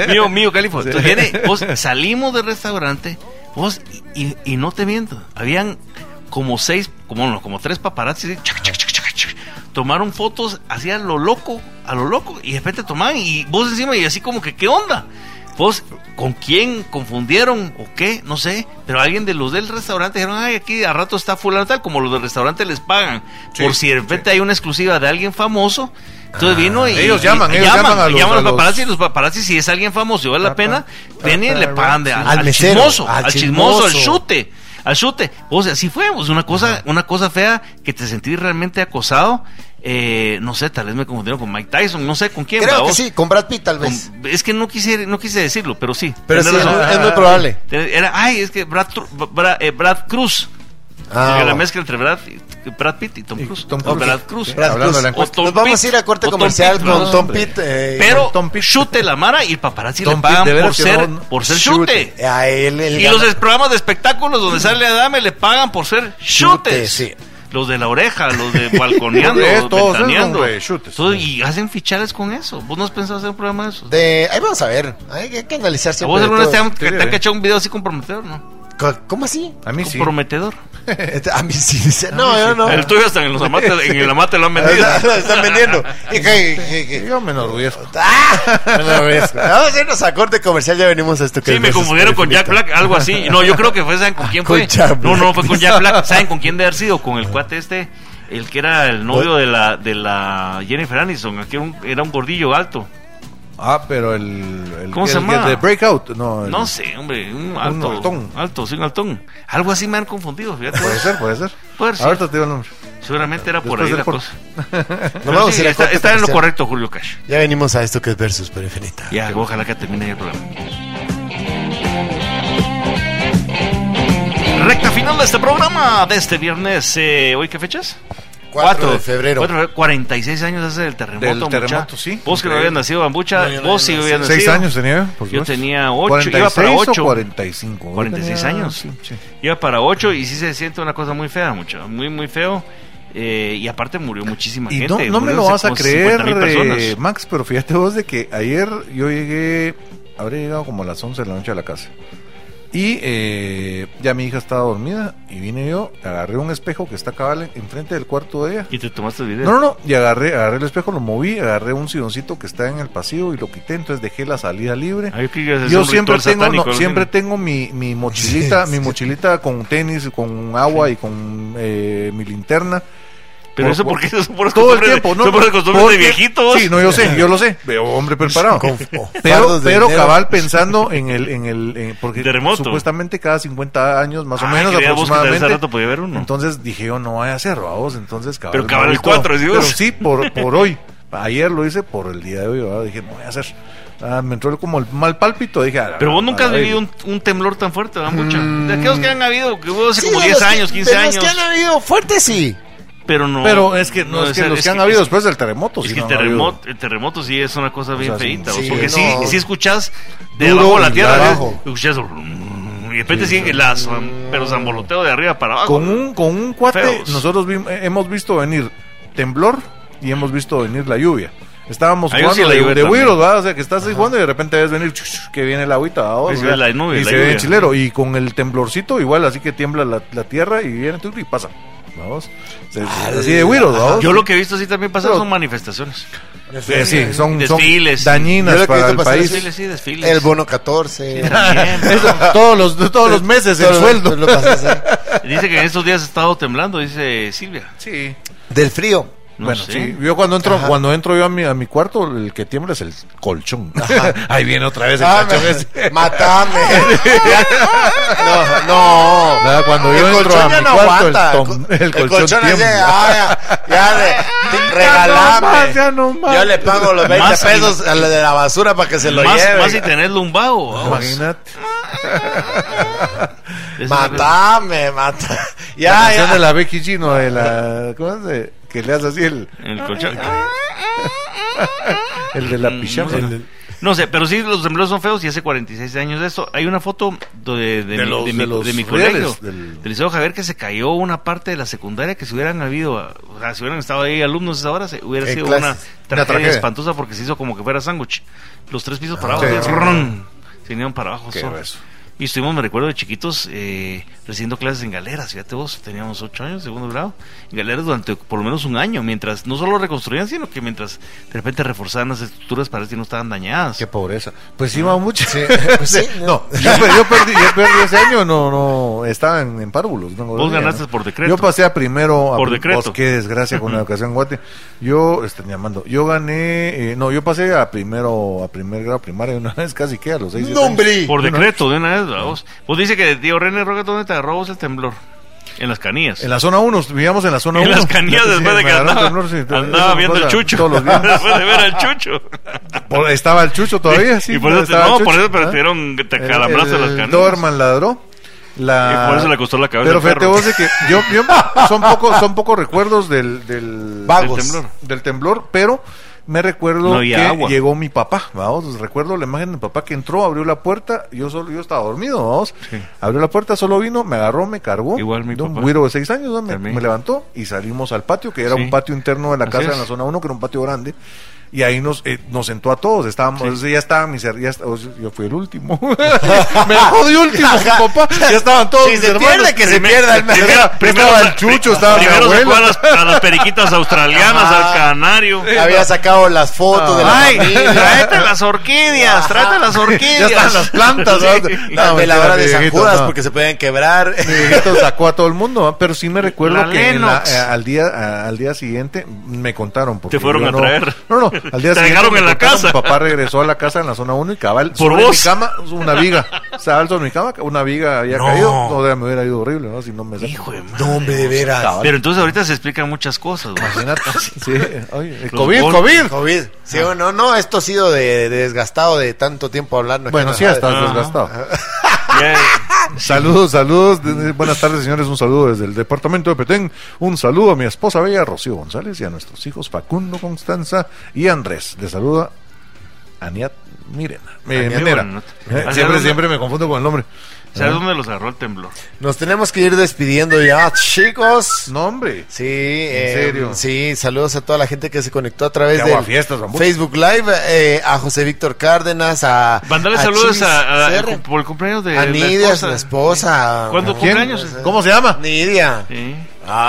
[SPEAKER 4] Mío, mío Califo. Entonces viene, vos salimos del restaurante, vos, y, y- y no te miento, habían como seis, como no, como tres paparazzi, chac, chac, chac, chac, chac. tomaron fotos así a lo loco, a lo loco, y de repente tomaban, y vos encima, y así como que, ¿qué onda? Vos, ¿con quién confundieron o qué? No sé, pero alguien de los del restaurante dijeron, ay, aquí a rato está fulano tal, como los del restaurante les pagan, por si de repente hay una exclusiva de alguien famoso, entonces vino y...
[SPEAKER 3] Ah, Ellos
[SPEAKER 4] y-
[SPEAKER 3] llaman,
[SPEAKER 4] y
[SPEAKER 3] ellos llaman a los- a los-
[SPEAKER 4] paparazzi y los paparazzi, si es alguien famoso y vale la pena, vienen y le pagan de, al,
[SPEAKER 5] Al
[SPEAKER 4] al
[SPEAKER 5] mesero,
[SPEAKER 4] chismoso,
[SPEAKER 5] al
[SPEAKER 4] al chismoso, al
[SPEAKER 5] chismoso.
[SPEAKER 4] chute, al chute. O sea, así fue, pues, una cosa, una cosa fea que te sentí realmente acosado. Eh, no sé, tal vez me confundieron con Mike Tyson, no sé con quién.
[SPEAKER 5] Creo
[SPEAKER 4] ¿va
[SPEAKER 5] que
[SPEAKER 4] vos?
[SPEAKER 5] sí, con Brad Pitt tal
[SPEAKER 4] Con-
[SPEAKER 5] vez.
[SPEAKER 4] es que no quise, no quise decirlo, pero sí.
[SPEAKER 5] Pero sí,
[SPEAKER 4] tenés
[SPEAKER 5] es
[SPEAKER 4] razón.
[SPEAKER 5] muy- es muy probable.
[SPEAKER 4] Era, ay, es que Brad, Tru- Bra- eh, Brad Cruz.
[SPEAKER 5] Ah,
[SPEAKER 4] Porque la
[SPEAKER 5] bueno.
[SPEAKER 4] mezcla entre Brad, Brad Pitt y Tom
[SPEAKER 3] Y
[SPEAKER 4] Cruise.
[SPEAKER 3] Tom
[SPEAKER 4] O
[SPEAKER 3] Cruise.
[SPEAKER 4] Brad Cruz.
[SPEAKER 5] Brad
[SPEAKER 3] Hablando de la
[SPEAKER 5] Cruz.
[SPEAKER 4] encuesta.
[SPEAKER 5] Nos vamos a ir a corte
[SPEAKER 4] O Tom
[SPEAKER 5] comercial
[SPEAKER 4] Pitt,
[SPEAKER 5] con
[SPEAKER 4] ¿no?
[SPEAKER 5] Tom Pitt. eh,
[SPEAKER 4] Pero
[SPEAKER 5] con Tom-
[SPEAKER 3] Tom Pitt.
[SPEAKER 4] chute la mara y el paparazzi
[SPEAKER 3] Tom
[SPEAKER 4] le
[SPEAKER 3] Pitt,
[SPEAKER 4] pagan
[SPEAKER 3] de veras
[SPEAKER 4] por
[SPEAKER 3] que
[SPEAKER 4] ser,
[SPEAKER 3] no-
[SPEAKER 4] por ser
[SPEAKER 3] chute.
[SPEAKER 4] chute.
[SPEAKER 5] a él, él
[SPEAKER 4] Y
[SPEAKER 5] gana.
[SPEAKER 4] los es- programas de espectáculos donde sale Adame le pagan por ser
[SPEAKER 5] Chute,
[SPEAKER 4] chutes.
[SPEAKER 5] sí.
[SPEAKER 4] Los de la oreja, los de balconeando,
[SPEAKER 3] Porque es-
[SPEAKER 4] los
[SPEAKER 3] todos esos
[SPEAKER 4] ventaneando.
[SPEAKER 3] son, güey, chutes.
[SPEAKER 4] Todos- y hacen fichares con eso. ¿Vos no has pensado hacer un programa de eso?
[SPEAKER 5] de- ahí vamos a ver. Hay, hay que analizar
[SPEAKER 4] ¿A
[SPEAKER 5] siempre
[SPEAKER 4] vos
[SPEAKER 5] de
[SPEAKER 4] alguna vez te
[SPEAKER 5] todo.
[SPEAKER 4] han, te
[SPEAKER 3] Sí,
[SPEAKER 4] han
[SPEAKER 3] eh.
[SPEAKER 4] cachado un video así comprometedor, no?
[SPEAKER 5] Co- ¿Cómo así?
[SPEAKER 3] A mí sí.
[SPEAKER 4] Comprometedor.
[SPEAKER 5] Este, A mí sí dice. No, yo no.
[SPEAKER 4] El tuyo hasta en, los amates, en el amate lo han vendido.
[SPEAKER 5] Lo están vendiendo. Y que- que- que-
[SPEAKER 3] Yo me enorgullezco.
[SPEAKER 5] ¡Ah! Vamos a irnos a corte comercial, ya venimos a esto que
[SPEAKER 4] Sí, me
[SPEAKER 5] es
[SPEAKER 4] confundieron con Jack
[SPEAKER 5] infinito.
[SPEAKER 4] Black, algo así. No, yo creo que fue, ¿saben con quién
[SPEAKER 5] Con
[SPEAKER 4] fue?
[SPEAKER 5] Jack
[SPEAKER 4] no, no,
[SPEAKER 5] Black.
[SPEAKER 4] fue con Jack Black. ¿Saben con quién de haber sido? Con el cuate este, el que era el novio de la, de la Jennifer Aniston. Aquí era un, era un gordillo alto.
[SPEAKER 3] Ah, pero el. el
[SPEAKER 4] ¿Cómo
[SPEAKER 3] el-
[SPEAKER 4] se
[SPEAKER 3] el
[SPEAKER 4] llama?
[SPEAKER 3] De Breakout. No, el-
[SPEAKER 4] No sé, hombre, un alto.
[SPEAKER 3] altón.
[SPEAKER 4] Alto, sí, un altón. Algo así me han confundido, fíjate.
[SPEAKER 3] Puede ser, puede ser.
[SPEAKER 4] Puede ser.
[SPEAKER 3] Ahorita te digo el nombre.
[SPEAKER 4] Seguramente era por
[SPEAKER 3] Después
[SPEAKER 4] ahí
[SPEAKER 3] del
[SPEAKER 4] la
[SPEAKER 3] corte.
[SPEAKER 4] cosa.
[SPEAKER 5] Nos
[SPEAKER 4] Pero
[SPEAKER 5] vamos
[SPEAKER 4] sí,
[SPEAKER 5] a ir a
[SPEAKER 4] está,
[SPEAKER 5] corte
[SPEAKER 4] está en lo
[SPEAKER 5] comercial.
[SPEAKER 4] correcto, Julio Cash.
[SPEAKER 5] Ya venimos a esto que es Versus por infinita.
[SPEAKER 4] Ya, ojalá que termine el programa. Recta final de este programa de este viernes. eh, ¿Hoy qué fechas?
[SPEAKER 5] 4 de febrero.
[SPEAKER 4] 4 de febrero. 46 años hace el terremoto.
[SPEAKER 3] Del
[SPEAKER 4] mucha.
[SPEAKER 3] terremoto, sí.
[SPEAKER 4] Vos que no
[SPEAKER 3] Increíble.
[SPEAKER 4] habías nacido, Bambucha.
[SPEAKER 5] No, yo no
[SPEAKER 4] vos sí
[SPEAKER 5] había
[SPEAKER 4] habías nacido.
[SPEAKER 3] Seis años tenía, por
[SPEAKER 4] Yo
[SPEAKER 3] supuesto.
[SPEAKER 4] tenía ocho, iba
[SPEAKER 3] 46
[SPEAKER 4] para
[SPEAKER 3] o
[SPEAKER 4] ocho.
[SPEAKER 3] 45.
[SPEAKER 4] 46
[SPEAKER 3] Tenía-
[SPEAKER 4] años.
[SPEAKER 3] sí, sí.
[SPEAKER 4] Iba para 8 y sí se siente una cosa muy fea, mucho. Muy, muy feo. Eh, y aparte murió muchísima
[SPEAKER 3] Y no,
[SPEAKER 4] gente.
[SPEAKER 3] no me lo
[SPEAKER 4] murieron
[SPEAKER 3] vas a
[SPEAKER 4] como
[SPEAKER 3] creer,
[SPEAKER 4] 50.000
[SPEAKER 3] eh,
[SPEAKER 4] personas.
[SPEAKER 3] Max, pero fíjate vos de que ayer yo llegué, habré llegado como a las 11 de la noche a la casa. Y eh, ya mi hija estaba dormida y vine yo, agarré un espejo que está cabal en- enfrente del cuarto de ella.
[SPEAKER 4] Y te tomaste el video.
[SPEAKER 3] No, no, no, y agarré, agarré el espejo, lo moví, agarré un silloncito que está en el pasillo y lo quité, entonces dejé la salida libre.
[SPEAKER 4] Ah, yo creí que ibas a hacer
[SPEAKER 3] Yo
[SPEAKER 4] un
[SPEAKER 3] siempre
[SPEAKER 4] ritual
[SPEAKER 3] tengo,
[SPEAKER 4] satánico,
[SPEAKER 3] no,
[SPEAKER 4] algo
[SPEAKER 3] siempre
[SPEAKER 4] así.
[SPEAKER 3] tengo mi, mi mochilita, mi mochilita con tenis, con agua y con eh, mi linterna.
[SPEAKER 4] Pero
[SPEAKER 3] Por-
[SPEAKER 4] eso
[SPEAKER 3] por-
[SPEAKER 4] porque eso son puras
[SPEAKER 3] Todo el
[SPEAKER 4] costumbres de-
[SPEAKER 3] tiempo, ¿no?
[SPEAKER 4] Son puras costumbres de
[SPEAKER 3] Porque-
[SPEAKER 4] viejitos.
[SPEAKER 3] Sí, no, yo sé, yo lo sé. Veo hombre preparado.
[SPEAKER 5] Con-
[SPEAKER 3] Pero,
[SPEAKER 5] fardos de
[SPEAKER 3] pero
[SPEAKER 5] dinero.
[SPEAKER 3] cabal pensando en el, en el, en- porque
[SPEAKER 4] Terremoto.
[SPEAKER 3] supuestamente cada 50 años más o
[SPEAKER 4] Ah,
[SPEAKER 3] menos
[SPEAKER 4] quería vos que tal vez
[SPEAKER 3] aproximadamente.
[SPEAKER 4] al rato podía haber uno.
[SPEAKER 3] Entonces dije yo no vaya a ser, vamos, entonces cabal.
[SPEAKER 4] Pero
[SPEAKER 3] me
[SPEAKER 4] cabal el
[SPEAKER 3] voy todo.
[SPEAKER 4] cuatro, ¿sí vos?
[SPEAKER 3] Pero sí, por, por hoy. Ayer lo hice por el día de hoy, ¿verdad? dije no voy a hacer. Ah, me entró como el mal pálpito, dije. ah,
[SPEAKER 4] Pero vos nunca has
[SPEAKER 3] caray.
[SPEAKER 4] vivido un, un temblor tan fuerte, ¿verdad, mucha? De aquellos que han habido, que hubo hace
[SPEAKER 5] Sí,
[SPEAKER 4] como
[SPEAKER 5] de
[SPEAKER 4] 10
[SPEAKER 5] los que-
[SPEAKER 4] años, 15
[SPEAKER 5] de los
[SPEAKER 4] años.
[SPEAKER 5] que han habido fuertes, sí.
[SPEAKER 4] Pero no.
[SPEAKER 3] Pero eh, es que no, es, que
[SPEAKER 4] esa-
[SPEAKER 3] los
[SPEAKER 4] es
[SPEAKER 3] que han
[SPEAKER 4] que-
[SPEAKER 3] habido
[SPEAKER 4] es-
[SPEAKER 3] después del terremoto,
[SPEAKER 4] Es
[SPEAKER 3] sí
[SPEAKER 4] que el
[SPEAKER 3] no han habido.
[SPEAKER 4] terremoto, el terremoto sí es una cosa bien
[SPEAKER 3] sea, sí,
[SPEAKER 4] feíta, vos,
[SPEAKER 5] sí,
[SPEAKER 4] porque
[SPEAKER 5] no.
[SPEAKER 4] sí, sí escuchas de
[SPEAKER 5] Duro,
[SPEAKER 4] abajo a la
[SPEAKER 5] de
[SPEAKER 4] tierra,
[SPEAKER 5] abajo.
[SPEAKER 4] escuchas mm, y de repente sigue la zam- pero zamboloteo de arriba para abajo.
[SPEAKER 3] con un con un cuate eh,
[SPEAKER 4] Feos.
[SPEAKER 3] nosotros vi- hemos visto venir temblor y hemos visto venir la lluvia Estábamos
[SPEAKER 11] Ahí
[SPEAKER 3] jugando
[SPEAKER 11] sí la
[SPEAKER 3] de,
[SPEAKER 11] llevo
[SPEAKER 3] de
[SPEAKER 11] también.
[SPEAKER 3] Wiros, ¿verdad? O sea, que estás ahí jugando y de repente ves venir chush, chush, que viene la agüita. ¿verdad? O
[SPEAKER 11] Ahí se
[SPEAKER 3] sea,
[SPEAKER 11] ve la nube,
[SPEAKER 3] y
[SPEAKER 11] la
[SPEAKER 3] se ve
[SPEAKER 11] lluvia.
[SPEAKER 3] chilero. Y con el temblorcito, igual, así que tiembla la, la tierra y viene tú y pasa. Vamos. Se- Así de Wiros, ¿verdad?
[SPEAKER 4] Yo lo que he visto así también pasar
[SPEAKER 3] Pero-
[SPEAKER 4] son manifestaciones.
[SPEAKER 3] Eh, sí, son, son
[SPEAKER 4] Desfiles.
[SPEAKER 3] dañinas
[SPEAKER 5] Yo lo que he
[SPEAKER 3] para
[SPEAKER 5] visto
[SPEAKER 3] el
[SPEAKER 5] pasar
[SPEAKER 3] país.
[SPEAKER 5] es
[SPEAKER 4] Desfiles, sí, desfiles.
[SPEAKER 5] El bono 14.
[SPEAKER 4] También, ¿no?
[SPEAKER 3] Todos los, todos los meses el
[SPEAKER 5] Todo lo-
[SPEAKER 3] sueldo.
[SPEAKER 5] lo pasas ahí.
[SPEAKER 4] Dice que en estos días ha estado temblando, dice Silvia.
[SPEAKER 3] Sí.
[SPEAKER 5] Del frío.
[SPEAKER 4] No
[SPEAKER 3] bueno,
[SPEAKER 4] sé.
[SPEAKER 3] sí. Yo cuando entro,
[SPEAKER 5] Ajá.
[SPEAKER 3] cuando entro yo a mi, a mi cuarto, el que tiembla es el colchón. Ahí viene otra vez el
[SPEAKER 5] Ah,
[SPEAKER 3] colchón
[SPEAKER 5] me-
[SPEAKER 3] ese.
[SPEAKER 5] Matame. no, no.
[SPEAKER 3] Ah, cuando yo
[SPEAKER 5] el
[SPEAKER 3] entro a
[SPEAKER 5] colchón ya
[SPEAKER 3] mi
[SPEAKER 5] no
[SPEAKER 3] cuarto, el,
[SPEAKER 5] aguanta.
[SPEAKER 3] tom- el colchón,
[SPEAKER 5] así,
[SPEAKER 3] tiembla.
[SPEAKER 5] ah, ya, ya de, te- regalame.
[SPEAKER 3] más, ya no más.
[SPEAKER 5] Yo le pago los 20
[SPEAKER 4] Más-
[SPEAKER 5] pesos a la de la basura para que se lo
[SPEAKER 4] Más,
[SPEAKER 5] lleve.
[SPEAKER 4] más si tenés lumbago. vamos.
[SPEAKER 3] Imagínate.
[SPEAKER 4] Es una-
[SPEAKER 5] matame, mata.
[SPEAKER 3] La
[SPEAKER 5] Ya,
[SPEAKER 3] canción
[SPEAKER 5] ya.
[SPEAKER 3] de la Becky Gino, de la. ¿Cómo es? de- Que le hace así el,
[SPEAKER 4] El colchón.
[SPEAKER 3] el de la pijama.
[SPEAKER 4] Mm, No, sé. No sé, pero sí, los temblores son feos y hace 46 años de esto. Hay una foto de, de mi,
[SPEAKER 3] los-
[SPEAKER 4] de mi-
[SPEAKER 3] de los
[SPEAKER 4] de mi
[SPEAKER 3] reales,
[SPEAKER 4] colegio,
[SPEAKER 3] del-
[SPEAKER 4] del... Liceo Javier, que se cayó una parte de la secundaria que si hubieran habido, o sea, si hubieran estado ahí alumnos a esa hora, se, hubiera
[SPEAKER 5] En
[SPEAKER 4] sido
[SPEAKER 5] clases.
[SPEAKER 4] una
[SPEAKER 5] Una
[SPEAKER 4] tragedia,
[SPEAKER 3] tragedia. Ah,
[SPEAKER 4] espantosa porque se hizo como que fuera sándwich. Los tres pisos para abajo,
[SPEAKER 3] sí,
[SPEAKER 4] y
[SPEAKER 3] sí.
[SPEAKER 4] ¡rum! se vinieron para abajo.
[SPEAKER 3] Qué
[SPEAKER 4] solo.
[SPEAKER 3] grueso.
[SPEAKER 4] Y estuvimos, me recuerdo, de chiquitos eh, recibiendo clases en galeras, fíjate vos, teníamos ocho años, segundo grado, en galeras durante por lo menos un año, mientras no solo reconstruían, sino que mientras de repente reforzaban las estructuras para ver si no estaban dañadas.
[SPEAKER 3] Qué pobreza. Pues iba mucho.
[SPEAKER 5] pues Ah. sí,
[SPEAKER 3] no, yo, per- yo perdí, yo perdí ese año, no, no, estaba en, en párvulos. no,
[SPEAKER 4] Vos
[SPEAKER 3] no,
[SPEAKER 4] ganaste
[SPEAKER 3] no.
[SPEAKER 4] por decreto.
[SPEAKER 3] Yo pasé a primero. A
[SPEAKER 4] Por
[SPEAKER 3] prim-
[SPEAKER 4] decreto.
[SPEAKER 3] Vos, qué desgracia con la educación en guate. Yo, están llamando, yo gané, eh, no, yo pasé a primero, a primer grado primaria una vez casi que a los seis. siete años.
[SPEAKER 5] Nombre.
[SPEAKER 4] Por decreto, de una vez, ¿va vos. Vos dice que tío René Roca, ¿dónde te agarró vos el temblor? En las canías.
[SPEAKER 3] En la zona 1, vivíamos en la zona 1.
[SPEAKER 4] En las canías, después de que andaba, andaba viendo el chucho.
[SPEAKER 3] Todos los viernes.
[SPEAKER 4] después de ver al chucho.
[SPEAKER 3] Por- estaba el chucho todavía, sí.
[SPEAKER 4] y por eso, te,
[SPEAKER 3] estaba el
[SPEAKER 4] no,
[SPEAKER 3] Chucho,
[SPEAKER 4] por eso, pero
[SPEAKER 3] ¿ah?
[SPEAKER 4] te dieron, te
[SPEAKER 3] El-
[SPEAKER 4] calambraste
[SPEAKER 3] el
[SPEAKER 4] las canías.
[SPEAKER 3] Doberman ladró. La...
[SPEAKER 4] Y por eso le costó la cabeza
[SPEAKER 3] Pero
[SPEAKER 4] al
[SPEAKER 3] fíjate
[SPEAKER 4] perro.
[SPEAKER 3] vos de que yo, yo- son pocos son pocos recuerdos del, del,
[SPEAKER 5] Va-
[SPEAKER 4] Del
[SPEAKER 5] vagos.
[SPEAKER 4] temblor.
[SPEAKER 3] del temblor, pero me recuerdo
[SPEAKER 4] No
[SPEAKER 3] que
[SPEAKER 4] había agua.
[SPEAKER 3] llegó mi papá, vamos, pues, recuerdo la imagen de mi papá que entró, abrió la puerta, yo solo yo estaba dormido, vamos,
[SPEAKER 4] Sí.
[SPEAKER 3] abrió la puerta, solo vino, me agarró, me cargó,
[SPEAKER 4] Igual mi
[SPEAKER 3] de un
[SPEAKER 4] papá.
[SPEAKER 3] güiro de seis años, ¿no? me,
[SPEAKER 4] También.
[SPEAKER 3] me levantó y salimos al patio, que era
[SPEAKER 4] Sí.
[SPEAKER 3] un patio interno de la
[SPEAKER 4] Así
[SPEAKER 3] casa
[SPEAKER 4] es.
[SPEAKER 3] en la zona 1, que era un patio grande, y ahí nos, eh, nos sentó a todos. Estábamos, o sea, ya estaban mis her- ya est- o sea, yo fui el último. Me dejó de último, mi papá. Ya estaban todos.
[SPEAKER 5] Si
[SPEAKER 3] mis
[SPEAKER 5] se
[SPEAKER 3] hermanos.
[SPEAKER 5] pierde, que se
[SPEAKER 3] Primer-
[SPEAKER 5] pierda el-
[SPEAKER 3] primero-
[SPEAKER 5] Estaba
[SPEAKER 3] primero estaba el chucho, estaba mi
[SPEAKER 4] Primero sacó a
[SPEAKER 3] abuelo.
[SPEAKER 4] las, a las periquitas australianas,
[SPEAKER 5] Ajá.
[SPEAKER 4] al canario.
[SPEAKER 5] Había sacado las fotos de la
[SPEAKER 4] Ay,
[SPEAKER 5] familia.
[SPEAKER 4] tráete las orquídeas, tráete las orquídeas.
[SPEAKER 3] Ya están las plantas.
[SPEAKER 4] Sí.
[SPEAKER 3] ¿no?
[SPEAKER 5] Las
[SPEAKER 3] No,
[SPEAKER 5] veladoras de
[SPEAKER 3] mi
[SPEAKER 5] San
[SPEAKER 3] viejito,
[SPEAKER 5] Judas
[SPEAKER 3] no.
[SPEAKER 5] porque se pueden quebrar.
[SPEAKER 3] Mi viejito sacó a todo el mundo, ¿ah? pero sí me recuerdo
[SPEAKER 4] La
[SPEAKER 3] que en la-
[SPEAKER 4] Lennox.
[SPEAKER 3] eh, al día a- al día siguiente me contaron porque
[SPEAKER 4] Te fueron
[SPEAKER 3] yo
[SPEAKER 4] a
[SPEAKER 3] no-
[SPEAKER 4] traer.
[SPEAKER 3] No, no, al día
[SPEAKER 4] Te
[SPEAKER 3] siguiente
[SPEAKER 4] dejaron
[SPEAKER 3] me
[SPEAKER 4] en la
[SPEAKER 3] contaron,
[SPEAKER 4] casa.
[SPEAKER 3] Mi papá regresó a la casa en la zona 1 y cabal
[SPEAKER 4] Por
[SPEAKER 3] sobre
[SPEAKER 4] vos.
[SPEAKER 3] mi cama una viga, o sea, al sobre mi cama una viga había caído, o sea, me hubiera ido horrible, ¿no? Si no me
[SPEAKER 4] Hijo de madre.
[SPEAKER 5] No, hombre, de veras.
[SPEAKER 4] Pero entonces ahorita se explican muchas cosas. ¿no?
[SPEAKER 3] Imagínate. Sí, oye, el
[SPEAKER 4] Los
[SPEAKER 3] COVID,
[SPEAKER 4] golpes.
[SPEAKER 3] COVID. Ah.
[SPEAKER 5] COVID. Sí, bueno, no, esto ha sido de, de desgastado de tanto tiempo hablando. aquí
[SPEAKER 3] Bueno,
[SPEAKER 5] en la
[SPEAKER 3] sí,
[SPEAKER 5] radio.
[SPEAKER 3] estás
[SPEAKER 4] Ajá.
[SPEAKER 3] desgastado.
[SPEAKER 4] Ya-
[SPEAKER 3] Saludos, saludos. De- de- Buenas tardes, señores. Un saludo desde el departamento de Petén. Un saludo a mi esposa bella, Rocío González, y a nuestros hijos Facundo, Constanza y Andrés. Les saluda Aniat Mirena. Eh,
[SPEAKER 4] Aniat
[SPEAKER 3] Minera.
[SPEAKER 4] Mirena.
[SPEAKER 3] Eh,
[SPEAKER 4] Hacia
[SPEAKER 3] Siempre,
[SPEAKER 4] dónde-
[SPEAKER 3] siempre me confundo con el nombre.
[SPEAKER 4] ¿Sabes dónde los agarró el temblor?
[SPEAKER 5] Nos tenemos que ir despidiendo ya, chicos.
[SPEAKER 3] No, hombre.
[SPEAKER 5] Sí,
[SPEAKER 3] ¿En
[SPEAKER 5] eh,
[SPEAKER 3] serio?
[SPEAKER 5] sí, saludos a toda la gente que se conectó a través
[SPEAKER 3] Qué
[SPEAKER 5] de
[SPEAKER 3] aguafiestas, bambucha.
[SPEAKER 5] Facebook Live, eh, a José Víctor Cárdenas, a...
[SPEAKER 4] Mandale
[SPEAKER 5] a
[SPEAKER 4] saludos
[SPEAKER 5] Chis
[SPEAKER 4] a, a-
[SPEAKER 5] Serra,
[SPEAKER 4] cu- por el cumpleaños de
[SPEAKER 5] a Nidia, la esposa.
[SPEAKER 4] ¿Cuándo
[SPEAKER 5] No,
[SPEAKER 3] ¿Quién?
[SPEAKER 4] cumpleaños?
[SPEAKER 3] ¿Cómo se llama?
[SPEAKER 5] Nidia.
[SPEAKER 4] Sí.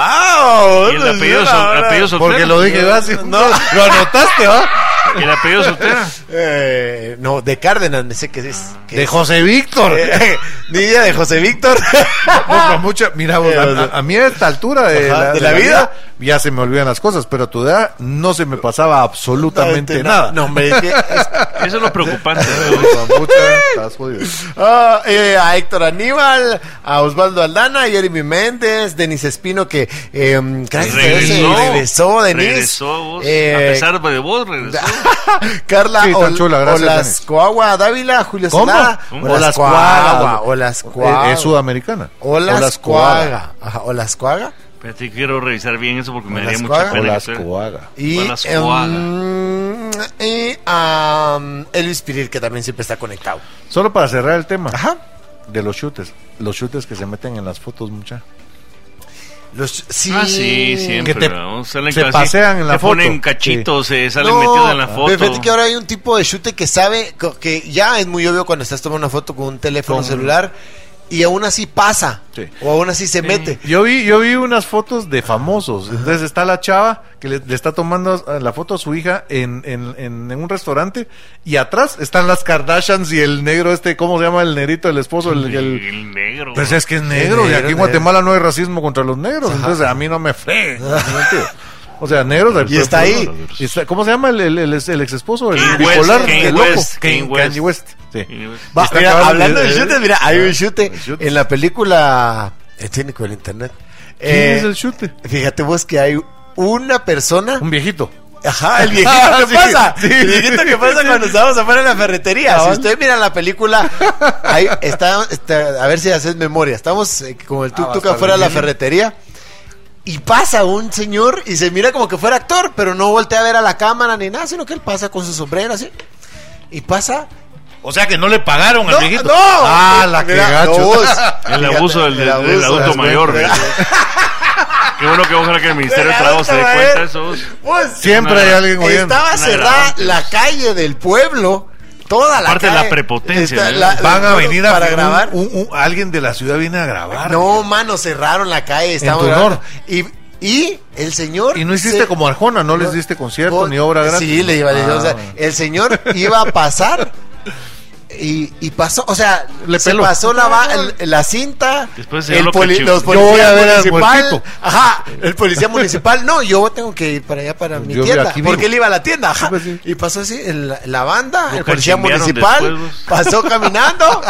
[SPEAKER 5] Ah,
[SPEAKER 4] Y el apellido, sol-
[SPEAKER 5] ahora-
[SPEAKER 4] apellido soltero.
[SPEAKER 3] Porque lo dije así. No, lo anotaste, ¿va?
[SPEAKER 4] Y el apellido soltera.
[SPEAKER 5] Eh, no, de Cárdenas, me sé que es... que
[SPEAKER 3] De
[SPEAKER 5] es-
[SPEAKER 3] José Víctor.
[SPEAKER 5] eh, Nidia de José Víctor.
[SPEAKER 3] No, con mucha, mira, vos,
[SPEAKER 5] Ah. Eh, o sea-
[SPEAKER 3] a, a mí a esta altura de,
[SPEAKER 5] Ajá,
[SPEAKER 3] la,
[SPEAKER 5] de
[SPEAKER 3] de
[SPEAKER 5] la
[SPEAKER 3] la
[SPEAKER 5] vida.
[SPEAKER 3] ya se me olvidan las cosas, pero a tu edad no se me pasaba absolutamente nada.
[SPEAKER 5] No, hombre, es que- es-
[SPEAKER 4] Eso es lo preocupante.
[SPEAKER 3] Pero,
[SPEAKER 4] ¿no?
[SPEAKER 3] hijo de puta, estás jodido.
[SPEAKER 5] Ah, eh, a Héctor Aníbal, a Osvaldo Aldana, a Jeremy Méndez, Denis Espino, que eh, gracias a Dios, eh,
[SPEAKER 4] Regresó.
[SPEAKER 5] regresó, Denis.
[SPEAKER 4] Regresó vos.
[SPEAKER 5] Eh,
[SPEAKER 4] a pesar de vos, regresó.
[SPEAKER 5] Carla
[SPEAKER 3] Sí, tan
[SPEAKER 5] Ol-
[SPEAKER 3] chula, gracias,
[SPEAKER 5] Olascoagua Dávila, Julio
[SPEAKER 3] ¿Cómo?
[SPEAKER 5] Solá.
[SPEAKER 3] ¿Cómo?
[SPEAKER 5] Olascoagua,
[SPEAKER 3] Eh, Es
[SPEAKER 5] Olascoagua.
[SPEAKER 3] sudamericana.
[SPEAKER 5] Olascoaga. Ajá, Olascoaga.
[SPEAKER 4] Espérate, quiero revisar bien eso porque me
[SPEAKER 5] Con
[SPEAKER 4] daría
[SPEAKER 5] las
[SPEAKER 4] mucha
[SPEAKER 5] cuagas.
[SPEAKER 4] pena. que
[SPEAKER 3] Olascoaga.
[SPEAKER 4] sea.
[SPEAKER 3] Olascoaga.
[SPEAKER 5] Y,
[SPEAKER 4] Olascoaga.
[SPEAKER 5] em, y a Elvis Pirir, que también siempre está conectado.
[SPEAKER 3] Solo para cerrar el tema
[SPEAKER 5] Ajá.
[SPEAKER 3] de los chutes. Los chutes que se meten en las fotos, mucha.
[SPEAKER 5] Los, sí,
[SPEAKER 4] Ah, sí, siempre.
[SPEAKER 3] Que te-
[SPEAKER 4] ¿no? Salen
[SPEAKER 3] se
[SPEAKER 4] casi-
[SPEAKER 3] pasean en la
[SPEAKER 4] se
[SPEAKER 3] foto.
[SPEAKER 4] ponen cachitos, se salen
[SPEAKER 5] No,
[SPEAKER 4] metidos en la
[SPEAKER 5] pero
[SPEAKER 4] foto.
[SPEAKER 5] fíjate que ahora hay un tipo de chute que sabe co- que ya es muy obvio cuando estás tomando una foto con un teléfono
[SPEAKER 3] Con-
[SPEAKER 5] celular y aún así pasa
[SPEAKER 3] Sí.
[SPEAKER 5] o aún así se mete.
[SPEAKER 3] Yo vi, yo vi unas fotos de famosos. Entonces está la chava que le, le está tomando eh, la foto a su hija en, en- en- en un restaurante y atrás están las Kardashians y el negro este, ¿cómo se llama el negrito, el esposo? El, el-
[SPEAKER 4] El negro.
[SPEAKER 3] Pues es que es negro y aquí
[SPEAKER 5] negro,
[SPEAKER 3] en
[SPEAKER 5] negro.
[SPEAKER 3] Guatemala no hay racismo contra los negros. Entonces a mí no me fregues. no me entiendes. O sea, negros.
[SPEAKER 5] Y está ahí.
[SPEAKER 3] Y está- ¿Cómo se llama el, el, el, el ex esposo? El
[SPEAKER 4] Kanye
[SPEAKER 3] bipolar.
[SPEAKER 4] West, Kanye
[SPEAKER 3] el loco.
[SPEAKER 4] West, Kanye
[SPEAKER 3] Kanye
[SPEAKER 4] West.
[SPEAKER 3] West, sí.
[SPEAKER 4] Kanye West.
[SPEAKER 5] Va,
[SPEAKER 3] Está
[SPEAKER 5] mira,
[SPEAKER 3] acabando
[SPEAKER 5] hablando
[SPEAKER 3] el- ¿eh? Ah,
[SPEAKER 5] de chutes, mira, hay un chute
[SPEAKER 3] el chute.
[SPEAKER 5] en la película eh, El técnico del internet.
[SPEAKER 3] ¿Quién
[SPEAKER 5] Eh,
[SPEAKER 3] es el chute?
[SPEAKER 5] Fíjate vos que hay una persona
[SPEAKER 3] Un viejito.
[SPEAKER 5] Ajá, el viejito que
[SPEAKER 3] Sí,
[SPEAKER 5] pasa.
[SPEAKER 3] sí.
[SPEAKER 5] el viejito que pasa cuando estábamos afuera en la ferretería. Si
[SPEAKER 3] Cabal.
[SPEAKER 5] usted mira la película, ahí está, está- a ver si haces memoria. Estamos eh, con el tuk tuk
[SPEAKER 3] bastante
[SPEAKER 5] afuera de la
[SPEAKER 3] bien.
[SPEAKER 5] ferretería. Y pasa un señor y se mira como que fuera actor, pero no voltea a ver a la cámara ni nada, sino que él pasa con su sombrero así. Y pasa.
[SPEAKER 12] O sea que no le pagaron al viejito.
[SPEAKER 3] Ah, la que gacho.
[SPEAKER 4] El abuso del, del- del adulto mayor. Qué bueno que ojalá que el Ministerio de Trabajo se dé cuenta de eso.
[SPEAKER 3] Siempre hay alguien oyendo.
[SPEAKER 5] Pues, Estaba
[SPEAKER 4] Una
[SPEAKER 5] cerrada
[SPEAKER 4] grabante,
[SPEAKER 5] la calle del pueblo, toda la
[SPEAKER 4] Aparte de
[SPEAKER 5] calle.
[SPEAKER 4] la prepotencia, ¿no?
[SPEAKER 3] Van a
[SPEAKER 5] bueno,
[SPEAKER 3] venir a
[SPEAKER 5] para
[SPEAKER 3] un-
[SPEAKER 5] grabar.
[SPEAKER 3] un- un- alguien de la ciudad viene a grabar.
[SPEAKER 5] No, mano, cerraron la calle, estamos
[SPEAKER 3] tu
[SPEAKER 5] grabando.
[SPEAKER 3] honor.
[SPEAKER 5] Y, y el señor.
[SPEAKER 3] Y no hiciste
[SPEAKER 5] se-
[SPEAKER 3] como Arjona, no, les diste concierto
[SPEAKER 5] Vos-
[SPEAKER 3] ni obra gratis.
[SPEAKER 5] Sí, le iba a decir,
[SPEAKER 3] Ah,
[SPEAKER 5] o sea, el señor iba a pasar y, y pasó, o sea,
[SPEAKER 3] Le
[SPEAKER 5] se
[SPEAKER 3] peló.
[SPEAKER 5] pasó la, va- el- la cinta,
[SPEAKER 4] Después se dio
[SPEAKER 5] el
[SPEAKER 4] lo
[SPEAKER 5] poli-
[SPEAKER 4] cachudo.
[SPEAKER 5] los
[SPEAKER 3] Yo voy a
[SPEAKER 5] policías
[SPEAKER 3] ver al
[SPEAKER 5] municipal,
[SPEAKER 3] muertito.
[SPEAKER 5] ajá, el policía municipal, no, yo tengo que ir para allá para mi
[SPEAKER 3] Yo
[SPEAKER 5] tienda,
[SPEAKER 3] aquí
[SPEAKER 5] porque
[SPEAKER 3] vivo.
[SPEAKER 5] él iba a la tienda, ajá,
[SPEAKER 3] Sí, pues, sí.
[SPEAKER 5] y pasó así, el- la banda,
[SPEAKER 4] Lo
[SPEAKER 5] el policía
[SPEAKER 4] cachimbearon
[SPEAKER 5] municipal,
[SPEAKER 4] después, vos.
[SPEAKER 5] pasó caminando,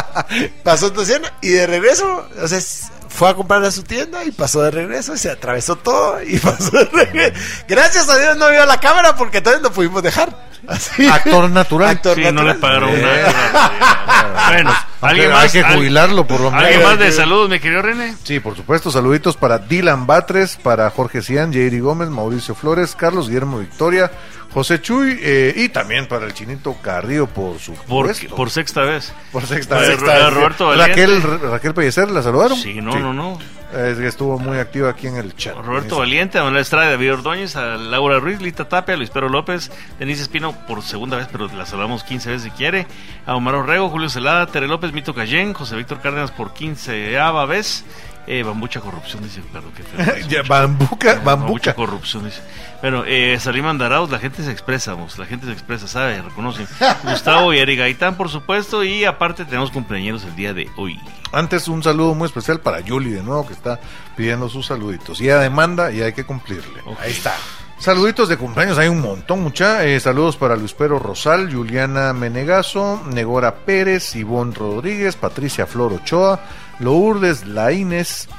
[SPEAKER 5] pasó tu tienda y de regreso, o sea, s- fue a comprar a su tienda y pasó de regreso, y se atravesó todo y pasó de regreso. Gracias a Dios no vio la cámara porque todavía no pudimos dejar. Así.
[SPEAKER 3] Ah, Actor natural.
[SPEAKER 5] Actor
[SPEAKER 4] Sí, no le
[SPEAKER 5] natural.
[SPEAKER 4] pagaron
[SPEAKER 3] Eh.
[SPEAKER 4] nada. Bueno, Ah, alguien
[SPEAKER 3] Pero
[SPEAKER 4] más.
[SPEAKER 3] Hay que
[SPEAKER 4] al-
[SPEAKER 3] jubilarlo por lo menos.
[SPEAKER 4] ¿Alguien más de saludos, mi querido René?
[SPEAKER 3] Sí, por supuesto. Saluditos para Dylan Batres, para Jorge Cian, Jerry Gómez, Mauricio Flores, Carlos Guillermo Victoria, José Chuy eh, y también para el Chinito Carrillo, por supuesto.
[SPEAKER 4] Por, por sexta vez.
[SPEAKER 3] Por sexta
[SPEAKER 4] a
[SPEAKER 3] vez.
[SPEAKER 4] Ro- a Roberto Valiente.
[SPEAKER 3] Raquel, Raquel Pellecer, ¿la saludaron?
[SPEAKER 4] Sí, no, no, no.
[SPEAKER 3] Es que estuvo muy activa aquí en el chat.
[SPEAKER 4] Roberto
[SPEAKER 3] Ahí
[SPEAKER 4] Valiente, a Manuel Estrada, David Ordóñez, a Laura Ruiz, Lita Tapia, Luis Pedro López, Denise Espino por segunda vez, pero la saludamos 15 veces si quiere, a Omar Orrego, Julio Celada, Tere López, Mito Cayén, José Víctor Cárdenas por 15 vez, eh, Bambucha Corrupción, dice, claro que feo.
[SPEAKER 3] Eh, Ya, bambuca,
[SPEAKER 4] Mucha
[SPEAKER 3] bambuca.
[SPEAKER 4] corrupción. dice. Bueno, eh, Salim Andarauz, la gente se expresa, vamos, la gente se expresa, sabe, reconoce. Gustavo y Ari Gaitán, por supuesto, y aparte tenemos cumpleaños el día de hoy.
[SPEAKER 3] Antes un saludo muy especial para Yuli de nuevo que está pidiendo sus saluditos. Y ella demanda y hay que cumplirle.
[SPEAKER 4] Ok.
[SPEAKER 3] Ahí está. Saluditos de cumpleaños, hay un montón, mucha. Eh, saludos para Luis Pero Rosal, Juliana Menegazo, Negora Pérez, Ivonne Rodríguez, Patricia Flor Ochoa, Lourdes Laínez,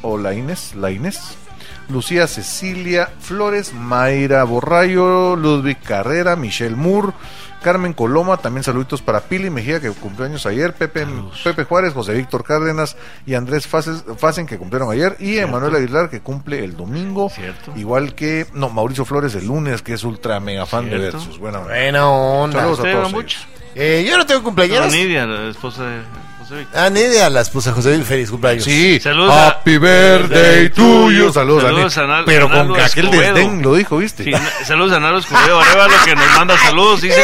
[SPEAKER 3] o Laínez, Laínez, Lucía Cecilia Flores, Mayra Borrayo, Ludwig Carrera, Michelle Moore, Carmen Coloma, también saluditos para Pili Mejía, que cumpleaños ayer, Pepe, Pepe Juárez, José Víctor Cárdenas y Andrés Faces- Facen, que cumplieron ayer, y Emanuel Aguilar, que cumple el domingo,
[SPEAKER 4] Cierto.
[SPEAKER 3] igual que, no, Mauricio Flores el lunes, que es ultra mega fan de
[SPEAKER 4] Cierto.
[SPEAKER 3] Versus. Bueno,
[SPEAKER 5] Buena onda.
[SPEAKER 3] Saludos a
[SPEAKER 4] ¿Usted,
[SPEAKER 3] todos
[SPEAKER 4] Bambucha?
[SPEAKER 5] Eh, yo no tengo
[SPEAKER 4] No,
[SPEAKER 5] cumpleaños.
[SPEAKER 4] Nidia, la esposa de José Víctor.
[SPEAKER 5] Ah, Nidia, la esposa José Luis, feliz cumpleaños.
[SPEAKER 3] Sí,
[SPEAKER 4] Saludos a-
[SPEAKER 3] Happy Birthday to you. Saludos,
[SPEAKER 4] Saludos
[SPEAKER 3] a
[SPEAKER 4] a
[SPEAKER 3] Nel.
[SPEAKER 4] Nal-
[SPEAKER 3] Pero
[SPEAKER 4] a
[SPEAKER 3] con
[SPEAKER 4] Naldo
[SPEAKER 3] aquel
[SPEAKER 4] Escobedo.
[SPEAKER 3] desdén lo dijo, ¿viste?
[SPEAKER 4] Sí, na- saludos a Naros Correo Arevalo que nos manda saludos. Dice,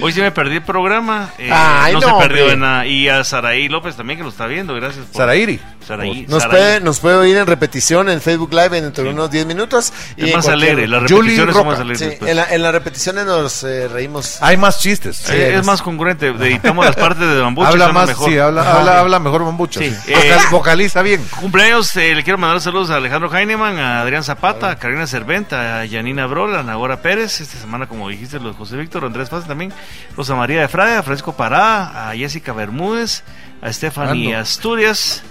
[SPEAKER 4] Hoy sí me perdí el programa. eh,
[SPEAKER 5] Ay,
[SPEAKER 4] no,
[SPEAKER 5] no,
[SPEAKER 4] se perdió
[SPEAKER 5] hombre.
[SPEAKER 4] de nada. Y a Saraí López también que lo está viendo. Gracias. Por...
[SPEAKER 3] Sarairi.
[SPEAKER 4] Saraí.
[SPEAKER 5] Nos
[SPEAKER 4] Saraí.
[SPEAKER 5] puede, nos puede oír en repetición en Facebook Live dentro de unos 10 minutos.
[SPEAKER 4] Es
[SPEAKER 5] en
[SPEAKER 4] más
[SPEAKER 5] cualquier-
[SPEAKER 4] alegre. Las
[SPEAKER 3] Julie
[SPEAKER 4] repeticiones son
[SPEAKER 3] Roca.
[SPEAKER 4] más alegres.
[SPEAKER 5] Sí,
[SPEAKER 4] pues.
[SPEAKER 5] en, la, en las repeticiones nos eh, reímos.
[SPEAKER 3] Hay más chistes.
[SPEAKER 4] Eh, es
[SPEAKER 5] eres.
[SPEAKER 4] más congruente. Editamos las partes de Bambucha.
[SPEAKER 3] habla
[SPEAKER 4] suena
[SPEAKER 3] más,
[SPEAKER 4] mejor.
[SPEAKER 3] sí, habla,
[SPEAKER 5] Ajá.
[SPEAKER 3] habla, habla mejor Bambucha.
[SPEAKER 4] Sí.
[SPEAKER 3] sí.
[SPEAKER 4] Eh,
[SPEAKER 3] Vocal- vocaliza bien.
[SPEAKER 4] Cumpleaños, eh, le quiero mandar saludos a Alejandro Heineman, a Adrián Zapata, a Karina Cerventa, a Janina Brola, a Nagora Pérez, esta semana como dijiste, los José Víctor, Andrés Paz también, Rosa María de Fraga, a Francisco Pará, a Jessica Bermúdez, a Stephanie
[SPEAKER 3] Ando.
[SPEAKER 4] Asturias,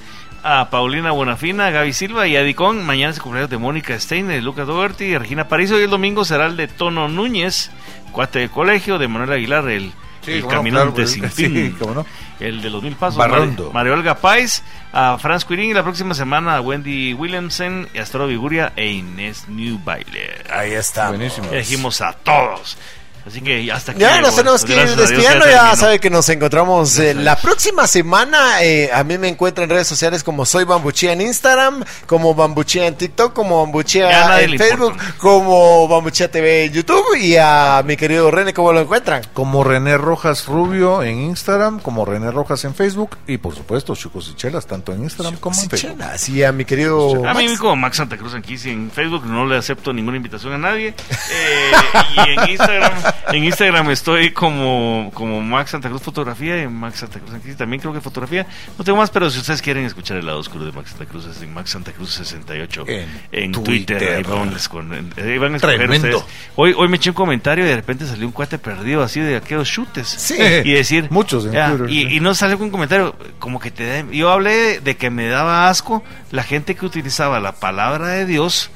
[SPEAKER 4] a Paulina Buenafina, a Gaby Silva y a Dicón. Mañana es el cumpleaños de Mónica Stein, de Lucas Doberty, de Regina Parizo y el domingo será el de Tono Núñez, cuate de colegio, de Manuel Aguilar, el, el
[SPEAKER 3] cómo no,
[SPEAKER 4] caminante
[SPEAKER 3] claro,
[SPEAKER 4] sin
[SPEAKER 3] sí,
[SPEAKER 4] fin.
[SPEAKER 3] cómo no.
[SPEAKER 4] El de los mil pasos.
[SPEAKER 3] Barrondo.
[SPEAKER 4] Mari- Mario Olga Pais, a Franz Quirin y la próxima semana a Wendy Williamson, y Astro Viguria e Inés New Baile.
[SPEAKER 5] Ahí está.
[SPEAKER 3] Buenísimo.
[SPEAKER 4] Elegimos a todos. Así que hasta aquí.
[SPEAKER 5] Ya
[SPEAKER 4] llegó.
[SPEAKER 5] nos tenemos que ir
[SPEAKER 4] Gracias a Dios,
[SPEAKER 5] despidiendo.
[SPEAKER 4] ya
[SPEAKER 5] Ya
[SPEAKER 4] terminó.
[SPEAKER 5] sabe que nos encontramos eh,
[SPEAKER 4] Eso
[SPEAKER 5] la
[SPEAKER 4] es.
[SPEAKER 5] próxima semana. eh, a mí me encuentran en redes sociales como Soy Bambuchía en Instagram, como Bambuchía en TikTok, como
[SPEAKER 4] Ya a
[SPEAKER 5] Bambuchía
[SPEAKER 4] nadie
[SPEAKER 5] en
[SPEAKER 4] le
[SPEAKER 5] Facebook,
[SPEAKER 4] importa.
[SPEAKER 5] como Bambuchía TV en YouTube. Y a mi querido René, ¿cómo lo encuentran?
[SPEAKER 3] Como René Rojas Rubio en Instagram, como René Rojas en Facebook y por supuesto Chucos y Chelas, tanto en Instagram como en Facebook.
[SPEAKER 5] Chelas. Y a mi querido.
[SPEAKER 4] A mí
[SPEAKER 5] Max.
[SPEAKER 4] como Max Santa Cruz aquí sí, en Facebook no le acepto ninguna invitación a nadie. Eh, y en Instagram, en Instagram estoy como, como Max Santa Cruz Fotografía y Max Santa Cruz aquí también creo que fotografía. No tengo más, pero si ustedes quieren escuchar el lado oscuro de Max Santa Cruz es en Max Santa Cruz 68
[SPEAKER 3] En
[SPEAKER 4] en, Twitter.
[SPEAKER 3] Twitter.
[SPEAKER 4] Ahí van, a escon- ahí van a escoger
[SPEAKER 3] Tremendo.
[SPEAKER 4] ustedes. Hoy, hoy me eché un comentario y de repente salió un cuate perdido así de aquellos chutes.
[SPEAKER 5] Sí.
[SPEAKER 4] Y decir,
[SPEAKER 3] Muchos en
[SPEAKER 4] ya,
[SPEAKER 3] Twitter,
[SPEAKER 4] y,
[SPEAKER 3] sí.
[SPEAKER 4] y no salió con un comentario como que te da- yo hablé de, de que me daba asco la gente que utilizaba la palabra de Dios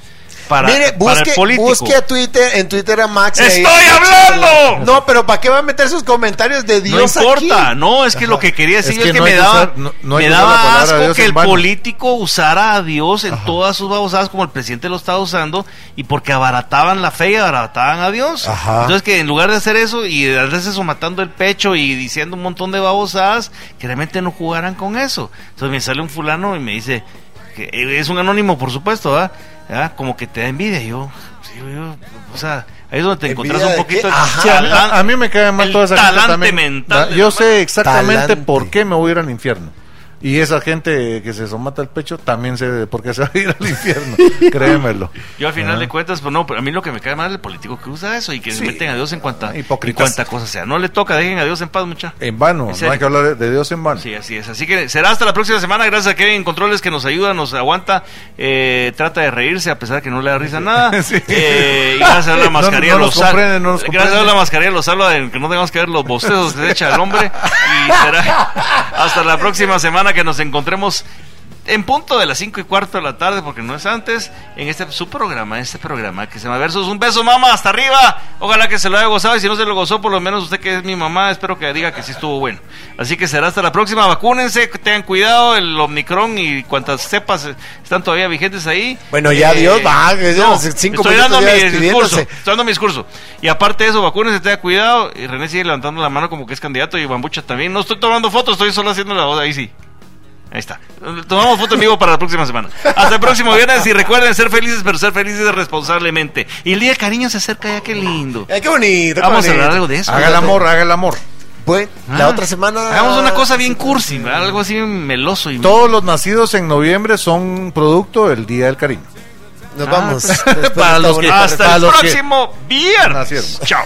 [SPEAKER 4] para,
[SPEAKER 5] Mire,
[SPEAKER 4] para
[SPEAKER 5] busque,
[SPEAKER 4] el político.
[SPEAKER 5] busque a Twitter, en Twitter a Max. y ahí-
[SPEAKER 4] ¡Estoy hablando!
[SPEAKER 5] No, pero ¿para qué va a meter sus comentarios de
[SPEAKER 4] No
[SPEAKER 5] Dios
[SPEAKER 4] importa,
[SPEAKER 5] aquí?
[SPEAKER 4] no, es que lo que quería
[SPEAKER 3] Es
[SPEAKER 4] decir es
[SPEAKER 3] que
[SPEAKER 4] que,
[SPEAKER 3] no hay
[SPEAKER 4] me
[SPEAKER 3] que
[SPEAKER 4] daba,
[SPEAKER 3] usar- no- no hay
[SPEAKER 4] me
[SPEAKER 3] que usar la
[SPEAKER 4] daba
[SPEAKER 3] palabra de
[SPEAKER 4] asco
[SPEAKER 3] Dios
[SPEAKER 4] que
[SPEAKER 3] en
[SPEAKER 4] el
[SPEAKER 3] vano.
[SPEAKER 4] político usara a Dios en todas sus babosadas como el presidente lo estaba usando y porque abarataban la fe y abarataban a Dios.
[SPEAKER 5] Ajá.
[SPEAKER 4] Entonces que en lugar de hacer eso y de darles eso matando el pecho y diciendo un montón de babosadas, que realmente no jugaran con eso. Entonces me sale un fulano y me dice, que eh, es un anónimo por supuesto, ¿verdad? ¿Verdad? Como que te da envidia, Y yo, sí, yo, o sea, ahí es donde te
[SPEAKER 5] ¿Envidia
[SPEAKER 4] encontrás un
[SPEAKER 5] de qué?
[SPEAKER 4] poquito... de
[SPEAKER 5] Ajá.
[SPEAKER 3] Sí, a, mí,
[SPEAKER 4] talán-
[SPEAKER 3] a- a mí me cae mal
[SPEAKER 4] el
[SPEAKER 3] toda esa gente
[SPEAKER 4] talante
[SPEAKER 3] también.
[SPEAKER 4] mental
[SPEAKER 3] Va,
[SPEAKER 4] de
[SPEAKER 3] Yo
[SPEAKER 4] la
[SPEAKER 3] sé exactamente
[SPEAKER 5] Talante.
[SPEAKER 3] por qué me voy a ir al infierno. Y esa gente que se somata el pecho también sé por qué se va a ir al infierno. Créemelo.
[SPEAKER 4] Yo al final
[SPEAKER 3] Ajá.
[SPEAKER 4] de cuentas, pues no, pero a mí lo que me cae mal es el político que usa eso y que
[SPEAKER 3] Sí.
[SPEAKER 4] se meten a Dios en cuanta,
[SPEAKER 3] Ah,
[SPEAKER 4] en
[SPEAKER 3] hipócritas.
[SPEAKER 4] cuanta cosa sea. No le toca, dejen a Dios en paz, mucha.
[SPEAKER 3] En vano,
[SPEAKER 4] En
[SPEAKER 3] no hay
[SPEAKER 4] serio.
[SPEAKER 3] que hablar de Dios en vano.
[SPEAKER 4] Sí, así es. Así que será hasta la próxima semana. Gracias a Kevin en Controles que nos ayuda, nos aguanta, eh, trata de reírse a pesar de que no le da risa nada.
[SPEAKER 3] Sí.
[SPEAKER 4] Eh, y gracias a la
[SPEAKER 3] No,
[SPEAKER 4] mascarilla
[SPEAKER 3] no nos
[SPEAKER 4] los sal-
[SPEAKER 3] comprende, no nos
[SPEAKER 4] Gracias a
[SPEAKER 3] comprende.
[SPEAKER 4] la mascarilla los salva de que no tengamos que ver los bostezos que se echa el hombre. Y será hasta la próxima semana que nos encontremos. En punto de las 5 y cuarto de la tarde, porque no es antes, en este su programa, este programa que se llama Versus. Un beso, mamá, hasta arriba. Ojalá que se lo haya gozado y si no se lo gozó, por lo menos usted que es mi mamá, espero que diga que sí estuvo bueno. Así que será hasta la próxima. Vacúnense, tengan cuidado, el Omicron y cuantas cepas están todavía vigentes ahí.
[SPEAKER 5] Bueno, ya
[SPEAKER 4] Dios
[SPEAKER 5] adiós, va, que ya hace cinco
[SPEAKER 4] Eh, estoy
[SPEAKER 5] minutos
[SPEAKER 4] dando
[SPEAKER 5] ya
[SPEAKER 4] mi
[SPEAKER 5] despidiéndose.
[SPEAKER 4] discurso. Estoy dando mi discurso. Y aparte de eso, vacúnense, tenga cuidado. Y René sigue levantando la mano como que es candidato y Bambucha también. No estoy tomando fotos, estoy solo haciendo la voz. Ahí sí. Ahí está. Tomamos foto en vivo para la próxima semana. Hasta el próximo viernes y recuerden ser felices, pero ser felices responsablemente. Y el día de cariño se acerca ya, qué lindo.
[SPEAKER 5] Ay, qué bonito. qué
[SPEAKER 4] Vamos a
[SPEAKER 5] bonito.
[SPEAKER 4] hablar algo de eso.
[SPEAKER 3] Haga el amor, haga el amor.
[SPEAKER 5] Pues, la
[SPEAKER 4] Ah.
[SPEAKER 5] otra semana.
[SPEAKER 4] Hagamos una cosa bien cursi, ¿verdad? algo así meloso y
[SPEAKER 3] Todos los nacidos en noviembre son producto del Día del Cariño.
[SPEAKER 5] Nos
[SPEAKER 4] Ah,
[SPEAKER 5] vamos.
[SPEAKER 4] pues,
[SPEAKER 5] Después
[SPEAKER 4] para
[SPEAKER 5] está
[SPEAKER 4] los que-
[SPEAKER 5] bonito.
[SPEAKER 4] hasta
[SPEAKER 5] Para
[SPEAKER 4] el
[SPEAKER 5] los que-
[SPEAKER 4] próximo
[SPEAKER 3] Nacieron.
[SPEAKER 4] viernes. Chao.